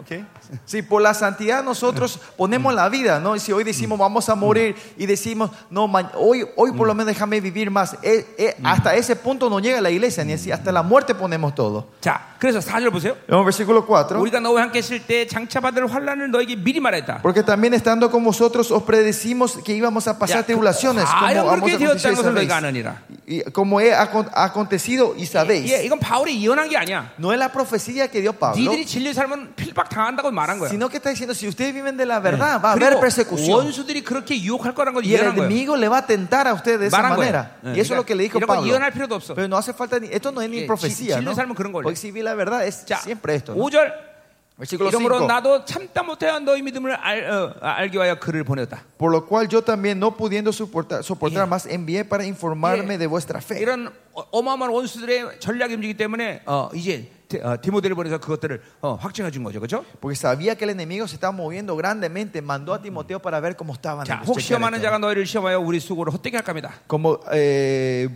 Speaker 1: Okay. Si por la santidad nosotros ponemos la vida, ¿no? Y si hoy decimos vamos a morir y decimos, no, ma- hoy, hoy por lo menos déjame vivir más, eh, eh, hasta ese punto no llega la iglesia, ni así, hasta la muerte ponemos todo.
Speaker 2: 자, 그래서 4절 보세요.
Speaker 1: Vamos, versículo 4.
Speaker 2: 우리가 너와 함께 있을 때 장차 받을 환란을 너에게 미리 말했다.
Speaker 1: Porque también estando con vosotros os predecimos que íbamos a pasar
Speaker 2: Ya,
Speaker 1: tribulaciones,
Speaker 2: ah, yo creo
Speaker 1: como vamos
Speaker 2: que
Speaker 1: a
Speaker 2: Dios
Speaker 1: acontecer,
Speaker 2: está con los
Speaker 1: sabéis.
Speaker 2: veganos,
Speaker 1: Y y como he acon- acontecido y
Speaker 2: 예,
Speaker 1: sabéis.
Speaker 2: 이건 바울이 예언한 게 아니야.
Speaker 1: No es la profecía que dio Pablo,
Speaker 2: 니들이 진리 살면 필박 당한다고 말한 거야.
Speaker 1: sino que está diciendo, si ustedes viven de la verdad,
Speaker 2: 아,
Speaker 1: va a haber
Speaker 2: 그리고
Speaker 1: persecución.
Speaker 2: 원수들이 그렇게 유혹할 거란 걸
Speaker 1: Y el
Speaker 2: 예언한 거야.
Speaker 1: enemigo le va a tentar a ustedes de esa
Speaker 2: Marangüe.
Speaker 1: manera.
Speaker 2: Eh,
Speaker 1: Y eso es lo que le dijo
Speaker 2: 이런 건
Speaker 1: Pablo.
Speaker 2: 예언할 필요도 없어.
Speaker 1: Pero no hace falta, ni- esto no Eh, es
Speaker 2: 예,
Speaker 1: ni
Speaker 2: 지-
Speaker 1: profecía.
Speaker 2: 진리
Speaker 1: ¿no?
Speaker 2: 삶은 그런 걸요.
Speaker 1: Porque si vi la verdad, es
Speaker 2: 자,
Speaker 1: siempre esto. ¿no?
Speaker 2: 5절.
Speaker 1: Versículo
Speaker 2: 이러므로
Speaker 1: 5.
Speaker 2: 나도 참다 못하여 너희 믿음을 알, 어, 알기 위하여 그를 보냈다.
Speaker 1: Por lo cual yo también, no pudiendo soportar, soportar
Speaker 2: Yeah.
Speaker 1: más, envié para informarme
Speaker 2: Yeah.
Speaker 1: de vuestra fe.
Speaker 2: 이런 어- 어마어마한 원수들의 전략이 움직이기 때문에 어, 이제 디- 어, 디모데를 보내서 그것들을 어, 확증해 준 거죠. 그렇죠?
Speaker 1: Porque sabía que el enemigo se estaba moviendo grandemente. Mandó a Timoteo para ver cómo estaban.
Speaker 2: 자,
Speaker 1: ellos,
Speaker 2: 혹
Speaker 1: chequear
Speaker 2: 시험하는
Speaker 1: esto.
Speaker 2: 자가 너희를 시험하여 우리 수고를 헛되게 할 겁니다.
Speaker 1: Como eh,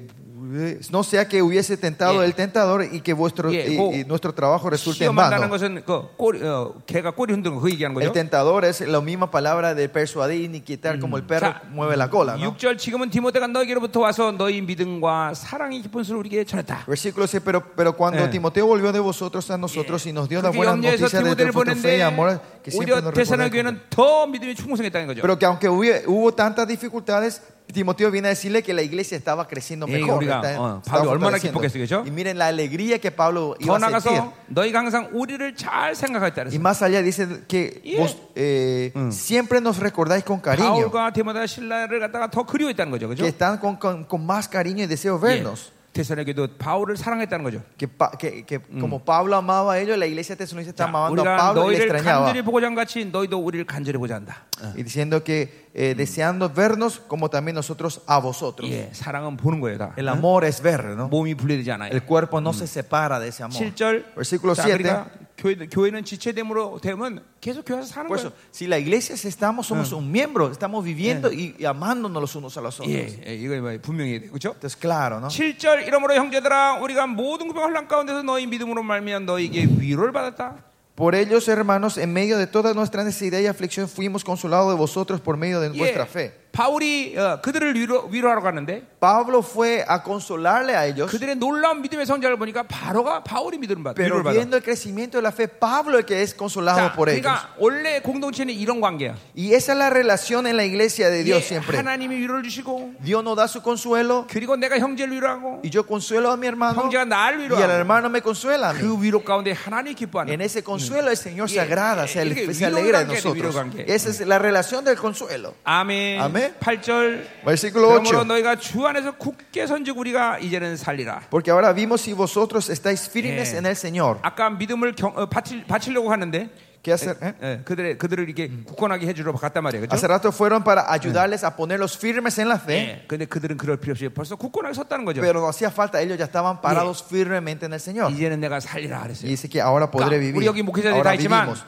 Speaker 1: no sea que hubiese tentado
Speaker 2: Yeah.
Speaker 1: el tentador y que vuestro,
Speaker 2: Yeah,
Speaker 1: y-
Speaker 2: go.
Speaker 1: y nuestro trabajo resulte en
Speaker 2: 시험한다는
Speaker 1: vano.
Speaker 2: 것은 그 꼬리, 어, 개가 꼬리 흔드는 거 그 얘기하는
Speaker 1: El
Speaker 2: 거죠.
Speaker 1: tentador es la misma palabra de persuadir y quitar como el perro
Speaker 2: 자,
Speaker 1: mueve la cola. ¿no?
Speaker 2: 6절 지금은 디모데가 너에게로부터 와서 너희 믿음과 사랑의 깊은 수를 우리에게 전했다.
Speaker 1: Versículo 6, pero, pero cuando
Speaker 2: Eh.
Speaker 1: Timoteo volvió de vosotros a nosotros y nos dio la
Speaker 2: 그렇게
Speaker 1: buena
Speaker 2: 염려해서
Speaker 1: noticia de
Speaker 2: 디모데를
Speaker 1: vuestra fe y amor
Speaker 2: 보낸데
Speaker 1: que siempre
Speaker 2: 오히려
Speaker 1: nos
Speaker 2: 대사나
Speaker 1: recuerda.
Speaker 2: 교회는 더 믿음이 충성했다는 거죠.
Speaker 1: Pero que aunque hubo, hubo tantas dificultades, Timoteo viene a decirle que la iglesia estaba creciendo
Speaker 2: Eh,
Speaker 1: mejor.
Speaker 2: 우리가,
Speaker 1: está-
Speaker 2: 어,
Speaker 1: estaba
Speaker 2: Pablo 얼마나
Speaker 1: fortaleciendo.
Speaker 2: 기뻤겠어요, 그죠?
Speaker 1: y miren la alegría que Pablo iba
Speaker 2: 더
Speaker 1: a sentir.
Speaker 2: 나가서 너희가 항상 우리를 잘 생각했다
Speaker 1: Y
Speaker 2: 그랬어요.
Speaker 1: más allá dice que
Speaker 2: Yeah. Mm.
Speaker 1: vos, eh, siempre nos recordáis con cariño,
Speaker 2: 바울과 디모데와 신라를 갖다가 더 그리워했다는 거죠.
Speaker 1: que
Speaker 2: 그죠?
Speaker 1: están con, con- con más cariño y deseo
Speaker 2: 예.
Speaker 1: vernos.
Speaker 2: 대사나 교회도 바울을 사랑했다는 거죠.
Speaker 1: que, pa- que- que como Pablo amaba a ellos, la iglesia de Tesalónica está
Speaker 2: 자,
Speaker 1: amando a
Speaker 2: 우리가
Speaker 1: Pablo y le
Speaker 2: 너희를
Speaker 1: extrañaba. Ah.
Speaker 2: 간절히 보고자 한 같이 너희도 우리를 간절히 보자 한다.
Speaker 1: Y diciendo que eh, deseando vernos como también nosotros a vosotros.
Speaker 2: 예, 사랑은 보는 거예요. 다.
Speaker 1: El amor es ver, ¿no?
Speaker 2: 몸이 분리되지 않아요.
Speaker 1: El cuerpo no se separa de ese amor.
Speaker 2: 7절
Speaker 1: 뭐, Versículo
Speaker 2: 자,
Speaker 1: 7.
Speaker 2: 그러니까 교회, 교회는 지체됨으로 되면 계속 교회에서 사는
Speaker 1: Por eso,
Speaker 2: 거예요
Speaker 1: si la iglesia es- estamos, somos un miembro, estamos viviendo y, y amándonos los unos a los otros.
Speaker 2: 예, 예, 이거 뭐 분명히 그렇죠?
Speaker 1: Entonces, claro, ¿no?
Speaker 2: 7절 이러므로 형제들아 우리가 모든 고백 환란 가운데서 너희 믿음으로 말미암아 너희에게 위로를 받았다.
Speaker 1: Por ellos, hermanos, en medio de toda nuestra necesidad y aflicción, fuimos consolados de vosotros por medio de
Speaker 2: 예,
Speaker 1: vuestra fe.
Speaker 2: 바울이 어, 그들을 위로, 위로하러 갔는데
Speaker 1: Pablo fue a consolarle a ellos.
Speaker 2: 그들의 놀라운 믿음의 성장을 보니까 바로가 바울이 믿음을 받,
Speaker 1: Pero
Speaker 2: 위로를 받아.
Speaker 1: viendo el crecimiento de la fe, Pablo es que es consolado
Speaker 2: 자,
Speaker 1: por ellos.
Speaker 2: 그러니까 원래 공동체는 이런 관계야.
Speaker 1: Y esa es la relación en la iglesia de Dios
Speaker 2: 예,
Speaker 1: siempre.
Speaker 2: 하나님이 위로를 주시고
Speaker 1: Dios nos da su consuelo
Speaker 2: 그리고 내가 형제를 위로하고
Speaker 1: y yo consuelo a mi hermano
Speaker 2: 형제가 나를
Speaker 1: y el
Speaker 2: 위로하고
Speaker 1: hermano me consuela a mí.
Speaker 2: 그 위로 가운데 하나님이 기뻐하는
Speaker 1: En ese consuelo el Señor se
Speaker 2: Yeah.
Speaker 1: agrada, se,
Speaker 2: Yeah.
Speaker 1: se alegra de
Speaker 2: Yeah.
Speaker 1: nosotros.
Speaker 2: Yeah.
Speaker 1: Esa es la relación del consuelo.
Speaker 2: 아멘.
Speaker 1: 아멘.
Speaker 2: 8절.
Speaker 1: Versículo
Speaker 2: 그러므로
Speaker 1: 8.
Speaker 2: 너희가 주 안에서 굳게 선지고 우리가 이제는 살리라.
Speaker 1: Porque ahora vimos si vosotros estáis firmes
Speaker 2: Yeah.
Speaker 1: en el Señor.
Speaker 2: 아까 믿음을 경, 어, 바칠, 바치려고 하는데
Speaker 1: ¿Qué hacer? eh?
Speaker 2: 예, 그들의 그들을 이렇게 굳건하게 해주러 갔단 말이에요.
Speaker 1: Hace
Speaker 2: 그렇죠?
Speaker 1: rato fueron para ayudarles a ponerlos firmes en la fe,
Speaker 2: 예. 근데 그들은 그럴 필요 없이 벌써 굳건하게 섰다는 거죠.
Speaker 1: pero no hacía falta, ellos ya estaban parados firmemente en el Señor.
Speaker 2: 이제는 내가 살리라
Speaker 1: Y
Speaker 2: 그랬어요.
Speaker 1: dice que ahora podré
Speaker 2: Claro, 우리
Speaker 1: vivir.
Speaker 2: 여기 목회자들이
Speaker 1: Ahora
Speaker 2: 다 있지만-
Speaker 1: vivimos.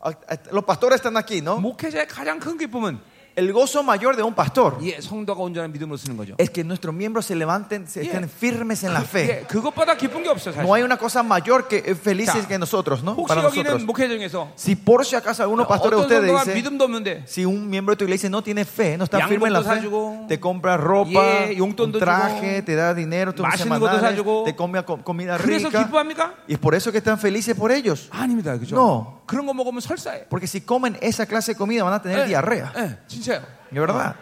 Speaker 1: 아, 아, Los pastores están aquí, ¿no?
Speaker 2: 목회자의 가장 큰 기쁨은
Speaker 1: El gozo mayor de un pastor
Speaker 2: 예, 성도가 온전한 믿음으로 쓰는 거죠.
Speaker 1: es que nuestros miembros se levanten, se
Speaker 2: Yeah.
Speaker 1: estén firmes en la
Speaker 2: 예,
Speaker 1: fe.
Speaker 2: 그것보다 기쁜 게 없어요.
Speaker 1: No
Speaker 2: 사실.
Speaker 1: hay una cosa mayor que eh, felices
Speaker 2: 자,
Speaker 1: que nosotros, ¿no?
Speaker 2: 혹시
Speaker 1: Para nosotros.
Speaker 2: 여기는 목회 자 중에서
Speaker 1: Si por si acaso algunos pastores de
Speaker 2: 어떤 성도가
Speaker 1: ustedes dicen,
Speaker 2: 믿음도 없는데
Speaker 1: si un miembro de tu iglesia no tiene fe, no está
Speaker 2: 양복도
Speaker 1: firme en la fe,
Speaker 2: 사주고,
Speaker 1: te compra ropa,
Speaker 2: 예,
Speaker 1: un
Speaker 2: 용돈도
Speaker 1: traje,
Speaker 2: 주고,
Speaker 1: te da dinero, tus
Speaker 2: 맛있는 것도
Speaker 1: semanales,
Speaker 2: 사주고.
Speaker 1: te come com- comida
Speaker 2: 그래서
Speaker 1: rica.
Speaker 2: 기뻐합니까?
Speaker 1: Y por eso que están felices por ellos.
Speaker 2: 아닙니다. 그죠?
Speaker 1: No.
Speaker 2: 그런 거 먹으면 설사예요.
Speaker 1: Porque si comen esa clase de comida van a
Speaker 2: 예,
Speaker 1: tener diarrea.
Speaker 2: 예, 진짜요.
Speaker 1: 어. De verdad.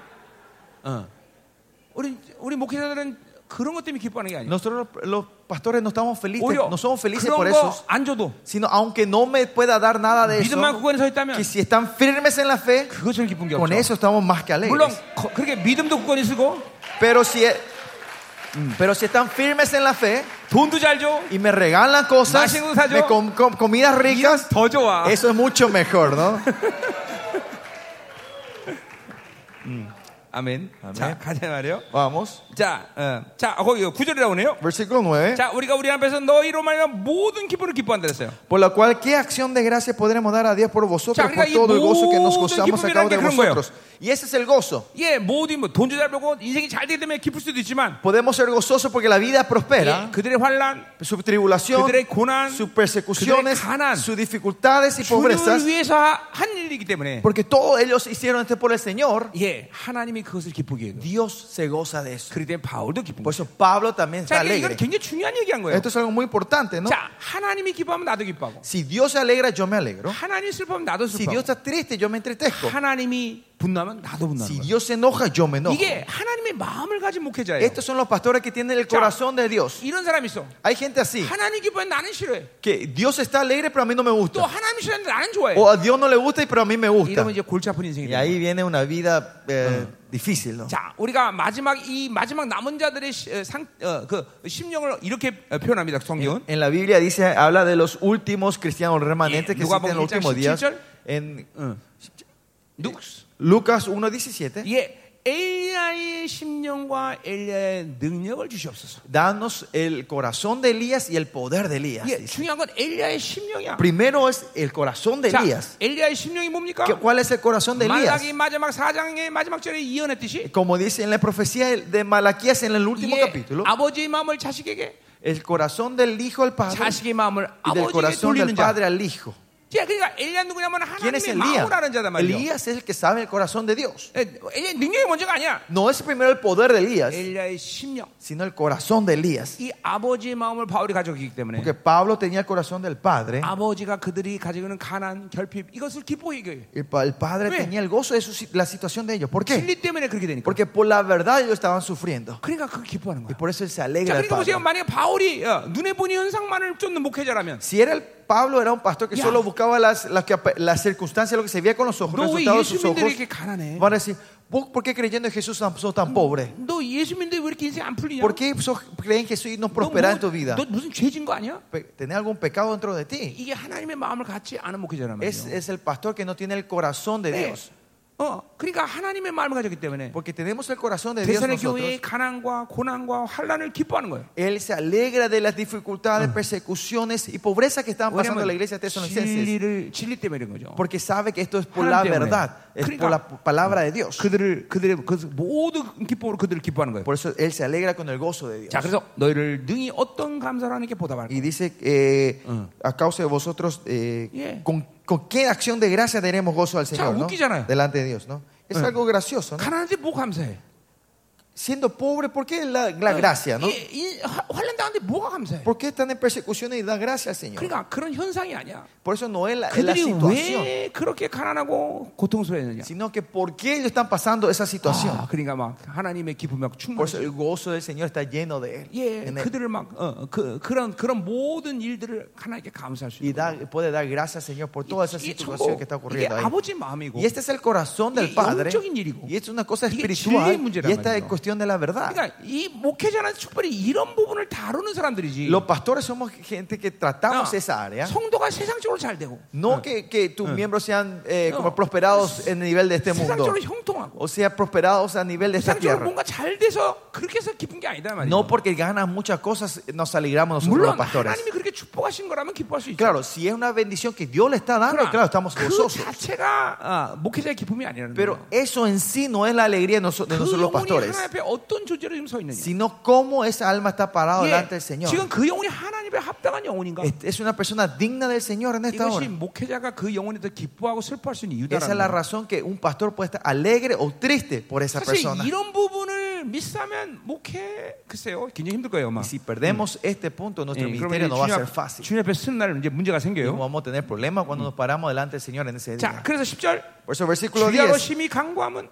Speaker 2: 우리 우리 목회자들은 그런 것 때문에 기뻐하는 게 아니에요.
Speaker 1: Nosotros los pastores no estamos felices,
Speaker 2: 오히려
Speaker 1: no somos felices por
Speaker 2: 그런
Speaker 1: eso,
Speaker 2: 거 안 줘도
Speaker 1: sino aunque no me pueda dar nada de eso,
Speaker 2: 믿음만 굳건히 서 있다면
Speaker 1: que si están firmes en la fe,
Speaker 2: 그것처럼 기쁜 게
Speaker 1: con
Speaker 2: 없죠.
Speaker 1: eso estamos más que
Speaker 2: 물론
Speaker 1: alegres.
Speaker 2: 거- 그렇게 믿음도 굳건히 쓰고
Speaker 1: Pero si, e,
Speaker 2: Mm.
Speaker 1: pero si están firmes en la fe
Speaker 2: 돈도 잘 줘.
Speaker 1: y me regalan cosas,
Speaker 2: Más cosas yo.
Speaker 1: me com- com- comidas ricas,
Speaker 2: 더 좋아.
Speaker 1: eso es mucho mejor, ¿no?
Speaker 2: 아멘.
Speaker 1: 아멘.
Speaker 2: 자, 가자 말이요.
Speaker 1: Vamos,
Speaker 2: 자, 어, 자, 거기 구절이라고 오네요.
Speaker 1: versículo 9.
Speaker 2: 자, 우리가 우리 앞에서 너희로 말하면 모든 기쁨을 기뻐한다 그랬어요.
Speaker 1: Por la cual, ¿qué acción de gracia podremos dar a Dios por
Speaker 2: 자,
Speaker 1: vosotros,
Speaker 2: 그러니까
Speaker 1: por
Speaker 2: 이
Speaker 1: todo el gozo que nos
Speaker 2: 모든
Speaker 1: gozamos a
Speaker 2: 기쁨이라는
Speaker 1: causa de
Speaker 2: 게 그런 거예요.
Speaker 1: vosotros? Y ese es el gozo.
Speaker 2: 예, 모든 뭐 돈도 잘 벌고 인생이 잘 되기 때문에 기쁠 수도 있지만
Speaker 1: Podemos ser gozosos porque la vida prospera.
Speaker 2: 예, 그들의 환란,
Speaker 1: Su tribulación,
Speaker 2: 그들의 고난,
Speaker 1: sus
Speaker 2: 그들의
Speaker 1: persecuciones,
Speaker 2: 가난,
Speaker 1: sus dificultades y pobrezas.
Speaker 2: 주를 위해서 하- 한 일이기 때문에
Speaker 1: Porque todos ellos hicieron esto por el Señor.
Speaker 2: 예, 하나님이 그것을 기쁘게 해요.
Speaker 1: Dios se goza de eso.
Speaker 2: 그럴 때 바울도 기쁜
Speaker 1: Por
Speaker 2: 거예요.
Speaker 1: eso Pablo también está
Speaker 2: 자, 그러니까 이건
Speaker 1: alegre.
Speaker 2: 굉장히 중요한 얘기한 거예요.
Speaker 1: Esto es algo muy importante, ¿no?
Speaker 2: 자, 하나님이 기뻐하면 나도 기뻐하고,
Speaker 1: Si Dios se alegra, yo me alegro.
Speaker 2: 하나님이 슬퍼하면 나도
Speaker 1: Si Dios
Speaker 2: 슬퍼하고,
Speaker 1: está triste, yo me entristezco.
Speaker 2: 하나님이 분노하면 나도 분노하는
Speaker 1: Si
Speaker 2: 거예요.
Speaker 1: Dios se enoja, yo me enojo.
Speaker 2: 이게 하나님의 마음을 가진 목회자예요.
Speaker 1: Estos son los pastores que tienen el
Speaker 2: 자,
Speaker 1: corazón de Dios.
Speaker 2: 이런 사람이 있어.
Speaker 1: Hay gente así,
Speaker 2: 하나님 기뻐해 나는 싫어해.
Speaker 1: que Dios está alegre, pero a mí no me
Speaker 2: 또
Speaker 1: gusta.
Speaker 2: 하나님 싫어하는데 나는 좋아해.
Speaker 1: O a Dios no le gusta, pero a mí me gusta.
Speaker 2: 이러면 이제 골치 아픈 인생이
Speaker 1: Y
Speaker 2: 돼.
Speaker 1: ahí viene una vida eh, difícil, ¿no?
Speaker 2: 자, 우리가 마지막 이 마지막 남은 자들의 시- 어, 상, 어, 그 심령을 이렇게 어, 표현합니다. 성경은.
Speaker 1: En la Biblia dice, habla de los últimos cristianos remanentes que
Speaker 2: Lucas
Speaker 1: existen en los
Speaker 2: 1,
Speaker 1: últimos días.
Speaker 2: 17.
Speaker 1: En
Speaker 2: 누스.
Speaker 1: Lucas 1.17,
Speaker 2: 예. 엘리야의 심령과 엘리야의 능력을 주시옵소서.
Speaker 1: danos el corazón de Elías y el poder de Elías.
Speaker 2: 예,
Speaker 1: dice.
Speaker 2: 중요한 건 엘리야의 심령이야.
Speaker 1: Primero es el corazón de
Speaker 2: 자,
Speaker 1: Elías.
Speaker 2: 엘리야의 심령이 뭡니까?
Speaker 1: ¿Qué- ¿Cuál es el corazón de Elías?
Speaker 2: 말라기 마지막 사장의 마지막 절에 예언했듯이
Speaker 1: Como dice en la profecía de Malaquías en el último
Speaker 2: 예,
Speaker 1: capítulo,
Speaker 2: 아버지의 마음을 자식에게
Speaker 1: el corazón del hijo al padre
Speaker 2: 자식의 마음을
Speaker 1: y del
Speaker 2: 아버지에게
Speaker 1: corazón del
Speaker 2: 돌리는 자.
Speaker 1: padre al hijo.
Speaker 2: 예, 그러니까 엘리야 누구냐면
Speaker 1: ¿Quién es
Speaker 2: 하나님의
Speaker 1: Elías?
Speaker 2: 마음을 아는 자단 말이야.
Speaker 1: Elías es el que sabe el corazón de Dios.
Speaker 2: 예, 엘리야 능력이 먼저가 아니야.
Speaker 1: No es primero el poder de Elías,
Speaker 2: 엘리야의 심령.
Speaker 1: sino el corazón de Elías.
Speaker 2: 이 아버지의 마음을 바울이 가져가기 때문에
Speaker 1: Porque Pablo tenía el corazón del padre.
Speaker 2: 아버지가 그들이 가지고 있는 가난, 결핍 이것을 기뻐하게 해요.
Speaker 1: El, pa- el padre
Speaker 2: Sí.
Speaker 1: tenía el gozo de su si- la situación de ellos. ¿Por qué?
Speaker 2: 진리 때문에 그렇게 되니까.
Speaker 1: Porque por la verdad ellos estaban sufriendo.
Speaker 2: 그러니까 그걸 기뻐하는
Speaker 1: Y
Speaker 2: 거야.
Speaker 1: por eso él se
Speaker 2: 자,
Speaker 1: alegra. del
Speaker 2: 그러니까
Speaker 1: padre.
Speaker 2: 보세요. 만약에 바울이 어, 눈에 보니 현상만을 쫓는 목회자라면
Speaker 1: Si era el Pablo, era un pastor que
Speaker 2: Ya.
Speaker 1: solo buscaba las, las, que ap- las circunstancias, lo que se veía con los ojos,
Speaker 2: 너 왜
Speaker 1: resultado de sus
Speaker 2: 그렇죠. 예수민들이
Speaker 1: ojos,
Speaker 2: 이렇게 가난해?
Speaker 1: van a decir: "¿Vos ¿Por qué creyendo en Jesús son son tan pobre?
Speaker 2: 너 예수민들이 왜 이렇게 인생 안 풀리냐?
Speaker 1: ¿Por qué sos- creen que Jesús no
Speaker 2: 너, 뭐,
Speaker 1: prospera en tu vida?
Speaker 2: 너 무슨 죄진 거 아니야?
Speaker 1: Pe- ¿Tenés algún pecado dentro de ti?
Speaker 2: 이게 하나님의 마음을 갖지 않은 목회자라면.
Speaker 1: Es, es el pastor que no tiene el corazón de
Speaker 2: 네.
Speaker 1: Dios.
Speaker 2: 어, 그러니까 하나님의 마음을 가졌기 때문에
Speaker 1: Porque tenemos el corazón de Dios
Speaker 2: 대선의
Speaker 1: nosotros.
Speaker 2: 교회의 가난과 고난과 환란을 기뻐하는 거예요.
Speaker 1: Él se alegra de las dificultades, persecuciones y pobreza que estaban
Speaker 2: 왜냐면
Speaker 1: pasando en la iglesia de Tesalonicenses.
Speaker 2: 진리를 진리 때문에 이런 거죠.
Speaker 1: Porque sabe que esto es por la
Speaker 2: 하나님 때문에.
Speaker 1: verdad, es por la palabra de Dios.
Speaker 2: 그들을 그들의 그 모든 기쁨으로 그들을 기뻐하는 거예요.
Speaker 1: Por eso Él se alegra con el gozo de Dios.
Speaker 2: 자, 그래서 너희를 능히 어떤 감사로 하는 게 보답할까?
Speaker 1: Y dice, eh, a causa de vosotros, eh,
Speaker 2: Yeah.
Speaker 1: con, con qué acción de gracia daremos gozo al Señor? ¿no?
Speaker 2: 웃기잖아요.
Speaker 1: Delante de Dios. ¿no? Es algo gracioso. ¿no?
Speaker 2: 가난한데 뭐 감사해?
Speaker 1: Siendo pobre, ¿por qué la,
Speaker 2: Ah.
Speaker 1: la gracia? ¿no?
Speaker 2: 어, 이, 이 화- 환란 당한데 뭐가 감사해?
Speaker 1: ¿Por qué están en persecuciones y dan gracia al Señor?
Speaker 2: 그러니까 그런 현상이 아니야.
Speaker 1: Por eso no es la, es la
Speaker 2: 그들이
Speaker 1: situación,
Speaker 2: 왜 그렇게 가난하고 고통스러워했느냐?
Speaker 1: sino que por qué ellos están pasando esa situación.
Speaker 2: 아, 그러니까 막 하나님의 기쁨이 막
Speaker 1: Por eso
Speaker 2: 충만해.
Speaker 1: el gozo del Señor está lleno de Él.
Speaker 2: 예,
Speaker 1: en él.
Speaker 2: 그들을 막 어, 그, 그런 그런 모든 일들을 하나님께 감사할 수
Speaker 1: Y
Speaker 2: 있는.
Speaker 1: da- puede dar gracias, Señor, por toda esa
Speaker 2: 이게
Speaker 1: situación que está
Speaker 2: 전부 이게
Speaker 1: ocurriendo ahí.
Speaker 2: 아버지 마음이고.
Speaker 1: Y este es el corazón
Speaker 2: Y-
Speaker 1: del Padre.
Speaker 2: 영적인 일이고.
Speaker 1: Y es una cosa
Speaker 2: 이게
Speaker 1: espiritual.
Speaker 2: 진리의 문제란
Speaker 1: Y esta es
Speaker 2: 말이죠.
Speaker 1: cuestión de la verdad.
Speaker 2: 그러니까 이 목회자는 특별히 이런 부분을 다루는 사람들이지.
Speaker 1: Los pastores somos gente que tratamos
Speaker 2: 아,
Speaker 1: esa área.
Speaker 2: 성도가 세상적으로 잘 되고
Speaker 1: No que, que tus miembros sean eh,
Speaker 2: No.
Speaker 1: como prosperados en el nivel de este mundo.
Speaker 2: 세상적으로 형통하고
Speaker 1: O sea, prosperados a nivel de esta
Speaker 2: 세상적으로
Speaker 1: tierra.
Speaker 2: 뭔가 잘 돼서 그렇게 해서 기쁜 게 아니다 말이야.
Speaker 1: No porque ganas muchas cosas nos alegramos nosotros los
Speaker 2: 물론
Speaker 1: pastores.
Speaker 2: 하나님이 그렇게 축복하신 거라면 기뻐할 수 있죠.
Speaker 1: Claro, si es una bendición que Dios le está dando, claro, estamos
Speaker 2: 그
Speaker 1: gozosos.
Speaker 2: 자체가 아, 목회자의 기쁨이 아니라는
Speaker 1: Pero
Speaker 2: 거예요.
Speaker 1: eso en sí no es la alegría de noso- de
Speaker 2: 그
Speaker 1: nosotros los
Speaker 2: 영혼이
Speaker 1: pastores,
Speaker 2: 하나님 앞에 어떤 존재로 지금 서 있느냐.
Speaker 1: sino cómo esa alma está parada
Speaker 2: 예,
Speaker 1: delante del Señor.
Speaker 2: 지금 그 영혼이 하나님 앞에 합당한 영혼인가?
Speaker 1: Es- Es una persona digna del Señor en esta
Speaker 2: 이것이
Speaker 1: hora.
Speaker 2: 목회자가 그 영혼에 더 기뻐하고 슬퍼할 수 있는 이유다라는
Speaker 1: Esa es la
Speaker 2: 거예요.
Speaker 1: razón que un pastor puede estar alegre o triste por esa
Speaker 2: 사실
Speaker 1: persona.
Speaker 2: 이런 부분을 미스하면 목회 글쎄요 굉장히 힘들 거예요 아마.
Speaker 1: Y si perdemos este punto, nuestro
Speaker 2: 예,
Speaker 1: ministerio no va a
Speaker 2: 주님
Speaker 1: ser
Speaker 2: 앞-
Speaker 1: fácil.
Speaker 2: 주님 앞에 쓰는 날 이제 문제가
Speaker 1: Y
Speaker 2: 생겨요.
Speaker 1: vamos a tener problemas cuando nos paramos delante del Señor en ese
Speaker 2: 자,
Speaker 1: día.
Speaker 2: 그래서 10절
Speaker 1: Por eso, versículo
Speaker 2: 주야로
Speaker 1: 10.
Speaker 2: 심히 강구함은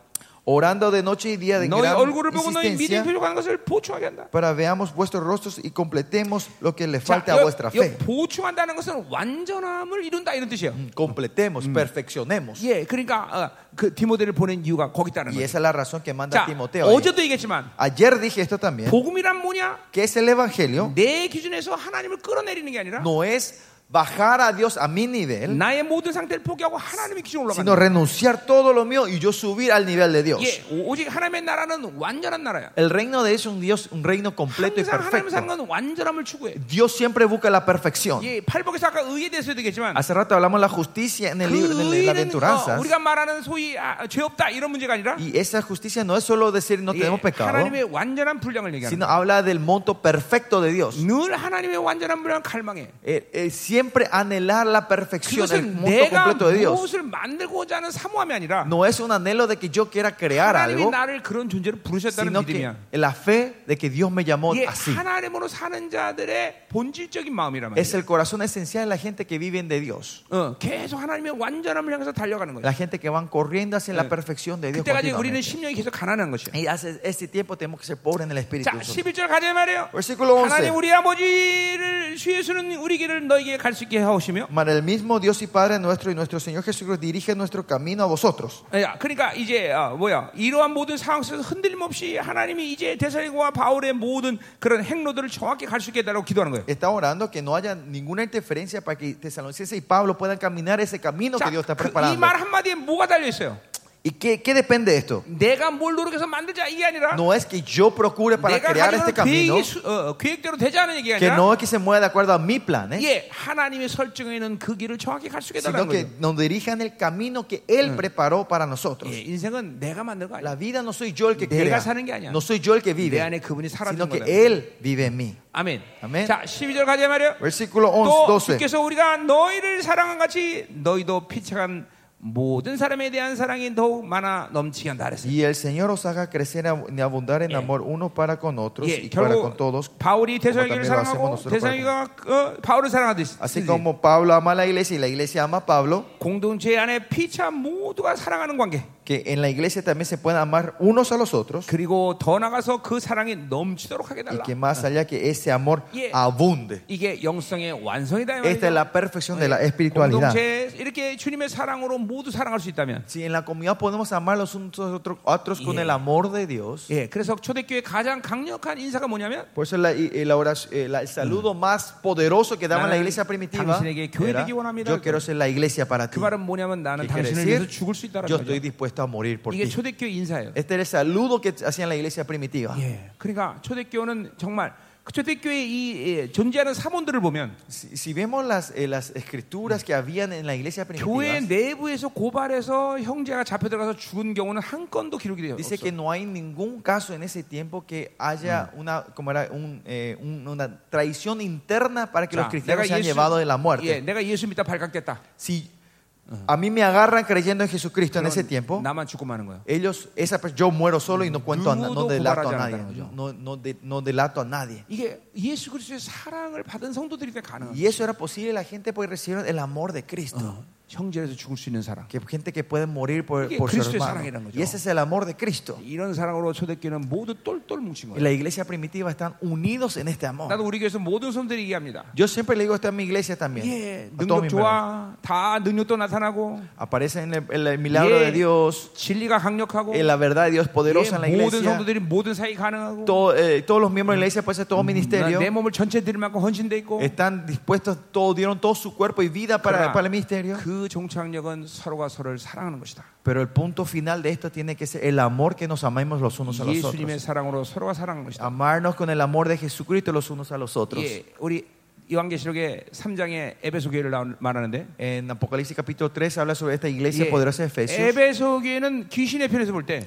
Speaker 1: orando de noche y día de
Speaker 2: 너희
Speaker 1: gran
Speaker 2: 얼굴을 보고 너희 믿음이
Speaker 1: insistencia
Speaker 2: 부족한 것을 보충하게 한다.
Speaker 1: para veamos vuestros rostros y completemos lo que le falta
Speaker 2: 여-
Speaker 1: a vuestra
Speaker 2: 여-
Speaker 1: fe. 음.
Speaker 2: 보충한다는 것은 완전함을 이룬다 이런 뜻이에요.
Speaker 1: Completemos, perfeccionemos.
Speaker 2: 예, 그러니까 어, 그 디모데를 보낸 이유가 거기 있다는
Speaker 1: Y
Speaker 2: 거예요.
Speaker 1: esa es la razón que manda
Speaker 2: 자,
Speaker 1: Timoteo. ahí.
Speaker 2: 어제도 얘기했지만
Speaker 1: Ayer dije esto también,
Speaker 2: 복음이란 뭐냐?
Speaker 1: que es el Evangelio,
Speaker 2: 내 기준에서 하나님을 끌어내리는 게 아니라
Speaker 1: no es bajar a Dios a mi nivel,
Speaker 2: 나의 모든 상태를 포기하고 하나님의 기준으로 올라가는
Speaker 1: sino
Speaker 2: 거예요.
Speaker 1: renunciar todo lo mío y yo subir al nivel de Dios.
Speaker 2: 예, 오- 오직 하나님의 나라는 완전한 나라야.
Speaker 1: El reino de Dios es un Dios, un reino completo y
Speaker 2: 항상 하나님 사는
Speaker 1: perfecto.
Speaker 2: 건 완전함을 추구해.
Speaker 1: Dios siempre busca la perfección.
Speaker 2: 예, 팔복에서 아까 의에 대해서 얘기했지만
Speaker 1: Hace rato hablamos de la justicia en el libro
Speaker 2: 그
Speaker 1: de la
Speaker 2: 의는 어,
Speaker 1: aventuranza.
Speaker 2: 우리가 말하는 소위 아, 죄 없다 이런 문제가 아니라
Speaker 1: Y esa justicia no es solo decir no
Speaker 2: 예,
Speaker 1: tenemos pecado,
Speaker 2: 하나님의 완전한 분량을 얘기하는
Speaker 1: sino
Speaker 2: 거예요.
Speaker 1: habla del monto perfecto de Dios.
Speaker 2: 늘 하나님의 완전한 분량 갈망해.
Speaker 1: Eh, eh, siempre anhelar la perfección, el
Speaker 2: 그것은
Speaker 1: monto
Speaker 2: 내가
Speaker 1: 뭐 completo de Dios.
Speaker 2: 무엇을 만들고자 하는 사모함이 아니라
Speaker 1: No es un anhelo de que yo quiera crear
Speaker 2: 하나님이
Speaker 1: algo,
Speaker 2: 나를 그런 존재로 부르셨다는
Speaker 1: sino que
Speaker 2: 믿음이야.
Speaker 1: la fe de que Dios me llamó
Speaker 2: 이게
Speaker 1: así.
Speaker 2: 하나님으로 사는 자들의 본질적인 마음이란 말이야.
Speaker 1: Es el corazón esencial de la gente que vive de Dios.
Speaker 2: 어, 계속 하나님의 완전함을 향해서 달려가는 거야.
Speaker 1: La gente que van corriendo hacia la perfección de Dios.
Speaker 2: 그때까지 우리는
Speaker 1: continuamente.
Speaker 2: 심령이 계속 가난한 것이야.
Speaker 1: Y hace ese tiempo tenemos que ser pobres en el espíritu.
Speaker 2: 자, 11절 가자 말이에요.
Speaker 1: Versículo 11.
Speaker 2: 하나님 우리 아버지를 예수는 우리 길을 너에게 갈 수 있게 하오시며
Speaker 1: Mas el mismo Dios y Padre nuestro y nuestro Señor Jesucristo dirige nuestro camino a vosotros.
Speaker 2: 야, 그러니까 이제 아, 뭐야 이러한 모든 상황 속에서 흔들림 없이 하나님이 이제 대사리고와 바울의 모든 그런 행로들을 정확히 갈 수 있게 해달라고 기도하는 거예요.
Speaker 1: Está orando que no haya ninguna interferencia para que Tesalonicense y Pablo puedan caminar ese camino que Dios está preparando.
Speaker 2: 그 이말 한마디에 뭐가 달려 있어요?
Speaker 1: ¿Y qué, qué depende de esto?
Speaker 2: 내가 뭘 노력해서 만들자 이게 아니라
Speaker 1: No es que yo procure para
Speaker 2: 내가
Speaker 1: crear este
Speaker 2: 가지고
Speaker 1: camino,
Speaker 2: 계획이 수- 어, 계획대로 되지 않은 얘기가
Speaker 1: que
Speaker 2: 아니라
Speaker 1: no es que se mueva de acuerdo a mi plan, ¿eh?
Speaker 2: 예, 하나님이 설정해 있는 그 길을 정확히 갈 수 있게
Speaker 1: sino
Speaker 2: 해달라는
Speaker 1: que Mm.
Speaker 2: 거예요.
Speaker 1: nos dirijan el camino que Él preparó para nosotros.
Speaker 2: 예, 인생은 내가 만든 거 아니야.
Speaker 1: La vida no soy yo el que
Speaker 2: 내가
Speaker 1: crea,
Speaker 2: 사는 게 아니야.
Speaker 1: no soy yo el que
Speaker 2: 내 안에
Speaker 1: vive,
Speaker 2: 그분이 살아
Speaker 1: sino
Speaker 2: 있는
Speaker 1: que
Speaker 2: 거다.
Speaker 1: Él vive en mí.
Speaker 2: 아멘.
Speaker 1: 아멘.
Speaker 2: 자, 12절 가자 말이요.
Speaker 1: Versículo
Speaker 2: 또
Speaker 1: 11, 12.
Speaker 2: 주께서 우리가 너희를 사랑한 같이 너희도 피차간 모든 사람에 대한 사랑이 더욱 많아 넘치게 한다 그랬어요.
Speaker 1: Y el Señor os haga crecer ab- y abundar en amor uno para con otros
Speaker 2: 예,
Speaker 1: y para con
Speaker 2: 결국
Speaker 1: todos.
Speaker 2: 바울이 대상교를
Speaker 1: también lo hacemos
Speaker 2: 사랑하고
Speaker 1: nosotros
Speaker 2: 대상교가 어, 바울을 사랑하듯이
Speaker 1: Así como Pablo ama a la iglesia y la iglesia ama a Pablo,
Speaker 2: 공동체 안에 피차 모두가 사랑하는 관계
Speaker 1: que en la iglesia también se puedan amar unos a los otros
Speaker 2: 그리고 더 나가서 그 사랑이 넘치도록 하게
Speaker 1: y
Speaker 2: 달라.
Speaker 1: que más allá que ese amor
Speaker 2: Yeah.
Speaker 1: abunde.
Speaker 2: 이게 영성의 완성이다 이
Speaker 1: Esta
Speaker 2: 말이죠.
Speaker 1: es la perfección de la espiritualidad.
Speaker 2: 공동체 이렇게 주님의 사랑으로 모두 사랑할 수 있다면
Speaker 1: Si en la comunidad podemos amar los unos a los otros, otros con
Speaker 2: Yeah.
Speaker 1: el amor de Dios,
Speaker 2: 예, 그래서 초대교회 가장 강력한 인사가 뭐냐면
Speaker 1: por eso la- y- y la oración- eh, la- el saludo más poderoso que daba en la
Speaker 2: 나는
Speaker 1: iglesia primitiva
Speaker 2: 당신에게 교회
Speaker 1: era,
Speaker 2: 되기 원합니다.
Speaker 1: yo quiero ser la iglesia para
Speaker 2: 그
Speaker 1: ti.
Speaker 2: 말은 뭐냐면 나는
Speaker 1: ¿Qué quiere
Speaker 2: 당신을 위해서
Speaker 1: decir?
Speaker 2: 죽을 수 있다라는
Speaker 1: Yo estoy
Speaker 2: 거죠.
Speaker 1: dispuesto a morir por
Speaker 2: 이게
Speaker 1: ti.
Speaker 2: 초대교회 인사예요.
Speaker 1: Este era el saludo que hacían la iglesia primitiva.
Speaker 2: 예. 그러니까 초대교회는 정말 그 초대교회 이 예, 존재하는 사본들을 보면
Speaker 1: Si, si vemos las, eh, las escrituras que habían en la iglesia
Speaker 2: 교회
Speaker 1: primitiva,
Speaker 2: 내부에서 고발해서 형제가 잡혀 들어가서 죽은 경우는 한 건도 기록이 돼요.
Speaker 1: Dice que no hay ningún caso en ese tiempo que haya una, como era, un, eh, un- una traición interna para que los cristianos sean llevados de la
Speaker 2: 예,
Speaker 1: muerte.
Speaker 2: 내가 예수 믿다 발각됐다.
Speaker 1: Si a mí me agarran creyendo en Jesucristo en ese tiempo,
Speaker 2: 나만 죽고 마는 거예요.
Speaker 1: ellos, esa, per- yo muero solo y no cuento, a, na- no
Speaker 2: Nudo
Speaker 1: delato a
Speaker 2: cobarde
Speaker 1: nadie,
Speaker 2: andando.
Speaker 1: no, no de- no delato a nadie.
Speaker 2: 이게 예수 그리스도의 사랑을 받은 성도들이 때 가능한 거예요.
Speaker 1: Y eso era posible la gente porque recibieron el amor de Cristo.
Speaker 2: 어, 형제에서 죽을 수 있는 사랑.
Speaker 1: Que gente que puede morir por,
Speaker 2: Porque
Speaker 1: por su
Speaker 2: Cristo es
Speaker 1: hermano.
Speaker 2: sagrado, ¿no?
Speaker 1: Y ese es el amor de Cristo.
Speaker 2: 이런 사랑으로 초대교회는 모두 똘똘 뭉친
Speaker 1: Y
Speaker 2: 거예요.
Speaker 1: la iglesia primitiva están unidos en este amor.
Speaker 2: 나도 우리 교회에서 모든 성들이 얘기합니다.
Speaker 1: Yo siempre le digo esto a mi iglesia también.
Speaker 2: 예,
Speaker 1: a todos
Speaker 2: 능력
Speaker 1: mis
Speaker 2: 좋아. 다 능력도 나타나고
Speaker 1: hermanos. Aparece en el, en el milagro
Speaker 2: Yeah.
Speaker 1: de Dios,
Speaker 2: 진리가 강력하고
Speaker 1: en la verdad de Dios
Speaker 2: 예,
Speaker 1: poderosa en la
Speaker 2: 모든
Speaker 1: iglesia.
Speaker 2: 성도들이 모든 사이 가능하고
Speaker 1: Todo, eh, todos los miembros de la iglesia, pues de todo ministerio,
Speaker 2: 내 몸을 전체 드릴 만큼 헌신돼 있고
Speaker 1: están dispuestos, todos dieron todo su cuerpo y vida para,
Speaker 2: 그러나
Speaker 1: para el ministerio.
Speaker 2: 그 종착역은 서로가 서로를 사랑하는 것이다.
Speaker 1: Pero el punto final de esto tiene que ser el amor que nos amemos los unos a los
Speaker 2: 예수님의
Speaker 1: otros.
Speaker 2: 사랑으로 서로가 사랑하는 것이다.
Speaker 1: Amarnos con el amor de Jesucristo los unos a los otros.
Speaker 2: 예, 우리 요한계시록의 3장에 에베소 교회를 나온- 말하는데
Speaker 1: En Apocalipsis capítulo 3 habla sobre esta iglesia
Speaker 2: 예,
Speaker 1: poderosa de Efesios.
Speaker 2: 에베소 교회는 귀신의 편에서 볼 때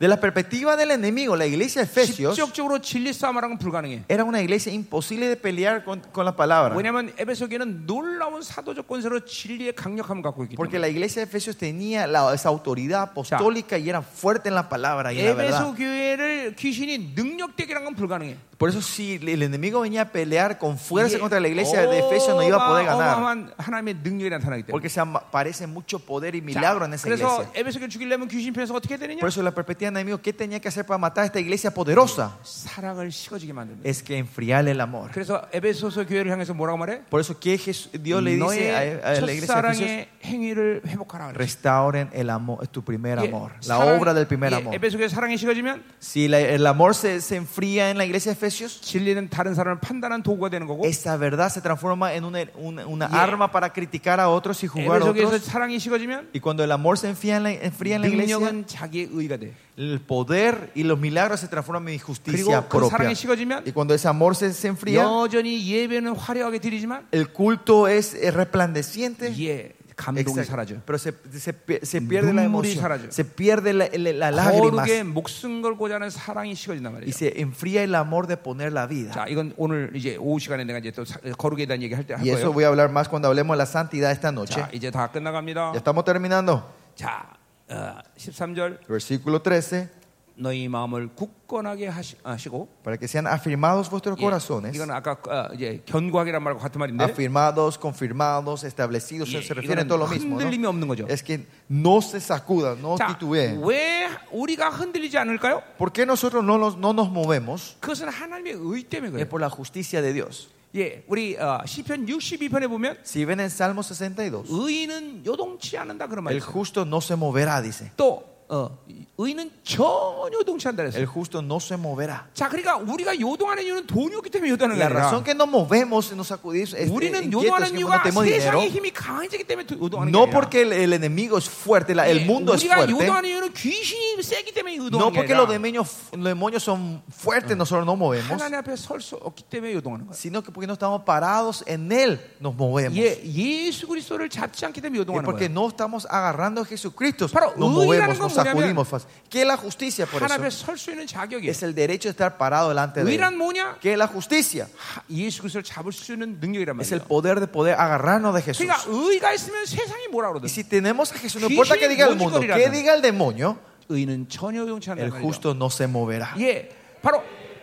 Speaker 1: De la perspectiva del enemigo, la iglesia de Efesios
Speaker 2: 직접적으로 진리 싸움하는 건 불가능해.
Speaker 1: era una iglesia imposible de pelear con, con la palabra.
Speaker 2: 왜냐하면 에베소교는 놀라운 사도적 권세로 진리의 강력함을 갖고 있기
Speaker 1: Porque
Speaker 2: 때문에.
Speaker 1: la iglesia de Efesios tenía la, esa autoridad apostólica y era fuerte en la palabra y en la verdad.
Speaker 2: 에베소 교회를 귀신이 능력대기란 건 불가능해.
Speaker 1: Por eso si el enemigo venía a pelear con fuerza
Speaker 2: 이게
Speaker 1: contra la iglesia de Efesios
Speaker 2: Oh,
Speaker 1: no iba a poder ganar.
Speaker 2: 어마어마한 하나님의 능력이 나타나기 때문에.
Speaker 1: Porque se ama- aparece mucho poder y
Speaker 2: 자,
Speaker 1: milagro en esa
Speaker 2: 그래서
Speaker 1: iglesia.
Speaker 2: 에베소 교회 죽이려면 귀신 편에서 어떻게 해야 되느냐?
Speaker 1: Por eso la perspectiva del enemigo, ¿qué tenía que hacer para matar a esta iglesia poderosa?
Speaker 2: 사랑을 식어지게 만듭니다.
Speaker 1: Es que enfriarle el amor.
Speaker 2: 그래서 에베소서 교회를 향해서 뭐라고 말해?
Speaker 1: Por eso que Jesús- Dios le dice
Speaker 2: 너의
Speaker 1: a, a la iglesia de
Speaker 2: 첫사랑의
Speaker 1: Efesios,
Speaker 2: 행위를 회복하라. 그래.
Speaker 1: restauren el amor, tu primer
Speaker 2: 예,
Speaker 1: amor, la
Speaker 2: 사랑-
Speaker 1: obra del primer
Speaker 2: 예,
Speaker 1: amor.
Speaker 2: 에베소 교회 사랑이 식어지면
Speaker 1: Si la- el amor se, se enfría en la iglesia de Efesios,
Speaker 2: 진리는 다른 사람을 판단하는 도구가 되는 거고
Speaker 1: esa verdad se transforma en una, una- una
Speaker 2: 예.
Speaker 1: arma para criticar a otros y jugar a
Speaker 2: 에베소 교회에서
Speaker 1: otros.
Speaker 2: 사랑이 식어지면
Speaker 1: Y cuando el amor se enfría en la, enfría en la iglesia,
Speaker 2: 능력은 자기의 의가 돼.
Speaker 1: el poder y los milagros se transforman en
Speaker 2: 그리고
Speaker 1: justicia
Speaker 2: 그
Speaker 1: propia.
Speaker 2: 사랑이 식어지면
Speaker 1: Y cuando ese amor se, se enfría,
Speaker 2: 여전히 예배는 화려하게 드리지만
Speaker 1: el culto es eh, resplandeciente.
Speaker 2: 예 감동이
Speaker 1: Exacto.
Speaker 2: 사라져.
Speaker 1: Pero se, se pie- se pierde la
Speaker 2: 눈물이
Speaker 1: emoción,
Speaker 2: 사라져.
Speaker 1: se pierde la, la- la lágrima
Speaker 2: 거룩에 목숨 걸고 자는 사랑이 식어진단 말이에요.
Speaker 1: y se enfría el amor de poner la vida.
Speaker 2: 자, 이건 오늘 이제 오후 시간에 내가 이제 또 사- 거룩에 대한 얘기 할 때 할
Speaker 1: Y eso
Speaker 2: 거예요.
Speaker 1: voy a hablar más cuando hablemos de la santidad esta noche.
Speaker 2: 자, 이제 다 끝나갑니다.
Speaker 1: Ya estamos terminando.
Speaker 2: 자, 어, 13절
Speaker 1: Versículo 13.
Speaker 2: 너희 마음을 굳건하게 하시, 고
Speaker 1: Para que sean afirmados vuestros corazones.
Speaker 2: 이건 아까 어, 이제 견고하게란 말과 같은 말인데
Speaker 1: Afirmados, confirmados, establecidos.
Speaker 2: 예,
Speaker 1: Se, se refiere
Speaker 2: 이거는
Speaker 1: todo lo mismo. ¿no?
Speaker 2: 흔들림이 없는 거죠.
Speaker 1: Es que no se sacudan, no
Speaker 2: 자,
Speaker 1: titubeen.
Speaker 2: 왜 우리가 흔들리지 않을까요?
Speaker 1: ¿Por qué nosotros no nos, no nos movemos?
Speaker 2: 그것은 하나님의 의 때문에
Speaker 1: Es
Speaker 2: 그래요.
Speaker 1: por la justicia de Dios.
Speaker 2: 예, 우리 어, 시편 62편에 보면
Speaker 1: Si ven en Salmo 62,
Speaker 2: 의인은 요동치 않는다 그런 말이
Speaker 1: el
Speaker 2: 있어요.
Speaker 1: justo no se moverá, dice.
Speaker 2: 또 어, 의인은 전혀 요동치 않다 그랬어요.
Speaker 1: El justo no se moverá.
Speaker 2: 자, 그러니까 우리가 요동하는 이유는 돈이 없기 때문에 요동하는 게
Speaker 1: La
Speaker 2: 아니라
Speaker 1: razón que nos movemos y nos sacudimos es eh,
Speaker 2: 우리는
Speaker 1: inquietos,
Speaker 2: 요동하는
Speaker 1: que no
Speaker 2: 이유가
Speaker 1: tenemos dinero.
Speaker 2: 세상의 힘이 강해지기 때문에 도- 요동하는 게
Speaker 1: No
Speaker 2: 아니라
Speaker 1: porque el, el enemigo es fuerte, la-
Speaker 2: 예,
Speaker 1: el mundo es
Speaker 2: 우리가
Speaker 1: fuerte.
Speaker 2: 요동하는 이유는 귀신이 세기 때문에
Speaker 1: No
Speaker 2: 요동하는 게
Speaker 1: porque los
Speaker 2: 아니라
Speaker 1: demonios, los demonios son fuertes, nosotros no movemos,
Speaker 2: 하나님 앞에 설 수 없기 때문에 요동하는 거예요.
Speaker 1: sino que porque no estamos parados en Él, nos movemos.
Speaker 2: 예, 예수 그리스도를 잡지 않기 때문에
Speaker 1: Es
Speaker 2: 요동하는
Speaker 1: porque
Speaker 2: 거예요.
Speaker 1: no estamos agarrando a Jesucristo,
Speaker 2: Pero,
Speaker 1: nos
Speaker 2: 의라는
Speaker 1: movemos,
Speaker 2: 건
Speaker 1: nos
Speaker 2: 뭐냐면,
Speaker 1: sacudimos. fácil. ¿Qué es la justicia por
Speaker 2: 하나님
Speaker 1: eso?
Speaker 2: 앞에 설 수 있는 자격이에요.
Speaker 1: Es el derecho de estar parado delante de
Speaker 2: 의란
Speaker 1: Él.
Speaker 2: 뭐냐?
Speaker 1: ¿Qué es la justicia?
Speaker 2: 하- 예수 그리스도를 잡을 수 있는 능력이란
Speaker 1: Es el
Speaker 2: 말이에요.
Speaker 1: poder de poder agarrarnos de Jesús.
Speaker 2: 그러니까 의가 있으면 세상이 뭐라
Speaker 1: Y
Speaker 2: 그러든
Speaker 1: si tenemos a Jesús, no importa que diga el mundo, que diga el demonio,
Speaker 2: 의는 전혀 요동치 않는
Speaker 1: el
Speaker 2: 거예요.
Speaker 1: justo no se moverá.
Speaker 2: 예, 바로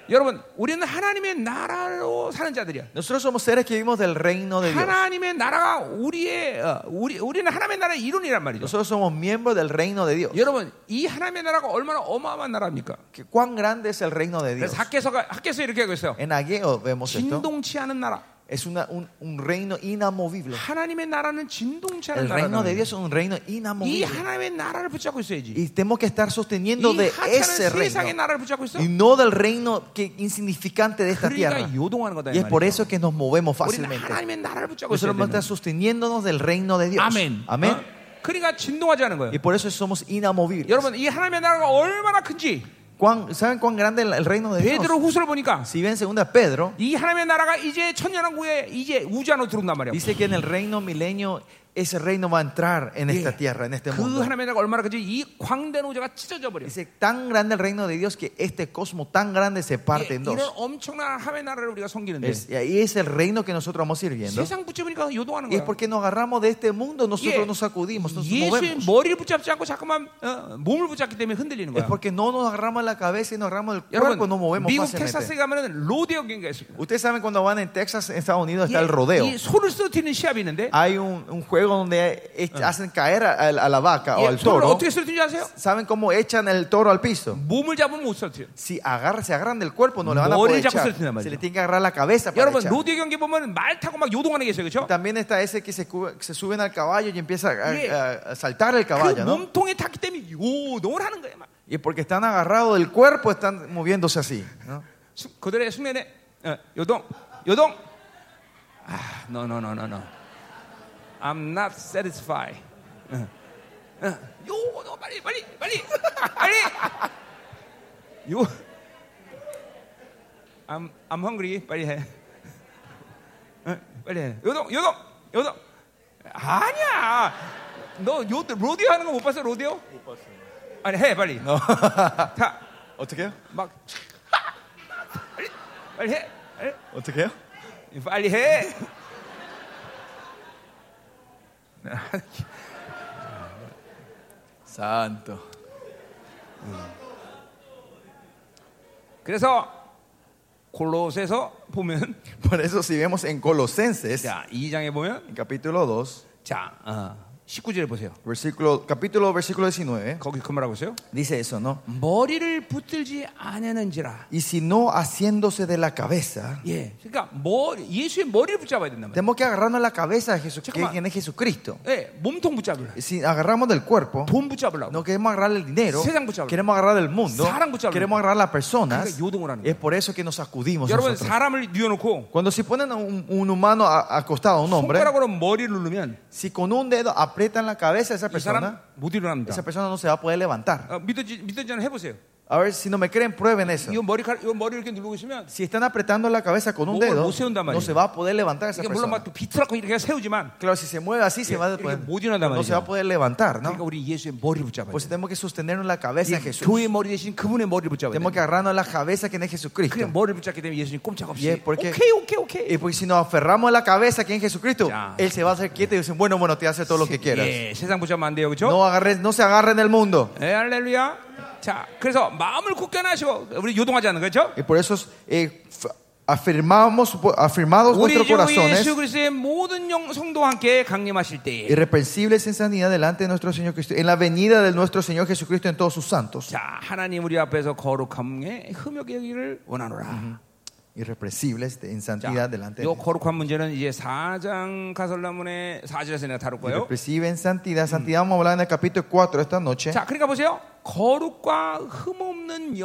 Speaker 2: 여러분 우리는 하나님의 나라로 사는 자들이야.
Speaker 1: Nosotros somos seres que vivimos del reino
Speaker 2: 네.
Speaker 1: de Dios.
Speaker 2: 하나님의 나라가 우리의 어, 우리 우리는 하나님의 나라의 이론이란 말이죠.
Speaker 1: Nosotros somos miembros del reino de Dios.
Speaker 2: 여러분 이 하나님의 나라가 얼마나 어마어마한 나라입니까?
Speaker 1: Que ¿Cuán grande es el reino de Dios?
Speaker 2: 그래서 학계서가 학계서 이렇게 하고 있어요.
Speaker 1: En Ageo vemos esto.
Speaker 2: 진동치 않은 나라.
Speaker 1: Es una- un, un reino inamovible.
Speaker 2: 하나님의 나라는 진동치 않은
Speaker 1: El reino de
Speaker 2: 나라.
Speaker 1: Dios es un reino
Speaker 2: 이
Speaker 1: inamovible.
Speaker 2: 하나님의 나라를 붙잡고 있어야지.
Speaker 1: Y tenemos que estar sosteniendo
Speaker 2: 이
Speaker 1: de ese
Speaker 2: 하찮은 세상의
Speaker 1: reino.
Speaker 2: 나라를 붙잡고 있어.
Speaker 1: Y no del reino que, insignificante de esta tierra.
Speaker 2: 그러니까 요동하는 거다. 이
Speaker 1: Y es por
Speaker 2: 말이죠.
Speaker 1: eso que nos movemos
Speaker 2: 우리는
Speaker 1: fácilmente.
Speaker 2: 하나님의 나라를 붙잡고 있어야
Speaker 1: Nosotros
Speaker 2: 되는
Speaker 1: vamos a estar sosteniéndonos del reino de
Speaker 2: 거예요.
Speaker 1: Dios.
Speaker 2: 아멘.
Speaker 1: Amén. Ah.
Speaker 2: 어? 그러니까 진동하지 않은 거예요.
Speaker 1: Y por eso somos inamovibles.
Speaker 2: 여러분 이 하나님의 나라가 얼마나 큰지
Speaker 1: ¿Cuán- ¿Saben cuán grande el el reino
Speaker 2: 어?
Speaker 1: de Dios?
Speaker 2: 베드로 후서를 보니까
Speaker 1: Si ven segunda Pedro,
Speaker 2: 이 하나님의 나라가 이제 천년왕국에 이제 우주 안으로 들어온단 말이야.
Speaker 1: dice que en el reino milenio ese reino va a entrar en esta tierra, en este
Speaker 2: 그
Speaker 1: mundo.
Speaker 2: 하나님의 나라가 얼마나 큰지 이 광대 노제가 찢어져 버려.
Speaker 1: Dice tan grande el reino de Dios que este cosmo tan grande se parte en
Speaker 2: 예, 이런
Speaker 1: dos.
Speaker 2: 엄청난 하나님의 나라를 우리가 섬기는데
Speaker 1: Es- y ahí es el reino que nosotros vamos sirviendo.
Speaker 2: 세상 붙잡으니까 요동하는
Speaker 1: Y es
Speaker 2: 거야.
Speaker 1: porque nos agarramos de este mundo,
Speaker 2: 예,
Speaker 1: nosotros nos sacudimos,
Speaker 2: 뭐
Speaker 1: nos
Speaker 2: 예수의
Speaker 1: movemos.
Speaker 2: 머리를 붙잡지 않고 자꾸만 어, 몸을 붙잡기 때문에 흔들리는
Speaker 1: Es
Speaker 2: 거야.
Speaker 1: porque no nos agarramos la cabeza y nos agarramos el cuerpo, nos
Speaker 2: 여러분
Speaker 1: movemos
Speaker 2: 미국 텍사스에
Speaker 1: fácilmente.
Speaker 2: 가면은 로데오 경기가 있습니다.
Speaker 1: Ustedes saben cuando van en Texas, en Estados Unidos,
Speaker 2: 예,
Speaker 1: está el rodeo.
Speaker 2: 이 손을 쓰러뜨리는 시합이 있는데
Speaker 1: Hay un, un juego donde eh, hacen caer a, a la- a la vaca o
Speaker 2: 예,
Speaker 1: al
Speaker 2: 손을
Speaker 1: toro.
Speaker 2: 어떻게 쓰러뜨리는지 아세요?
Speaker 1: ¿Saben cómo echan el toro al piso?
Speaker 2: 몸을 잡으면 못 쓰러뜨려.
Speaker 1: Si agarra, se agarran del cuerpo, no le van a
Speaker 2: 머리를
Speaker 1: poder
Speaker 2: 잡고
Speaker 1: echar.
Speaker 2: 쓰러뜨린단 말이죠.
Speaker 1: Se le tiene que agarrar la cabeza para
Speaker 2: 여러분
Speaker 1: echar.
Speaker 2: 로데오 경기 보면 말 타고 막 요동하는 게 있어요, 그렇죠?
Speaker 1: También está ese que se, cu- se suben al caballo y empieza a,
Speaker 2: 예.
Speaker 1: a- a saltar el
Speaker 2: 그
Speaker 1: caballo, ¿no?
Speaker 2: 몸통에 탔기 때문에 요동을 하는 거예요. 막.
Speaker 1: Y porque están agarrados del cuerpo, están moviéndose así. ¿no?
Speaker 2: 수- 그들의 숙면에 어, 요동 요동 아, no no no no no. I'm not satisfied. 어, 어, 요동 빨리 빨리 빨리 빨리. 요 I'm I'm hungry. 빨리 해. 어, 빨리 해. 요동 요동 요동. 아니야. 너 요, 로데오 하는 거 못 봤어? 로데오? 아니 해 빨리. 다
Speaker 1: 어떻게 해요?
Speaker 2: 막 빨리, 빨리 해. 빨리,
Speaker 1: 어떻게 해요?
Speaker 2: 빨리 해.
Speaker 1: 산토.
Speaker 2: 그래서 골로새서 보면
Speaker 1: Por eso si vemos en Colosenses,
Speaker 2: 자, 2장에 보면
Speaker 1: en capítulo 2,
Speaker 2: 자, 어, 19절에 보세요.
Speaker 1: versículo, capítulo versículo 19,
Speaker 2: 거기 그 말하고 있어요.
Speaker 1: dice eso, ¿no?
Speaker 2: 머리를 붙들지 않으는지라.
Speaker 1: Y si no haciéndose de la cabeza,
Speaker 2: 예. 그러니까 머리 예수의 머리를 붙잡아야 된단 말이에요.
Speaker 1: tenemos que agarrarnos la cabeza de Jesucristo,
Speaker 2: Checa-
Speaker 1: quien es Jesucristo.
Speaker 2: 예, 몸통 붙잡으려.
Speaker 1: Si agarramos del cuerpo,
Speaker 2: 돈 붙잡으려고.
Speaker 1: no queremos agarrar el dinero,
Speaker 2: 세상 붙잡으려고.
Speaker 1: queremos agarrar el mundo,
Speaker 2: 사람 붙잡으려고.
Speaker 1: queremos agarrar las personas.
Speaker 2: 그러니까 요동을 하는
Speaker 1: Es por eso que nos sacudimos.
Speaker 2: 여러분
Speaker 1: nosotros.
Speaker 2: 사람을 뉘어놓고
Speaker 1: Cuando si ponen a un, un humano a- acostado a un hombre,
Speaker 2: 손가락으로 머리를 누르면
Speaker 1: si con un dedo aprietan la cabeza de esa
Speaker 2: 이 사람
Speaker 1: persona,
Speaker 2: 못 일어납니다.
Speaker 1: esa persona no se va a poder levantar.
Speaker 2: 어, 믿어지 믿어지 않아 해보세요.
Speaker 1: A ver, si no me creen, prueben eso.
Speaker 2: 이 머리카락, 이 머리 이렇게 누르고 있으면
Speaker 1: Si están apretando la cabeza con un
Speaker 2: 목을
Speaker 1: dedo,
Speaker 2: 못 세운단 말이에요.
Speaker 1: no se va a poder levantar esa
Speaker 2: 이게 물론 막
Speaker 1: persona.
Speaker 2: 또 비틀어고 이렇게 세우지만
Speaker 1: Claro, si se mueve así, se va a
Speaker 2: 이렇게
Speaker 1: poder-
Speaker 2: 못 일어난단
Speaker 1: no se va a
Speaker 2: 말이죠.
Speaker 1: poder levantar,
Speaker 2: 그러니까
Speaker 1: ¿no?
Speaker 2: 우리 예수의 머리를 붙잡아야
Speaker 1: Pues
Speaker 2: 돼.
Speaker 1: tenemos que sostenernos la cabeza de Jesús.
Speaker 2: 교회 머리 대신 그분의 머리를 붙잡아야
Speaker 1: Tenemos
Speaker 2: 돼.
Speaker 1: que agarrarnos la cabeza que es
Speaker 2: 그래
Speaker 1: Jesucristo.
Speaker 2: 머리를 붙잡게 되면 예수님 꼼짝없이
Speaker 1: 예, porque-
Speaker 2: 오케이 오케이 오케이.
Speaker 1: Y porque si nos aferramos a la cabeza que es Jesucristo,
Speaker 2: Ya.
Speaker 1: Él se va a hacer quieto y dice, bueno, bueno, te hace todo lo que quieras.
Speaker 2: 예, 세상 붙잡으면 안 돼요, 그렇죠?
Speaker 1: No, agarres, no se agarren el mundo.
Speaker 2: 예, 할렐루야. 자, 그래서 마음을 굳건하시고 우리 요동하지 않는 거죠?
Speaker 1: Y por eso eh, f- afirmamos, afirmados
Speaker 2: 우리
Speaker 1: nuestros
Speaker 2: 주
Speaker 1: corazones,
Speaker 2: 예수 그리스도의 모든 영 성도와 함께 강림하실 때에
Speaker 1: irreprensibles en sanidad delante de nuestro Señor Cristo, en la venida de nuestro Señor Jesucristo en todos sus santos.
Speaker 2: 자, 하나님 우리 앞에서 거룩함에 흠역 여기를 원하노라.
Speaker 1: Irreprensibles de- en
Speaker 2: 자,
Speaker 1: santidad delante de
Speaker 2: 요
Speaker 1: Él.
Speaker 2: 거룩한 문제는 음, 이제 4장 가설라문의 4절에서 내가 다룰 거예요.
Speaker 1: Irreprensibles en santidad. Santidad vamos a hablar en el capítulo 4 esta noche.
Speaker 2: 자, 그러니까 보세요. 거룩과 흠 없는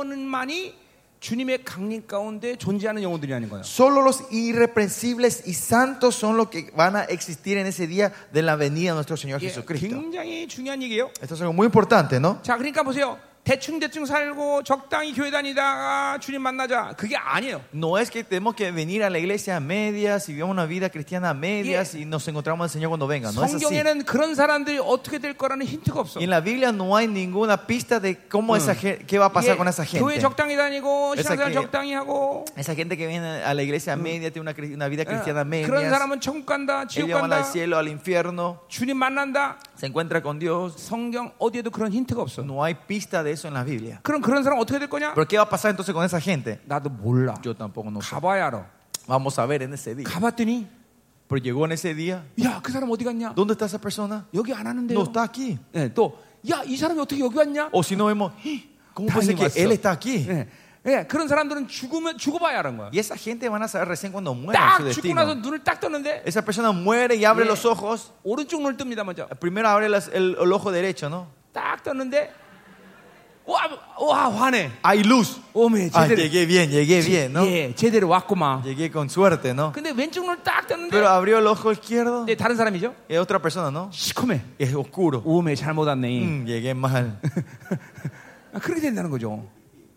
Speaker 2: 영혼만이 주님의 강림 가운데 존재하는 영혼들이 아닌 거예요.
Speaker 1: Solo los irreprensibles y santos son los que van a existir en ese día de la venida de nuestro Señor
Speaker 2: 예,
Speaker 1: Jesucristo.
Speaker 2: 굉장히 중요한 얘기예요.
Speaker 1: Esto es algo muy importante, ¿no?
Speaker 2: 자, 그러니까 보세요. 대충 대충 살고 적당히 교회 다니다가 주님 만나자. 그게 아니에요.
Speaker 1: No es que tenemos que venir a la iglesia a medias y vivamos una vida cristiana a medias y nos encontramos al Señor cuando
Speaker 2: 아,
Speaker 1: venga. No es así.
Speaker 2: 성경에는 그런 사람들이 어떻게 될 거라는 힌트가 없어.
Speaker 1: Y en la Biblia no hay ninguna pista de cómo esa gen- qué va a pasar
Speaker 2: 이게
Speaker 1: con esa
Speaker 2: 예, 교회
Speaker 1: gente.
Speaker 2: 적당히 다니고 신앙생활
Speaker 1: 게-
Speaker 2: 적당히 하고 예,
Speaker 1: Esa gente que viene a la iglesia a media, tiene una, cri- una
Speaker 2: Ah,
Speaker 1: vida cristiana a medias.
Speaker 2: 그런 사람은 천국 간다, 지옥
Speaker 1: Ellos van
Speaker 2: 간다,
Speaker 1: al cielo, al infierno,
Speaker 2: 주님 만난다.
Speaker 1: se encuentra con Dios.
Speaker 2: 성경 어디에도 그런 힌트가 없어.
Speaker 1: No hay pista de eso en la Biblia.
Speaker 2: 그럼 그런 사람 어떻게 될 거냐?
Speaker 1: ¿Pero qué va a pasar entonces con esa gente?
Speaker 2: 나도 몰라.
Speaker 1: Yo tampoco no sé.
Speaker 2: 가봐야 알아.
Speaker 1: Vamos a ver en ese día.
Speaker 2: 가봤더니
Speaker 1: Pero llegó en ese día.
Speaker 2: 야 그 사람 어디 갔냐?
Speaker 1: ¿Dón데 está esa persona?
Speaker 2: 여기 안 하는데요.
Speaker 1: No está aquí.
Speaker 2: 예, 또야 이 사람이 어떻게 여기 왔냐?
Speaker 1: O si no vemos, "Ih, ¿cómo
Speaker 2: Está
Speaker 1: puede ser
Speaker 2: animado.
Speaker 1: que él está aquí?
Speaker 2: 예, 예, 그런 사람들은 죽으면 죽어봐야 하는 거야.
Speaker 1: Y esa gente van a saber recién cuando muera su
Speaker 2: 딱 죽고 나서
Speaker 1: destino.
Speaker 2: 눈을 딱 떴는데
Speaker 1: Esa persona muere y abre
Speaker 2: 예.
Speaker 1: los ojos.
Speaker 2: 오른쪽 눈을 뜹니다 먼저.
Speaker 1: Primero abre las- el, el ojo derecho, ¿no?
Speaker 2: 딱 떴는데 와, 와 화내.
Speaker 1: Hay luz.
Speaker 2: 오메
Speaker 1: Ah,
Speaker 2: 제대로
Speaker 1: llegué bien, llegué bien, ¿no?
Speaker 2: 예, 제대로 왔구만.
Speaker 1: Llegué con suerte, ¿no?
Speaker 2: 근데 왼쪽 눈을 딱 떴는데
Speaker 1: Pero abrió el ojo izquierdo.
Speaker 2: 예, 다른 사람이죠.
Speaker 1: Es otra persona, ¿no?
Speaker 2: 시커매.
Speaker 1: Es oscuro.
Speaker 2: 오메 잘못 왔네.
Speaker 1: Mm, llegué mal.
Speaker 2: 아, 그렇게 된다는 거죠.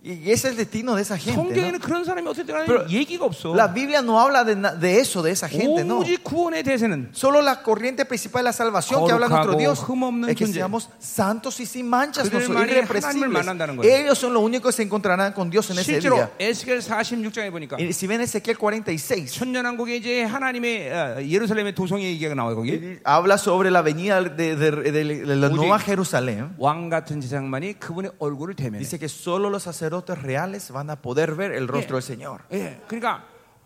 Speaker 1: Y ese es el destino de esa gente.
Speaker 2: 성경에는 그런 사람이 어떻게 되나
Speaker 1: Pero-
Speaker 2: 얘기가 없어.
Speaker 1: ¿no? La Biblia no habla de, na- de eso, de esa gente, ¿no?
Speaker 2: 오직 구원에 대해서는
Speaker 1: Solo la corriente principal de la salvación que habla nuestro Dios es que seamos santos y sin manchas, no somos irrepresibles. Ellos son los únicos que se encontrarán con Dios en ese
Speaker 2: 실제로
Speaker 1: día.
Speaker 2: 에스겔 46장에 보니까
Speaker 1: Y si ven Ezequiel 46,
Speaker 2: 천년왕국에 이제 하나님의 어, 예루살렘의 도성의 얘기가 나와요 거기
Speaker 1: habla sobre la venida de, de- de- de la
Speaker 2: Oye.
Speaker 1: nueva Jerusalén.
Speaker 2: 왕 같은 제사장만이 그분의 얼굴을 대면해.
Speaker 1: Dice que solo los sacerdotes reales van a poder ver el rostro del Señor.
Speaker 2: 예, 그러니까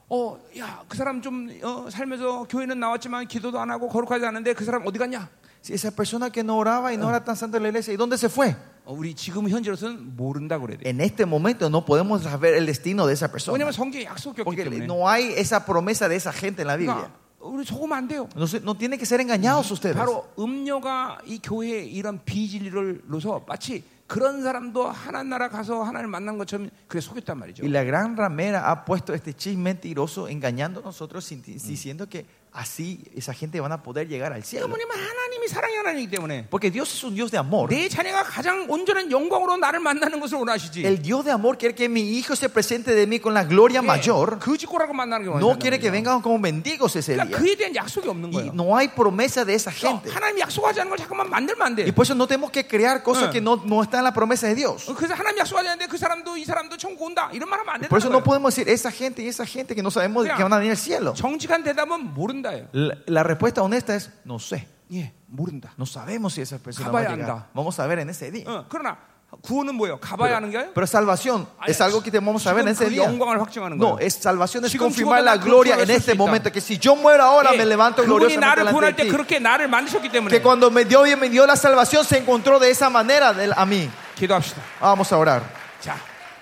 Speaker 2: 어, 야, 그 사람 좀 어, 살면서 교회는 나왔지만 기도도 안 하고 거룩하지 않은데 그 사람 어디 갔냐?
Speaker 1: Si esa persona que no oraba y no era tan santa en la iglesia, ¿y dónde se fue?
Speaker 2: 어, 우리 지금 현재로서는 모른다 그래야 돼.
Speaker 1: En este momento no podemos saber el destino de esa persona.
Speaker 2: 왜냐면 예. 성경에 약속이었기
Speaker 1: Porque
Speaker 2: 때문에.
Speaker 1: no hay esa promesa de esa gente en la Biblia.
Speaker 2: 그러니까 우리 속으면 안 돼요.
Speaker 1: No, se- no tienen que ser engañados ustedes.
Speaker 2: 바로 음료가 이 교회의 이런 비진리를 놓서 마치 그런 사람도 하나님 나라 가서 하나님 만난 것처럼 그래 속였단 말이죠.
Speaker 1: Y la gran ramera ha puesto este chisme mentiroso engañando a nosotros sin- diciendo que así esa gente van a poder llegar al cielo.
Speaker 2: 왜냐면 그러니까 하나님이 사랑의 하나님이기 때문에
Speaker 1: Porque Dios es un Dios de amor.
Speaker 2: 내 자녀가 가장 온전한 영광으로 나를 만나는 것을 원하시지.
Speaker 1: El Dios de amor quiere que mi hijo se presente de mí con la gloria mayor.
Speaker 2: 거짓고라고 그 만나는 게
Speaker 1: No quiere
Speaker 2: 원하는
Speaker 1: que
Speaker 2: 거야.
Speaker 1: vengan como mendigos ese
Speaker 2: 그러니까
Speaker 1: día.
Speaker 2: 그에 대한 약속이 뭐 없는
Speaker 1: Y
Speaker 2: 거예요. 어,
Speaker 1: no hay promesa de esa gente.
Speaker 2: 하나님 약속하지 않은 걸 자꾸만 만들면 안 돼.
Speaker 1: Y por eso no tenemos que crear
Speaker 2: Eh.
Speaker 1: cosas que no, no están en la promesa de Dios.
Speaker 2: 어, 그래서 하나님 약속하지 않는데 그 사람도 이 사람도 천국 온다 이런 말 하면 안
Speaker 1: Por eso no
Speaker 2: 된다.
Speaker 1: podemos decir esa gente y esa gente que no sabemos
Speaker 2: Mira.
Speaker 1: que van a venir al cielo.
Speaker 2: 정직한 대답은 모른다예요.
Speaker 1: La, la respuesta honesta es no sé.
Speaker 2: 예, 모른다.
Speaker 1: No sabemos si esas personas
Speaker 2: Kabaya
Speaker 1: van a llegar.
Speaker 2: anda. Ah.
Speaker 1: Vamos a ver en ese día.
Speaker 2: 어, 그러나 구원은 뭐예요? 가봐야 하는 거예요?
Speaker 1: Pero salvación
Speaker 2: Ay,
Speaker 1: es algo que te vamos a ver
Speaker 2: 지금
Speaker 1: en ese
Speaker 2: 그
Speaker 1: día.
Speaker 2: 영광을 확증하는
Speaker 1: No,
Speaker 2: 거예요.
Speaker 1: es salvación es
Speaker 2: 지금
Speaker 1: confirmar
Speaker 2: 죽어도
Speaker 1: la
Speaker 2: 난
Speaker 1: gloria
Speaker 2: 그걸
Speaker 1: en este
Speaker 2: 수있다
Speaker 1: momento. Que si yo muero ahora,
Speaker 2: 예,
Speaker 1: me levanto
Speaker 2: 그분이
Speaker 1: gloriosamente
Speaker 2: 나를
Speaker 1: delante
Speaker 2: 구원할
Speaker 1: de
Speaker 2: 때
Speaker 1: ti.
Speaker 2: 그렇게 나를 만드셨기 때문에
Speaker 1: Que cuando me dio y me dio la salvación, se encontró de esa manera del- a mí.
Speaker 2: 기도합시다.
Speaker 1: Vamos a orar.
Speaker 2: 자,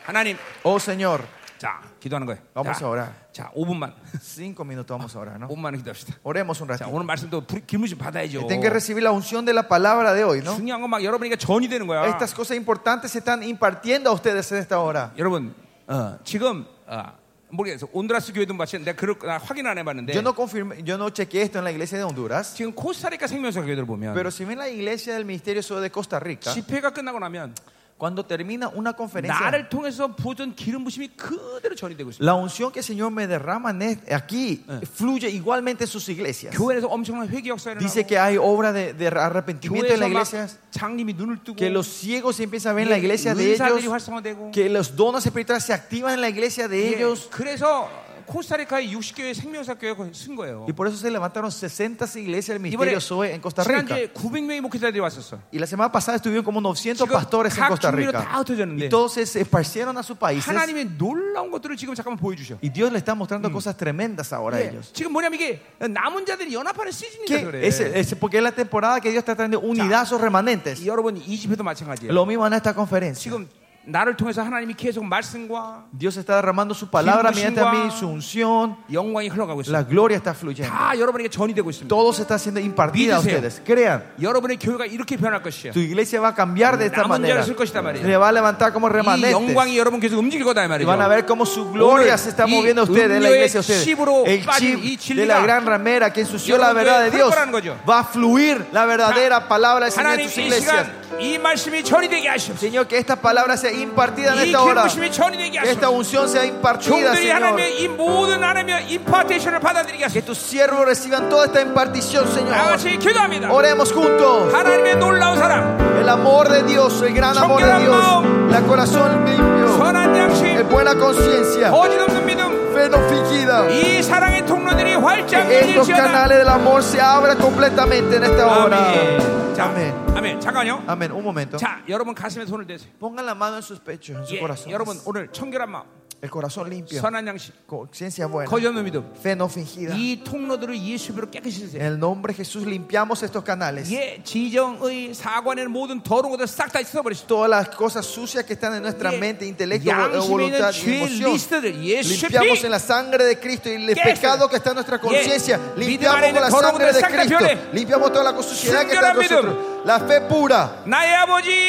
Speaker 2: 하나님,
Speaker 1: Oh Señor,
Speaker 2: 자, 기도하는 거예요.
Speaker 1: vamos a
Speaker 2: 자,
Speaker 1: orar.
Speaker 2: 자, 5분만,
Speaker 1: Cinco minutos vamos a orar, ¿no?
Speaker 2: 5분만 기도합시다.
Speaker 1: Oremos un
Speaker 2: 자,
Speaker 1: ratito.
Speaker 2: 오늘 말씀도 불- 길무심 받아야죠.
Speaker 1: Tienen que recibir la unción de la palabra de hoy, ¿no?
Speaker 2: 중요한 건 막 여러분에게 전이 되는 거야.
Speaker 1: Estas cosas importantes se están impartiendo a ustedes en esta hora.
Speaker 2: 여러분, 어, 지금 어, 모르겠어. 온드라스 교회도 마치 내가 그럴 나 확인 안 해봤는데
Speaker 1: Yo no confirmé, yo no chequeé esto en la iglesia de Honduras,
Speaker 2: 지금 코스타리카 생명사 교회들 보면
Speaker 1: pero si ven la iglesia del Ministerio Soy de Costa Rica,
Speaker 2: 집회가 끝나고 나면
Speaker 1: cuando termina una conferencia,
Speaker 2: 나를 통해서 부어준 기름 부심이 그대로 전이 되고 있습니다.
Speaker 1: la unción que el Señor me derrama en es- aquí fluye igualmente en sus iglesias.
Speaker 2: 교회 안에서 엄청난 회개 역사
Speaker 1: Dice
Speaker 2: 일어나고
Speaker 1: que hay obra de, de arrepentimiento en las
Speaker 2: 교회에서 막
Speaker 1: iglesias,
Speaker 2: 장님이 눈을 뜨고
Speaker 1: que los ciegos se empiezan a ver en la iglesia de
Speaker 2: 은사들이
Speaker 1: ellos,
Speaker 2: 활성화되고
Speaker 1: que los dones espirituales se activan en la iglesia de
Speaker 2: 예,
Speaker 1: ellos.
Speaker 2: 그래서 코스타리카의 60교회 생명사 교회가 쓴 거예요.
Speaker 1: Y por eso se levantaron 60 iglesias del
Speaker 2: 이번에
Speaker 1: Ministerio Soe en Costa Rica.
Speaker 2: 지난주에 900명의 목회자들이 왔었어.
Speaker 1: Y la semana pasada estuvieron como 900
Speaker 2: 지금
Speaker 1: pastores en
Speaker 2: 각
Speaker 1: Costa
Speaker 2: 중미로 다
Speaker 1: Rica.
Speaker 2: 흩어졌는데
Speaker 1: Y todos se- se esparcieron a sus países.
Speaker 2: 하나님의 놀라운 것들을 지금 잠깐만 보여주셔.
Speaker 1: Y Dios le está mostrando cosas tremendas ahora a
Speaker 2: 예,
Speaker 1: ellos.
Speaker 2: 지금 뭐냐면 이게 남은 자들이 연합하는 시즌이다
Speaker 1: Que
Speaker 2: 그래.
Speaker 1: es, es- porque es la temporada que Dios está trayendo unidad a sus remanentes.
Speaker 2: 여러분 이 집회도 마찬가지예요.
Speaker 1: Lo mismo en esta conferencia.
Speaker 2: 지금 나를 통해서 하나님이 계속 말씀과
Speaker 1: Dios está derramando su palabra
Speaker 2: Kim
Speaker 1: mediante a mí,
Speaker 2: Bushingwa.
Speaker 1: su unción.
Speaker 2: 영광이 흘러가고 있어요.
Speaker 1: La gloria está fluyendo.
Speaker 2: 다 여러분에게 전이 되고 있습니다.
Speaker 1: Todo se está siendo impartido a
Speaker 2: Mírense.
Speaker 1: ustedes. Crean.
Speaker 2: 여러분의 교회가 이렇게 변할 것이에요.
Speaker 1: Tu iglesia va a cambiar de esta
Speaker 2: Namun
Speaker 1: manera.
Speaker 2: jalan sur 것이다 말이에요.
Speaker 1: Se va a levantar como
Speaker 2: 이
Speaker 1: remanentes.
Speaker 2: 영광이 여러분 계속 움직일 거다 이
Speaker 1: Y
Speaker 2: 말이죠.
Speaker 1: van a ver cómo su gloria se está
Speaker 2: Hoy,
Speaker 1: moviendo a
Speaker 2: y
Speaker 1: ustedes en la
Speaker 2: 음료의
Speaker 1: iglesia. de ustedes.
Speaker 2: chip으로
Speaker 1: El
Speaker 2: 빠진 이
Speaker 1: chip de la
Speaker 2: 진리가
Speaker 1: gran ramera que ensució la
Speaker 2: 여러분들의
Speaker 1: verdad de Dios
Speaker 2: 흘러가는 거죠.
Speaker 1: va a fluir la verdadera palabra del Señor
Speaker 2: 하나님 이
Speaker 1: en sus iglesias.
Speaker 2: 시간 이 말씀이 전이 되게 하십시오.
Speaker 1: Señor, que esta palabra sea impartida en
Speaker 2: 이
Speaker 1: esta hora.
Speaker 2: 기름부심이 전이 되게
Speaker 1: Que esta
Speaker 2: 하십시오.
Speaker 1: unción sea impartida,
Speaker 2: 종들이
Speaker 1: Señor.
Speaker 2: 하나님의 이 모든 하나님의 임파테이션을 받아들이게
Speaker 1: Que
Speaker 2: 하십시오.
Speaker 1: tus siervos reciban toda esta impartición,
Speaker 2: 다
Speaker 1: Señor.
Speaker 2: 같이 기도합니다.
Speaker 1: Oremos juntos.
Speaker 2: 하나님의 놀라운 사랑,
Speaker 1: El amor de Dios, el gran amor de Dios, la corazón limpio,
Speaker 2: 선한
Speaker 1: el
Speaker 2: 양심,
Speaker 1: buena
Speaker 2: Oh.
Speaker 1: conciencia,
Speaker 2: 거짓없는 믿음,
Speaker 1: fe no fingida.
Speaker 2: 이 사랑의 통로들이 활짝
Speaker 1: Estos
Speaker 2: 열릴지어다.
Speaker 1: canales del amor se abran completamente en esta hora.
Speaker 2: 아멘. 자,
Speaker 1: 아멘.
Speaker 2: 아멘. 잠깐요.
Speaker 1: Amén. Un momento.
Speaker 2: 자, 여러분 가슴에 손을 대세요.
Speaker 1: Pongan la mano en sus pechos, en su
Speaker 2: 예,
Speaker 1: corazón.
Speaker 2: 여러분 오늘 청결한 마음,
Speaker 1: El corazón limpio,
Speaker 2: 선한 양심,
Speaker 1: conciencia buena,
Speaker 2: 거짓없는 믿음.
Speaker 1: fe no fingida.
Speaker 2: 이 통로들을 예. 예수 이름으로 깨끗이
Speaker 1: En
Speaker 2: 쓰세요.
Speaker 1: el nombre de Jesús limpiamos estos canales.
Speaker 2: 예, 지정의 사관의 모든 더러운 것들 싹 다 씻어버리시오.
Speaker 1: Todas las cosas sucias que están en
Speaker 2: 예.
Speaker 1: nuestra mente, intelecto,
Speaker 2: 양심에
Speaker 1: vo-
Speaker 2: 있는
Speaker 1: voluntad y
Speaker 2: 죄의
Speaker 1: emoción.
Speaker 2: 리스트를 예수의
Speaker 1: Limpiamos
Speaker 2: 피.
Speaker 1: en la sangre de Cristo y el
Speaker 2: Yes.
Speaker 1: pecado que está en nuestra conciencia.
Speaker 2: Yes.
Speaker 1: Limpiamos
Speaker 2: 믿음
Speaker 1: con la
Speaker 2: 안에 있는
Speaker 1: sangre de
Speaker 2: 거룩한
Speaker 1: Cristo.
Speaker 2: 상태편에.
Speaker 1: Limpiamos toda la suciedad que está
Speaker 2: 순결한
Speaker 1: en nosotros. La fe pura.
Speaker 2: 나의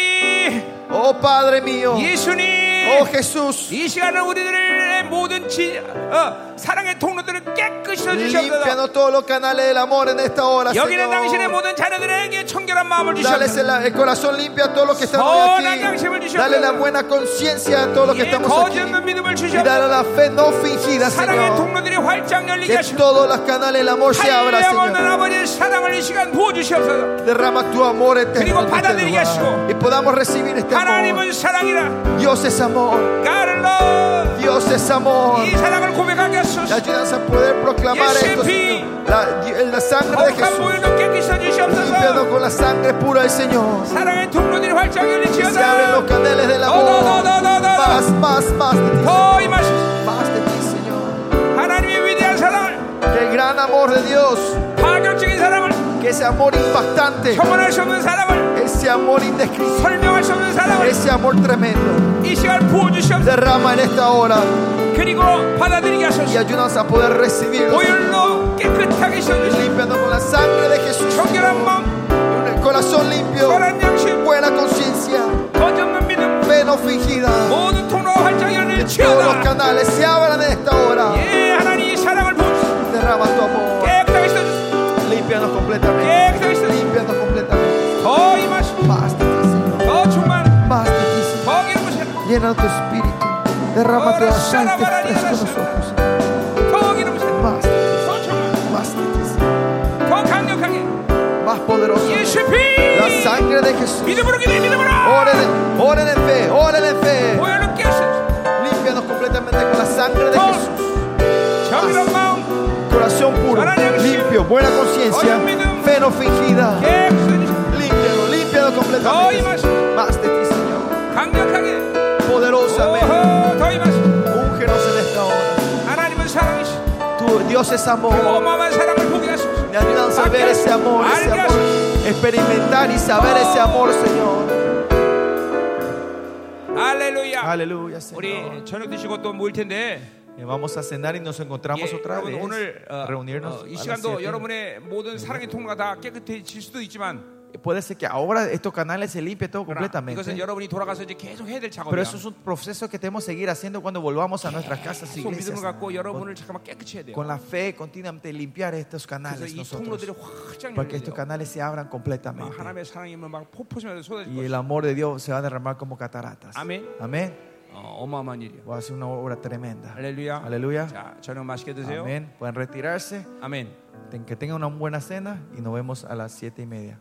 Speaker 2: 아버지
Speaker 1: Oh Padre
Speaker 2: 어.
Speaker 1: mío.
Speaker 2: 예수님 어,
Speaker 1: Oh Jesús.
Speaker 2: 이 시간을 우리들의 모든 지, 어, 사랑의 통로들을 깨끗이 해주셨다
Speaker 1: Limpianos todos los canales del amor en esta hora.
Speaker 2: 여기는 당신의
Speaker 1: Señor.
Speaker 2: 모든 자녀들에게 청결한 마음을
Speaker 1: Dales el,
Speaker 2: 주셨다
Speaker 1: el corazón limpio a todos los que están hoy
Speaker 2: 선한
Speaker 1: aquí.
Speaker 2: 양심을
Speaker 1: Dale la
Speaker 2: 주셨다
Speaker 1: buena conciencia a todos los que
Speaker 2: 예,
Speaker 1: estamos
Speaker 2: 거짓
Speaker 1: aquí.
Speaker 2: 없는 믿음을
Speaker 1: Y dale
Speaker 2: 주셨다
Speaker 1: la fe no fingida,
Speaker 2: 사랑의
Speaker 1: Señor.
Speaker 2: 통로들이 활짝 열리게
Speaker 1: Que
Speaker 2: 하시고
Speaker 1: todos los canales del amor se abran,
Speaker 2: 하늘에
Speaker 1: Señor.
Speaker 2: 걷는 예, 아버지의 사랑을 이 시간 부어주시옵소서
Speaker 1: Derrama tu amor eterno
Speaker 2: 그리고
Speaker 1: en este
Speaker 2: 받아들이게 하시고
Speaker 1: lugar. y podamos recibir
Speaker 2: 예,
Speaker 1: este amor.
Speaker 2: 하나님은 사랑이라
Speaker 1: Dios es amor,
Speaker 2: 가를러
Speaker 1: Dios es amor.
Speaker 2: 이 사랑을 고백하게 하소서
Speaker 1: Ayúdanos a poder proclamar
Speaker 2: Yes,
Speaker 1: esto,
Speaker 2: MP.
Speaker 1: Señor. La, la sangre de
Speaker 2: 거룩한
Speaker 1: Jesús,
Speaker 2: 보혈로 아, 네, 깨끗이
Speaker 1: limpiado
Speaker 2: 해주시옵소서
Speaker 1: con la sangre pura del Señor.
Speaker 2: 사랑의 통로들이 활짝
Speaker 1: Se abren los
Speaker 2: 열리지어다
Speaker 1: canales del
Speaker 2: 더 더
Speaker 1: amor.
Speaker 2: 더 더 더더
Speaker 1: Más, más, más de ti,
Speaker 2: 더 임하시소
Speaker 1: más de ti, Señor.
Speaker 2: 하나님의 위대한 사랑을
Speaker 1: Que el gran amor de Dios,
Speaker 2: 파격적인 사랑을
Speaker 1: que ese amor impactante,
Speaker 2: 형언할 수 없는 사랑을
Speaker 1: ese amor indescriptible,
Speaker 2: 설명할 수 없는 사랑을
Speaker 1: ese amor tremendo,
Speaker 2: 이 시간 부어주시옵소서
Speaker 1: derrama en esta hora
Speaker 2: 그리고 받아들이게
Speaker 1: y
Speaker 2: 하소서
Speaker 1: ayúdanos a poder recibirlo.
Speaker 2: 보혈로 깨끗하게 씻어주시오
Speaker 1: Limpiando con la sangre de Jesús.
Speaker 2: 청결한 마음
Speaker 1: Un corazón limpio,
Speaker 2: 선한 양심
Speaker 1: buena conciencia,
Speaker 2: 거짓없는 믿음
Speaker 1: fe no fingida.
Speaker 2: 모든 통로와 활짝 열릴
Speaker 1: Todos los
Speaker 2: 치어다
Speaker 1: canales se abran en esta hora.
Speaker 2: 예 하나님 이 사랑을 부어주시오
Speaker 1: Derrama tu amor.
Speaker 2: 깨끗하게 깨끗하게 씻으시고
Speaker 1: completamente, limpianos completamente.
Speaker 2: 더 임하시고
Speaker 1: Basta, Señor.
Speaker 2: 더 충만
Speaker 1: Basta, Señor.
Speaker 2: 더 기름 부시라
Speaker 1: Llena tu espíritu. Derrama tu aceite fresco en nosotros. Señor.
Speaker 2: 더 기름 부시라
Speaker 1: Más,
Speaker 2: 더 충만
Speaker 1: más de ti, Señor.
Speaker 2: 더 강력하게
Speaker 1: Más poderoso.
Speaker 2: 예수의
Speaker 1: La
Speaker 2: 피
Speaker 1: sangre de Jesús.
Speaker 2: 믿음으로 기도해 믿음으로
Speaker 1: Oren, en- oren en fe, oren en fe.
Speaker 2: 보혈로 깨우쳐
Speaker 1: Límpianos completamente con la sangre de
Speaker 2: 더
Speaker 1: Jesús.
Speaker 2: 정의로운 마음
Speaker 1: Corazón puro, limpio, buena conciencia, fe no fingida.
Speaker 2: 깨끗이
Speaker 1: Límpialo, límpialo completamente. Más de ti, Señor.
Speaker 2: 강력하게
Speaker 1: Poderosamente.
Speaker 2: 오호, 더 임하시고
Speaker 1: Úngenos en esta hora.
Speaker 2: 하나님은 사랑이시고
Speaker 1: Tu Dios es amor.
Speaker 2: 어마어마한 사랑을 보게 하소서
Speaker 1: Me ayudan a ver ese amor, ese amor. Experimentar y saber ese amor, Señor.
Speaker 2: 할렐루야
Speaker 1: Aleluya,
Speaker 2: 우리
Speaker 1: Señor.
Speaker 2: 저녁 드시고 또 모일 텐데
Speaker 1: Eh, Vamos a cenar y nos encontramos
Speaker 2: 예,
Speaker 1: otra
Speaker 2: 여러분
Speaker 1: vez.
Speaker 2: 오늘 음. 어,
Speaker 1: ah, Reunirnos.
Speaker 2: 어,
Speaker 1: a
Speaker 2: 이
Speaker 1: las
Speaker 2: 시간도
Speaker 1: siete.
Speaker 2: 여러분의 모든 사랑의 통로가 다 깨끗해질 수도 있지만
Speaker 1: Puede ser que ahora estos canales se limpien todo
Speaker 2: 뭐 그러나
Speaker 1: completamente.
Speaker 2: 이것은 여러분이 돌아가서 이제 계속 해야 될 작업이야.
Speaker 1: Pero eso es un proceso que debemos seguir haciendo cuando volvamos a nuestras casas y
Speaker 2: 계속 믿음을
Speaker 1: iglesias.
Speaker 2: 갖고
Speaker 1: Con,
Speaker 2: 여러분을 잠깐만 깨끗이 해야 돼요.
Speaker 1: con la fe continuamente limpiar estos
Speaker 2: 그래서
Speaker 1: canales
Speaker 2: 이
Speaker 1: nosotros.
Speaker 2: 통로들이 확장
Speaker 1: Para que estos
Speaker 2: 열려요.
Speaker 1: canales se abran
Speaker 2: 막
Speaker 1: completamente.
Speaker 2: 하나님의 사랑이 막 폭포처럼 쏟아질
Speaker 1: Y
Speaker 2: 네. 거예요.
Speaker 1: el amor de Dios se va a derramar como cataratas.
Speaker 2: Amén.
Speaker 1: Amén.
Speaker 2: 어, 어마어마한 일이에요.
Speaker 1: Va a ser una obra tremenda.
Speaker 2: 할렐루야.
Speaker 1: Aleluya.
Speaker 2: 자, 저녁 맛있게 드세요.
Speaker 1: Amén. Pueden retirarse.
Speaker 2: 아멘.
Speaker 1: Ten- Que tengan una buena cena y nos vemos a las siete y media.